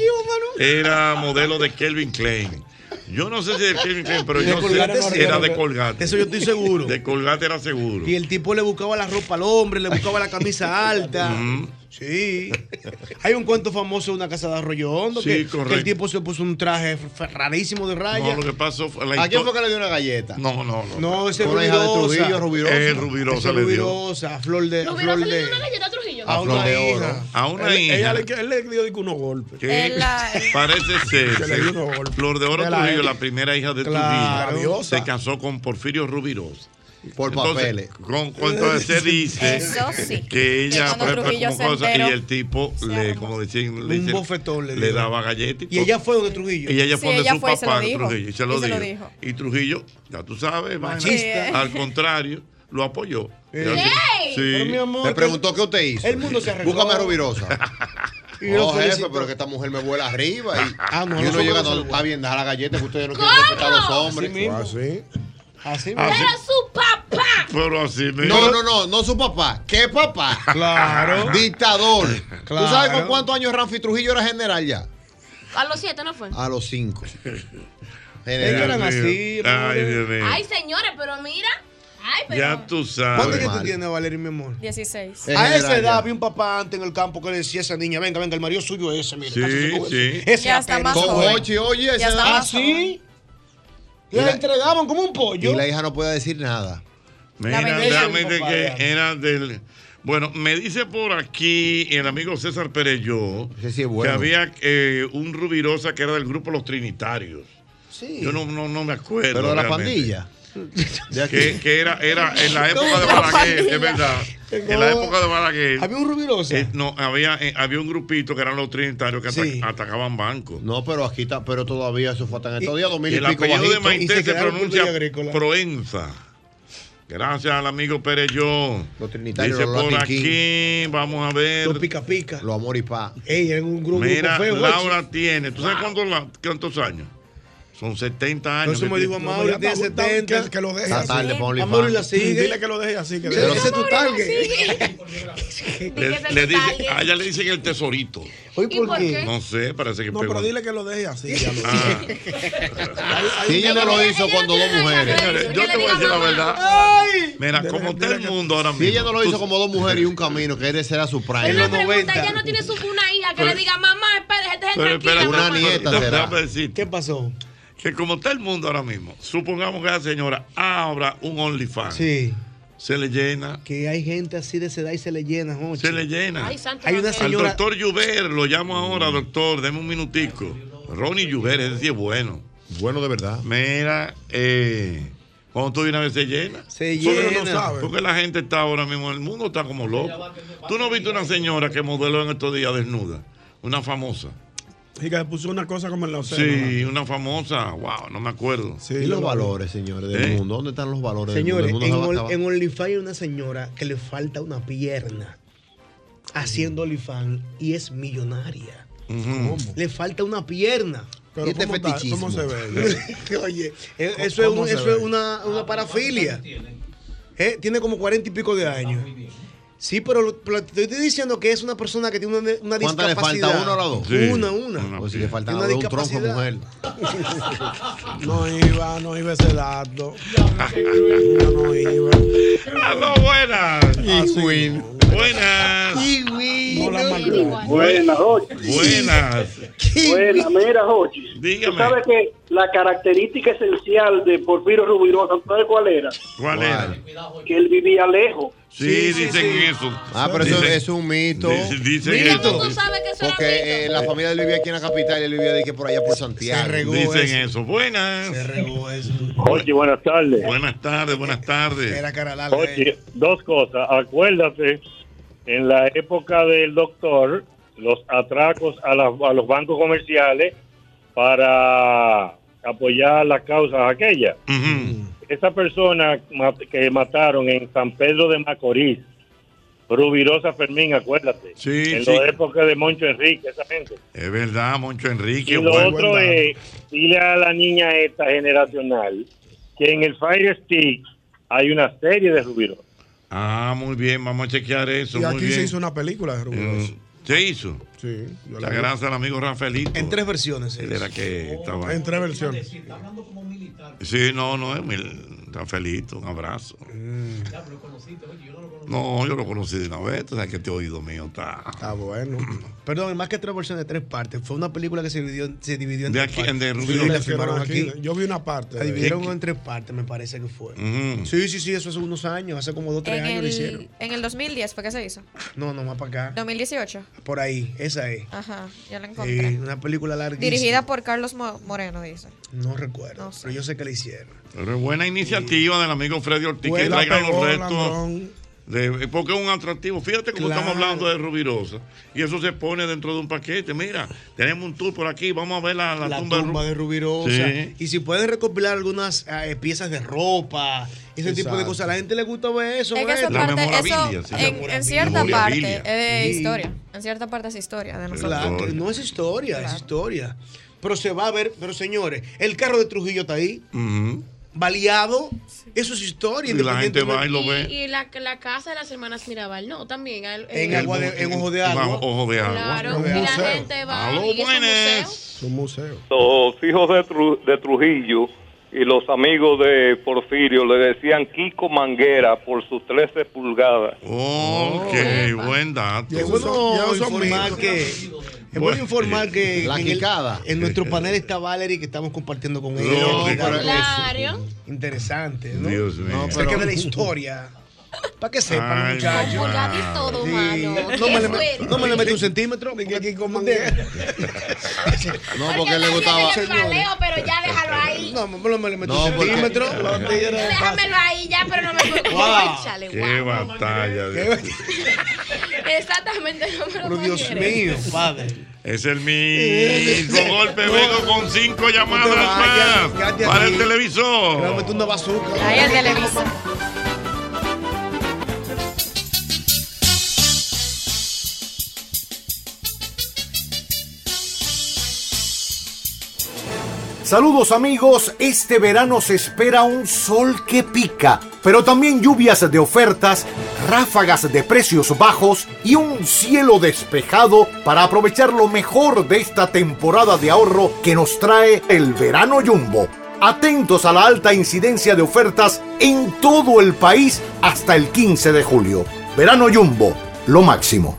Speaker 4: era modelo de Kelvin Klein. Yo no sé si de Kelvin Klein, pero
Speaker 6: De
Speaker 4: yo sé
Speaker 6: Colgate sí.
Speaker 4: que era de Colgate.
Speaker 6: Eso yo estoy seguro.
Speaker 4: De Colgate era seguro.
Speaker 6: Y el tipo le buscaba la ropa al hombre, le buscaba la camisa alta.
Speaker 4: Mm.
Speaker 6: Sí. Hay un cuento famoso de una casa de arroyo hondo
Speaker 4: Sí,
Speaker 6: que,
Speaker 4: correcto.
Speaker 6: que el tipo se puso un traje f- rarísimo de raya.
Speaker 4: No, lo que pasó fue la
Speaker 7: ¿A quién
Speaker 4: histo-
Speaker 7: fue que le dio una galleta?
Speaker 4: No, no, no.
Speaker 6: No, ese
Speaker 7: Una hija de
Speaker 6: Rubirosa.
Speaker 7: Trujillo, Rubirosa.
Speaker 4: Eh, Rubirosa
Speaker 6: Ese
Speaker 4: le dio.
Speaker 6: Rubirosa, a flor de. a
Speaker 8: Rubirosa
Speaker 6: flor
Speaker 8: le
Speaker 6: de.
Speaker 8: dio una galleta a Trujillo.
Speaker 6: A flor de oro.
Speaker 4: A una
Speaker 5: Él-
Speaker 4: hija.
Speaker 5: ella le- él le dio digo, unos golpes.
Speaker 4: que
Speaker 5: Él la-
Speaker 7: (laughs)
Speaker 4: parece ser
Speaker 5: Que le dio unos golpes.
Speaker 4: Flor de Oro
Speaker 5: De la
Speaker 4: Trujillo,
Speaker 5: época.
Speaker 4: la primera hija de
Speaker 5: Claro.
Speaker 4: Trujillo,
Speaker 5: Rabiosa.
Speaker 4: se casó con Porfirio Rubirosa.
Speaker 7: Por papeles.
Speaker 4: Con cuanto se dice
Speaker 7: Eso sí.
Speaker 4: que
Speaker 7: Que
Speaker 4: ella
Speaker 7: cuando
Speaker 4: fue- fue
Speaker 7: Trujillo
Speaker 4: como
Speaker 7: se
Speaker 4: cosa,
Speaker 7: enteró,
Speaker 4: y el tipo le, como decían, le,
Speaker 6: Un
Speaker 4: dicen,
Speaker 6: bofetón le
Speaker 4: le
Speaker 6: dio.
Speaker 4: daba galletas.
Speaker 6: Y ella fue donde Trujillo.
Speaker 4: Y ella
Speaker 6: Sí,
Speaker 4: fue donde
Speaker 6: ella
Speaker 4: su
Speaker 6: fue y se
Speaker 4: papá,
Speaker 6: lo dijo.
Speaker 4: Trujillo, y se lo,
Speaker 6: Y se
Speaker 4: dijo.
Speaker 6: lo dijo.
Speaker 4: Y Trujillo, ya tú sabes, vaina.
Speaker 6: Machista.
Speaker 4: al contrario, lo apoyó.
Speaker 6: Eh.
Speaker 4: Ya, sí.
Speaker 6: Ey.
Speaker 4: Sí.
Speaker 6: Pero, mi amor,
Speaker 7: Me preguntó qué usted hizo.
Speaker 6: El mundo se arregló.
Speaker 7: Búscame a Rubirosa.
Speaker 6: (laughs) Y lo
Speaker 7: oh, jefe,
Speaker 6: felicitó.
Speaker 7: pero que esta mujer me vuela arriba. Y,
Speaker 6: Ah, no,
Speaker 7: y uno
Speaker 6: nosotros
Speaker 7: llega,
Speaker 6: no
Speaker 7: no,
Speaker 6: somos
Speaker 7: está bien, deja la galleta, que ustedes no
Speaker 8: ¿Cómo?
Speaker 7: quieren respetar a los hombres. Ah,
Speaker 6: Así mismo.
Speaker 7: Así.
Speaker 6: Así
Speaker 8: Era su papá.
Speaker 4: Pero así mismo.
Speaker 7: Ah. No, no, no, no su papá. ¿Qué papá?
Speaker 6: Claro.
Speaker 7: Dictador.
Speaker 6: Claro.
Speaker 7: ¿Tú sabes con cuántos años Ramfi Trujillo era general ya?
Speaker 8: A los siete no fue.
Speaker 7: A los cinco.
Speaker 4: Dios
Speaker 7: General.
Speaker 4: mío. Ay, Dios mío.
Speaker 8: Ay, señores, pero mira. Ay, pero.
Speaker 4: Ya tú
Speaker 6: ¿Cuánto
Speaker 4: sabes.
Speaker 6: que tú tienes, Valeria, mi amor?
Speaker 12: 16.
Speaker 6: A esa edad había un papá antes en el campo que le decía a esa niña, venga, venga, el marido suyo es ese, mira.
Speaker 4: Sí,
Speaker 6: cásate con
Speaker 4: sí.
Speaker 6: ese".
Speaker 4: Ya
Speaker 6: Ese era
Speaker 7: está
Speaker 6: Pedro.
Speaker 7: más Con joven. Jochi, oye, Ya esa está edad.
Speaker 6: ¿Ah,
Speaker 7: más
Speaker 6: sí?
Speaker 7: Y la-
Speaker 6: La entregaban como un pollo.
Speaker 7: Y la hija no puede decir nada.
Speaker 4: Mira,
Speaker 6: La bendición,
Speaker 4: déjame de
Speaker 6: papá,
Speaker 4: que era del. Bueno, me dice por aquí el amigo César Pérez yo que
Speaker 7: bueno.
Speaker 4: había eh, un Rubirosa que era del grupo Los Trinitarios.
Speaker 6: Sí.
Speaker 4: Yo no, no, no me acuerdo.
Speaker 7: Pero de la
Speaker 4: realmente.
Speaker 7: pandilla.
Speaker 4: Que, que era, era en la época de
Speaker 6: (laughs)
Speaker 7: La
Speaker 4: Balaguer,
Speaker 7: pandilla.
Speaker 4: es verdad. En la época de Balaguer.
Speaker 6: Había un rubirosa.
Speaker 4: eh, no, había, eh, había un grupito que eran los trinitarios que ata- atacaban bancos.
Speaker 7: No, pero aquí está, pero todavía eso fue hasta en estos días, dos mil y
Speaker 4: El
Speaker 7: pico
Speaker 4: apellido de
Speaker 7: bajito.
Speaker 4: Maite se, pronuncia Proenza. Gracias al amigo Pérez Yo. Los
Speaker 7: trinitarios,
Speaker 4: Dice
Speaker 7: los
Speaker 4: por
Speaker 7: Latin
Speaker 4: aquí, vamos a ver. Los
Speaker 6: pica pica.
Speaker 7: Los amor y pa.
Speaker 6: Ey, en un grupo
Speaker 4: Mira,
Speaker 6: feo,
Speaker 4: Laura tiene, ¿tú sabes cuántos, la- cuántos años? Son 70 años.
Speaker 6: Eso me
Speaker 4: que
Speaker 6: dijo
Speaker 4: tiene.
Speaker 6: Mauri, tiene 70.
Speaker 5: Que, que lo deje
Speaker 4: Está
Speaker 5: así.
Speaker 4: tarde, Pauli,
Speaker 5: A Mauri
Speaker 4: pa.
Speaker 5: la sigue.
Speaker 4: Sí,
Speaker 5: Dile que lo deje así. Que
Speaker 4: Pero-
Speaker 5: ese es tu
Speaker 4: (laughs)
Speaker 5: target. (laughs)
Speaker 4: Le,
Speaker 5: Dígame
Speaker 4: le
Speaker 5: el
Speaker 4: dice-
Speaker 5: target.
Speaker 4: a ella le dicen el tesorito.
Speaker 5: ¿Y por por qué? qué?
Speaker 4: No sé, parece que
Speaker 5: No,
Speaker 4: pegó.
Speaker 5: pero dile que lo deje así.
Speaker 4: Ah.
Speaker 7: Si ella no lo hizo cuando dos mujeres.
Speaker 4: Señores, yo te voy a decir la verdad. Mira, como está el mundo ahora mismo.
Speaker 7: Si ella no lo hizo como dos mujeres y un camino, que ese era su prime.
Speaker 8: Es una pregunta, ella no tiene su, una hija que le
Speaker 4: Pero-
Speaker 8: diga, mamá, espera, gente
Speaker 4: Pero espérate,
Speaker 8: tranquila, mamá.
Speaker 4: pero
Speaker 7: nieta
Speaker 4: déjame
Speaker 7: será.
Speaker 4: decirte
Speaker 6: ¿Qué pasó?
Speaker 4: Que como está el mundo ahora mismo, supongamos que la señora abra un OnlyFans.
Speaker 6: Sí.
Speaker 4: Se le llena.
Speaker 6: Que hay gente así de esa edad y se le llena, Jochi.
Speaker 4: Se le llena.
Speaker 6: Ay, santo Hay una Rafael. señora-
Speaker 4: Al doctor Juber, lo llamo ahora, doctor, deme un minutico. Ronnie Juber, es decir, bueno.
Speaker 7: Bueno, de verdad.
Speaker 4: Mira, eh, cuando tú de una vez se llena.
Speaker 6: Se
Speaker 4: Porque,
Speaker 6: llena.
Speaker 4: porque la gente está ahora mismo, el mundo está como loco. Tú no viste una señora que modeló en estos días desnuda, una famosa.
Speaker 5: Y que le puso una cosa como en la océano.
Speaker 4: Sí, una famosa, wow, no me acuerdo.
Speaker 7: Y los valores, señores, del
Speaker 4: ¿Eh?
Speaker 7: mundo. ¿Dónde están los valores
Speaker 6: Señores,
Speaker 7: del mundo? El
Speaker 6: en,
Speaker 7: mundo se va-
Speaker 6: Ol- en OnlyFans hay una señora que le falta una pierna haciendo OnlyFans y es millonaria. Le falta una pierna.
Speaker 5: Pero
Speaker 6: este
Speaker 5: ¿cómo está?
Speaker 6: fetichismo.
Speaker 5: ¿Cómo se ve?
Speaker 6: (laughs) Oye, eh,
Speaker 5: ¿Cómo-
Speaker 6: eso es, un-
Speaker 5: cómo se
Speaker 6: eso
Speaker 5: ve?
Speaker 6: es una, una parafilia. Eh, tiene como cuarenta y pico de años. Sí, pero lo- pero te estoy diciendo que es una persona que tiene una,
Speaker 7: ¿Cuántas
Speaker 6: una
Speaker 7: le
Speaker 6: discapacidad.
Speaker 7: falta? ¿Una o las dos?
Speaker 6: Una, una.
Speaker 7: Pues si le faltan
Speaker 6: Una
Speaker 7: las dos, un tronco de mujer.
Speaker 6: (laughs)
Speaker 5: No iba, no iba ese dato.
Speaker 7: (laughs)
Speaker 4: ¡Aló, buenas! ¡Buenas!
Speaker 22: Buenas, Jochi.
Speaker 4: Buenas.
Speaker 22: Buenas, mira, Jochi.
Speaker 4: Dígame.
Speaker 22: Tú sabes que la característica esencial de Porfirio Rubirosa, ¿tú ¿sabes cuál era?
Speaker 4: ¿Cuál era?
Speaker 22: Que él vivía lejos.
Speaker 4: Sí, dicen eso.
Speaker 7: Ah, pero eso
Speaker 4: Dicen-
Speaker 7: es un mito.
Speaker 4: Dicen- dicen
Speaker 7: Mito.
Speaker 4: eso.
Speaker 8: ¿Cómo tú sabes que eso era
Speaker 7: Porque eh, la familia de él vivía aquí en la capital y él vivía de que por allá por Santiago.
Speaker 4: Dicen eso. Buenas. Se
Speaker 6: regó eso.
Speaker 22: Oye, buenas tardes.
Speaker 4: Buenas tardes, buenas tardes.
Speaker 22: Oye, dos cosas. Acuérdate, en la época del doctor, los atracos a, las- a los bancos comerciales para apoyar las causas aquellas. Esa persona ma- que mataron en San Pedro de Macorís, Rubirosa Fermín, acuérdate.
Speaker 4: Sí,
Speaker 22: en
Speaker 4: sí.
Speaker 22: la época de Moncho Enrique, esa gente.
Speaker 4: Es verdad, Moncho Enrique.
Speaker 22: Y lo
Speaker 4: bueno.
Speaker 22: otro es, dile a la niña esta generacional que en el Fire Stick hay una serie de Rubirosa.
Speaker 4: Ah, muy bien, vamos a chequear eso.
Speaker 5: Y
Speaker 4: muy
Speaker 5: aquí
Speaker 4: bien.
Speaker 5: se hizo una película de Rubén.
Speaker 4: Eh, ¿Se hizo?
Speaker 5: Sí. yo la
Speaker 4: La
Speaker 5: vi.
Speaker 4: gracias al amigo Rafaelito. En
Speaker 6: tres versiones.
Speaker 4: Él era que estaba.
Speaker 5: En tres versiones.
Speaker 4: Sí, no, no, es mi- Rafaelito, un abrazo.
Speaker 5: Mm.
Speaker 4: No, yo lo conocí de una vez, o sea que este oído mío está.
Speaker 5: Está bueno.
Speaker 6: Ah, (clears throat) Perdón, más que tres versiones, tres partes. Fue una película que se dividió, se dividió en
Speaker 4: De
Speaker 6: tres
Speaker 4: aquí-
Speaker 6: partes.
Speaker 4: de
Speaker 6: Sí,
Speaker 4: Rubio.
Speaker 6: la filmaron aquí.
Speaker 5: Yo vi una parte.
Speaker 6: La
Speaker 5: de-
Speaker 6: dividieron en tres partes, me parece que fue.
Speaker 4: Ujú.
Speaker 6: Sí, sí, sí, eso hace unos años, hace como dos, tres
Speaker 12: En
Speaker 6: años lo
Speaker 12: el,
Speaker 6: hicieron.
Speaker 12: en el 2010 fue que se hizo.
Speaker 6: No, no, más para acá.
Speaker 12: 2018.
Speaker 6: Por ahí, esa es.
Speaker 12: Ajá, ya la encontré.
Speaker 6: Sí, una película larga.
Speaker 12: Dirigida por Carlos Mo- Moreno, dice.
Speaker 6: No recuerdo, pero yo sé que la hicieron.
Speaker 4: Pero es buena iniciativa del amigo Freddy Ortiz que
Speaker 6: Buena,
Speaker 4: traigan los
Speaker 6: pegó,
Speaker 4: restos.
Speaker 6: Landrón.
Speaker 4: de- porque es un atractivo. Fíjate cómo estamos hablando de Rubirosa. Y eso se pone dentro de un paquete. Mira, tenemos un tour por aquí. Vamos a ver la, la
Speaker 6: La,
Speaker 4: tumba,
Speaker 6: tumba,
Speaker 4: de Ru-
Speaker 6: de Rubirosa.
Speaker 4: Sí.
Speaker 6: Y si pueden recopilar algunas eh, piezas de ropa, ese tipo de
Speaker 4: Exacto.
Speaker 6: cosas. A la gente le gusta ver eso.
Speaker 12: Es que
Speaker 6: ver.
Speaker 12: eso, parte, eso en, en cierta parte
Speaker 6: Memorabilia.
Speaker 12: es de
Speaker 6: Sí.
Speaker 12: historia. En cierta parte es historia de nosotros.
Speaker 6: Claro, que no es historia, es historia. Pero se va a ver, pero señores, el carro de Trujillo está ahí,
Speaker 4: Ujú.
Speaker 6: baleado, eso es historia.
Speaker 4: Y la gente va y lo ve.
Speaker 8: Y la, la casa de las hermanas Mirabal, no, también. al- eh,
Speaker 6: En agua de- en ojo de
Speaker 4: Bajo-
Speaker 6: agua.
Speaker 4: Ojo de agua.
Speaker 8: Claro, y la gente va
Speaker 4: Aló,
Speaker 8: y es un museo.
Speaker 5: Un museo.
Speaker 3: Los hijos de, Tru- de Trujillo y los amigos de Porfirio le decían Kiko Manguera por sus 13 pulgadas.
Speaker 4: Ok, buen dato.
Speaker 6: Es bueno informar que, es bueno
Speaker 4: eh,
Speaker 6: informar que
Speaker 3: La
Speaker 6: en, el-
Speaker 3: quicada.
Speaker 6: en nuestro panel está Valerie que estamos compartiendo con ella.
Speaker 4: No,
Speaker 6: Está
Speaker 4: pero-
Speaker 8: Claro.
Speaker 6: Interesante, ¿no?
Speaker 4: Dios mío.
Speaker 6: No, pero... de la historia. Para que sepan,
Speaker 4: Ay,
Speaker 6: muchachos.
Speaker 4: Como ya di todo,
Speaker 6: Sí.
Speaker 4: mano.
Speaker 6: No me,
Speaker 4: Qué
Speaker 6: le,
Speaker 4: fuerte.
Speaker 6: no me le metí un centímetro.
Speaker 7: No, porque le gustaba.
Speaker 8: Valeo, pero ya déjalo ahí.
Speaker 6: No, me le metí
Speaker 7: No,
Speaker 6: un
Speaker 7: porque- Ah,
Speaker 6: centímetro.
Speaker 8: Déjamelo ahí ya, pero no me
Speaker 6: Wow.
Speaker 8: (laughs) Échale,
Speaker 4: Qué batalla. Dios mío.
Speaker 8: (laughs) Exactamente, no me lo
Speaker 4: Pero Dios
Speaker 8: mangueré.
Speaker 4: mío. Es el mismo
Speaker 6: Eh,
Speaker 4: golpe. Vengo con cinco llamadas
Speaker 6: vayas,
Speaker 4: más
Speaker 6: quédate
Speaker 4: para el
Speaker 6: aquí.
Speaker 4: televisor.
Speaker 6: Te voy a meter una bazooka.
Speaker 26: Ahí el televisor.
Speaker 7: Saludos amigos, este verano se espera un sol que pica, pero también lluvias de ofertas, ráfagas de precios bajos y un cielo despejado para aprovechar lo mejor de esta temporada de ahorro que nos trae el verano jumbo. Atentos a la alta incidencia de ofertas en todo el país hasta el 15 de julio. Verano jumbo, lo máximo.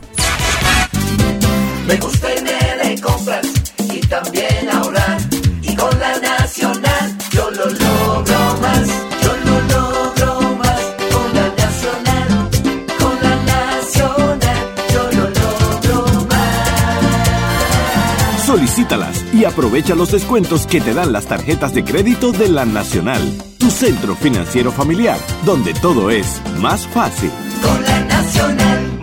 Speaker 27: Me gusta y me le compras y también ahorrar. Y con la nacional yo lo logro más. Yo lo logro más. Con la nacional, con la nacional yo lo logro
Speaker 2: Solicítalas y aprovecha los descuentos que te dan las tarjetas de crédito de la Nacional, tu centro financiero familiar, donde todo es más fácil.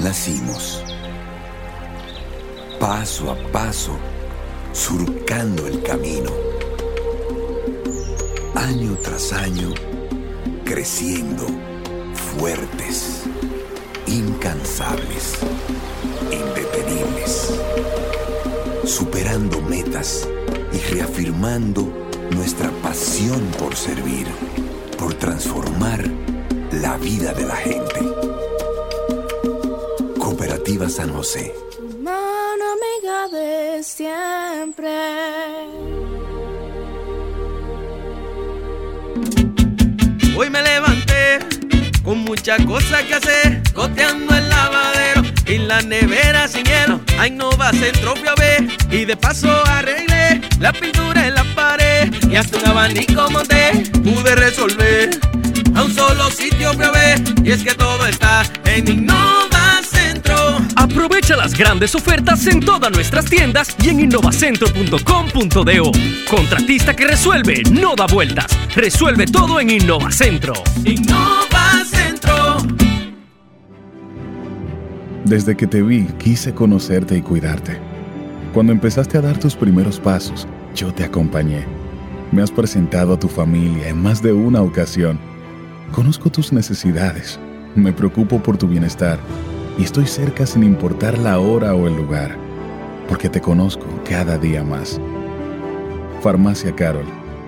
Speaker 28: nacimos. Paso a paso, surcando el camino. Año tras año, creciendo, fuertes, incansables, indetenibles. Superando metas y reafirmando nuestra pasión por servir, por transformar la vida de la gente. Cooperativa San José.
Speaker 15: Mano amiga de siempre.
Speaker 3: Hoy me levanté con muchas cosas que hacer, goteando el lavadero y la nevera sin hielo. Ay, no va a ser trofeo ver y de paso arreglé la pintura en la pared y hasta un abanico monté. Pude resolver a un solo sitio fui a ver y es que todo está en Innova Centro.
Speaker 29: Aprovecha las grandes ofertas en todas nuestras tiendas y en innovacentro.com.do. Contratista que resuelve, no da vueltas. Resuelve todo en Innovacentro.
Speaker 3: Innova Centro.
Speaker 30: Desde que te vi, quise conocerte y cuidarte. Cuando empezaste a dar tus primeros pasos, yo te acompañé. Me has presentado a tu familia en más de una ocasión. Conozco tus necesidades, me preocupo por tu bienestar y estoy cerca sin importar la hora o el lugar, porque te conozco cada día más. Farmacia Carol.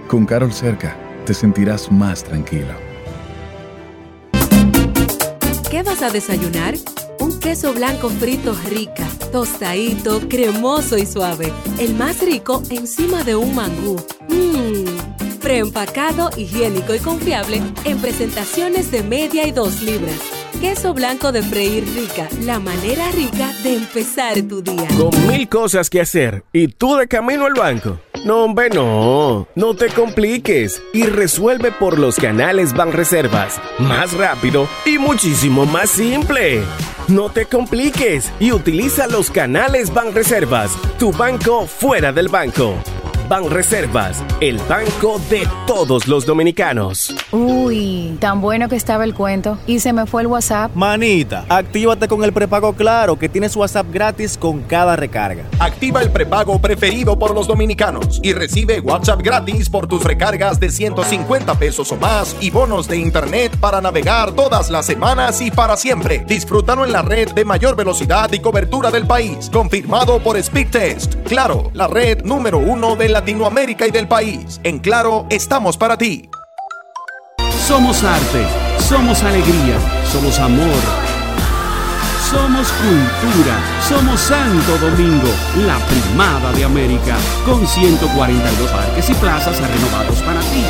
Speaker 30: Con Carol cerca, te sentirás más tranquilo.
Speaker 31: ¿Qué vas a desayunar? Un queso blanco frito rica, tostadito, cremoso y suave. El más rico encima de un mangú. Mmm. Preempacado, higiénico y confiable en presentaciones de media y dos libras. Queso blanco de freír rica, la manera rica de empezar tu día.
Speaker 5: Con mil cosas que hacer y tú de camino al banco. No, hombre, no. No te compliques y resuelve por los canales Banreservas. Más rápido y muchísimo más simple. No te compliques y utiliza los canales Banreservas. Tu banco fuera del banco. Banreservas, el banco de todos los dominicanos.
Speaker 1: Uy, tan bueno que estaba el cuento. Y se me fue el WhatsApp.
Speaker 32: Manita, actívate con el prepago Claro que tienes WhatsApp gratis con cada recarga.
Speaker 25: Activa el prepago preferido por los dominicanos y recibe WhatsApp gratis por tus recargas de 150 pesos o más y bonos de internet para navegar todas las semanas y para siempre. Disfrútalo en la red de mayor velocidad y cobertura del país, confirmado por Speedtest. Claro, la red número uno de Latinoamérica y del país. En Claro, estamos para ti.
Speaker 9: Somos arte, somos alegría, somos amor, somos cultura, somos Santo Domingo, la primada de América, con 142 parques y plazas renovados para ti.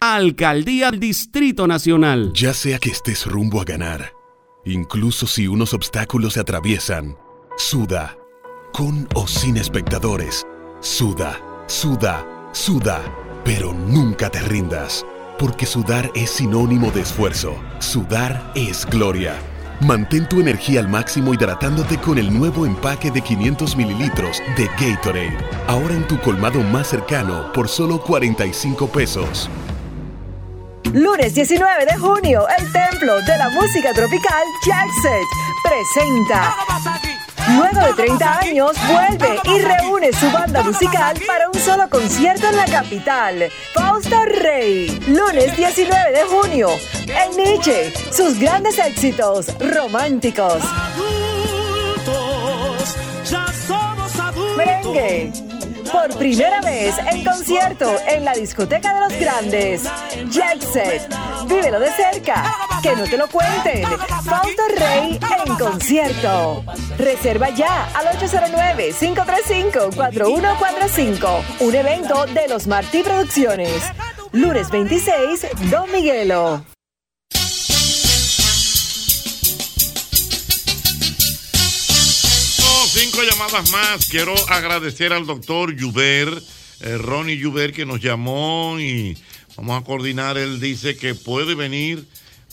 Speaker 33: Alcaldía del Distrito Nacional.
Speaker 21: Ya sea que estés rumbo a ganar, incluso si unos obstáculos se atraviesan, suda. Con o sin espectadores, suda, suda, suda. Pero nunca te rindas, porque sudar es sinónimo de esfuerzo. Sudar es gloria. Mantén tu energía al máximo hidratándote con el nuevo empaque de 500 mililitros de Gatorade. Ahora en tu colmado más cercano por solo 45 pesos.
Speaker 1: Lunes 19 de junio, el Templo de la Música Tropical Jackset presenta. Luego de 30 años, vuelve y reúne su banda musical para un solo concierto en la capital. Fausto Rey, lunes 19 de junio, el Nietzsche, sus grandes éxitos románticos. Merengue. Por primera vez en concierto en la discoteca de los grandes. Jackset. Vívelo de cerca. Que no te lo cuenten. Fausto Rey en concierto. Reserva ya al 809-535-4145. Un evento de los Martí Producciones. Lunes 26, Don Miguelo.
Speaker 4: Tengo cinco llamadas más. Quiero agradecer al doctor Juber, eh, Ronnie Juber, que nos llamó y vamos a coordinar. Él dice que puede venir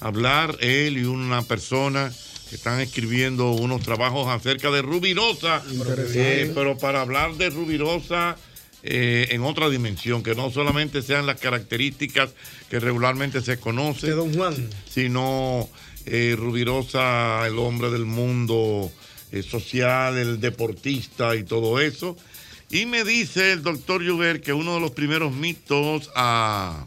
Speaker 4: a hablar él y una persona que están escribiendo unos trabajos acerca de Rubirosa.
Speaker 5: Interesante.
Speaker 4: Eh, pero para hablar de Rubirosa eh, en otra dimensión, que no solamente sean las características que regularmente se conocen. De Don Juan. Sino eh, Rubirosa, el hombre del mundo eh, social, el deportista y todo eso. Y me dice el doctor Juber que uno de los primeros mitos a,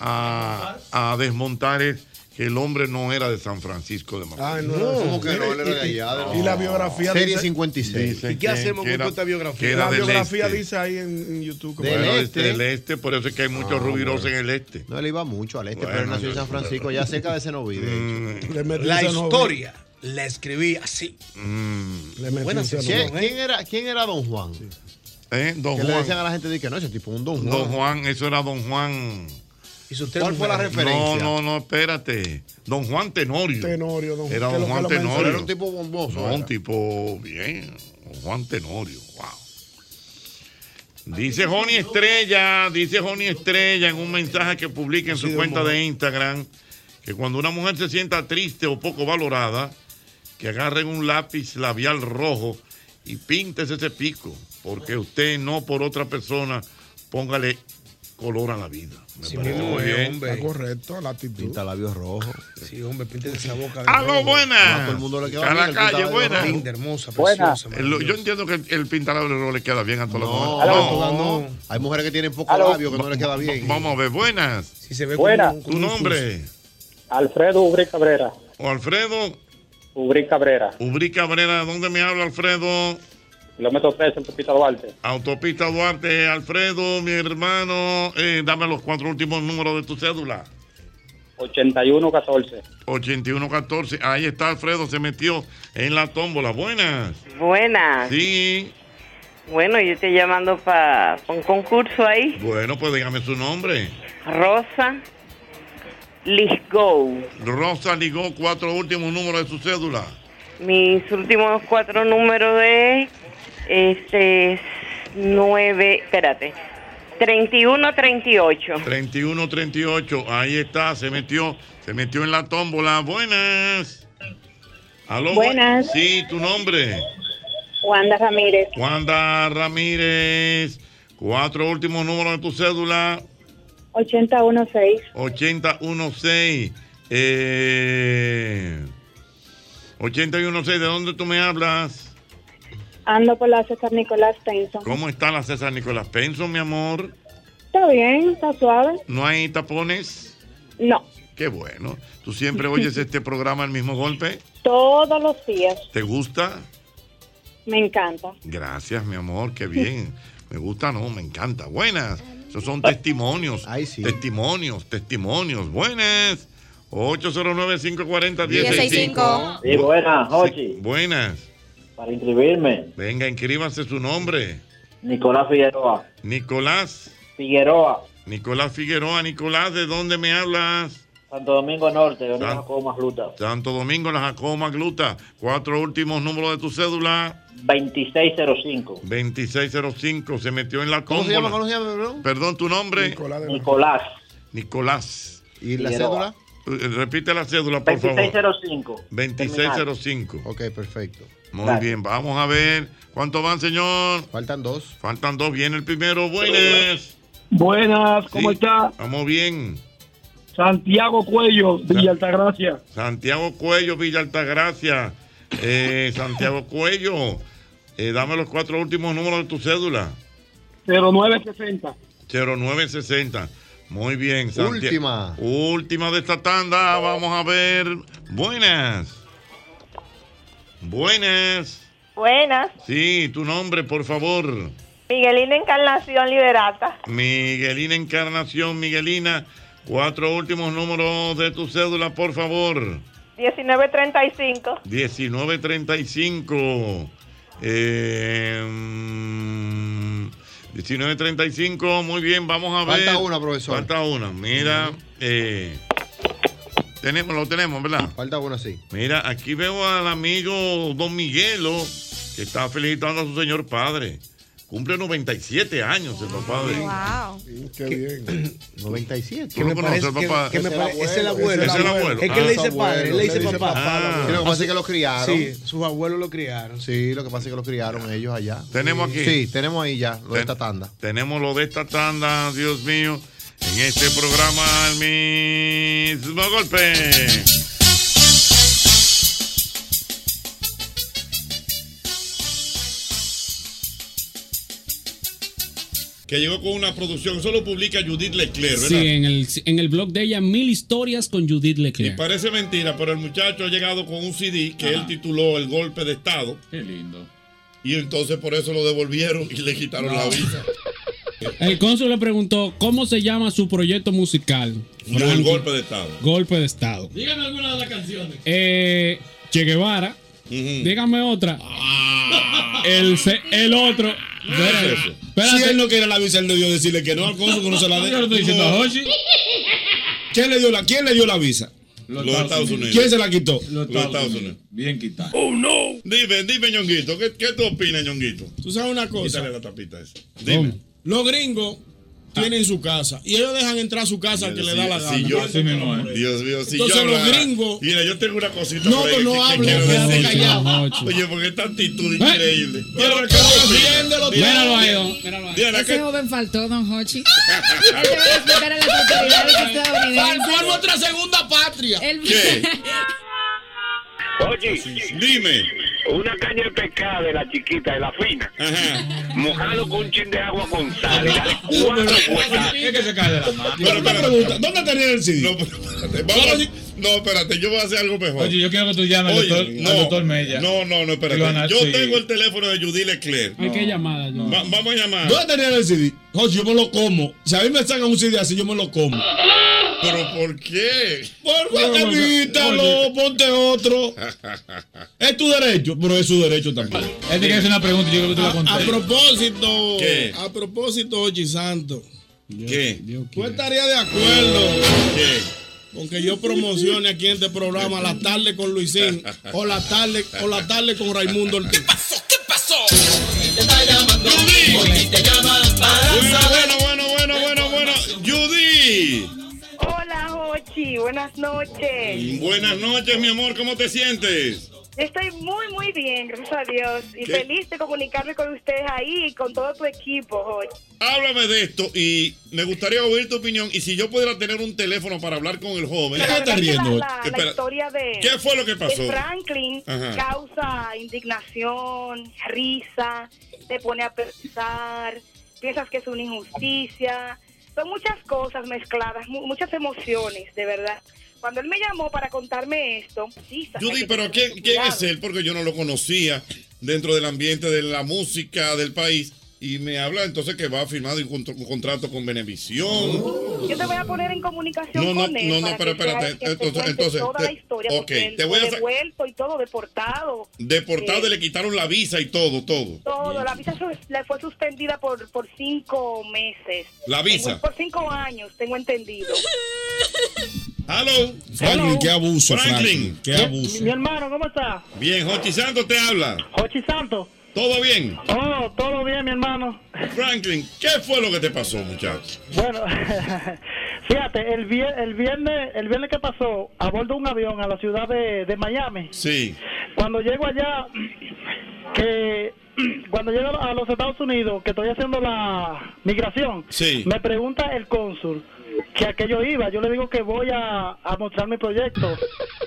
Speaker 4: a, a desmontar es que el hombre no era de San Francisco de Macorís.
Speaker 7: Ah, no, no, ¿cómo que no? Él era de allá, de la- Serie 56.
Speaker 4: Dicen
Speaker 7: ¿Y qué hacemos
Speaker 4: que
Speaker 7: con
Speaker 4: era-
Speaker 7: toda esta biografía?
Speaker 4: que era
Speaker 7: La
Speaker 4: del
Speaker 7: biografía
Speaker 4: este.
Speaker 7: dice ahí en, en YouTube. que
Speaker 4: Bueno,
Speaker 7: fue-
Speaker 4: desde
Speaker 7: este.
Speaker 4: el este, por eso es que hay muchos
Speaker 7: Ah,
Speaker 4: rubirosos
Speaker 7: bueno.
Speaker 4: en el este.
Speaker 7: No, él iba mucho al este,
Speaker 4: pero él nació en San
Speaker 7: Francisco, ya cerca de Cenoví, de
Speaker 4: hecho.
Speaker 7: Mm. La historia la escribí así. Buena
Speaker 4: ese
Speaker 7: sección,
Speaker 4: nombre.
Speaker 7: ¿eh? ¿Quién, era, ¿Quién era Don Juan?
Speaker 4: ¿Eh? Don
Speaker 7: que le
Speaker 4: Juan.
Speaker 7: decían a la gente de que no, ese tipo es un Don Juan.
Speaker 4: Don Juan, eso era Don Juan.
Speaker 7: ¿Cuál fue la referencia?
Speaker 4: No, no, no, espérate. Don Juan Tenorio.
Speaker 5: Tenorio, don
Speaker 4: Era
Speaker 5: que
Speaker 4: Don
Speaker 5: lo-
Speaker 4: Juan
Speaker 5: que lo
Speaker 4: Tenorio.
Speaker 5: mencionó. Era un tipo bomboso,
Speaker 4: No,
Speaker 5: era.
Speaker 4: un tipo bien. Don Juan Tenorio, wow. Dice Joni Estrella, dice Joni Estrella en un mensaje que publica en su cuenta de Instagram que cuando una mujer se sienta triste o poco valorada, que agarren un lápiz labial rojo y pintes ese pico, porque usted no por otra persona póngale color a la vida. Me parece muy bien.
Speaker 5: Está correcto, la actitud. Pinta labios rojos. Sí, hombre, pinta esa boca.
Speaker 4: A lo buena.
Speaker 5: A todo el mundo le queda
Speaker 4: a
Speaker 5: bien
Speaker 4: la
Speaker 5: el
Speaker 4: Ah, calle,
Speaker 5: pintalabio
Speaker 4: buena.
Speaker 5: rojo.
Speaker 7: Linda, hermosa,
Speaker 5: Buena.
Speaker 7: preciosa,
Speaker 4: El- yo entiendo que el, el pintalabio rojo le queda bien a todas
Speaker 7: No,
Speaker 4: las mujeres.
Speaker 7: no, Hay mujeres que tienen poco labio que no les queda bien.
Speaker 4: Vamos a ver, buenas.
Speaker 7: Si se
Speaker 4: ve
Speaker 9: Buena.
Speaker 4: como- como un Tu nombre.
Speaker 9: Alfredo Ubri Cabrera.
Speaker 4: O Alfredo.
Speaker 9: Ubri Cabrera.
Speaker 4: Ubri Cabrera, ¿dónde me habla Alfredo?
Speaker 9: Kilómetro 13, Autopista Duarte.
Speaker 4: Autopista Duarte, Alfredo, mi hermano, eh, dame los cuatro últimos números de tu cédula.
Speaker 9: 8114.
Speaker 4: 8114, ahí está Alfredo, se metió en la tómbola. Buenas.
Speaker 24: Ah.
Speaker 34: Buenas.
Speaker 4: Sí,
Speaker 34: Bueno, yo estoy llamando para un concurso ahí.
Speaker 4: bueno, pues dígame su nombre.
Speaker 34: Rosa Lisgo.
Speaker 4: Rosa ligó cuatro últimos números de su cédula.
Speaker 34: Mis últimos cuatro números es este nueve, espérate, 3138.
Speaker 4: 3138, ahí está, se metió, se metió en la tómbola. Buenas. Aló, bu-
Speaker 24: Buenas.
Speaker 4: Sí, tu nombre.
Speaker 24: Wanda Ramírez,
Speaker 4: Wanda Ramírez, cuatro últimos números de tu cédula,
Speaker 24: 816.
Speaker 4: 8016. Eh, 8016, ¿de dónde tú me hablas?
Speaker 24: Ando por la César Nicolás Tenso.
Speaker 4: ¿Cómo está la César Nicolás Penso, mi amor?
Speaker 24: ¿Está bien? ¿Está suave?
Speaker 4: ¿No hay tapones?
Speaker 24: No,
Speaker 4: Qué bueno. ¿Tú siempre oyes este programa El mismo golpe?
Speaker 24: todos los días.
Speaker 4: ¿Te gusta?
Speaker 24: Me encanta.
Speaker 4: Gracias, mi amor, qué bien. Me gusta, no, me encanta. Buenas. Esos son testimonios. Testimonios, testimonios. Buenas. 809-540-165.
Speaker 9: Sí, buenas, Jochi.
Speaker 4: Buenas.
Speaker 9: Para inscribirme.
Speaker 4: Venga, inscríbase su nombre.
Speaker 9: Nicolás Figueroa.
Speaker 4: Nicolás
Speaker 9: Figueroa.
Speaker 4: Nicolás Figueroa, Nicolás, ¿de dónde me hablas?
Speaker 35: Santo Domingo Norte, yo no
Speaker 4: San-
Speaker 35: saco más luta.
Speaker 4: Santo Domingo, la Jacoma Gluta. Cuatro últimos números de tu cédula.
Speaker 35: 2605.
Speaker 4: 2605, se metió en la
Speaker 7: ¿Cómo se llama? ¿Cómo
Speaker 4: tómbola.
Speaker 7: se llama, bro?
Speaker 4: Perdón, tu nombre. Nicolás.
Speaker 35: Nicolás.
Speaker 4: Nicolás.
Speaker 7: ¿Y la Figueroa.
Speaker 4: Eh, Repite la cédula, por favor.
Speaker 35: 2605.
Speaker 4: 2605.
Speaker 7: Ok, perfecto.
Speaker 4: Muy
Speaker 7: Dale.
Speaker 4: bien, vamos a ver. ¿Cuánto van, señor?
Speaker 7: Faltan dos.
Speaker 4: Faltan dos. Viene el primero. Buenas.
Speaker 18: Buenas, ¿cómo
Speaker 4: Sí,
Speaker 18: está?
Speaker 4: Estamos bien.
Speaker 18: Santiago Cuello, Villa Altagracia.
Speaker 4: Santiago Cuello, Villa Altagracia. Eh, (laughs) Santiago Cuello, eh, dame los cuatro últimos números de tu cédula.
Speaker 18: 0960.
Speaker 4: 0960. Muy bien, Santiago.
Speaker 7: Última.
Speaker 4: Última de esta tanda. Vamos a ver. Buenas. Buenas.
Speaker 36: Buenas,
Speaker 4: Sí, tu nombre, por favor.
Speaker 36: Miguelina Encarnación Liberata,
Speaker 4: Miguelina Encarnación, Miguelina. Cuatro últimos números de tu cédula, por favor.
Speaker 36: 1935.
Speaker 4: 1935. Eh, mm, 1935, muy bien, vamos a ver.
Speaker 7: Falta una, profesor.
Speaker 4: Falta una, mira. eh, tenemos, lo tenemos, ¿verdad?
Speaker 7: Falta una, sí.
Speaker 4: Mira, aquí veo al amigo Don Miguelo, que está felicitando a su señor padre. Cumple 97 años el papá de
Speaker 37: Qué (clears throat) bien.
Speaker 7: 97.
Speaker 4: ¿Tú lo conoces, papá?
Speaker 37: que me
Speaker 4: Es el
Speaker 37: parece- es el
Speaker 4: abuelo.
Speaker 37: abuelo.
Speaker 4: Es el abuelo.
Speaker 37: Es que él le
Speaker 4: Ah.
Speaker 37: dice padre, él le dice
Speaker 4: Abuelo,
Speaker 37: papá.
Speaker 4: Ah.
Speaker 7: Sí, lo que pasa es que lo criaron.
Speaker 37: Sí, sus abuelos lo criaron.
Speaker 7: Sí, lo que pasa es que lo criaron ellos allá.
Speaker 4: Tenemos
Speaker 7: Sí.
Speaker 4: aquí.
Speaker 7: Sí, tenemos ahí ya, lo de
Speaker 4: Ten-
Speaker 7: esta tanda.
Speaker 4: Tenemos lo de esta tanda, Dios mío, en este programa al mismo golpe. Que llegó con una producción, solo publica Judith Leclerc, ¿verdad?
Speaker 9: Sí, en el, en el blog de ella, mil historias con Judith
Speaker 4: Y
Speaker 9: Leclerc.
Speaker 4: parece mentira, pero el muchacho ha llegado con un CD que él tituló El golpe de Estado.
Speaker 9: Qué lindo.
Speaker 4: Y entonces por eso lo devolvieron y le quitaron la visa.
Speaker 9: El cónsul le preguntó cómo se llama su proyecto musical.
Speaker 4: Yo, el
Speaker 9: Frankie,
Speaker 4: golpe de Estado.
Speaker 9: golpe de Estado.
Speaker 4: Dígame alguna de las canciones.
Speaker 9: Eh, che Guevara. Dígame otra.
Speaker 5: Ah.
Speaker 9: El, ce- el otro. Espérate, espérate.
Speaker 5: Si él no quiere la visa, él debió decirle que no al cónsul que no se la dé.
Speaker 9: Yo le estoy diciendo a Hoshi.
Speaker 5: ¿Quién le dio la, quién le dio la visa?
Speaker 4: Los Estados Unidos.
Speaker 5: ¿Quién se la quitó?
Speaker 4: Los Estados Unidos.
Speaker 5: Bien quitada.
Speaker 4: Oh no. Dime, dime, ñonguito. ¿Qué, qué tú opinas, ñonguito?
Speaker 5: Tú sabes una cosa.
Speaker 4: Quítale la tapita esa.
Speaker 5: Dime. Los gringos tienen su casa y ellos dejan entrar a su casa al que le da la gana.
Speaker 4: Si yo, Dios mío, si
Speaker 5: Entonces
Speaker 4: yo
Speaker 5: los
Speaker 4: hablara-
Speaker 5: gringos-
Speaker 4: Mira, yo tengo una cosita.
Speaker 5: No,
Speaker 4: por ahí
Speaker 5: pues no
Speaker 4: que- que
Speaker 5: hables,
Speaker 4: quiero
Speaker 5: quédate
Speaker 4: decir.
Speaker 5: callado.
Speaker 4: Oye, porque esta actitud increíble. Mira,
Speaker 5: defiéndelo tú. Míralo ahí, don-
Speaker 4: Mira,
Speaker 15: Ese
Speaker 4: que-
Speaker 15: joven faltó, don
Speaker 4: (laughs)
Speaker 15: Hochi. Él te va a explicar a las autoridades estadounidenses.
Speaker 5: Faltó a nuestra segunda patria.
Speaker 15: Él-
Speaker 11: Oye, dime. Una caña de pescado de la chiquita, de la fina. Mojado con un chin de agua con sal. y dale cuatro vueltas.
Speaker 5: Pero una pregunta, ¿dónde tenía el CD?
Speaker 4: No, espérate, vamos a- no, espérate, yo voy a hacer algo mejor.
Speaker 16: Oye, yo quiero que tú llames al
Speaker 4: Oye,
Speaker 16: doctor- al doctor Mella.
Speaker 4: No, no, no,
Speaker 16: Que lo ana-
Speaker 4: espérate. Yo
Speaker 16: sí.
Speaker 4: tengo el teléfono de Judy Leclerc.
Speaker 5: Hay que
Speaker 9: llamada,
Speaker 4: Va- Vamos a llamar.
Speaker 5: ¿Dónde tenía el CD? Jorge, yo me lo como. Si a mí me sacan un CD así, yo me lo como.
Speaker 4: ¿Pero por qué?
Speaker 5: Por favor, evítalo, ponte (laughs) otro. Es tu derecho, pero es su derecho también.
Speaker 16: Él te quiere hacer una pregunta y yo creo que tú la
Speaker 5: A
Speaker 16: contestas.
Speaker 5: propósito,
Speaker 16: ¿Qué?
Speaker 5: a propósito, Ochi Santo,
Speaker 4: ¿Qué?
Speaker 5: ¿tú estarías de acuerdo con que yo promocione aquí en este programa la tarde con Luisín o la tarde, o la tarde con Raimundo Ortiz?
Speaker 4: Te está llamando. Judy. Te llama para bueno, bueno, bueno, bueno, bueno, bueno. Judy.
Speaker 36: Hola, Jochi, buenas noches.
Speaker 4: Buenas noches, mi amor. ¿Cómo te sientes?
Speaker 36: Estoy muy, muy bien, gracias a Dios. Y
Speaker 4: ¿Qué?
Speaker 36: feliz de comunicarme con ustedes ahí y con todo tu equipo, Jochi.
Speaker 4: Háblame de esto y me gustaría oír tu opinión. Y si yo pudiera tener un teléfono para hablar con el joven.
Speaker 36: La verdad que la- La, la
Speaker 4: Espera.
Speaker 36: historia de,
Speaker 4: ¿Qué fue lo que
Speaker 36: de
Speaker 4: pasó?
Speaker 36: Franklin
Speaker 4: Ajá.
Speaker 36: causa indignación, risa, te pone a pensar, piensas que es una injusticia. Son muchas cosas mezcladas, mu- muchas emociones, de verdad. Cuando él me llamó para contarme esto, sí, hay
Speaker 4: Judy,
Speaker 36: que
Speaker 4: pero
Speaker 36: tener
Speaker 4: ¿quién,
Speaker 36: mucho
Speaker 4: quién
Speaker 36: cuidado.
Speaker 4: es él? Porque yo no lo conocía dentro del ambiente de la música del país. Y me habla entonces que va a firmar un, contr- un contrato con Benevisión,
Speaker 36: Yo te voy a poner en comunicación
Speaker 4: No, no,
Speaker 36: con él.
Speaker 4: no, no,
Speaker 36: para
Speaker 4: pero
Speaker 36: que sea
Speaker 4: espérate.
Speaker 36: el que te
Speaker 4: Entonces-
Speaker 36: cuente
Speaker 4: entonces,
Speaker 36: toda
Speaker 4: te-
Speaker 36: la historia,
Speaker 4: ok,
Speaker 36: porque él
Speaker 4: te voy a
Speaker 36: fue
Speaker 4: sa-
Speaker 36: devuelto y todo, deportado.
Speaker 4: Deportado
Speaker 36: Eh,
Speaker 4: y le quitaron la visa y todo, todo.
Speaker 36: Todo, la visa sus- le fue suspendida por, por cinco meses.
Speaker 4: La visa.
Speaker 36: Por cinco años, tengo entendido.
Speaker 4: Hello.
Speaker 38: Franklin, qué abuso,
Speaker 4: Franklin.
Speaker 38: Franklin. Qué abuso.
Speaker 13: Mi hermano, ¿cómo está?
Speaker 4: Bien, Jochi Santo te habla.
Speaker 13: Jochi Santo.
Speaker 4: ¿Todo bien?
Speaker 13: Oh, todo bien, mi hermano.
Speaker 4: Franklin, ¿qué fue lo que te pasó, muchacho?
Speaker 13: Bueno, (laughs) fíjate, el, vier- el viernes el viernes que pasó, a bordo de un avión a la ciudad de, de Miami.
Speaker 4: Sí.
Speaker 13: Cuando llego allá, (clears throat) que (clears throat) cuando llego a los Estados Unidos, que estoy haciendo la migración,
Speaker 4: Sí.
Speaker 13: me pregunta el cónsul que a qué yo iba. Yo le digo que voy a, a mostrar mi proyecto.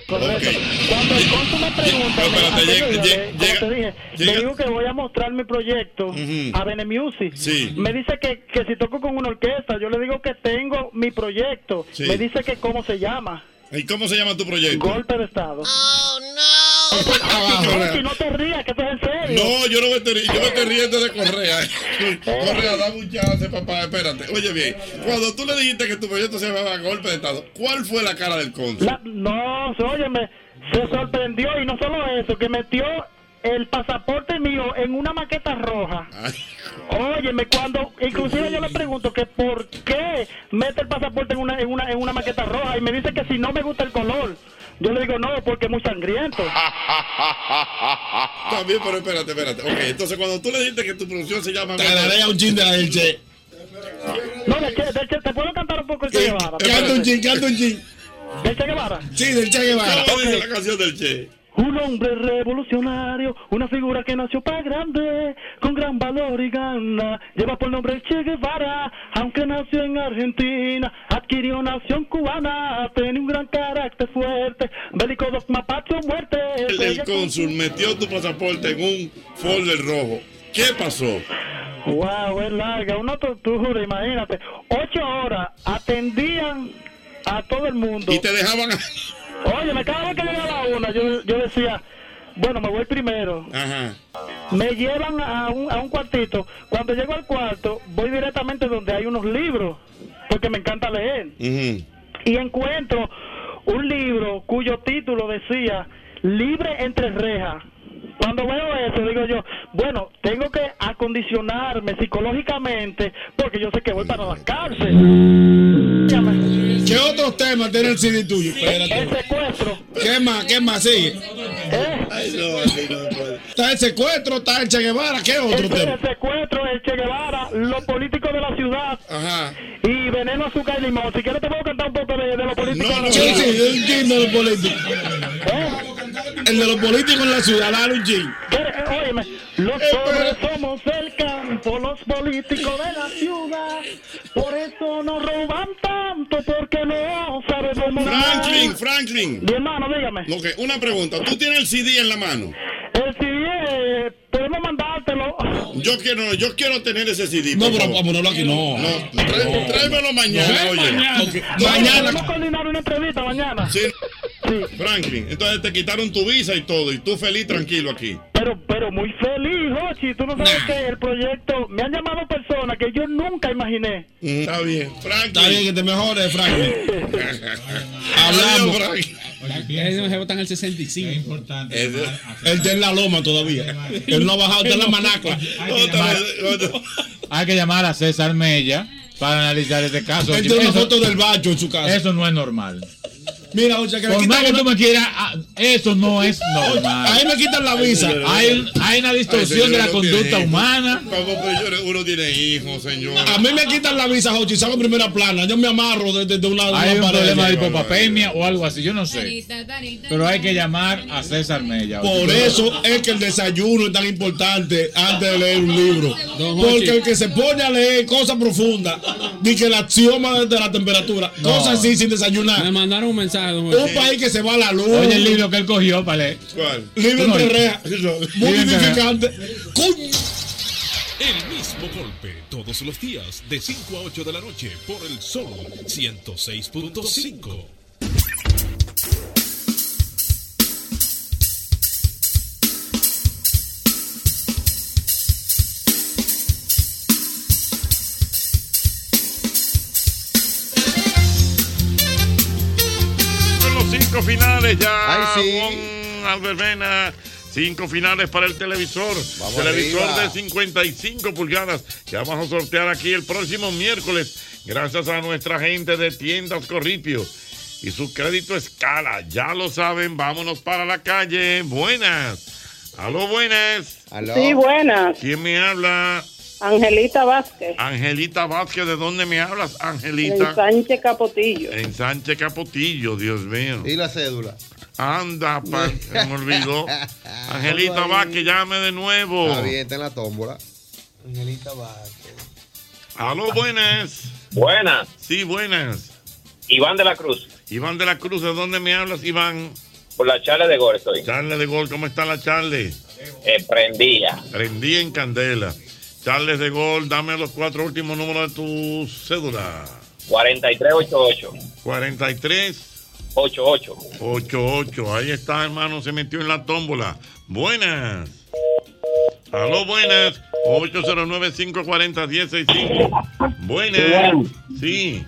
Speaker 13: Correcto. Cuando el cónsul me pregunta, ¿a qué yo iba? Le- como te dije, le digo que voy a mostrar mi proyecto a Bene Music. Me dice que, que si toco con una orquesta, yo le digo que tengo mi proyecto.
Speaker 4: Sí.
Speaker 13: Me dice que cómo se llama.
Speaker 4: ¿Y cómo se llama tu proyecto?
Speaker 13: Golpe de Estado.
Speaker 4: (laughs)
Speaker 13: Oye, pues, no te rías, que esto es en serio.
Speaker 4: No, yo no me estoy, ri- yo me estoy riendo de Correa. (laughs) Correa, dame un chance, papá, espérate. Oye bien, cuando tú le dijiste que tu proyecto se llamaba Golpe de Estado, ¿cuál fue la cara del cónsul?
Speaker 13: La- no, se- óyeme, se sorprendió y no solo eso, que metió el pasaporte mío en una maqueta roja. Óyeme, cuando, inclusive yo le pregunto que por qué mete el pasaporte en una, en una, en una maqueta roja y me dice que si no me gusta el color. Yo le digo no, porque es muy sangriento.
Speaker 4: También, pero espérate, espérate. Ok, entonces cuando tú le dijiste (laughs) que tu producción se llama...
Speaker 13: Tararea
Speaker 4: un chin de la Elche.
Speaker 13: No, de Che- de Che- te puedo cantar un poco el Che Guevara.
Speaker 4: canta un chin, canta
Speaker 13: un chin. ¿Del Che Guevara?
Speaker 4: Sí, del Che Guevara. ¿Cómo dice
Speaker 13: Ok.
Speaker 4: la canción del Che?
Speaker 13: Un hombre revolucionario, una figura que nació para grande, con gran valor y gana. Lleva por nombre el Che Guevara, aunque nació en Argentina, adquirió nación cubana, tenía un gran carácter fuerte, bélico dogma, patria o muerte.
Speaker 4: El, el cónsul metió tu pasaporte en un Ford del Rojo. ¿Qué pasó?
Speaker 13: Wow, es larga, una tortura, imagínate. Ocho horas atendían a todo el mundo. Y te
Speaker 4: dejaban.
Speaker 13: Oye, me cada vez que llegaba una, yo, yo decía, bueno, me voy primero.
Speaker 4: Ajá.
Speaker 13: Me llevan a un, a un cuartito. Cuando llego al cuarto, voy directamente donde hay unos libros, porque me encanta leer. Y encuentro un libro cuyo título decía Libre entre rejas. Cuando veo eso, digo yo, bueno, tengo que acondicionarme psicológicamente porque yo sé que voy para la cárcel.
Speaker 5: ¿Qué otros temas tiene el CD tuyo? Espérate.
Speaker 13: El secuestro.
Speaker 5: ¿Qué más? ¿Qué más? Sigue. Está el secuestro, está el Che Guevara. ¿Qué otro tema?
Speaker 13: secuestro, el Che Guevara, los políticos de la ciudad y veneno, azúcar y limón. Si quieres te puedo cantar un poco de, de los políticos. de la
Speaker 5: Sí,
Speaker 13: ciudad. ¿Eh?
Speaker 5: sí, es un chin de los políticos. El de los políticos en la ciudad, dale un Eh, chin.
Speaker 13: Eh, Óyeme, los pobres somos del campo, los políticos de la ciudad. Por eso nos roban tanto, porque no sabemos morar.
Speaker 4: Franklin, Franklin.
Speaker 13: Mi hermano, dígame.
Speaker 4: Ok, una pregunta. ¿Tú tienes el CD en la mano?
Speaker 13: El CD, podemos mandártelo.
Speaker 4: Yo quiero, yo quiero tener ese CD.
Speaker 5: No,
Speaker 4: por
Speaker 5: pero
Speaker 4: favor.
Speaker 5: vámonos aquí, no.
Speaker 4: No, trá- tráemelo mañana,
Speaker 5: No,
Speaker 4: oye.
Speaker 5: mañana.
Speaker 4: Ok.
Speaker 5: Mañana.
Speaker 13: Vamos a coordinar una entrevista mañana.
Speaker 4: Sí. Franklin, entonces te quitaron tu visa y todo, y tú feliz, tranquilo aquí.
Speaker 13: Pero, pero muy feliz, Jochi. Tú no sabes que el proyecto. Me han llamado personas que yo nunca imaginé.
Speaker 4: Está bien.
Speaker 5: Está bien que te mejores,
Speaker 9: (laughs)
Speaker 5: Franklin.
Speaker 13: Hablamos.
Speaker 5: Ese jefe está en el 65. Es
Speaker 4: importante.
Speaker 5: Él está en la loma todavía. Él no ha bajado, está en la manacla.
Speaker 9: Hay que llamar a César Mella para analizar este caso.
Speaker 5: Él tiene una foto del bacho en su casa.
Speaker 9: Eso no es normal.
Speaker 5: Mira, oye, que le
Speaker 9: Por más
Speaker 5: quitan
Speaker 9: que tú
Speaker 5: una-
Speaker 9: me quieras, ah, eso no es normal.
Speaker 5: Ahí me quitan la visa.
Speaker 9: Hay, hay una distorsión de la conducta humana.
Speaker 4: Como uno tiene hijos, señor.
Speaker 5: A mí me quitan la visa, Jochi, salgo en primera plana. Yo me amarro de, de- de una, de una
Speaker 9: Hay un
Speaker 5: pared.
Speaker 9: problema de hipopapemia o algo así, yo no sé. Pero hay que llamar a César Mella.
Speaker 5: Por eso es que el desayuno es tan importante antes de leer un libro. Porque el que se pone a leer cosas profundas, ni que el axioma de la temperatura, cosas así sin desayunar.
Speaker 9: Me
Speaker 5: mandaron un mensaje.
Speaker 9: Jorge.
Speaker 5: Un país que se va a la luz.
Speaker 9: Oye, el libro que él cogió para leer.
Speaker 4: ¿Cuál?
Speaker 5: Libre
Speaker 9: No,
Speaker 5: de reja. Muy
Speaker 9: Libre de reja.
Speaker 5: edificante. Coño.
Speaker 13: El mismo golpe todos los días de 5 a 8 de la noche por el Sol 106.5.
Speaker 39: Thank
Speaker 4: finales ya.
Speaker 7: Ay, sí.
Speaker 4: Juan Albermena. Cinco finales para el televisor.
Speaker 7: Vamos
Speaker 4: televisor
Speaker 7: arriba.
Speaker 4: de 55 pulgadas que vamos a sortear aquí el próximo miércoles. Gracias a nuestra gente de Tiendas Corripio. Y su crédito escala. Ya lo saben, vámonos para la calle. Buenas. Aló, buenas.
Speaker 24: Sí, buenas.
Speaker 4: ¿Quién me habla?
Speaker 24: Angelita Vázquez.
Speaker 4: Angelita Vázquez, ¿de dónde me hablas, Angelita?
Speaker 24: En Sánchez Capotillo.
Speaker 4: En Sánchez Capotillo, Dios mío. ¿Y la cédula? Anda, pa, se
Speaker 7: (laughs)
Speaker 4: me olvidó. Angelita
Speaker 7: Déjalo ahí.
Speaker 4: Vázquez, llame de nuevo.
Speaker 7: Está bien, está en la tómbola. Angelita
Speaker 4: Aló, buenas.
Speaker 25: Buenas.
Speaker 4: Sí, buenas.
Speaker 25: Iván de la Cruz.
Speaker 4: Iván de la Cruz, ¿de dónde me hablas, Iván?
Speaker 25: Por la charla de Gore estoy.
Speaker 4: Charles de Gol, ¿cómo está la Charles?
Speaker 25: Eh, prendía.
Speaker 4: Prendí en candela. Charles de Gol, dame los cuatro últimos números de tu cédula.
Speaker 25: 4388.
Speaker 4: 43.
Speaker 25: 88.
Speaker 4: 88. Ahí está, hermano, se metió en la tómbola. Buenas. Aló, buenas. 809-540-165. Buenas. Sí.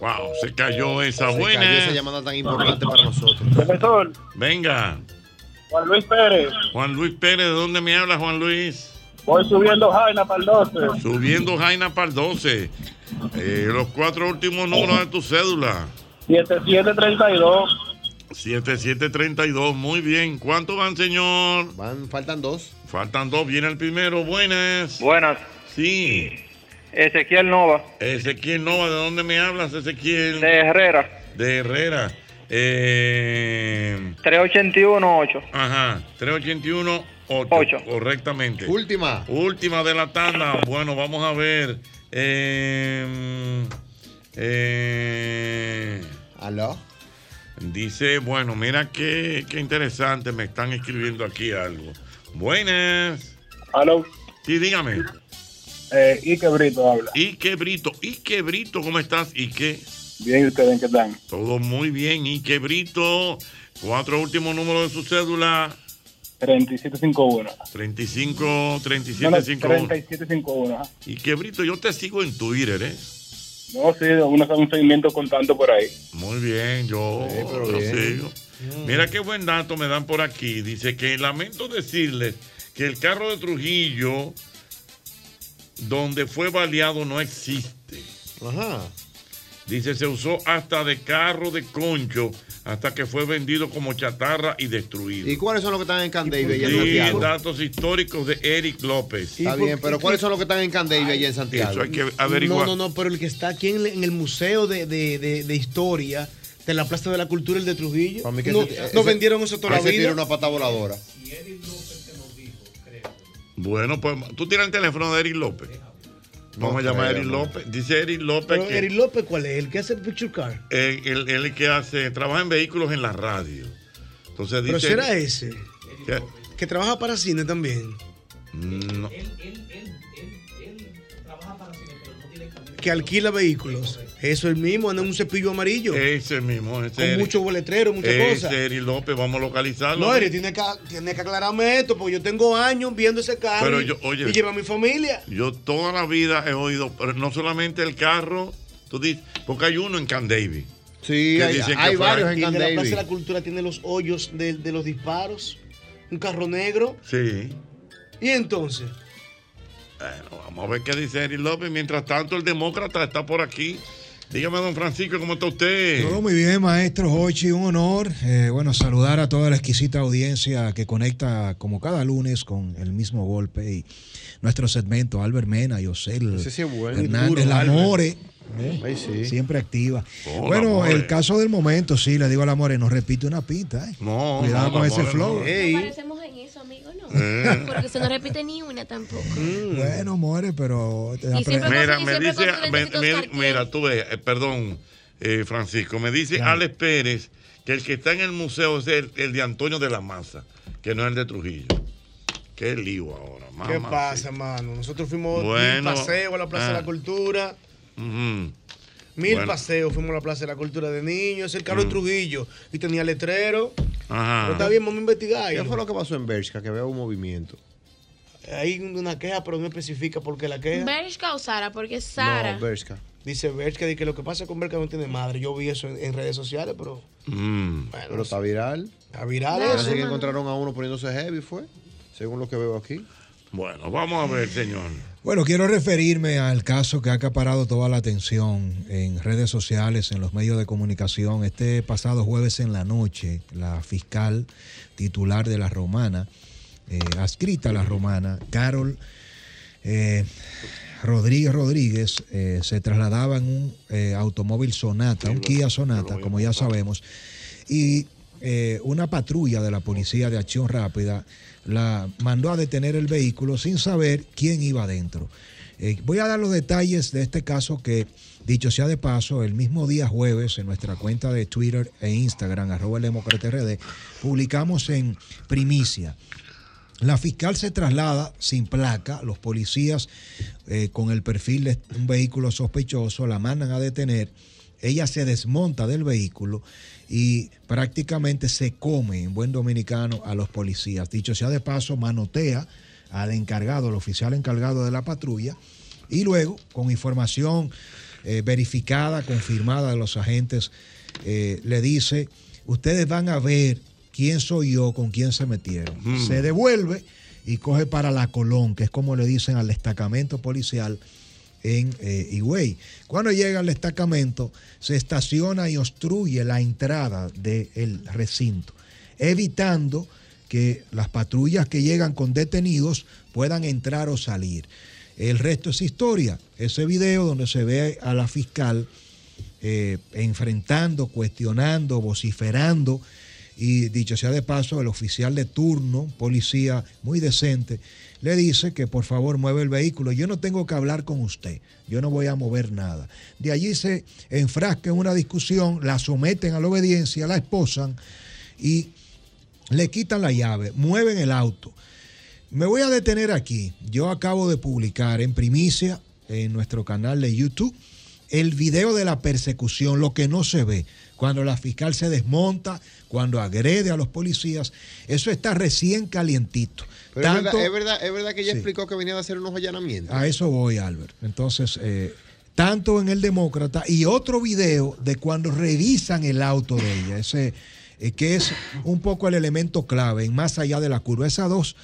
Speaker 4: Wow, se cayó esa.
Speaker 7: Se
Speaker 4: buena.
Speaker 7: cayó esa llamada tan importante para nosotros.
Speaker 4: Venga.
Speaker 9: Juan Luis Pérez.
Speaker 4: Juan Luis Pérez, ¿de dónde me habla Juan Luis?
Speaker 9: Voy subiendo Jaina para el 12.
Speaker 4: Subiendo Jaina para el 12. Eh, los cuatro últimos números de tu cédula.
Speaker 9: 7732.
Speaker 4: 7732, muy bien. ¿Cuánto van, señor? Van, faltan dos. Faltan dos, viene el primero. Buenas.
Speaker 40: Buenas.
Speaker 4: Sí.
Speaker 40: Ezequiel Nova.
Speaker 4: Ezequiel Nova, ¿de dónde me hablas, Ezequiel?
Speaker 40: De Herrera.
Speaker 4: De Herrera. Eh...
Speaker 40: 3818.
Speaker 4: Ajá, 381 8. Correctamente. Última. Última de la tanda. Bueno, vamos a ver. Eh, eh, ¿Aló? Dice, bueno, mira qué, qué interesante. Me están escribiendo aquí algo. Buenas.
Speaker 9: ¿Aló?
Speaker 4: Sí, dígame.
Speaker 9: Eh, Ike Brito habla.
Speaker 4: ¿Y qué Brito? ¿Y qué Brito? ¿Cómo estás? ¿Y qué?
Speaker 9: Bien, ¿y ustedes en qué están?
Speaker 4: Todo muy bien. ¿Y qué Brito? Cuatro últimos números de su cédula.
Speaker 9: 3751.
Speaker 4: 35,
Speaker 9: No, no,
Speaker 4: 3751.
Speaker 9: 3751. ajá.
Speaker 4: Y que Brito, yo te sigo en Twitter, ¿eh?
Speaker 9: No, sí, uno un seguimiento contando por ahí.
Speaker 4: Muy bien, yo lo sigo. Mira qué buen dato me dan por aquí. Dice que lamento decirles que el carro de Trujillo, donde fue baleado, no existe. Ajá. Dice, se usó hasta de carro de concho, hasta que fue vendido como chatarra y destruido.
Speaker 7: ¿Y cuáles son los que están en Candeive y en
Speaker 4: Sí,
Speaker 7: Santiago?
Speaker 4: datos históricos de Eric López.
Speaker 7: Está bien, pero ¿cuáles son los que están en Candeive y en Santiago?
Speaker 4: Eso hay que averiguar.
Speaker 6: No, no, no, pero el que está aquí en, en el Museo de, de- de- de Historia de la Plaza de la Cultura, el de Trujillo,
Speaker 7: Para mí que
Speaker 6: no,
Speaker 7: ese-
Speaker 6: no
Speaker 7: ese-
Speaker 6: vendieron eso toda la
Speaker 7: ese
Speaker 6: vida.
Speaker 7: tira una pata voladora.
Speaker 4: Bueno, pues tú tienes el teléfono de Eric López. Vamos a llamar a
Speaker 6: creo,
Speaker 4: Eric
Speaker 6: no.
Speaker 4: López. Dice Eric López
Speaker 6: Pero
Speaker 4: que
Speaker 6: Eric López, ¿cuál es? ¿El que hace Picture Car?
Speaker 4: eh, él, él que hace, trabaja en vehículos en la radio. Entonces dice.
Speaker 6: Pero será ese,
Speaker 4: que-
Speaker 6: que trabaja para cine también.
Speaker 4: no,
Speaker 6: que alquila vehículos. Eso es el mismo, anda en un cepillo amarillo.
Speaker 4: Ese mismo, ese.
Speaker 6: Con
Speaker 4: Eric.
Speaker 6: mucho boletrero, muchas
Speaker 4: Ese
Speaker 6: cosas.
Speaker 4: Eric López, vamos a localizarlo.
Speaker 6: No, Eric, tiene que, tiene que aclararme esto, porque yo tengo años viendo ese carro
Speaker 4: Pero
Speaker 6: y-
Speaker 4: yo- oye.
Speaker 6: y lleva a mi familia.
Speaker 4: Yo toda la vida he oído, pero no solamente el carro, tú dices, porque hay uno en Camp David. Sí,
Speaker 6: Y el de La Plaza de la Cultura tiene los hoyos de, de los disparos, un carro negro.
Speaker 4: Sí.
Speaker 6: Y entonces,
Speaker 4: Bueno, vamos a ver qué dice Eric López. Mientras tanto, el demócrata está por aquí. Dígame, don Francisco, ¿cómo está usted?
Speaker 17: Todo muy bien, maestro Hochi, un honor. eh, bueno, saludar a toda la exquisita audiencia que conecta como cada lunes con el mismo golpe y nuestro segmento, Albert Mena, Yosel,
Speaker 7: Ese sí es bueno y duro,
Speaker 17: Hernández, el
Speaker 7: Albert.
Speaker 17: Amore,
Speaker 7: Ay, sí.
Speaker 17: siempre activa.
Speaker 7: Oh,
Speaker 17: bueno,
Speaker 7: Lamore.
Speaker 17: el caso del momento, sí, le digo al Amore, no repite una pinta, ¿eh?
Speaker 4: No,
Speaker 17: Cuidado
Speaker 4: no,
Speaker 17: con ese
Speaker 4: Lamore,
Speaker 17: flow.
Speaker 4: no. Eh.
Speaker 8: No parecemos en eso, amigo, no.
Speaker 17: Eh.
Speaker 8: Porque usted no repite ni una tampoco.
Speaker 4: (laughs)
Speaker 17: Bueno, more, pero te
Speaker 8: Y siempre
Speaker 17: apre-
Speaker 4: Mira,
Speaker 8: con- y
Speaker 4: me
Speaker 8: siempre
Speaker 4: dice,
Speaker 8: con sus
Speaker 4: me-
Speaker 8: lentitos
Speaker 4: me-
Speaker 8: Cartier.
Speaker 4: mira, tú ves, eh, perdón, eh, Francisco, me dice Alex Pérez que el que está en el museo es el, el de Antonio de la Maza, que no es el de Trujillo. Qué lío ahora, mamá.
Speaker 6: ¿qué pasa, mano? Nosotros fuimos mil
Speaker 4: Bueno,
Speaker 6: paseos a la Plaza de
Speaker 4: ah.
Speaker 6: la Cultura.
Speaker 4: Ujú.
Speaker 6: Mil
Speaker 4: Bueno.
Speaker 6: paseos fuimos a la Plaza de la Cultura de niños, el carro de
Speaker 4: Mm. Ah.
Speaker 6: Trujillo. Y tenía letrero.
Speaker 4: Ajá.
Speaker 6: Pero está bien, vamos a investigar.
Speaker 7: ¿Qué fue lo que pasó en Bershka? Que veo un movimiento.
Speaker 6: Hay una queja, pero no especifica por qué la queja.
Speaker 8: Bershka o Sara, porque Sara.
Speaker 7: No, Bershka.
Speaker 16: Dice Bershka, dice que lo que pasa con Bershka no tiene madre. Yo vi eso en, en redes sociales, pero
Speaker 4: Mm.
Speaker 22: Pero está viral.
Speaker 16: Está viral
Speaker 22: Parece
Speaker 16: eso,
Speaker 22: que
Speaker 16: mano.
Speaker 22: encontraron a uno poniéndose heavy, fue. Según lo que veo aquí.
Speaker 4: Bueno, vamos a ver, señor.
Speaker 17: Bueno, quiero referirme al caso que ha acaparado toda la atención en redes sociales, en los medios de comunicación. Este pasado jueves en la noche, la fiscal titular de la Romana, eh, adscrita a la Romana, Carol eh, Rodríguez Rodríguez, eh, se trasladaba en un eh, automóvil Sonata, un Kia Sonata, como ya sabemos, y eh, una patrulla de la Policía de Acción Rápida la mandó a detener el vehículo sin saber quién iba adentro. Eh, voy a dar los detalles de este caso que, dicho sea de paso, el mismo día jueves en nuestra cuenta de Twitter e Instagram, arroba el Demócrata RD, publicamos en primicia. La fiscal se traslada sin placa, los policías eh, con el perfil de un vehículo sospechoso la mandan a detener, ella se desmonta del vehículo y prácticamente se come en buen dominicano a los policías. Dicho sea de paso, manotea al encargado, al oficial encargado de la patrulla y luego, con información eh, verificada, confirmada de los agentes, eh, le dice, ustedes van a ver quién soy yo, con quién se metieron.
Speaker 20: Mm.
Speaker 17: Se devuelve y coge para la Colón, que es como le dicen al destacamento policial en eh, Higüey. Cuando llega al destacamento, se estaciona y obstruye la entrada del recinto, evitando que las patrullas que llegan con detenidos puedan entrar o salir. El resto es historia. Ese video donde se ve a la fiscal eh, enfrentando, cuestionando, vociferando. Y dicho sea de paso, el oficial de turno, policía muy decente, le dice que por favor mueve el vehículo. Yo no tengo que hablar con usted. Yo no voy a mover nada. De allí se enfrasca en una discusión, la someten a la obediencia, la esposan y le quitan la llave, mueven el auto. Me voy a detener aquí. Yo acabo de publicar en primicia en nuestro canal de YouTube el video de la persecución, lo que no se ve, cuando la fiscal se desmonta, cuando agrede a los policías. Eso está recién calientito.
Speaker 22: Pero es verdad-
Speaker 17: Tanto-
Speaker 22: es, verdad, es, verdad, que ella
Speaker 17: Sí.
Speaker 22: explicó que venía de hacer unos allanamientos.
Speaker 17: a eso voy, Albert. Entonces, eh, tanto en El Demócrata y otro video de cuando revisan el auto de ella, ese eh, que es un poco el elemento clave en Más allá de la curva. Esas dos,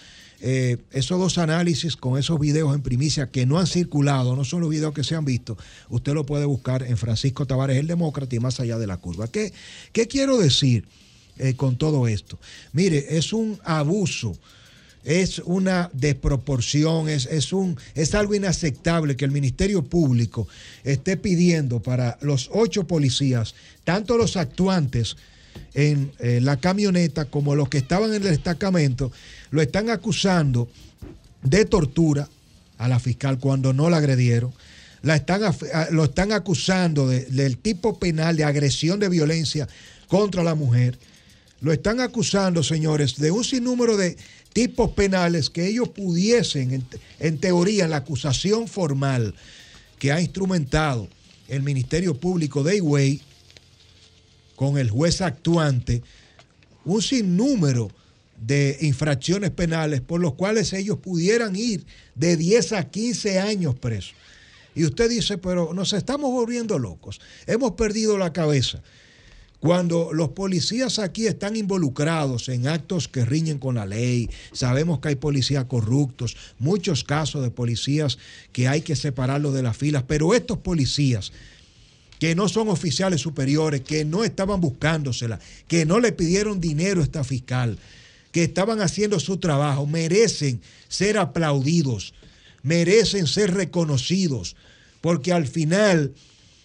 Speaker 17: eh, esos dos análisis con esos videos en primicia que no han circulado, no son los videos que se han visto, usted lo puede buscar en Francisco Tavares, El Demócrata y Más allá de la curva. ¿Qué, qué quiero decir eh, con todo esto? Mire, es un abuso es una desproporción, es, es un, es algo inaceptable que el Ministerio Público esté pidiendo para los ocho policías, tanto los actuantes en eh, la camioneta como los que estaban en el destacamento, lo están acusando de tortura a la fiscal cuando no la agredieron. La están, af- a- lo están acusando de- del tipo penal de agresión de violencia contra la mujer. Lo están acusando, señores, de un sinnúmero de tipos penales que ellos pudiesen, en, en teoría, en la acusación formal que ha instrumentado el Ministerio Público de Higüey con el juez actuante, un sinnúmero de infracciones penales por los cuales ellos pudieran ir de 10 a 15 años presos. Y usted dice, pero nos estamos volviendo locos, hemos perdido la cabeza cuando los policías aquí están involucrados en actos que riñen con la ley, sabemos que hay policías corruptos, muchos casos de policías que hay que separarlos de las filas, pero estos policías que no son oficiales superiores, que no estaban buscándosela, que no le pidieron dinero a esta fiscal, que estaban haciendo su trabajo, merecen ser aplaudidos, merecen ser reconocidos, porque al final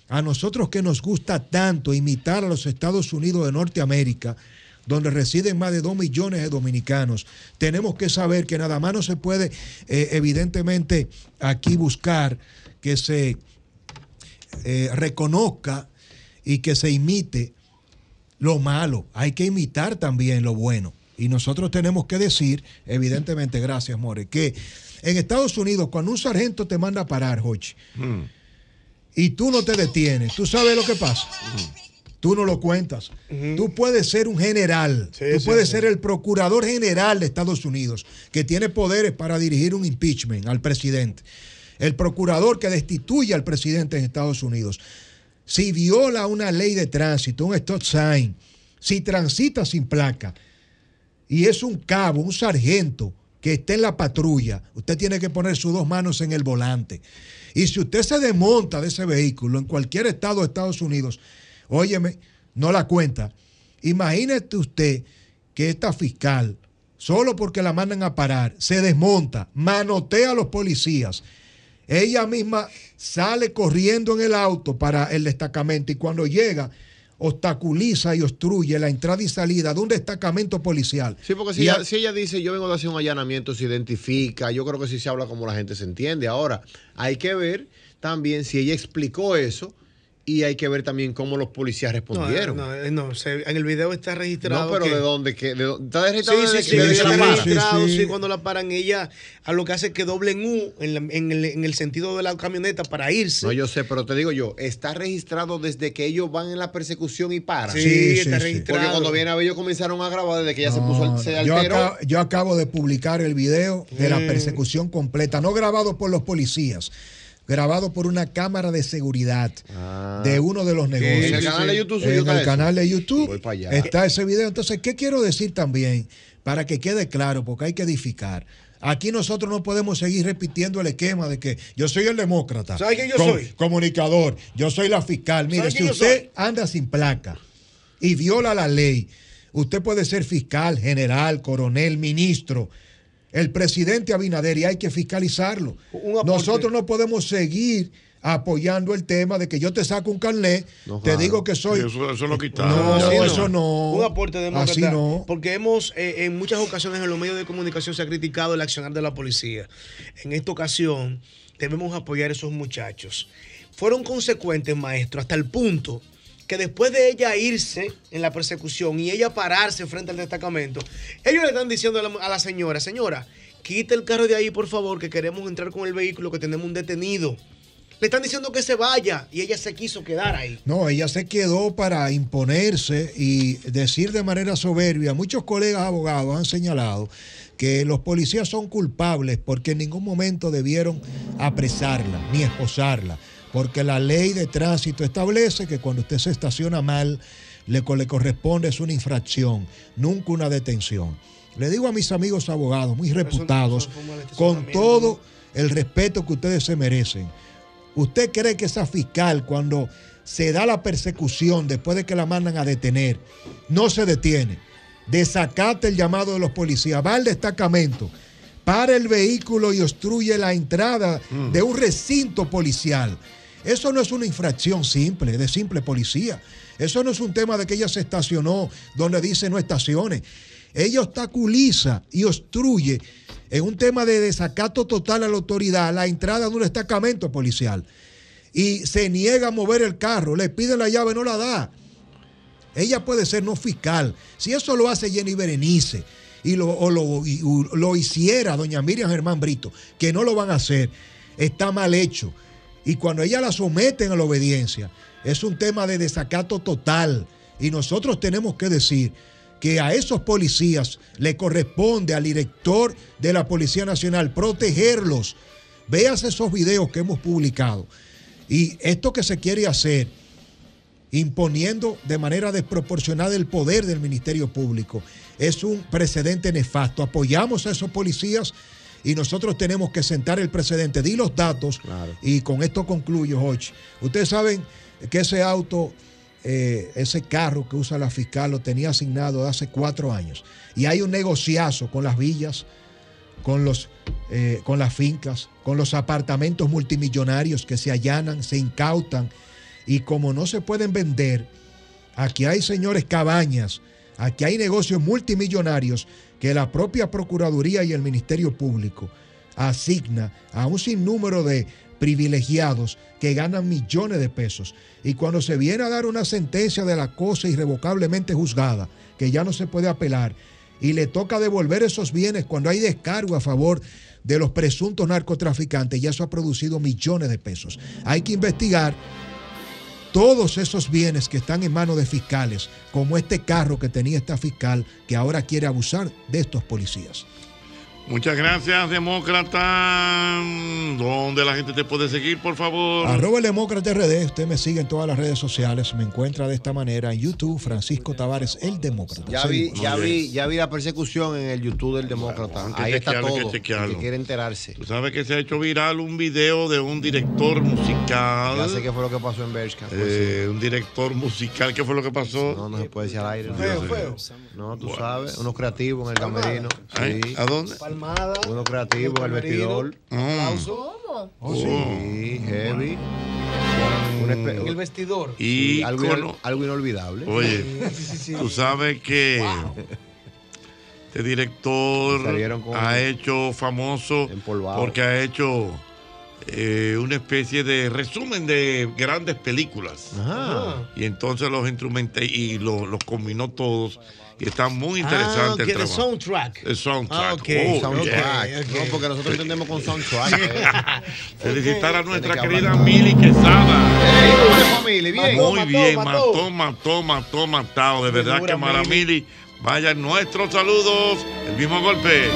Speaker 17: a nosotros que nos gusta tanto imitar a los Estados Unidos de Norteamérica, donde residen más de 2 millones de dominicanos, tenemos que saber que nada más no se puede, eh, evidentemente, aquí buscar que se eh, reconozca y que se imite lo malo. Hay que imitar también lo bueno. Y nosotros tenemos que decir, evidentemente, gracias, More, que en Estados Unidos, cuando un sargento te manda a parar, Hochi, y tú no te detienes, tú sabes lo que pasa. Tú no lo cuentas. Tú puedes ser un general, tú
Speaker 16: sí,
Speaker 17: puedes
Speaker 16: sí.
Speaker 17: ser el procurador general de Estados Unidos, que tiene poderes para dirigir un impeachment al presidente. el procurador que destituye al presidente en Estados Unidos, si viola una ley de tránsito, un stop sign, si transita sin placa y es un cabo, un sargento que esté en la patrulla, usted tiene que poner sus dos manos en el volante. Y si usted se desmonta de ese vehículo en cualquier estado de Estados Unidos, óyeme, no la cuenta. Imagínese usted que esta fiscal, solo porque la mandan a parar, se desmonta, manotea a los policías. Ella misma sale corriendo en el auto para el destacamento y cuando llega obstaculiza y obstruye la entrada y salida de un destacamento policial.
Speaker 7: Sí, porque si,
Speaker 17: Y
Speaker 7: ella,
Speaker 17: a-
Speaker 7: si ella dice yo vengo de hacer un allanamiento, se identifica, yo creo que si se habla como la gente se entiende. Ahora, hay que ver también si ella explicó eso y hay que ver también cómo los policías
Speaker 6: No,
Speaker 7: respondieron.
Speaker 6: no, eh, no, se- en el video está registrado.
Speaker 7: Pues No, pero
Speaker 6: que-
Speaker 7: ¿de dónde? que de dónde- ¿Está
Speaker 6: Sí,
Speaker 7: registrado
Speaker 6: sí,
Speaker 7: desde
Speaker 6: sí,
Speaker 7: que- desde
Speaker 6: sí,
Speaker 7: que la
Speaker 6: está
Speaker 7: paran?
Speaker 6: registrado, sí, cuando la paran ella a lo que hace es que doble en U en, la- en el, en el sentido de la camioneta para irse.
Speaker 7: No, yo sé, pero te digo yo, está registrado desde que ellos van en la persecución y paran.
Speaker 6: Sí, Sí, está sí, sí. registrado.
Speaker 7: Porque cuando vienen a ver, ellos comenzaron a grabar desde que ella se puso, al- se
Speaker 17: Yo,
Speaker 7: alteró.
Speaker 17: acabo, yo acabo de publicar el video de la persecución completa, no grabado por los policías, grabado por una cámara de seguridad de uno de los
Speaker 7: Ah. Sí,
Speaker 17: negocios.
Speaker 7: en el canal de YouTube suyo
Speaker 17: En
Speaker 7: está
Speaker 17: el
Speaker 7: eso.
Speaker 17: canal de YouTube
Speaker 7: Voy para allá.
Speaker 17: está ese video. Entonces, ¿qué quiero decir también? Para que quede claro, porque hay que edificar. Aquí nosotros no podemos seguir repitiendo el esquema de que yo soy el demócrata.
Speaker 6: ¿Sabe quién yo soy?
Speaker 17: Comunicador, yo soy la fiscal. Mire,
Speaker 6: ¿Sabe
Speaker 17: si
Speaker 6: quién yo
Speaker 17: usted anda sin placa y viola la ley, usted puede ser fiscal, general, coronel, ministro, el presidente Abinader y hay que fiscalizarlo. Nosotros no podemos seguir apoyando el tema de que yo te saco un carnet,
Speaker 4: No,
Speaker 17: te
Speaker 4: claro.
Speaker 17: digo que soy...
Speaker 4: Eso, eso lo quitaron.
Speaker 17: No,
Speaker 4: Ya.
Speaker 17: eso no.
Speaker 6: Un aporte demócrata.
Speaker 17: Así no.
Speaker 6: Porque hemos, eh, en muchas ocasiones en los medios de comunicación se ha criticado el accionar de la policía. En esta ocasión debemos apoyar a esos muchachos. Fueron consecuentes, maestro, hasta el punto que después de ella irse en la persecución y ella pararse frente al destacamento, ellos le están diciendo a la, a la señora, señora, quita el carro de ahí, por favor, que queremos entrar con el vehículo, que tenemos un detenido. Le están diciendo que se vaya y ella se quiso quedar ahí.
Speaker 17: No, ella se quedó para imponerse y decir de manera soberbia. Muchos colegas abogados han señalado que los policías son culpables porque en ningún momento debieron apresarla ni esposarla, porque la ley de tránsito establece que cuando usted se estaciona mal, le, co- le corresponde es una infracción, nunca una detención. Le digo a mis amigos abogados muy reputados, con todo el respeto que ustedes se merecen, ¿Usted cree que esa fiscal, cuando se da la persecución después de que la mandan a detener, no se detiene? Desacata el llamado de los policías, va al destacamento, para el vehículo y obstruye la entrada de un recinto policial. Eso no es una infracción simple, de simple policía. Eso no es un tema de que ella se estacionó donde dice no estaciones. Ella obstaculiza y obstruye en un tema de desacato total a la autoridad la entrada de un destacamento policial. Y se niega a mover el carro, le pide la llave, no la da. Ella puede ser no fiscal. Si eso lo hace Jenny Berenice y lo, o lo- y- u- lo hiciera doña Miriam Germán Brito, que no lo van a hacer, está mal hecho. Y cuando ella la someten a la obediencia, es un tema de desacato total. Y nosotros tenemos que decir que a esos policías le corresponde al director de la Policía Nacional protegerlos. Veas esos videos que hemos publicado. Y esto que se quiere hacer imponiendo de manera desproporcionada el poder del Ministerio Público. Es un precedente nefasto. Apoyamos a esos policías y nosotros tenemos que sentar el precedente. Di los datos y con esto concluyo, Hochi. Ustedes saben que ese auto, eh, ese carro que usa la fiscal lo tenía asignado hace cuatro años. Y hay un negociazo con las villas, con, los, eh, con las fincas, con los apartamentos multimillonarios que se allanan, se incautan y como no se pueden vender, aquí hay señores cabañas, aquí hay negocios multimillonarios que la propia Procuraduría y el Ministerio Público asigna a un sinnúmero de privilegiados que ganan millones de pesos. Y cuando se viene a dar una sentencia de la cosa irrevocablemente juzgada, que ya no se puede apelar, y le toca devolver esos bienes cuando hay descargo a favor de los presuntos narcotraficantes, ya eso ha producido millones de pesos. Hay que investigar todos esos bienes que están en manos de fiscales, como este carro que tenía esta fiscal que ahora quiere abusar de estos policías.
Speaker 4: Muchas gracias, demócrata. ¿Dónde la gente te puede seguir, por favor?
Speaker 17: Arroba el Demócrata RD, usted me sigue en todas las redes sociales, me encuentra de esta manera en YouTube, Francisco Tavares, el Demócrata.
Speaker 7: Ya vi, ya vi, ya vi la persecución en el YouTube del demócrata.
Speaker 4: que
Speaker 7: Ahí está
Speaker 4: chequearlo, hay que
Speaker 7: todo. El
Speaker 4: chequearlo.
Speaker 7: que quiere enterarse.
Speaker 4: Tú sabes que se ha hecho viral un video de un director musical.
Speaker 7: Ya sé qué fue lo que pasó en Bershka. pues,
Speaker 4: Eh, un director musical, ¿qué fue lo que pasó?
Speaker 7: No, no se puede decir al aire.
Speaker 4: Feo,
Speaker 7: no,
Speaker 4: feo.
Speaker 7: No, tú sabes, unos creativos en el camerino.
Speaker 4: Ay,
Speaker 7: Sí.
Speaker 4: ¿Eh? ¿a dónde? Ah.
Speaker 7: Palmada. Unos creativos en el vestidor.
Speaker 4: Oh,
Speaker 6: ¿Cómo?
Speaker 7: Sí, heavy.
Speaker 2: El vestidor.
Speaker 7: Sí,
Speaker 4: Y
Speaker 7: algo, inol-
Speaker 4: cono-
Speaker 7: algo inolvidable.
Speaker 4: Oye, tú sabes que este director
Speaker 7: Salieron con-
Speaker 4: ha hecho famoso porque ha hecho eh, una especie de resumen de grandes películas.
Speaker 7: Ajá.
Speaker 4: Y entonces los instrumenté y lo- los combinó todos. Y está muy
Speaker 6: Ah,
Speaker 4: interesante el trabajo.
Speaker 2: soundtrack.
Speaker 4: El soundtrack.
Speaker 7: Ah, ok.
Speaker 4: Oh,
Speaker 7: soundtrack.
Speaker 4: yeah.
Speaker 7: No, porque nosotros entendemos con soundtrack. eh. (laughs)
Speaker 4: Felicitar a nuestra
Speaker 7: que
Speaker 4: querida Mili Quesada.
Speaker 7: Familia, bien.
Speaker 4: Muy bien, mató, mató, mató, matado. De verdad que Maramili, vayan nuestros saludos. El mismo golpe.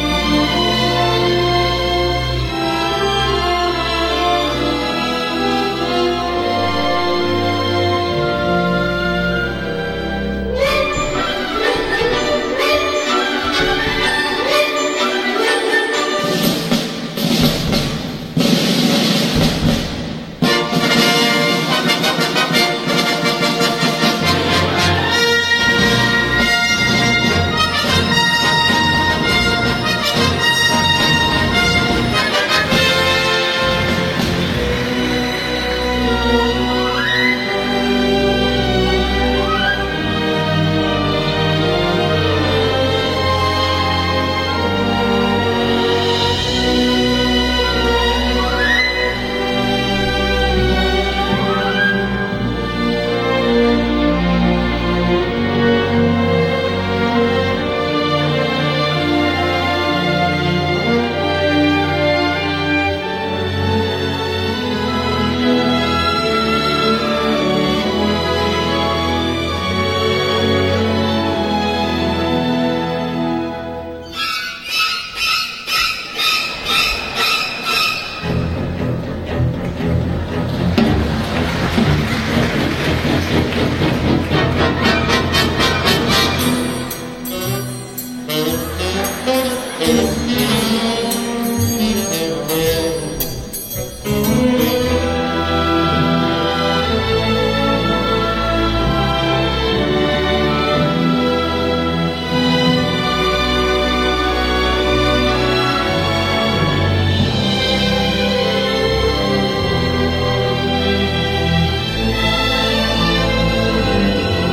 Speaker 4: Eh.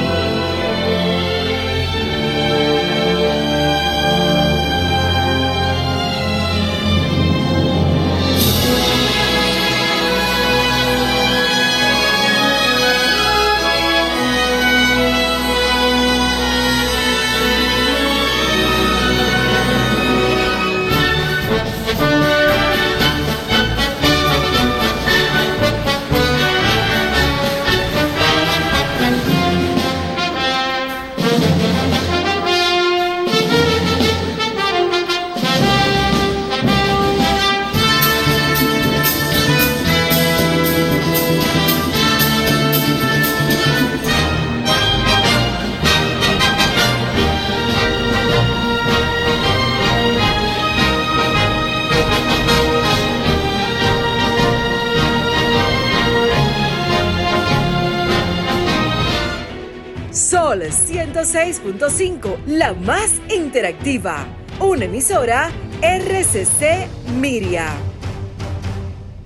Speaker 3: Sol 106.5, la más interactiva. Una emisora RCC Miria.